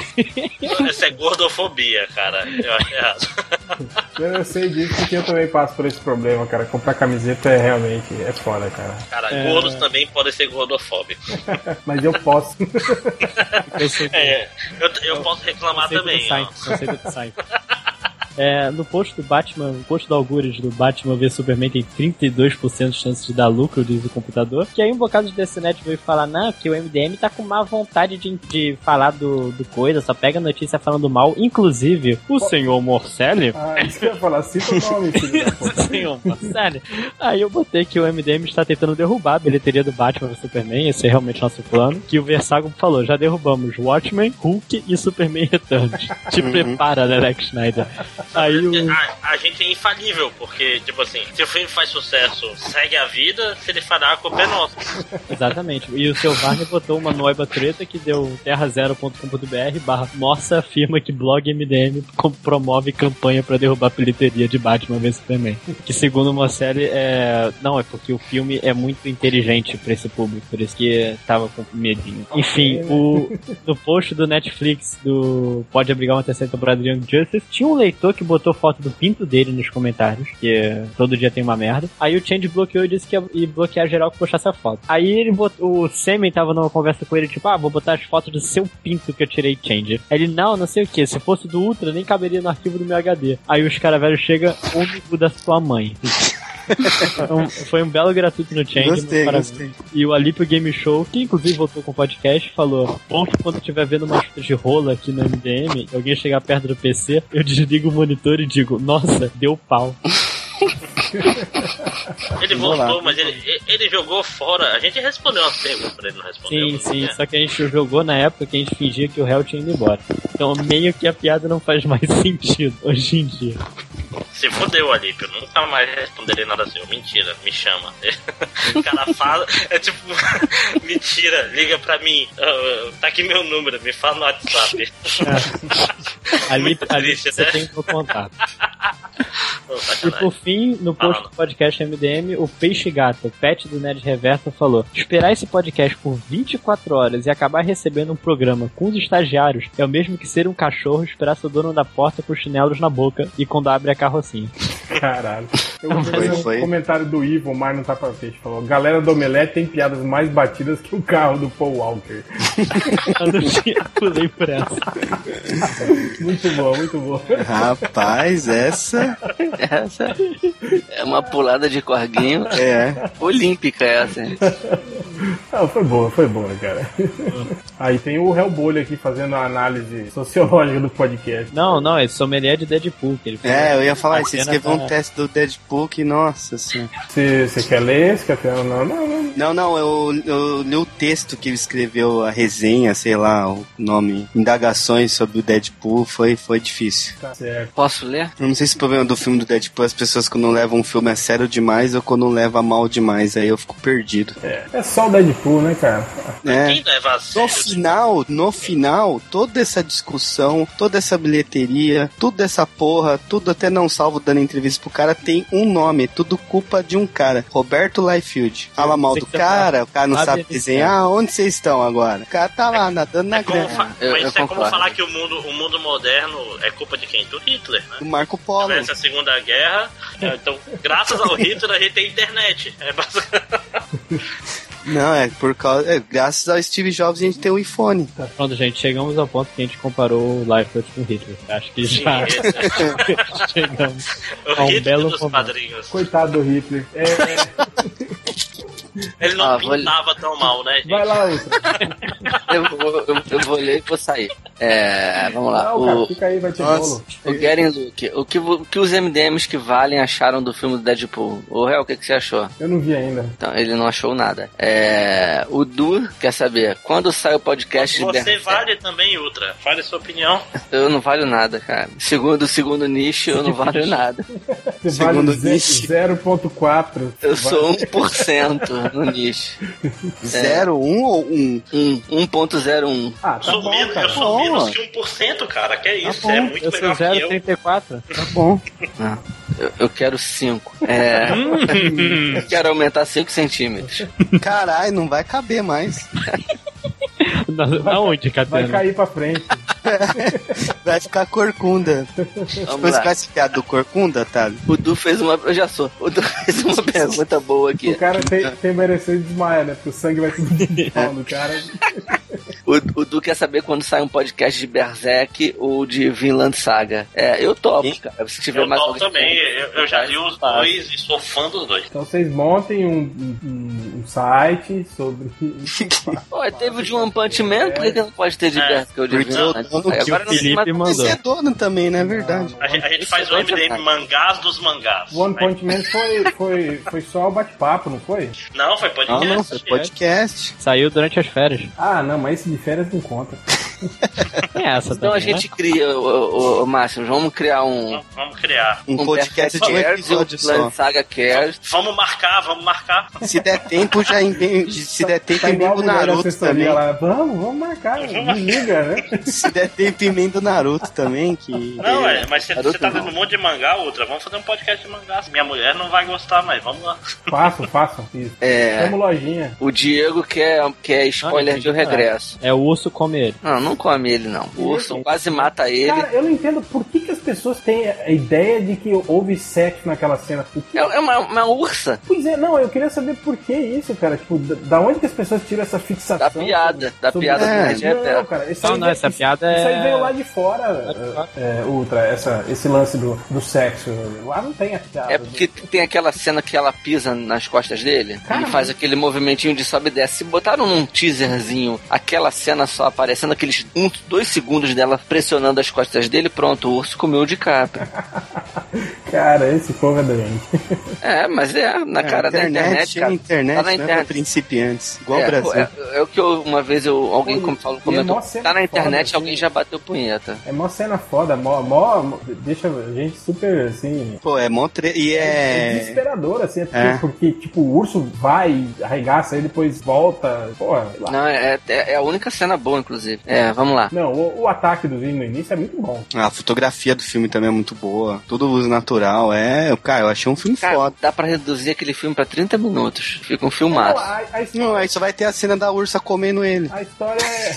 Essa é gordofobia, cara. Eu acho é errado.
Eu sei disso porque eu também passo por esse problema, cara. Comprar camiseta é realmente é foda, cara.
Cara,
É.
gordos também podem ser gordofóbicos.
Mas eu posso.
É, eu, eu posso reclamar
Conceito
também.
do
ó.
Seinfeld, conceito do Seinfeld. É, no post do Batman, no post do Algures do Batman ver Superman tem 32% de chance de dar lucro, diz o computador. Que aí um bocado de DCNet veio falar, não, que o MDM tá com má vontade de, de falar do, do coisa, só pega notícia falando mal, inclusive o senhor Morcelli.
Ah, isso que eu ia falar, cita o nome, filho da puta.
Senhor Morcelli. Aí eu botei que o MDM está tentando derrubar a bilheteria do Batman do Superman, esse é realmente nosso plano. Que o Versago falou, já derrubamos Watchmen, Hulk e Superman Returns. Te
Uhum.
prepara, né, Lex Snyder? Aí o...
A, a gente é infalível, porque, tipo assim, se o filme faz sucesso, segue a vida, se ele falhar, a culpa é nossa.
Exatamente. E o seu Varney botou uma noiva treta que deu terra0.com.br barra Morsa afirma que blog MDM com- promove campanha pra derrubar a bilheteria de Batman vs Superman. Que segundo o Morcelli, é... não, é porque o filme é muito inteligente pra esse público, por isso que tava com medinho. Enfim, o... no post do Netflix do Pode Abrigar uma Terceira Temporada de Young Justice, tinha um leitor que botou foto do pinto dele nos comentários, que é, todo dia tem uma merda. Aí o Change bloqueou e disse que ia ia bloquear geral que postasse a foto. Aí ele botou, o Semen tava numa conversa com ele, tipo, ah, vou botar as fotos do seu pinto que eu tirei Change. Aí ele, não, não sei o que, se fosse do Ultra, nem caberia no arquivo do meu HD. Aí os caras velhos chega ônibus da sua mãe. Um- foi um belo gratuito no Change.
Gostei,
parabéns.
gostei.
E o Alípio Game Show, que inclusive voltou com o podcast, falou: Bom que quando estiver vendo uma chuta de rola aqui no MDM, e alguém chegar perto do PC, eu desligo o monitor e digo: Nossa, deu pau.
Ele
Vou
voltou,
lá.
mas ele, ele jogou fora. A gente respondeu as perguntas pra ele não É. responder.
Sim, sim, só que a gente jogou na época que a gente fingia que o réu tinha ido embora. Então meio que a piada não faz mais sentido hoje em dia.
Se fodeu, Alípio, nunca mais responderei nada seu. Mentira, me chama. O cara fala, é tipo, mentira, liga pra mim. Ah, tá aqui meu número, me fala no WhatsApp.
Ali,
Muito
ali
triste,
você
né?
tem o meu contato.
Não,
E
sacanagem.
por fim, no post do podcast MDM, o Peixe Gato, pet do Nerd Reverso, falou: Esperar esse podcast por 24 horas e acabar recebendo um programa com os estagiários é o mesmo que ser um cachorro e esperar seu dono da porta com os chinelos na boca e quando abre a carrocinha.
Caralho. Eu vi
Foi,
um
foi.
comentário do Ivo, o Mar não tá pra frente, falou: galera do Omelete tem piadas mais batidas que o carro do Paul Walker.
Eu não tinha- pulei por essa.
Muito bom, muito bom.
Rapaz, essa.
Essa é uma pulada de corguinho.
É.
Olímpica essa.
Ah, foi boa, foi boa, cara. Aí tem o Hellbolho aqui fazendo a análise sociológica do podcast.
Não, não, é sommelier de Deadpool. Que ele
É, eu ia falar, você escreveu um
teste.
teste do Deadpool que, nossa senhora.
Você quer ler? Você quer ter... Não, não, não.
Não, não, eu, eu li o texto que ele escreveu, a resenha, sei lá, o nome. Indagações sobre o Deadpool, foi, foi difícil.
Tá certo.
Posso ler?
Eu não sei se o problema do filme do Deadpool é as pessoas que não levam o filme a sério demais ou quando leva a mal demais, aí eu fico perdido.
É. É só o Deadpool, né, cara?
É.
Quem leva a
No final, no final, toda essa discussão, toda essa bilheteria, tudo essa porra, tudo até não salvo dando entrevista pro cara, tem um nome, tudo culpa de um cara, Roberto Liefeld. Fala mal
Sei
do
que você
cara,
fala.
o cara não
Sabe
sabe
ele,
desenhar, onde vocês estão agora? O cara tá lá, nadando na
Como
grana.
fa- mas isso é como falar que o mundo, o mundo moderno é culpa de quem? Do Hitler, né?
Do Marco Polo.
Tivesse a Segunda Guerra, é, então, graças ao Hitler, a gente tem internet. É basicamente-
Não, é por causa. é, graças ao Steve Jobs a gente tem o iPhone.
Pronto, gente, chegamos ao ponto que a gente comparou o Life com o Hitler. Acho que
Sim,
já
esse-
chegamos
O
a um
Hitler
belo
dos
momento.
padrinhos.
Coitado do Hitler. É,
Ele não
Ah, vou-
pintava tão mal, né? gente?
é, Vai lá, Ultra.
Eu vou, eu, eu vou ler e vou sair. É, vamos lá.
Não,
o,
cara, fica aí, vai ter
Nossa,
bolo.
o Garen Luke, o que, vo- o que os MDMs que valem acharam do filme do Deadpool? O réu, o que, que você achou?
Eu não vi ainda.
Então, ele não achou nada. É, o Du quer saber, quando sai o podcast de
Você
Ber-
vale também, Ultra. Fale sua opinião.
Eu não valho nada, cara. Segundo o segundo nicho, eu não valho nada.
Você
Segundo
vale ze- 0.4.
Eu
Vai-
sou 1% no nicho.
Zero, um ou um?
Um, 1.01.
Ah,
Sou menos, eu sou menos que 1%, cara. Que é isso? Você é muito
eu sou
melhor que eu.
0,34.
Tá bom.
Ah, eu, eu quero 5. É, eu quero aumentar 5 centímetros.
Caralho, não vai caber mais.
Na, aonde, Catena?
Vai cair pra frente.
Vai ficar corcunda. Depois
lá.
com essa piada do corcunda, tá?
O Du fez uma. Eu já sou. O Du fez uma pergunta boa aqui.
O cara tem, tem merecer desmaiar, né? Porque o sangue vai
É.
se pau do cara.
O, o Du quer saber quando sai um podcast de Berserk ou de Vinland Saga. É, eu topo, cara. Se tiver
Eu
mais
topo
alguém-
também, eu, eu já vi os
Ah.
dois e sou fã dos dois.
Então vocês montem um, um- um site sobre.
Ué, teve o de One Punch Man, por que que não pode ter de
É.
Berserk ou de
Porque
Vinland
eu tô no
É,
Saga?
que o Felipe Você é dono também, né? É verdade.
A gente, a gente faz o
Excelente
MDM
ataque.
mangás dos mangás. Né?
O One Point Man foi, foi, foi só o bate-papo, não foi?
Ah, Não, foi podcast.
podcast. Saiu durante as férias.
Ah, não, mas esse de férias não conta. Tá
É essa
Então a
também,
gente cria, o, Máximo, vamos criar um.
Vamos criar.
Um podcast de um episódio só. Vinland Saga Cast.
Vamos marcar, vamos marcar.
Se der tempo, já embe... se der tempo,
Tá
emenda
igual a
o
mulher da
Naruto
assessoria
também.
lá. Vamos, vamos marcar. Me liga, né?
Se der tempo, emenda o Naruto também. Que...
Não, é, mas você- você
Naruto
tá
não.
vendo um monte de mangá, outra. Vamos fazer um podcast de mangás. Minha mulher não vai gostar, mas vamos lá.
Façam, façam. Isso.
É.
Chama o lojinha.
O Diego quer, quer spoiler de O Regresso.
É o urso come ele.
Não, não come ele, não. O urso quase mata ele.
Cara, eu não entendo por que, que as pessoas têm a ideia de que houve sexo naquela cena. O que-
É, é uma, uma ursa.
Pois é, não, eu queria saber por que isso, cara. Tipo, da, da onde que as pessoas tiram essa fixação?
Da piada, da piada do Nerd
é,
Reverso.
Não, cara, isso
Não,
aí
não,
veio-
essa piada
isso
é-
aí veio lá de fora, é, é, Ultra, essa, esse lance do, do sexo. Lá não tem a piada.
É porque tem aquela cena que ela pisa nas costas dele e faz aquele movimentinho de sobe e desce. Se botaram num teaserzinho aquela cena só aparecendo, aqueles um, dois segundos dela pressionando as costas dele, pronto, o urso comeu de capa.
Cara, esse povo é doente.
É, mas é, na
É,
cara da internet,
internet,
cara.
é internet,
tá na
né, pra
internet.
principiantes. Igual
é,
o Brasil.
é, é o que eu, uma vez eu, alguém
Pô,
como falou,
e é
comentou.
mó cena
Tá na internet,
foda,
alguém já bateu punheta.
É mó cena foda, mó, mó, mó- deixa a gente super assim.
Pô, é mó tre... E
É
é...
desesperador, assim, é porque,
É.
porque, tipo, o urso vai, arregaça, aí depois volta. Porra, sei lá.
Não, é, é, é a única cena boa, inclusive. É, vamos lá.
Não, o, o ataque do Zinho no início é muito bom.
A fotografia do filme também é muito boa. Todo uso natural. É, cara, eu achei um filme
Cara,
foda.
dá pra reduzir aquele filme pra 30 minutos. Fica um
Não,
filmado.
a, a história,
Não, aí só vai ter a cena da ursa comendo ele.
a história é.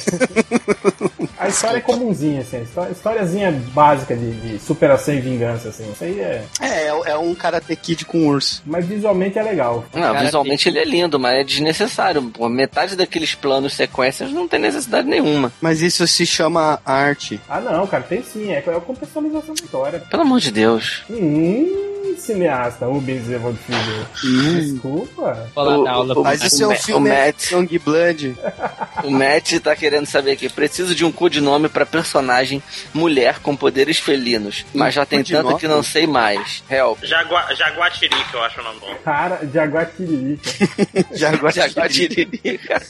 A história é comunzinha, assim. A história, historiazinha básica de, de superação e vingança, assim. Isso aí é.
É, é, é um Karate Kid com urso.
Mas visualmente é legal.
Não,
Cara,
visualmente ele é lindo, mas é desnecessário. Pô, metade daqueles planos, sequências, não tem necessidade nenhuma.
Mas isso se chama arte.
Ah, não, cara, tem sim. É, é a contextualização da história.
Pelo amor de Deus.
Hum, cineasta, Rubens Evaldo Filho.
Uhum.
Hum.
Desculpa.
Falar
O-
da aula
o-
pra
Mas isso é
o
um
Ma-
filme
o Matt.
Young Blood.
O Matt tá querendo saber aqui. Preciso de um codinome pra personagem mulher com poderes felinos. Mas já tem
codinome?
tanto que não sei mais. Help.
Jagua, Jaguatiri, que eu acho o nome bom.
Cara de aguatirica.
Jaguar
Jaguar Tiririca.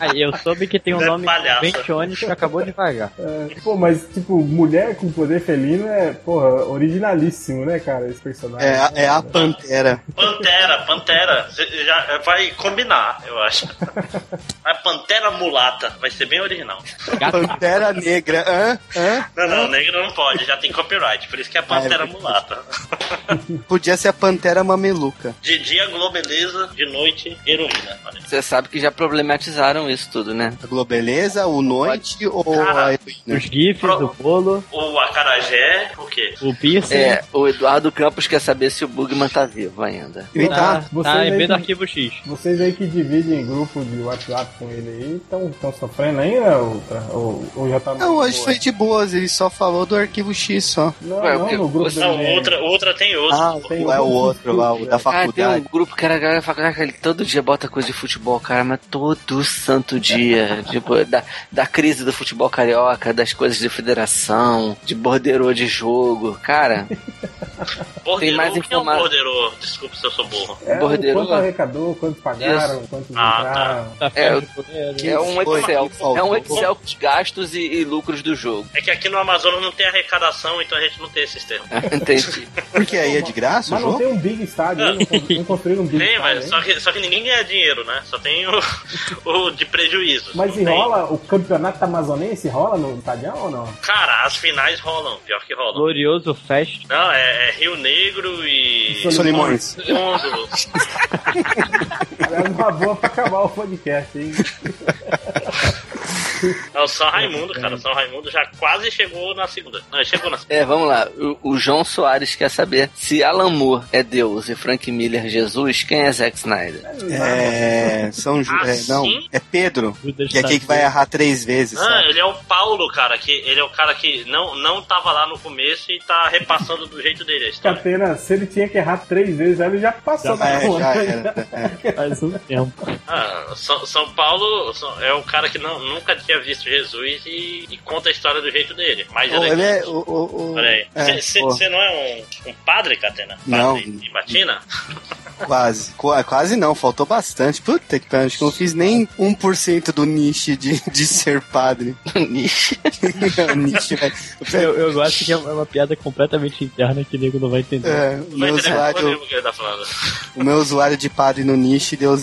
Ah, eu soube que tem um
É
nome
palhaço.
Bentiones que acabou de pagar.
É, pô, mas, tipo, mulher com poder felino é, porra, originalíssimo, né, cara, esse personagem.
É, a- é a Pantera.
Pantera, Pantera. Cê Já vai combinar, eu acho. A Pantera mulata. Vai ser bem original.
Pantera Negra. Hã? Hã?
Não, não, negro não pode, já tem copyright. Por isso que é a Pantera mulata.
Podia ser a Pantera Mameluca.
De dia, globeleza. De noite, heroína. Olha.
Você sabe que já problematizaram isso tudo, né?
A Globeleza, o Noite ou a
Ah.
Cara,
Heroína?
Os gifs,
Pro-
o bolo,
O acarajé, o quê?
o piercing.
É, o Eduardo Campos quer saber se o Bugman tá vivo ainda.
E
Tá,
tá,
tá,
Vocês aí
é bem do
que-
arquivo X.
Vocês aí que dividem grupo de WhatsApp com ele aí, estão sofrendo ainda, ou, tá- ou, ou já tá mais
Não, hoje
boa?
foi de boas, ele só falou do arquivo X só.
Não,
Ué, o
não,
que-
no grupo do
Não,
MDM.
outra, outra tem outra.
Ah,
tem
é o
um-
outro lá, o
Cara, tem um
da faculdade.
grupo que era a galera fala, cara, ele todo dia bota coisa de futebol, cara, mas todo santo dia. tipo, da, da crise do futebol carioca, das coisas de federação, de borderô de jogo. Cara,
Borderô,
tem mais
quem é o
informado.
Borderô? Desculpa se eu sou burro.
É,
Borderô.
quanto arrecadou, quanto pagaram, quantos
Ah,
entraram.
Tá
é,
ferro de poder, né?
é um
Foi,
Excel.
faltou.
É um Excel de gastos e, e lucros do jogo.
É que aqui no Amazonas não tem arrecadação, então a gente não tem esses termos.
Entendi.
Porque aí é de graça o
Mas não
jogo?
tem um big estádio, não, con- não construíram um big
Ah. Tem,
estádio.
mas
hein?
só que, só que ninguém ganha dinheiro, né? Só tem o, o de prejuízo.
Mas
Não tem.
enrola, o campeonato amazonense rola no Tadião ou não?
Cara, as finais rolam, pior que rolam.
Glorioso Fest.
Não, é, é Rio Negro e.
Solimões.
Mundo.
É Aliás, uma boa pra acabar o podcast, hein?
É o São Raimundo, cara. O São Raimundo já quase chegou na segunda. Não, ele chegou na segunda.
É, vamos lá. O, o João Soares quer saber se Alan Moore é Deus e Frank Miller Jesus, quem é Zack Snyder?
É. São Ju...
Ah,
é, não, é Pedro. Que é quem que
Ah,
vai errar três vezes.
Ah,
sabe?
ele é o Paulo, cara, que ele é o cara que não, não tava lá no começo e tá repassando do jeito dele a história.
Catena, se ele tinha que errar três vezes, ele já passou
Já
da
é,
conta.
já
Faz um tempo.
Ah, São, São Paulo São- é o cara que não, nunca tinha visto Jesus e, e conta a história do jeito dele. Mas
Ou
ele,
ele é. O, o, o-
Peraí.
é, o-
Você não é um, um padre, Catena? Padre
Não.
de batina?
Quase, Qua- quase não, faltou bastante. Puta que pariu, acho que não fiz nem 1% do nicho de, de ser padre. nicho? nicho, velho.
Eu, eu gosto que é uma, é uma piada completamente interna que o nego não vai entender.
É, meu usuário,
que ele tá falando.
o meu usuário de padre no nicho deu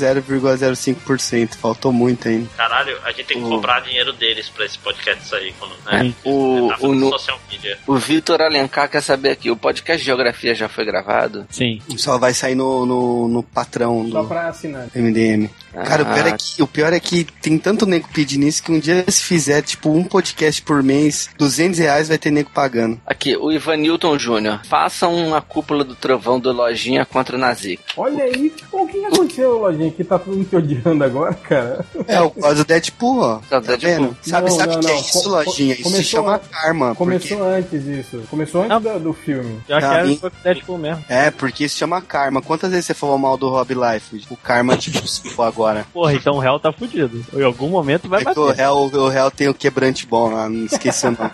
0,05%, faltou muito ainda.
Caralho, a gente tem que
O-
comprar dinheiro deles pra esse podcast sair. Quando,
É.
né?
O-
Tá fazendo
o nu-
social media.
O Vitor Alencar quer saber aqui, o podcast Geografia já foi gravado?
Sim.
Só vai sair no, no, no patrão
Só
do
pra assinar.
MDM.
Ah.
Cara, o pior, é que, o pior é que tem tanto nego pedindo isso que um dia se fizer, tipo, um podcast por mês, 200 reais vai ter nego pagando.
Aqui, o Ivan Newton Jr. Faça uma cúpula do trovão do Lojinha contra o Nazik.
Olha aí, pô, o que que aconteceu, Lojinha? Que tá todo mundo te odiando agora, cara.
É, o causa do Deadpool, ó. Tá vendo? Sabe,
Não,
sabe
não,
que é
não.
isso,
Co-
lojinha? Isso se
começou
chama
an-
karma.
Começou
porque...
antes isso. Começou antes
Ah.
do, do filme.
Já
é
Tá, quero e-
foi Deadpool
né?
mesmo.
É, porque isso chama karma. Quantas vezes você falou mal do Rob Life? O karma te expulsou agora.
Porra, então o réu tá fudido. Em algum momento vai
É que o
bater.
réu, o réu tem o quebrante bom lá, não esqueça não.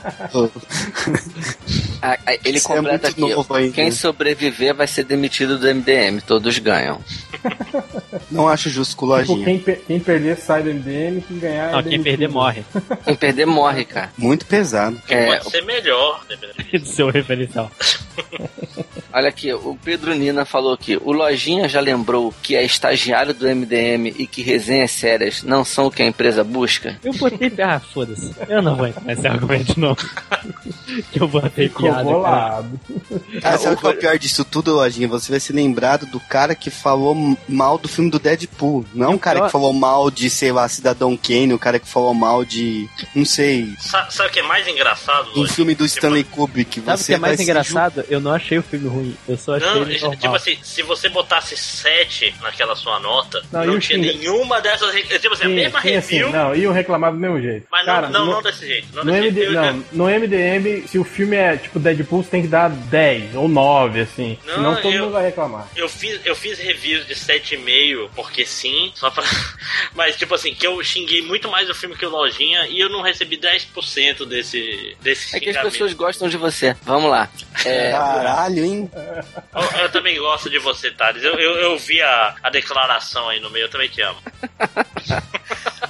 Ah, ah, Ele
Isso é
completa
muito novo
aqui.
ainda.
Quem sobreviver vai ser demitido do MDM, todos ganham.
não acho justo com o
Tipo,
lojinha.
quem, per- quem perder sai do MDM, quem ganhar é
Não, quem
demitido.
perder
né?
morre.
Quem perder morre, cara.
Muito pesado.
É,
Pode ser melhor, dependendo.
Seu referencial.
olha aqui, o Pedro Nina falou aqui. O Lojinha já lembrou que é estagiário do MDM e que resenhas sérias não são o que a empresa busca?
Eu botei. Ah, foda-se. Eu não vou entrar nesse argumento, não. que eu botei
Ficou
piada. cara.
bolado.
Cara, sabe o que é o pior disso tudo, Lojinha? Você vai ser lembrado do cara que falou mal do filme do Deadpool. Não é um cara
pior-
que falou mal de, sei lá, Cidadão Kane, o cara que falou mal de, não sei,
Sa- Sabe o que é mais engraçado?
do
Lojinha?
filme do Stanley Kubrick.
Sabe o que
Você tá
é mais
vai ser
engraçado? Eu não achei o filme ruim. Eu só achei
Não,
ele
tipo
normal.
assim, se você botasse 7 naquela sua nota,
Não,
não,
e o
tinha
xinga-
nenhuma dessas. re- Tipo assim, a
Sim,
mesma
sim, assim,
review,
não, iam reclamar do mesmo jeito.
mas não,
Cara,
não,
no-
não desse jeito. Não
No,
desse
MD,
jeito. Eu-
não, no MDM, se o filme é tipo Deadpool, você tem que dar 10 ou 9, assim.
Não,
senão todo
eu-
mundo vai reclamar.
Eu fiz, eu fiz reviews de 7,5, porque sim, só pra. Mas, tipo assim, que eu xinguei muito mais o filme que o Lojinha e eu não recebi 10% desse, desse
É que as
xingamento.
pessoas gostam de você. Vamos lá. É,
Caralho, hein?
Eu, eu também gosto de você, Thales. Eu, eu, eu vi a, a declaração aí no meio, eu também te amo.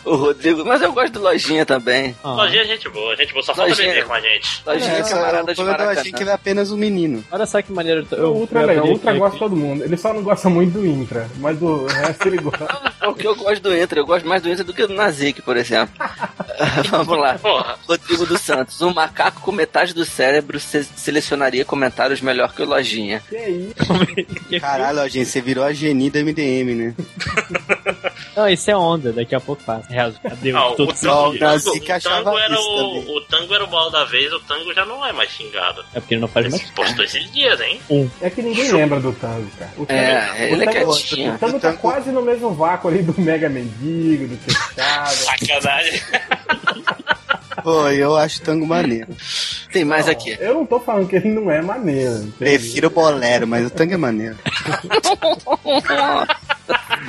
o Rodrigo. Mas eu gosto do Lojinha também.
Ah.
Lojinha é gente boa, gente boa, só falta
Lojinha.
beber com a gente.
Lojinha é camarada
o
de
problema do Lojinha é que ele
Maracanã.
é apenas um menino.
Ah, Olha só que maneiro. eu- Eu,
o Ultra é
eu
legal, o
abri
Ultra
aqui.
gosta de todo mundo. Ele só não gosta muito do Intra, mas do resto ele gosta.
É o que eu gosto do Intra. Eu gosto mais do Intra do que do Nazik, por exemplo. Vamos lá.
Porra.
Rodrigo dos Santos. Um macaco com metade do cérebro se- selecionaria comentários melhor que o Lojinha.
que é isso?
Caralho, Lojinha, você virou a geni do MDM, né?
Não, isso é onda. Daqui a pouco passa. Rezo. Adeus.
Ah, o,
todo
tango,
o Nazi que
o
achava
tango era
isso
o,
também.
o tango era o mal da vez, o tango já não é mais xingado.
É porque ele não faz mais.
Postou esses dias, hein?
É que ninguém lembra do Tango, cara. O Tango,
É, ele é quietinho.
o Tango tá
O Tango-
quase no mesmo vácuo ali do Mega Mendigo, do Fechado.
Sacanagem.
Pô, eu acho tango maneiro.
Tem mais aqui.
Eu não tô falando que ele não é maneiro. entende?
Prefiro o bolero, mas o tango é maneiro.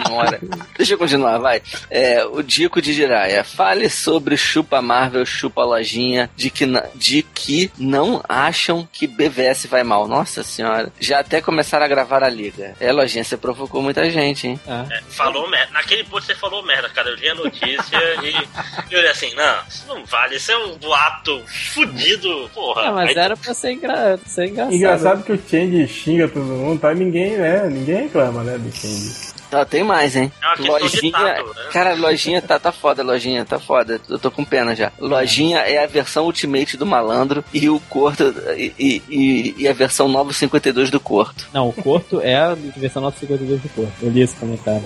Senhora. Deixa eu continuar, vai. É, o Dico de Jiraya. Fale sobre Chupa Marvel, Chupa Lojinha, de que, na- de que não acham que BVS vai mal. Nossa senhora. Já até começaram a gravar a liga. É, Lojinha, você provocou muita gente, hein?
É, falou merda. Naquele post você falou merda, cara. Eu li a notícia e eu olhei assim, não, isso não vale, isso é um boato fudido, porra.
Ah, mas
Aí-
era pra ser, engra...
é
ser engraçado.
Engraçado que o Change xinga todo mundo, tá? E Ninguém, né? Ninguém reclama, né, do Change.
Ó, tem mais, hein?
É uma questão de
lojinha.
tato, né?
Cara, lojinha tá, tá foda, lojinha, tá foda. Eu tô com pena já. Lojinha é a versão ultimate do malandro e o corto. E, e- e, e a versão 952 do corto.
Não, o Corto é a versão 952 do Corto. Eu li esse comentário.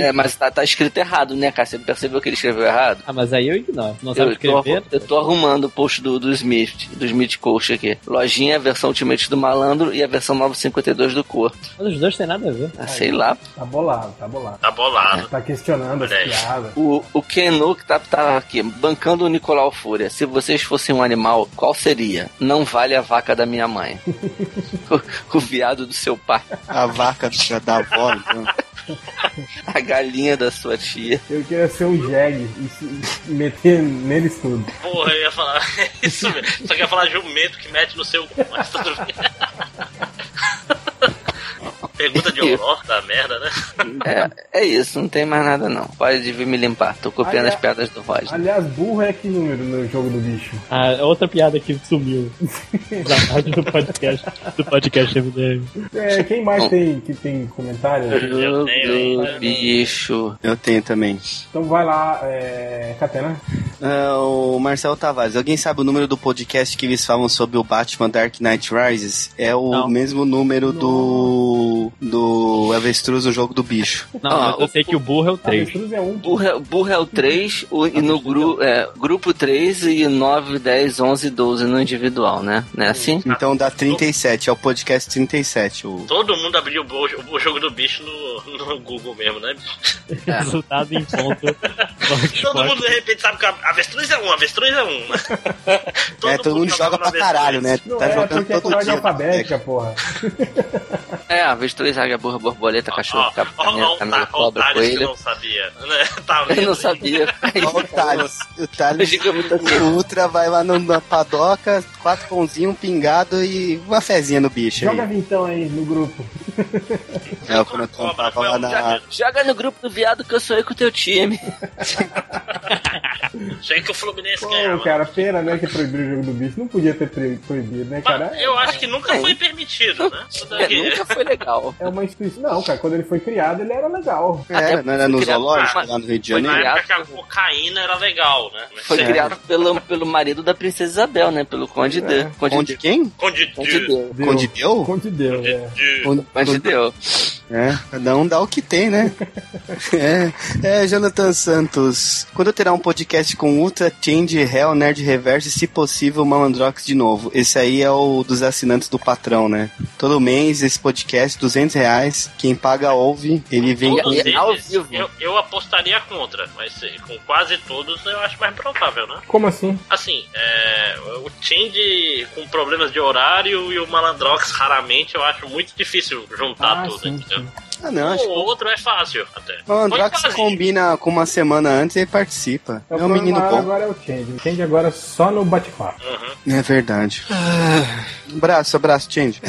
É, mas tá, tá escrito errado, né, cara? Você percebeu que ele escreveu errado?
Ah, mas aí eu ignoro. Não sabe
Eu tô,
escrever?
arru- eu tô arrumando o post do, do Smith, do Smith Coach aqui. Lojinha é a versão Ultimate do Malandro e a versão 952 do Corto.
Mas os dois têm nada a ver.
Ah, sei lá.
Tá bolado, tá bolado.
Tá bolado.
Tá questionando as
Olha aí.
piadas.
O, o Kenu que tá, tá aqui, bancando o Nicolau Fúria. Se vocês fossem um animal, qual seria? Não vale a vaca da minha mãe. o, o viado do seu pai.
A vaca do- da avó, então.
A galinha da sua tia.
Eu queria ser um jegue e se- e meter neles tudo.
Porra, eu ia falar isso mesmo. Só que eu ia falar jumento que mete no seu. cu, Mas tudo bem. Pergunta de horror da merda, né?
É, é isso, não tem mais nada não. Pode vir me limpar, tô copiando
Aliás-
as piadas do Roger.
Aliás, burro é que número no jogo do bicho?
Ah, outra piada que sumiu da parte do podcast, do podcast MDM.
É, quem mais tem que tem comentário?
Meu bicho.
Eu tenho também.
Então vai lá, é, Catena.
Ah, o Marcelo Tavares, alguém sabe o número do podcast que eles falam sobre o Batman Dark Knight Rises? É o mesmo número do. do Avestruz no jogo do bicho.
Não, mas eu sei que o burro é o 3.
é um.
Tá
Burra, burra é o 3, o, e no gru, é, grupo 3 e 9, 10, 11, 12 no individual, né? Não é assim?
Então dá 37, é o podcast 37. O...
Todo mundo abriu o, bo- o jogo do bicho no, no Google mesmo, né?
Resultado em ponto.
Todo mundo de repente sabe que a avestruz é um, avestruz é um.
é, todo mundo joga pra caralho, né?
Não
Tá
é,
jogando
porque é por
todo
ordem
dia.
alfabética, porra.
É, avestruz, águia, burra, borboleta, cachorro,
Ó,
capitão,
ó, tá,
camisa,
ó, o
cobra,
Thales que
coelho.
não sabia. Né? Tá vendo?
Eu não sabia.
Ó, o Thales. O Thales
Digamos assim.
o Ultra vai lá no- na padoca, quatro pãozinhos, um pingado e uma fezinha no bicho
Joga
aí.
vintão aí no grupo.
É, quando eu tava lá na.
Joga no grupo do viado que eu sou aí com o teu time.
Isso aí que o Fluminense ganha,
Pô,
É, mano.
cara, pena, né, que proibiu o jogo do bicho. Não podia ter pre- proibido, né, cara?
Mas eu acho que nunca foi permitido, né? Isso
É,
daqui-
nunca foi legal.
É uma instituição. Não, cara, quando ele foi criado, ele era legal.
Era, É, não era no zoológico, lá no Rio de
Foi
Janeiro?
Na
criado,
época que a cocaína era legal, né? Mas
foi
sei lá.
criado pelo, pelo marido da princesa Isabel, né? Pelo Conde D. Conde
Onde
D.
quem?
Conde
Conde D.
de.
Deu.
Conde Deu?
Conte Deus, é.
Conde-
Conde D.
É, cada um dá o que tem, né? é, é, Jonathan Santos. Quando terá um podcast com Ultra, Change, Hell, Nerd Reverso e, se possível, Malandrox de novo? Esse aí é o dos assinantes do patrão, né? Todo mês esse podcast, 200 reais. Quem paga ouve, ele vem com.
Todos
E- e- ao
eles,
vivo.
Eu, eu apostaria contra, mas eh, com quase todos eu acho mais provável, né?
Como assim?
Assim, é, o Change com problemas de horário e o Malandrox raramente eu acho muito difícil juntar
Ah,
tudo,
sim, Então,
entendeu?
Ah, não, acho
O outro é fácil até.
que o Malandrox
Pode fazer.
combina com uma semana antes e ele participa. É um
plano
menino
maior
bom.
Agora é o Change. O Change agora é só no bate-papo.
uhum.
É verdade. Um abraço, abraço, Change.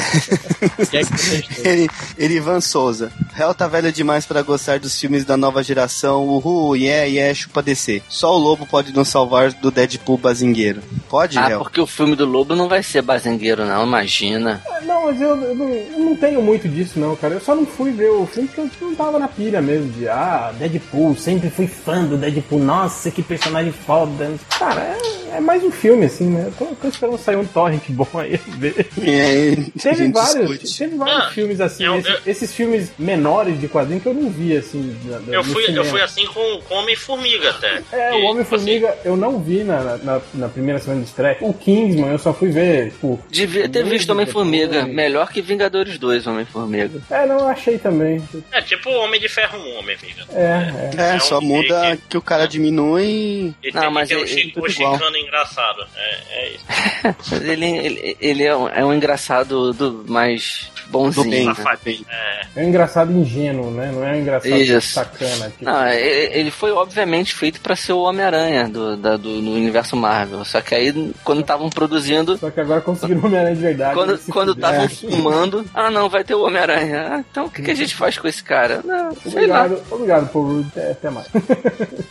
Que é que vocês têm?
Ele- Erivan Souza. Hell tá velho demais pra gostar dos filmes da nova geração. Uhul, yeah, yeah, chupa DC. Só o Lobo pode nos salvar do Deadpool bazingueiro. Pode,
Ah,
Hell?
porque o filme do Lobo não vai ser bazingueiro, não, imagina.
Ah, Não, mas eu, eu não, eu não tenho muito disso, não, cara. Eu só não fui ver o filme porque eu não tava na pilha mesmo de, ah, Deadpool, sempre fui fã do Deadpool, nossa, que personagem foda. Cara, é, é mais um filme, assim, né? Eu tô, tô esperando sair um torrent bom aí. ver.
É, a
Teve
gente
vários,
discute.
teve vários
Ah,
filmes, assim,
eu-
esses, esses filmes menores de quadrinho que eu não vi, assim, na- na-
Eu
no
fui, eu
cinema.
fui assim com, com Homem-Formiga
É,
até. E, tipo assim-
o Homem-Formiga eu não vi na, na, na primeira semana de estreia. O Kingsman eu só fui ver, tipo...
Devia ter
muito
visto Homem-Formiga.
depois.
Melhor que Vingadores 2, Homem-Formiga.
É, não, eu achei também.
assim, É tipo o Homem de Ferro 1, Homem-Formiga.
É, é.
É, só muda que o cara diminui.
Ele
Não,
tem
mas
que ter
é-
o, chi-
é
o
igual.
chicano engraçado. É, é isso.
Ele, ele, ele é, um, é um engraçado do mais bonzinho.
Do bem.
né?
Safadinho. É.
É um engraçado ingênuo, né? Não é um engraçado
Isso.
sacana. Tipo,
Não, e- e- ele foi obviamente feito pra ser o Homem-Aranha do, da- do, no universo Marvel. Só que aí, quando estavam produzindo,
Só que agora conseguiram o Homem-Aranha de verdade.
quando
eles se É.
quando tá
fuderam.
estavam filmando, ah não, vai ter o Homem-Aranha. Ah, então o que, que a gente faz com esse cara? Não, sei lá.
Obrigado, obrigado, Paul Rudd. Até, até mais.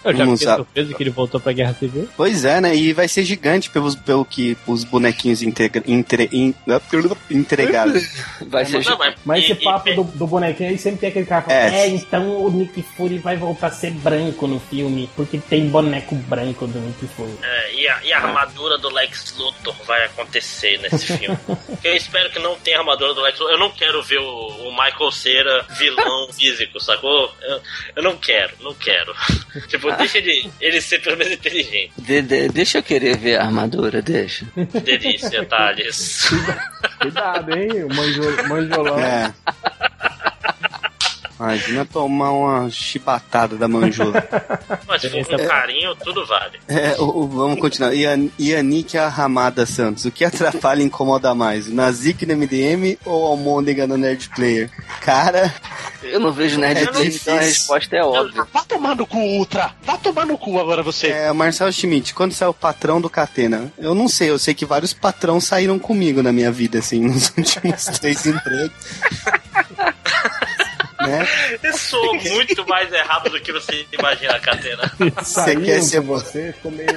Eu já
Não
fiquei
sabe.
surpreso que ele voltou pra Guerra Civil.
Pois é, né? E vai ser gigante pelos, pelo que os bonequinhos integra, entre, in- entregaram.
Vai seja-
mas, mas esse papo do, do bonequinho aí sempre tem aquele cara que fala,
É.
é. então o Nick Fury vai voltar a ser branco no filme, porque tem boneco branco do Nick Fury.
É, e, a, e a armadura do Lex Luthor vai acontecer nesse filme. Eu espero que não tenha armadura do Lex Luthor. Eu não quero ver o, o Michael Cera vilão físico, sacou? Eu, eu não quero, não quero. tipo, deixa ele, ele ser pelo menos inteligente.
De- de- deixa eu querer ver a armadura, deixa.
Delícia, Thales.
Cuidado, hein, o manjo- manjolão.
É. Imagina tomar uma chibatada da manjula.
Mas se for com carinho, tudo vale.
É, o- o- vamos continuar. Ian- Yannick Ramada Santos. O que atrapalha e incomoda mais? O Nazik no MDM ou a Almôndega no Nerd Player? Cara.
Eu não vejo Nerd Player, então a resposta é óbvia.
Vá tomar no cu, Ultra! Vá tomar no cu agora você!
É, Marcelo Schmidt, quando saiu o patrão do Catena? Eu não sei, eu sei que vários patrão saíram comigo na minha vida, assim, nos últimos três empregos. né?
Eu sou muito mais errado do que você imagina, Catena.
Você quer ser
você? Ficou meio.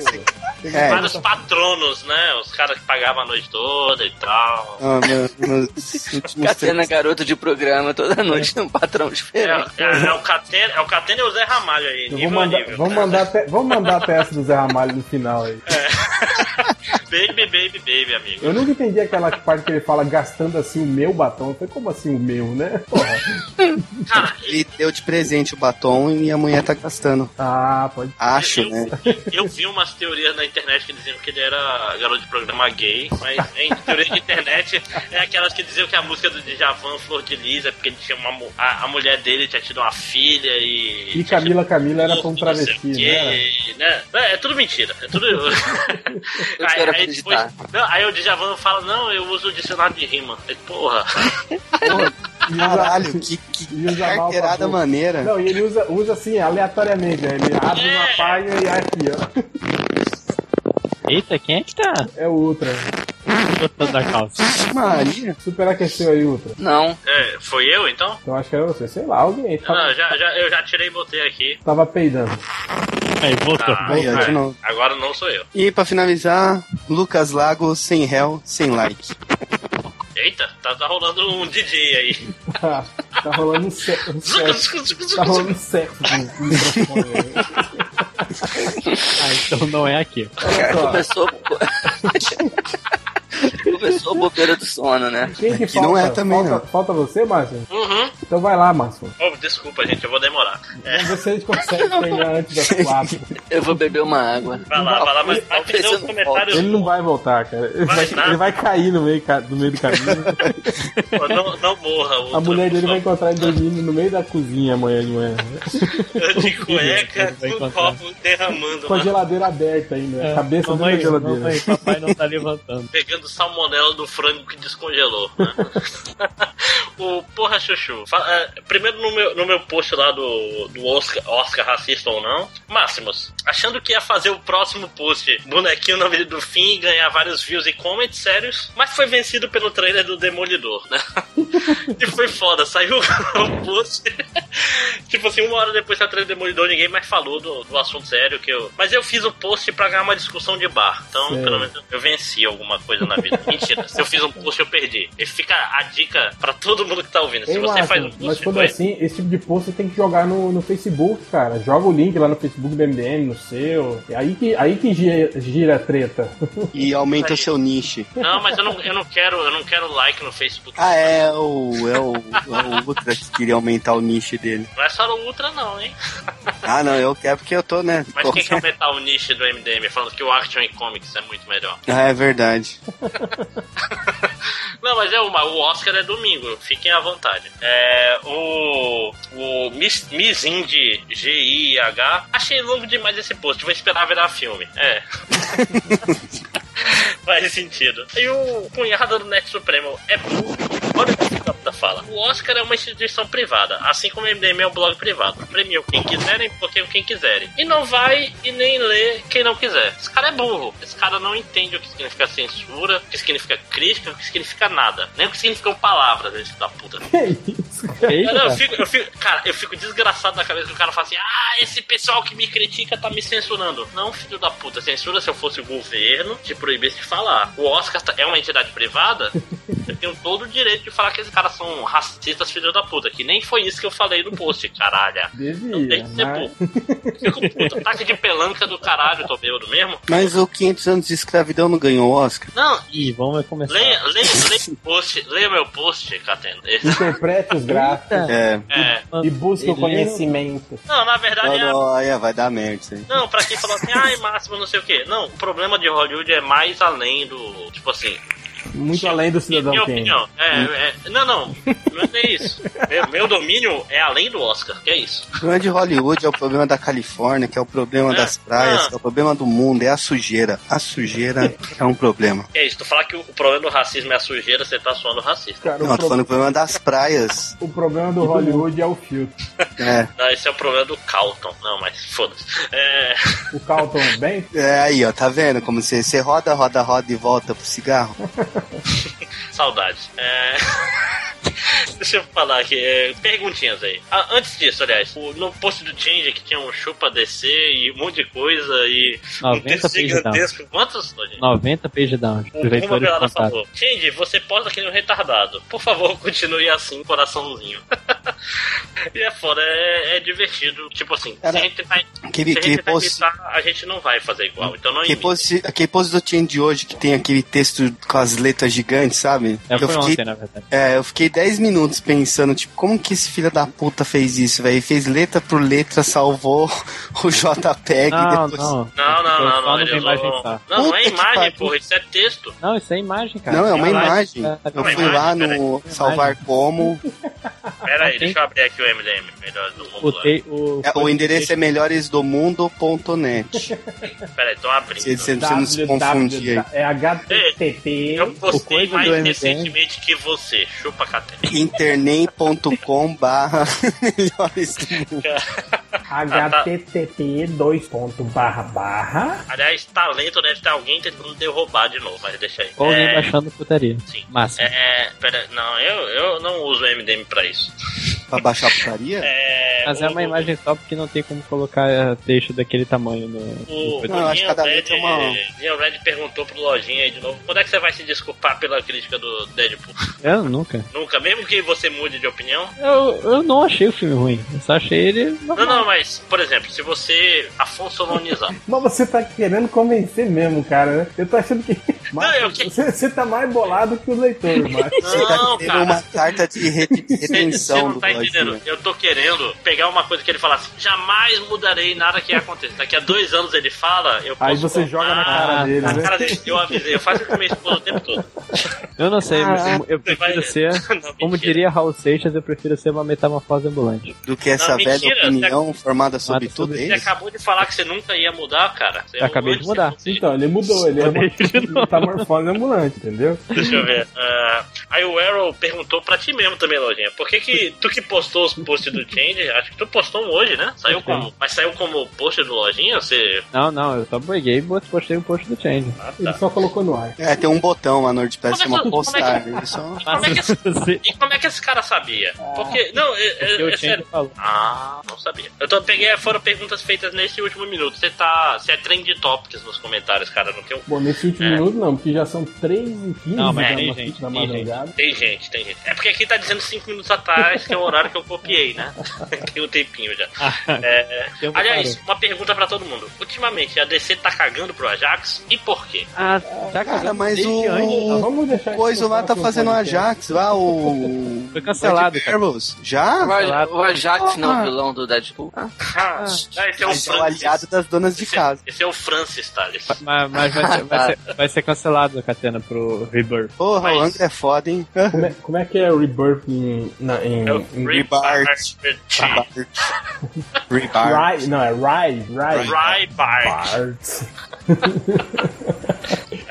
É.
Vários patronos, né? Os caras que pagavam a noite toda e tal.
Ah, mano, nos últimos
Catena garoto de programa toda noite num patrão
É,
diferente.
é- é o Catena, é o Catena e o Zé Ramalho aí,
Eu
nível
vou
a
mandar,
nível.
vamos, mandar até, vamos mandar até essa do Zé Ramalho no final aí.
Baby, baby, baby, amigo.
Eu nunca entendi aquela parte que ele fala gastando assim o meu batom. Eu falei, como assim o meu, né? Porra.
Ele deu de presente o batom e a mulher tá gastando.
Ah, pode
Acho, né?
Eu vi umas teorias na internet que diziam que ele era garoto de programa gay, mas em teoria de internet é aquelas que diziam que a música do Djavan, Flor de Lis, é porque ele tinha uma, mu- a, a mulher dele tinha tido uma filha e...
E Camila Camila era tão travesti, né?
Gay, né? É, é tudo mentira. É tudo. aí,
quero
aí depois, não, aí o Djavan fala: Não, eu uso o dicionário de rima. Aí, porra.
Caralho, que,
E usa mal pra
carteirada
burro.
maneira.
Não, e ele usa, usa assim, aleatoriamente, né? Ele abre uma página e aqui, ó.
Eita, quem é que tá?
É o Ultra.
Botando a calça.
Maria.
Superaqueceu aí, Ultra.
Não.
É, foi eu então?
Então acho que era você, sei lá, alguém. Tava,
Não, já, já- eu já tirei e botei aqui.
tava peidando.
Aí, voltou.
Tá
Ah,
Aí, ó, de
é,
novo.
agora não sou eu.
E pra finalizar, Lucas Lago, sem réu, sem like.
Eita, tá, tá rolando um DJ aí.
tá tá rolando um sexo. Um sexo. tá rolando um sexo. com o microfone.
Ah, então não é aqui.
Cara, começou. começou a bobeira do sono, né?
Quem que falta? falta, falta você, Márcio?
Uhum.
Então vai lá, Márcio.
Oh, desculpa, gente, eu vou demorar. É.
Vamos ver se a gente consegue terminar antes das quatro.
Eu vou beber uma água.
Vai lá, vai lá, mas um vai fazer os comentários.
Ele não vai voltar, cara. Ele
Vai
vai,
nada.
ele vai cair no meio, ca- no meio do caminho.
Pô, Não, não morra, o
A mulher dele vai encontrar ele dormindo no meio da cozinha amanhã de manhã.
de cueca,
Vai
com o
encontrar.
copo derramando.
Com a
né?
geladeira aberta ainda.
É,
a cabeça
mamãe,
dentro da geladeira.
mamãe,
papai não tá levantando.
Pegando salmonela do frango que descongelou. né? o porra chuchu. Fa- é, Primeiro no meu, no meu post lá do, do Oscar, Oscar racista ou não, Máximos, achando que ia fazer o próximo post bonequinho na vida do fim, ganhar vários views e comments sérios, mas foi vencido pelo trailer do Demolidor, né? e foi foda, saiu o post. tipo assim, uma hora depois que atrás do Demolidor, ninguém mais falou do, do assunto sério que eu. Mas eu fiz o post pra ganhar uma discussão de bar. Então,
Sei.
pelo menos eu venci alguma coisa na vida. Mentira, se eu fiz um post, eu perdi. E fica a dica pra todo mundo que tá ouvindo. Se
Ei,
você
Márcio,
faz um post.
mas quando
foi-
é assim, esse tipo de post você tem que jogar no, no Facebook, cara. Joga o link lá no Facebook do MDM, no seu. É aí que, aí que gira, gira a treta.
E aumenta o seu nicho.
Não, mas eu não, eu não quero, eu não quero like no Facebook.
Ah, é o, é o, é o Ultra que queria aumentar o nicho dele.
Não é só no Ultra, não, hein?
Ah, não, eu quero porque eu tô, né?
Mas quem é? quer aumentar o nicho do MDM falando que o Action em Comics é muito melhor?
Ah, é verdade.
Não, mas é uma. O Oscar é domingo, fiquem à vontade. É. O. O Miss, Miss Indy G-I-H. Achei longo demais esse post, vou esperar virar filme. É. Faz sentido. E o cunhado do Net Supremo é burro. Olha o que o capta fala. O Oscar é uma instituição privada, assim como o MDM é um blog privado. Premiam quem quiserem, bloqueiam quem quiserem. E não vai e nem lê quem não quiser. Esse cara é burro. Esse cara não entende o que significa censura, o que significa crítica, o que significa nada. Nem o que significam palavras, esse da puta. Não, eu, fico, eu fico- cara, eu fico desgraçado da cabeça que o cara fala assim: ah, esse pessoal que me critica tá me censurando. Não, filho da puta, censura se eu fosse o governo te proibisse de falar. O Oscar tá- é uma entidade privada? Eu tenho todo o direito de falar que esses caras são racistas, filhos da puta, que nem foi isso que eu falei no post, caralho.
Devia,
Você, pô, fico puto. Ataque de pelanca do caralho, tô bêbado mesmo.
Mas o 500 anos de escravidão não ganhou o Oscar?
Não,
Ih, vamos começar.
leia, leia, leia o post, leia meu post, Catena. Esse-
Interpreta os gráficos
É.
É.
e busca o conhecimento.
Não, na verdade é
Não,
a
não, aí vai dar merda isso aí.
Não, pra quem falou assim, ai, máximo, não sei o quê. Não, o problema de Hollywood é mais além do. Tipo assim,
Muito além do cidadão
minha
Kane. Hum.
opinião. É, é, não, não, não é nem isso. Meu, meu domínio é além do Oscar, que é isso.
O problema de Hollywood é o problema da Califórnia, que é o problema das
Ah.
praias, que é o problema do mundo, é a sujeira. A sujeira é um problema.
Que é isso, tu falar que o problema do racismo é a sujeira, você tá soando racista.
Cara,
Não, eu tô falando o problema das praias.
O problema do Hollywood é o filtro.
É,
Não, esse é o problema do Calton. Não, mas foda-se. É,
O Carlton bem?
é aí, ó, tá vendo como você, você roda, roda, roda e volta pro cigarro?
saudades. É. Deixa eu falar aqui, é, perguntinhas aí. Ah, antes disso, aliás, o- no post do Change que tinha um chupa DC e um monte de coisa e um
Ah,
90
texto
então.
pages
gigantesco. Quantos, gente?
90 page down.
Um- Uma
Prefeitura
velada
de contato.
falou: Change, você posta aquele retardado. Por favor, continue assim, coraçãozinho. e é foda, é, é divertido. Tipo assim, se a gente vai,
Aquele-
se a,
aquele
gente vai
post-
imitar, a gente não vai fazer igual. Então não
Que
imita.
pose, aquele pose do Chain de hoje que tem aquele texto com as letras gigantes, sabe?
É,
eu
foi
fiquei,
ontem, na verdade.
É, eu fiquei 10 minutos pensando, tipo, como que esse filho da puta fez isso, velho? Fez letra por letra, salvou o JPEG
Não,
e depois.
não.
Não, não,
Eu Então
não,
só
não.
não
ele
vi imagem tá.
usou-
só.
não, não é
Puta que
imagem,
pariu.
porra, isso é texto.
Não, isso é imagem, cara.
Não, é uma
Tem
imagem.
cara.
Eu
Uma
fui lá no Salvar Como.
Pera aí, deixa eu abrir aqui o MDM. Melhor do mundo. lá.
Botei o,
É, O endereço é melhoresdomundo.net.
Pera aí, tô abrindo.
Se você não se confundir aí.
É HTTP.
É, Eu postei
coisa
mais
do MDM.
recentemente que você. Chupa, Catena.
internet.com barra melhores do mundo.
HTTP 2. Ponto barra barra.
Aliás, talento deve ter alguém tentando derrubar de novo, mas deixa aí.
Ou alguém
É,
baixando putaria.
Sim.
Máximo.
É, pera, não, eu, eu não uso MDM pra isso.
Pra baixar a putaria?
É,
Mas é
o-
uma imagem só porque não tem como colocar eh, texto daquele tamanho no.
O,
no-
Não, eu acho que cada
Red,
letra é uma-
Leon Red perguntou pro Lojinha aí de novo: quando é que você vai se desculpar pela crítica do Deadpool?
Eu É, nunca.
Nunca, mesmo que você mude de opinião?
Eu, eu não achei o filme ruim. Eu só achei ele.
Não, não, mas, por exemplo, se você Afonso Lonizar.
Mas você tá querendo convencer mesmo, cara. né? Eu tô achando que. Márcio,
eu que-
você, você tá mais bolado que o leitor, Márcio.
Você tá
É, Não,
tendo
cara.
uma carta de re-
Você você
retenção
não
do
tá entendendo.
Brasil.
Eu tô querendo pegar uma coisa que ele fala assim: jamais mudarei nada que aconteça. Daqui a dois anos ele fala, eu posso.
Aí você joga na cara dele,
Na
né?
cara dele, eu avisei, eu faço isso com minha esposa o tempo todo.
Eu não sei, mas eu, eu
Ah, Vai-
prefiro ser.
Não,
Como
mentira.
diria Raul Seixas, eu prefiro ser uma metamorfose ambulante.
Do que essa
Não,
velha
mentira,
opinião formada sobre
Nada
tudo é
sobre-
Você
isso?
acabou de falar que você nunca ia mudar, cara. Você é um
Eu acabei
antes
de mudar.
você-
Então, ele mudou, ele é uma metamorfose ambulante, entendeu?
Deixa eu ver. Ah, aí o Arrow perguntou pra ti mesmo também, Lojinha. Por que que tu que postou os posts do Change, acho que tu postou um hoje, né? Saiu como, mas saiu como post do Lojinha? Você...
Não, não, eu só peguei e bot- postei o post do Change.
Ah,
Ele
tá.
só colocou no ar.
É, tem um botão lá no WordPress que chama
Como é que-
postar. Ele só...
Como é que esse,
Sim,
e como é que esse cara sabia? Porque, não, é, é-
Ah, porque o
é
Change
sério.
falou.
Ah, não sabia. Eu tô, peguei, foram perguntas feitas nesse último minuto. Você tá, você é trend topics nos comentários, cara. Não tem um...
Bom, nesse último
É.
minuto não, porque já são 3 e 15
Não, mas
da,
tem
ma-
gente,
da
tem
madrugada.
Tem gente, tem gente. É porque aqui tá dizendo 5 minutos atrás, que é o horário que eu copiei, né? tem um tempinho já. É, é.
Tempo
Aliás, uma pergunta pra todo mundo. Ultimamente, a DC tá cagando pro Ajax e por quê?
Ah, tá
Cara,
cagando
mas
desde antes. então.
Ah,
o
vamos deixar
o coisa lá tá
aqui um
fazendo
podcast.
Ajax lá, o.
Foi cancelado,
Red
cara.
Barrels. Já?
O Aj- O Ajax não é
Ah.
o vilão do Deadpool.
Ah, esse é o
Eles são
Francis.
aliados das donas de
Esse,
casa.
esse é o Francis, Thales.
Mas, mas vai, ser, vai, ser, vai ser cancelado a catena pro Rebirth.
Porra, o
Mas-
Angra é foda, hein?
Como é, como é que é o Rebirth em. Na, em,
É o
em
Rebart. Rebart.
Ri- não, é Rai, Rai.
Rybart.
Bart.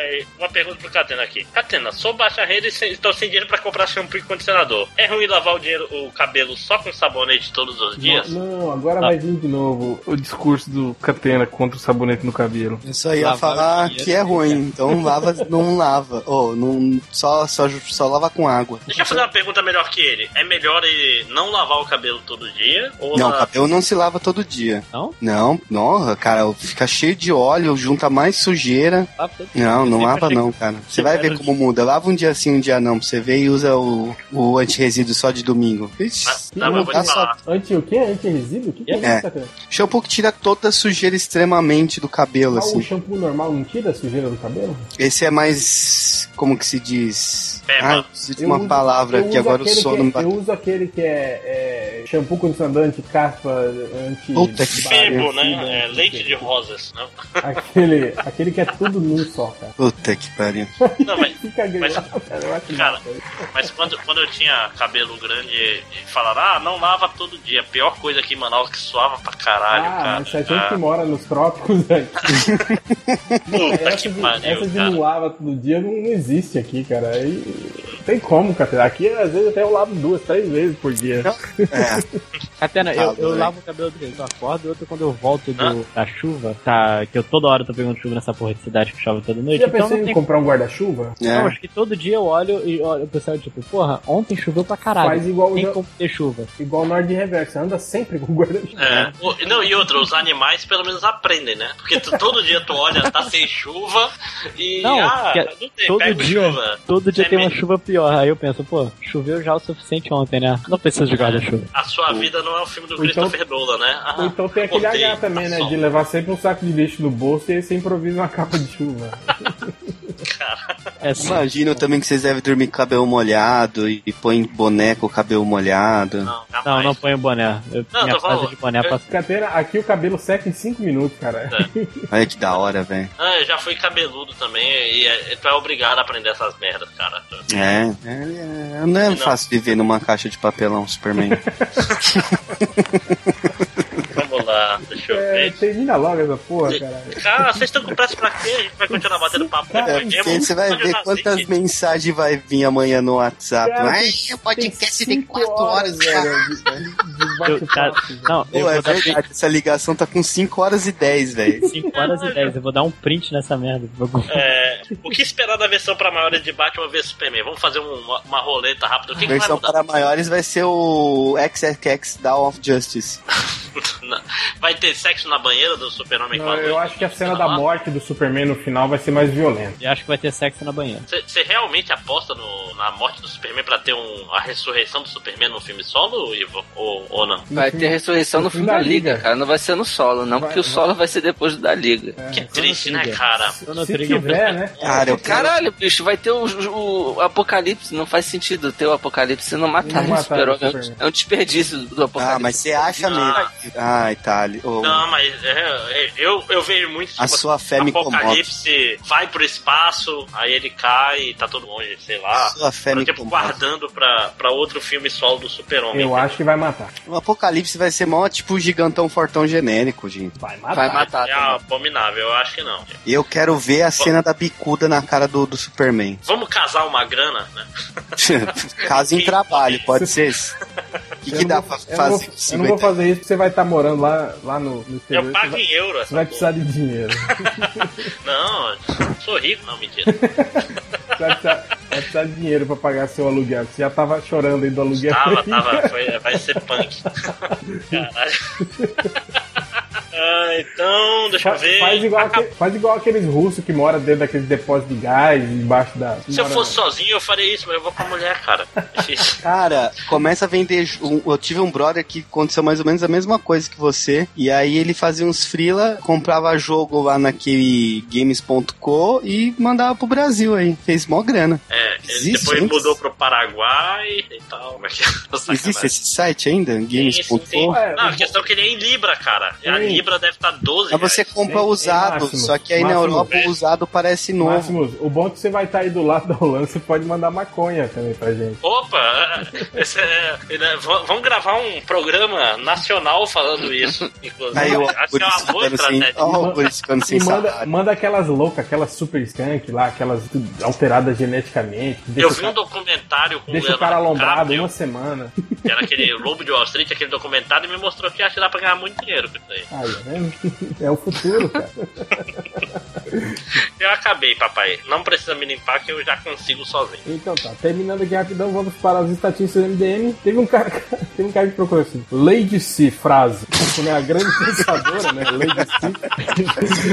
É, Uma pergunta pro Catena aqui. Catena, sou baixa renda e sem- estou sem dinheiro pra comprar shampoo e condicionador. É ruim lavar o, dinheiro, o cabelo só com sabonete todos os dias?
Não, não, agora vai vir de novo o discurso do Catena contra o sabonete no cabelo.
Eu só ia
Lavar o
falar
dinheiro,
que é ruim, então lava, não lava. Ou não, só, só, só lava com água.
Deixa eu fazer uma pergunta melhor que ele. É melhor ele não lavar o cabelo todo dia? Ou
Não,
lavar-
cabelo não se lava todo dia.
Não?
Não, nossa, cara, fica cheio de óleo, junta mais sujeira.
Tá? Porque
Não, não não lava não, cara. Você vai ver como muda. Lava um dia sim, um dia não. Pra você ver e usa o, o antirresíduo só de domingo. Ixi,
Não,
não dá só-
Anti o quê? Anti-resíduo? O que, que é,
É.
isso, cara?
Shampoo que tira toda a sujeira extremamente do cabelo,
Ah, o
assim.
shampoo normal não tira a sujeira do cabelo?
Esse é mais. Como que se diz? Ah, preciso de
Eu
uma
uso-
palavra
eu
que
uso
agora o
aquele
sono
que é-
me bateu.
Eu uso aquele que é, é shampoo, condicionador, anti-caspa, anti...
Puta que
Febo, né? É, leite de rosas, não?
Aquele, aquele que é tudo num só, cara.
Puta que pariu.
Não, mas.
Fica
mas cara, mas quando, quando eu tinha cabelo grande, e- e falaram, ah, não lava todo dia. Pior coisa aqui em Manaus que suava pra caralho,
Ah,
cara.
mas a gente
Ah,
que mora nos trópicos aqui.
Puta
essa
que
de,
pariu,
essa de
cara.
não lava todo dia não, não existe aqui, cara. Aí, não tem como, cara. Aqui às vezes até eu lavo duas, três vezes por dia.
É,
Catena, eu, eu
Tá,
lavo o cabelo do jeito, eu acordo, e outro quando eu volto do, da chuva, tá, que eu toda hora tô pegando chuva nessa porra de cidade que chove toda
Você
noite.
já
então
pensou
não
em
tem
comprar um guarda-chuva?
Não,
é.
acho que todo dia eu olho e olho o pessoal tipo, porra, ontem choveu pra
Ah,
caralho.
Faz igual o
tem
Ja-
como ter chuva.
Igual o Nord Reverso, você anda sempre com guarda-chuva.
É. O- não, e outra, os animais pelo menos aprendem, né? Porque tu- todo dia tu olha, tá sem chuva e.
Não,
ah,
porque
não tem,
todo
pega
dia,
chuva.
todo dia tem uma chuva pior. Aí eu penso, pô, choveu já o suficiente ontem, né? Não preciso de guarda-chuva.
A sua vida não é o filme do
Ou então-
Christopher Nolan, né? Ah,
Ou então tem aquele
acordei,
H também, né?
sol.
De levar sempre um saco de lixo no bolso e aí você improvisa uma capa de chuva.
É
Imagino também que vocês devem dormir com o cabelo molhado e, e põe boné com o cabelo molhado.
Não, não ponho boné. Eu, minha fase de boné passa.
Catena, aqui o cabelo seca em 5 minutos, cara.
Olha que da hora, velho.
Ah, eu já fui cabeludo também e é- tu é obrigado a aprender essas merdas, cara.
É, é, é, não é fácil viver numa caixa de papelão Superman.
Vamos lá, deixa eu ver.
É, termina logo essa porra, cara.
Cara, vocês estão com pressa pra quê? A gente vai continuar batendo papo
É,
depois
porque
mesmo? assim?
você vai
Onde eu
ver
nasci?
quantas mensagens vai vir amanhã no WhatsApp. né?
Cara,
É. Ai,
tem-
o podcast tem 4
horas,
Eu,
tá-
cara, não, eu
Pô, é
vou dar print,
verdade, essa ligação tá com 5 horas e 10, velho.
5 horas e 10. Eu vou dar um print nessa merda. Vou-
É, o que esperar da versão pra maiores de Batman vs Superman? Vamos fazer um- uma, uma roleta rápida. O
A
que, que vai
versão
mudar?
para maiores vai ser o XXX Down of Justice.
Na- Vai ter sexo na banheira do Super-Homem com a
Não, eu acho que tá a cena da morte do Superman no final vai ser mais violenta.
E acho que vai ter sexo na banheira.
Você realmente aposta no- na morte do Superman pra ter um, a ressurreição do Superman num filme solo, Ivo? Ou, ou não?
Vai ter ressurreição no fim da Liga, cara. Não vai ser no solo, não, porque o solo vai ser depois do da Liga.
É,
Que triste, né, cara?
Se Trigger.
tiver, né?
Cara, É, eu
Caralho, bicho, vai ter o, o apocalipse. Não faz sentido ter o apocalipse e não matar
Não
o
matar o
super-homem.
Superman.
É um desperdício do apocalipse.
Ah, mas você acha
Ah,
mesmo. Ai, tá. ali- ô,
Não, mas é, é, eu, eu vejo muito. tipo,
A sua fé me incomoda.
Apocalipse vai pro espaço, aí ele cai e tá todo longe, sei lá.
Sua fé
Tá,
me
tipo,
incomoda.
guardando pra, pra outro filme solo do Super-Homem.
Eu acho que vai matar.
O Apocalipse vai ser mó tipo gigantão fortão genérico, gente.
Vai
É abominável, eu acho que não.
Eu quero ver a cena da bicuda na cara do, do Superman.
Vamos casar uma grana, né?
Caso em trabalho, pode ser? O que, que dá pra
Eu não, vou,
fazer com
eu não
50?
vou fazer isso porque você vai estar morando lá, lá no, no exterior.
Eu
você
pago
vai,
em euro
você
essa
vai
porra.
precisar de dinheiro.
Não, sou rico, não, mentira.
Você vai precisar, vai precisar de dinheiro pra pagar seu aluguel. Você já tava chorando aí do aluguel.
Tava, tava, foi- vai ser punk. Caralho. Ah, então, deixa eu
Fa-
ver.
Faz igual, aque- faz igual aqueles russos que moram dentro daquele depósito de gás, embaixo da.
Se eu
mora-
fosse sozinho, eu faria isso, mas eu vou com a mulher, cara. É Difícil.
Cara, começa a vender. ju- um- eu tive um brother que aconteceu mais ou menos a mesma coisa que você. E aí ele fazia uns freela, comprava jogo lá naquele games.com e mandava pro Brasil aí. Fez mó grana.
É,
Existe
depois
isso?
mudou pro Paraguai e tal. Como é que é? Sacanagem.
Existe esse site ainda?
Sim, sim.
Games.com?
Não, a questão é que ele é em Libra, cara. A Libra deve estar 12
Mas você
reais.
compra usado,
Máximo,
só que aí na
máximo.
Europa o usado parece
um
novo.
Máximos, o bom é que você vai estar aí do lado da Holanda, você pode mandar maconha também pra gente.
Opa! esse é- né, v- vamos gravar um programa nacional falando isso, inclusive.
Aí, ó,
Acho
por
que é uma
isso
boa
ficando sem,
estratégia.
assim, ó, por isso ficando sem
E manda,
salário.
manda aquelas loucas, aquelas super skunk lá, aquelas alteradas geneticamente. que
Eu
Deixa, o
vi um
cara-
documentário com
deixa o cara alombrado uma semana.
né?
que era aquele Lobo de Wall Street, aquele documentário, e me mostrou que acho que dá pra ganhar muito dinheiro com isso aí.
Aí, tá vendo? É o futuro, cara.
Eu acabei, papai. Não precisa me limpar que eu já consigo sozinho.
Então tá, terminando aqui rapidão, vamos para as estatísticas do MDM. Teve um cara, teve um cara que procurou assim, Lady C, frase. Tipo, né, a grande pensadora, né, Lady C.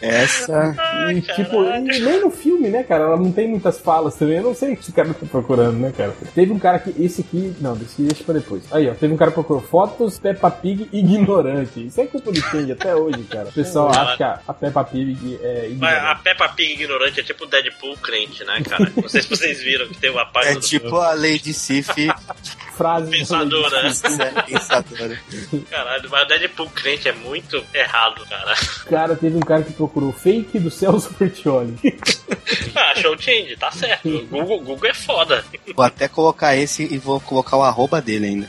Essa...
E, tipo, e nem no filme, né, cara, ela não tem muitas falas também, eu não sei o que esse cara tá procurando, né, cara. Teve um cara que, esse aqui, não, esse aqui deixa pra depois. Aí, ó, teve um cara que procurou fotos Peppa Pig ignorante. Isso é culpa do Change até hoje, cara. O pessoal acha que a, a Peppa Pig é
Mas
ignorante.
a Peppa Pig ignorante é tipo o Deadpool crente, né, cara? Não sei se vocês viram que tem uma página
É
do-
tipo a Lady Sif.
Frase
Pensadora, né?
pensadora.
Caralho, mas o Deadpool crente é muito errado, cara.
Cara, teve um cara que procurou fake do Celso Portioli.
Ah, show change, tá certo. O Google, Google é foda.
Vou até colocar esse e vou colocar o arroba dele ainda.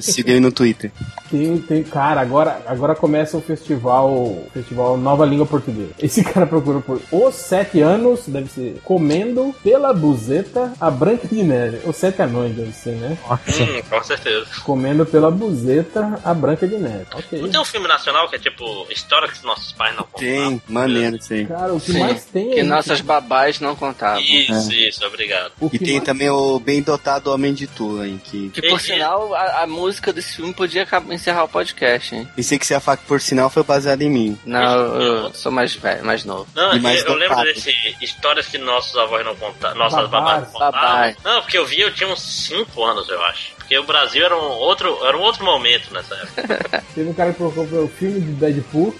Siga ele no Twitter.
Tem, tem, cara, agora, agora começa o festival, festival Nova Língua Portuguesa. Esse cara procurou por Os Sete Anos, deve ser, comendo pela buzeta a Branca de Neve. Os Sete Anões, deve ser, né?
Hum, com certeza.
Comendo pela buzeta a Branca de Neve.
Não
Ok.
Então,
tem um filme nacional que é tipo história que nossos pais não contam.
Tem, maneiro isso aí.
Cara, o que
Sim.
mais tem é
Que
isso.
nossas babás não contavam. né?
Isso, isso, obrigado.
E tem também o bem dotado Homem de Tula, hein? Que...
Que por sinal, a, a música desse filme podia acab- encerrar o podcast, hein?
Pensei que você ia falar que por sinal foi baseado em mim.
Não, eu sou mais velho, mais novo.
Não,
E
eu,
mais
eu lembro
dotado.
desse histórias que nossos avós não contavam, nossas babás
Babás,
não contavam.
babás.
Não, porque eu vi, eu tinha uns 5 anos, eu acho. Porque o Brasil era um outro, era um outro momento nessa época.
Teve um cara que procurou pelo filme de Deadpool.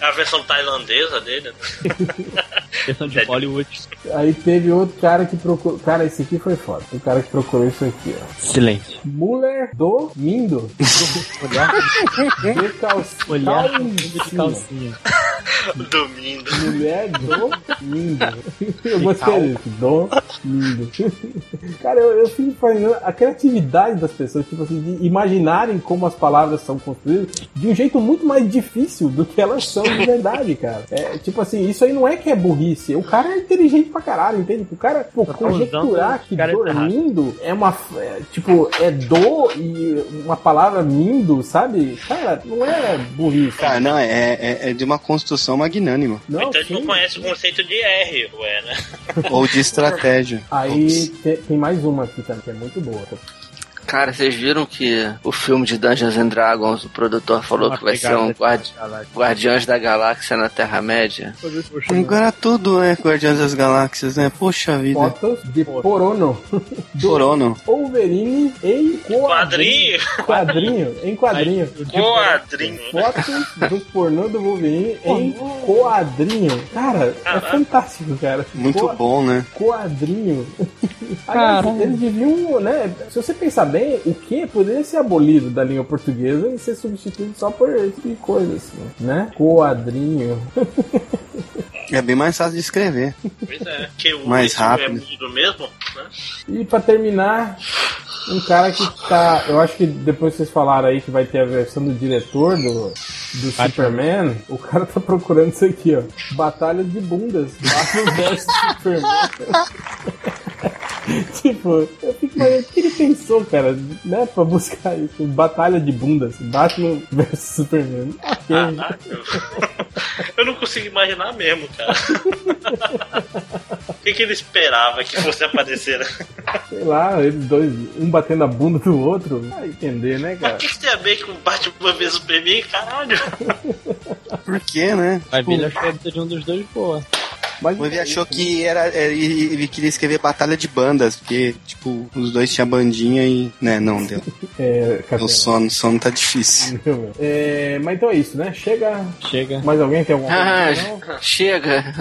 É A versão tailandesa dele. né?
Versão de Hollywood.
Aí teve outro cara que procurou. Cara, esse aqui foi foda. O cara que procurou isso aqui, ó.
Silêncio.
Muller do Mindo. Olhar de calcinha.
Olhar
de
calcinha.
Domingo.
Mulher do Mindo. Eu gostei disso. Do Mindo. Cara, eu, eu fico imaginando a criatividade das pessoas, tipo assim, de imaginarem como as palavras são construídas de um jeito muito mais difícil do que elas são de verdade, cara. É, tipo assim, isso aí não é que é burrice. O cara é inteligente pra caralho, entende? O cara, pô, conjecturar
usando
que
os caras
dormindo é uma. é, tipo, é do e uma palavra mindo, sabe? Cara, não é burrice.
Cara, não, é, é, é de uma construção magnânima.
então a gente não conhece o conceito de R, ué, né?
Ou de estratégia.
Aí te- tem mais uma aqui também, que é muito boa.
Cara, vocês viram que o filme de Dungeons and Dragons, o produtor falou
Ah,
que vai ser um
obrigado,
guardi
Galáxia.
Guardiões da Galáxia na Terra-média?
Agora tudo é Guardiões das Galáxias, né? Poxa vida.
Fotos de Porono. Do
Porono.
Wolverine em quadrinho.
Quadrinho.
Quadrinho, em quadrinho.
Quadrinho.
Fotos do pornô do Wolverine em quadrinho. Cara, é fantástico, cara.
Muito
Qua-
bom, né?
Quadrinho. Aliás,
Caramba.
eles deviam, né? Se você pensar bem, o que poderia ser abolido da língua portuguesa e ser substituído só por esse tipo de coisa, assim, né? Quadrinho.
É bem mais fácil de escrever.
Pois é. Que o
Mais
esse filme
rápido.
é mudo mesmo, né?
E pra terminar, um cara que tá. Eu acho que depois vocês falaram aí que vai ter a versão do diretor do, do Superman. O cara tá procurando isso aqui, ó. Batalha de bundas. Batman vs Superman. tipo, eu fico imaginando o que ele pensou, cara, né? Pra buscar isso. Batalha de bundas. Batman vs Superman. Ok.
Caralho. Eu não consigo imaginar mesmo, cara. O que, que ele esperava que fosse aparecer,
É.
né?
Sei lá, eles dois, um batendo a bunda do outro. Vai entender, né,
Mas
cara?
o que, que tem a ver com Batman vs Superman, caralho?
Por quê, né?
Vai ver, ele achou a vida de um dos dois boa.
Mas
Ele achou que era. é, Ele, ele queria escrever batalha de bandas, porque, tipo, os dois tinham bandinha e. né, não deu.
É,
O sono, o sono tá difícil.
É, mas então é isso, né? Chega.
Chega.
Mais alguém tem alguma coisa?
Ah,
Não?
chega.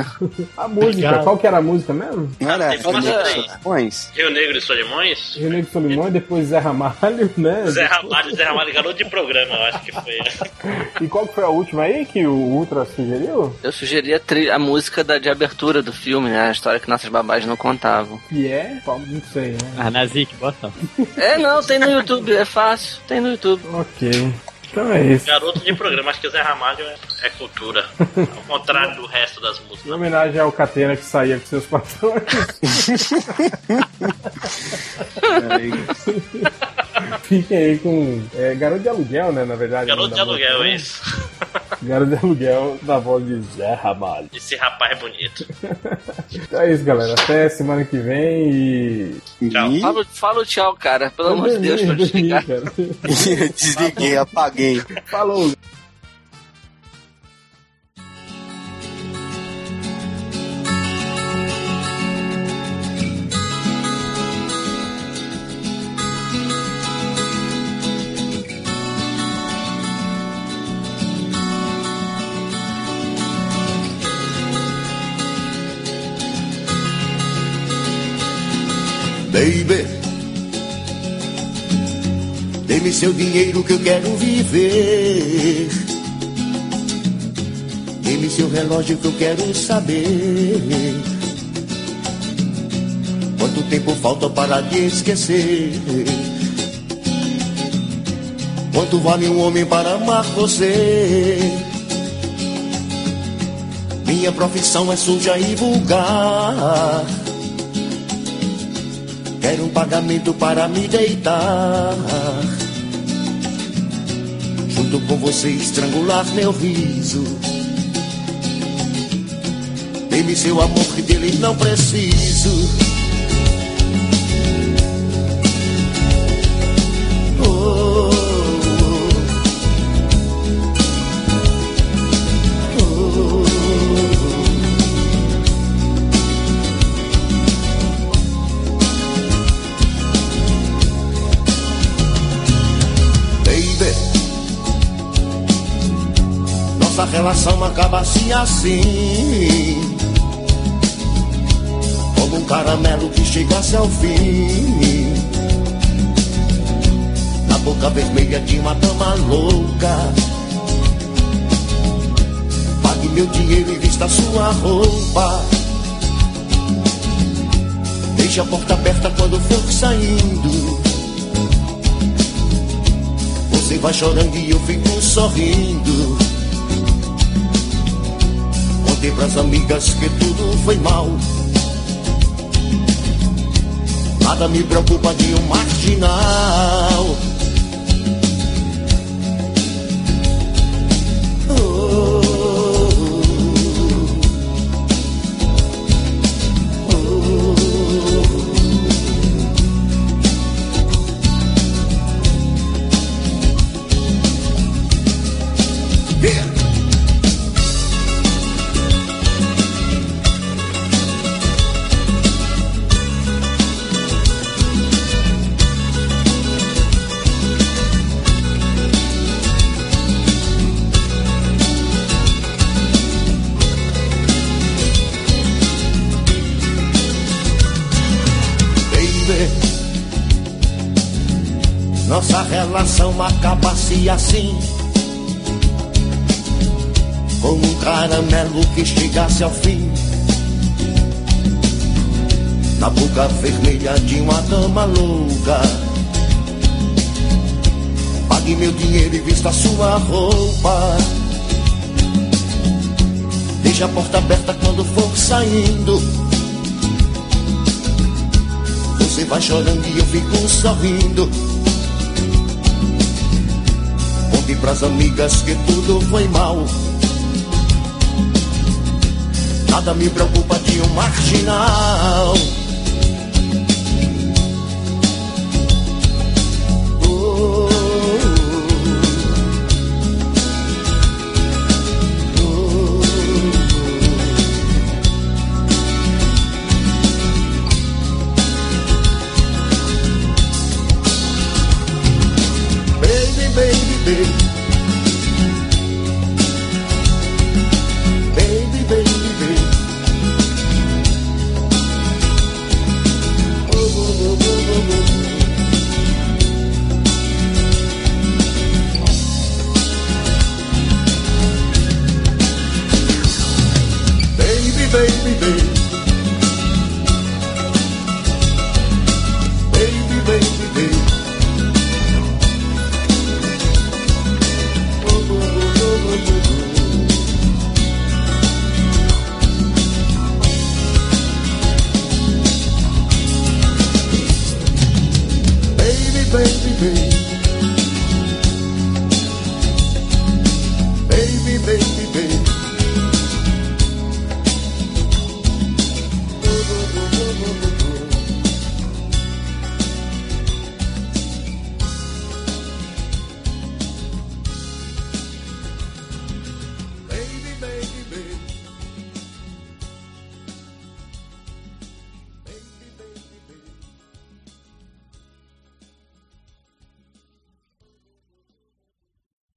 A música,
Obrigado.
qual que era a música mesmo?
Não era
Tem mais três.
Solimões?
Rio Negro e Solimões?
René de Solimões, depois Zé Ramalho, né?
Zé Ramalho, Zé Ramalho, garoto de programa, eu acho que foi.
E qual que foi a última aí que o Ultra sugeriu?
Eu sugeri a, tri- a música da, de abertura do filme, né? A história que nossas babás não contavam.
Que é? Pau, Não sei, né?
Ah, Nazik, bota.
É, não, tem no YouTube, é fácil. Tem no YouTube.
Ok. Então é isso.
Garoto de programa, acho que o Zé Ramalho é, é cultura. Ao contrário do resto das músicas.
Em homenagem ao Catena que saía com seus patrões. Fiquem aí com. É, garoto de aluguel, né? Na verdade.
Garoto de
Da música,
aluguel,
né?
é isso.
Diário de aluguel na voz de Zé Ramalho.
Esse rapaz é bonito.
Então é isso, galera. Até semana que vem e.
Tchau. Fala, fala o tchau, cara. Pelo amor de Deus, pra eu desligar.
Desliguei, apaguei.
Falou.
Baby, dê-me seu dinheiro que eu quero viver. Dê-me seu relógio que eu quero saber. Quanto tempo falta para te esquecer? Quanto vale um homem para amar você? Minha profissão é suja e vulgar. Quero um pagamento para me deitar. Junto com você estrangular meu riso. Dê-me seu amor que dele não preciso. Oh, oh, oh. baby. Nossa relação acaba assim assim. Como um caramelo que chegasse ao fim. Na boca vermelha de uma dama louca. Pague meu dinheiro e vista sua roupa. Deixe a porta aberta quando for saindo. Você vai chorando e eu fico sorrindo. Contei pras amigas que tudo foi mal. Nada me preocupa de um marginal. Oh, oh, oh. baby. Nossa relação acaba-se assim. Como um caramelo que chegasse ao fim. Na boca vermelha de uma dama louca. Pague meu dinheiro e vista sua roupa. Deixe a porta aberta quando for saindo. Você vai chorando e eu fico sorrindo. Conte pras amigas que tudo foi mal. Nada me preocupa de um marginal. Oh, oh, oh. baby, baby, baby.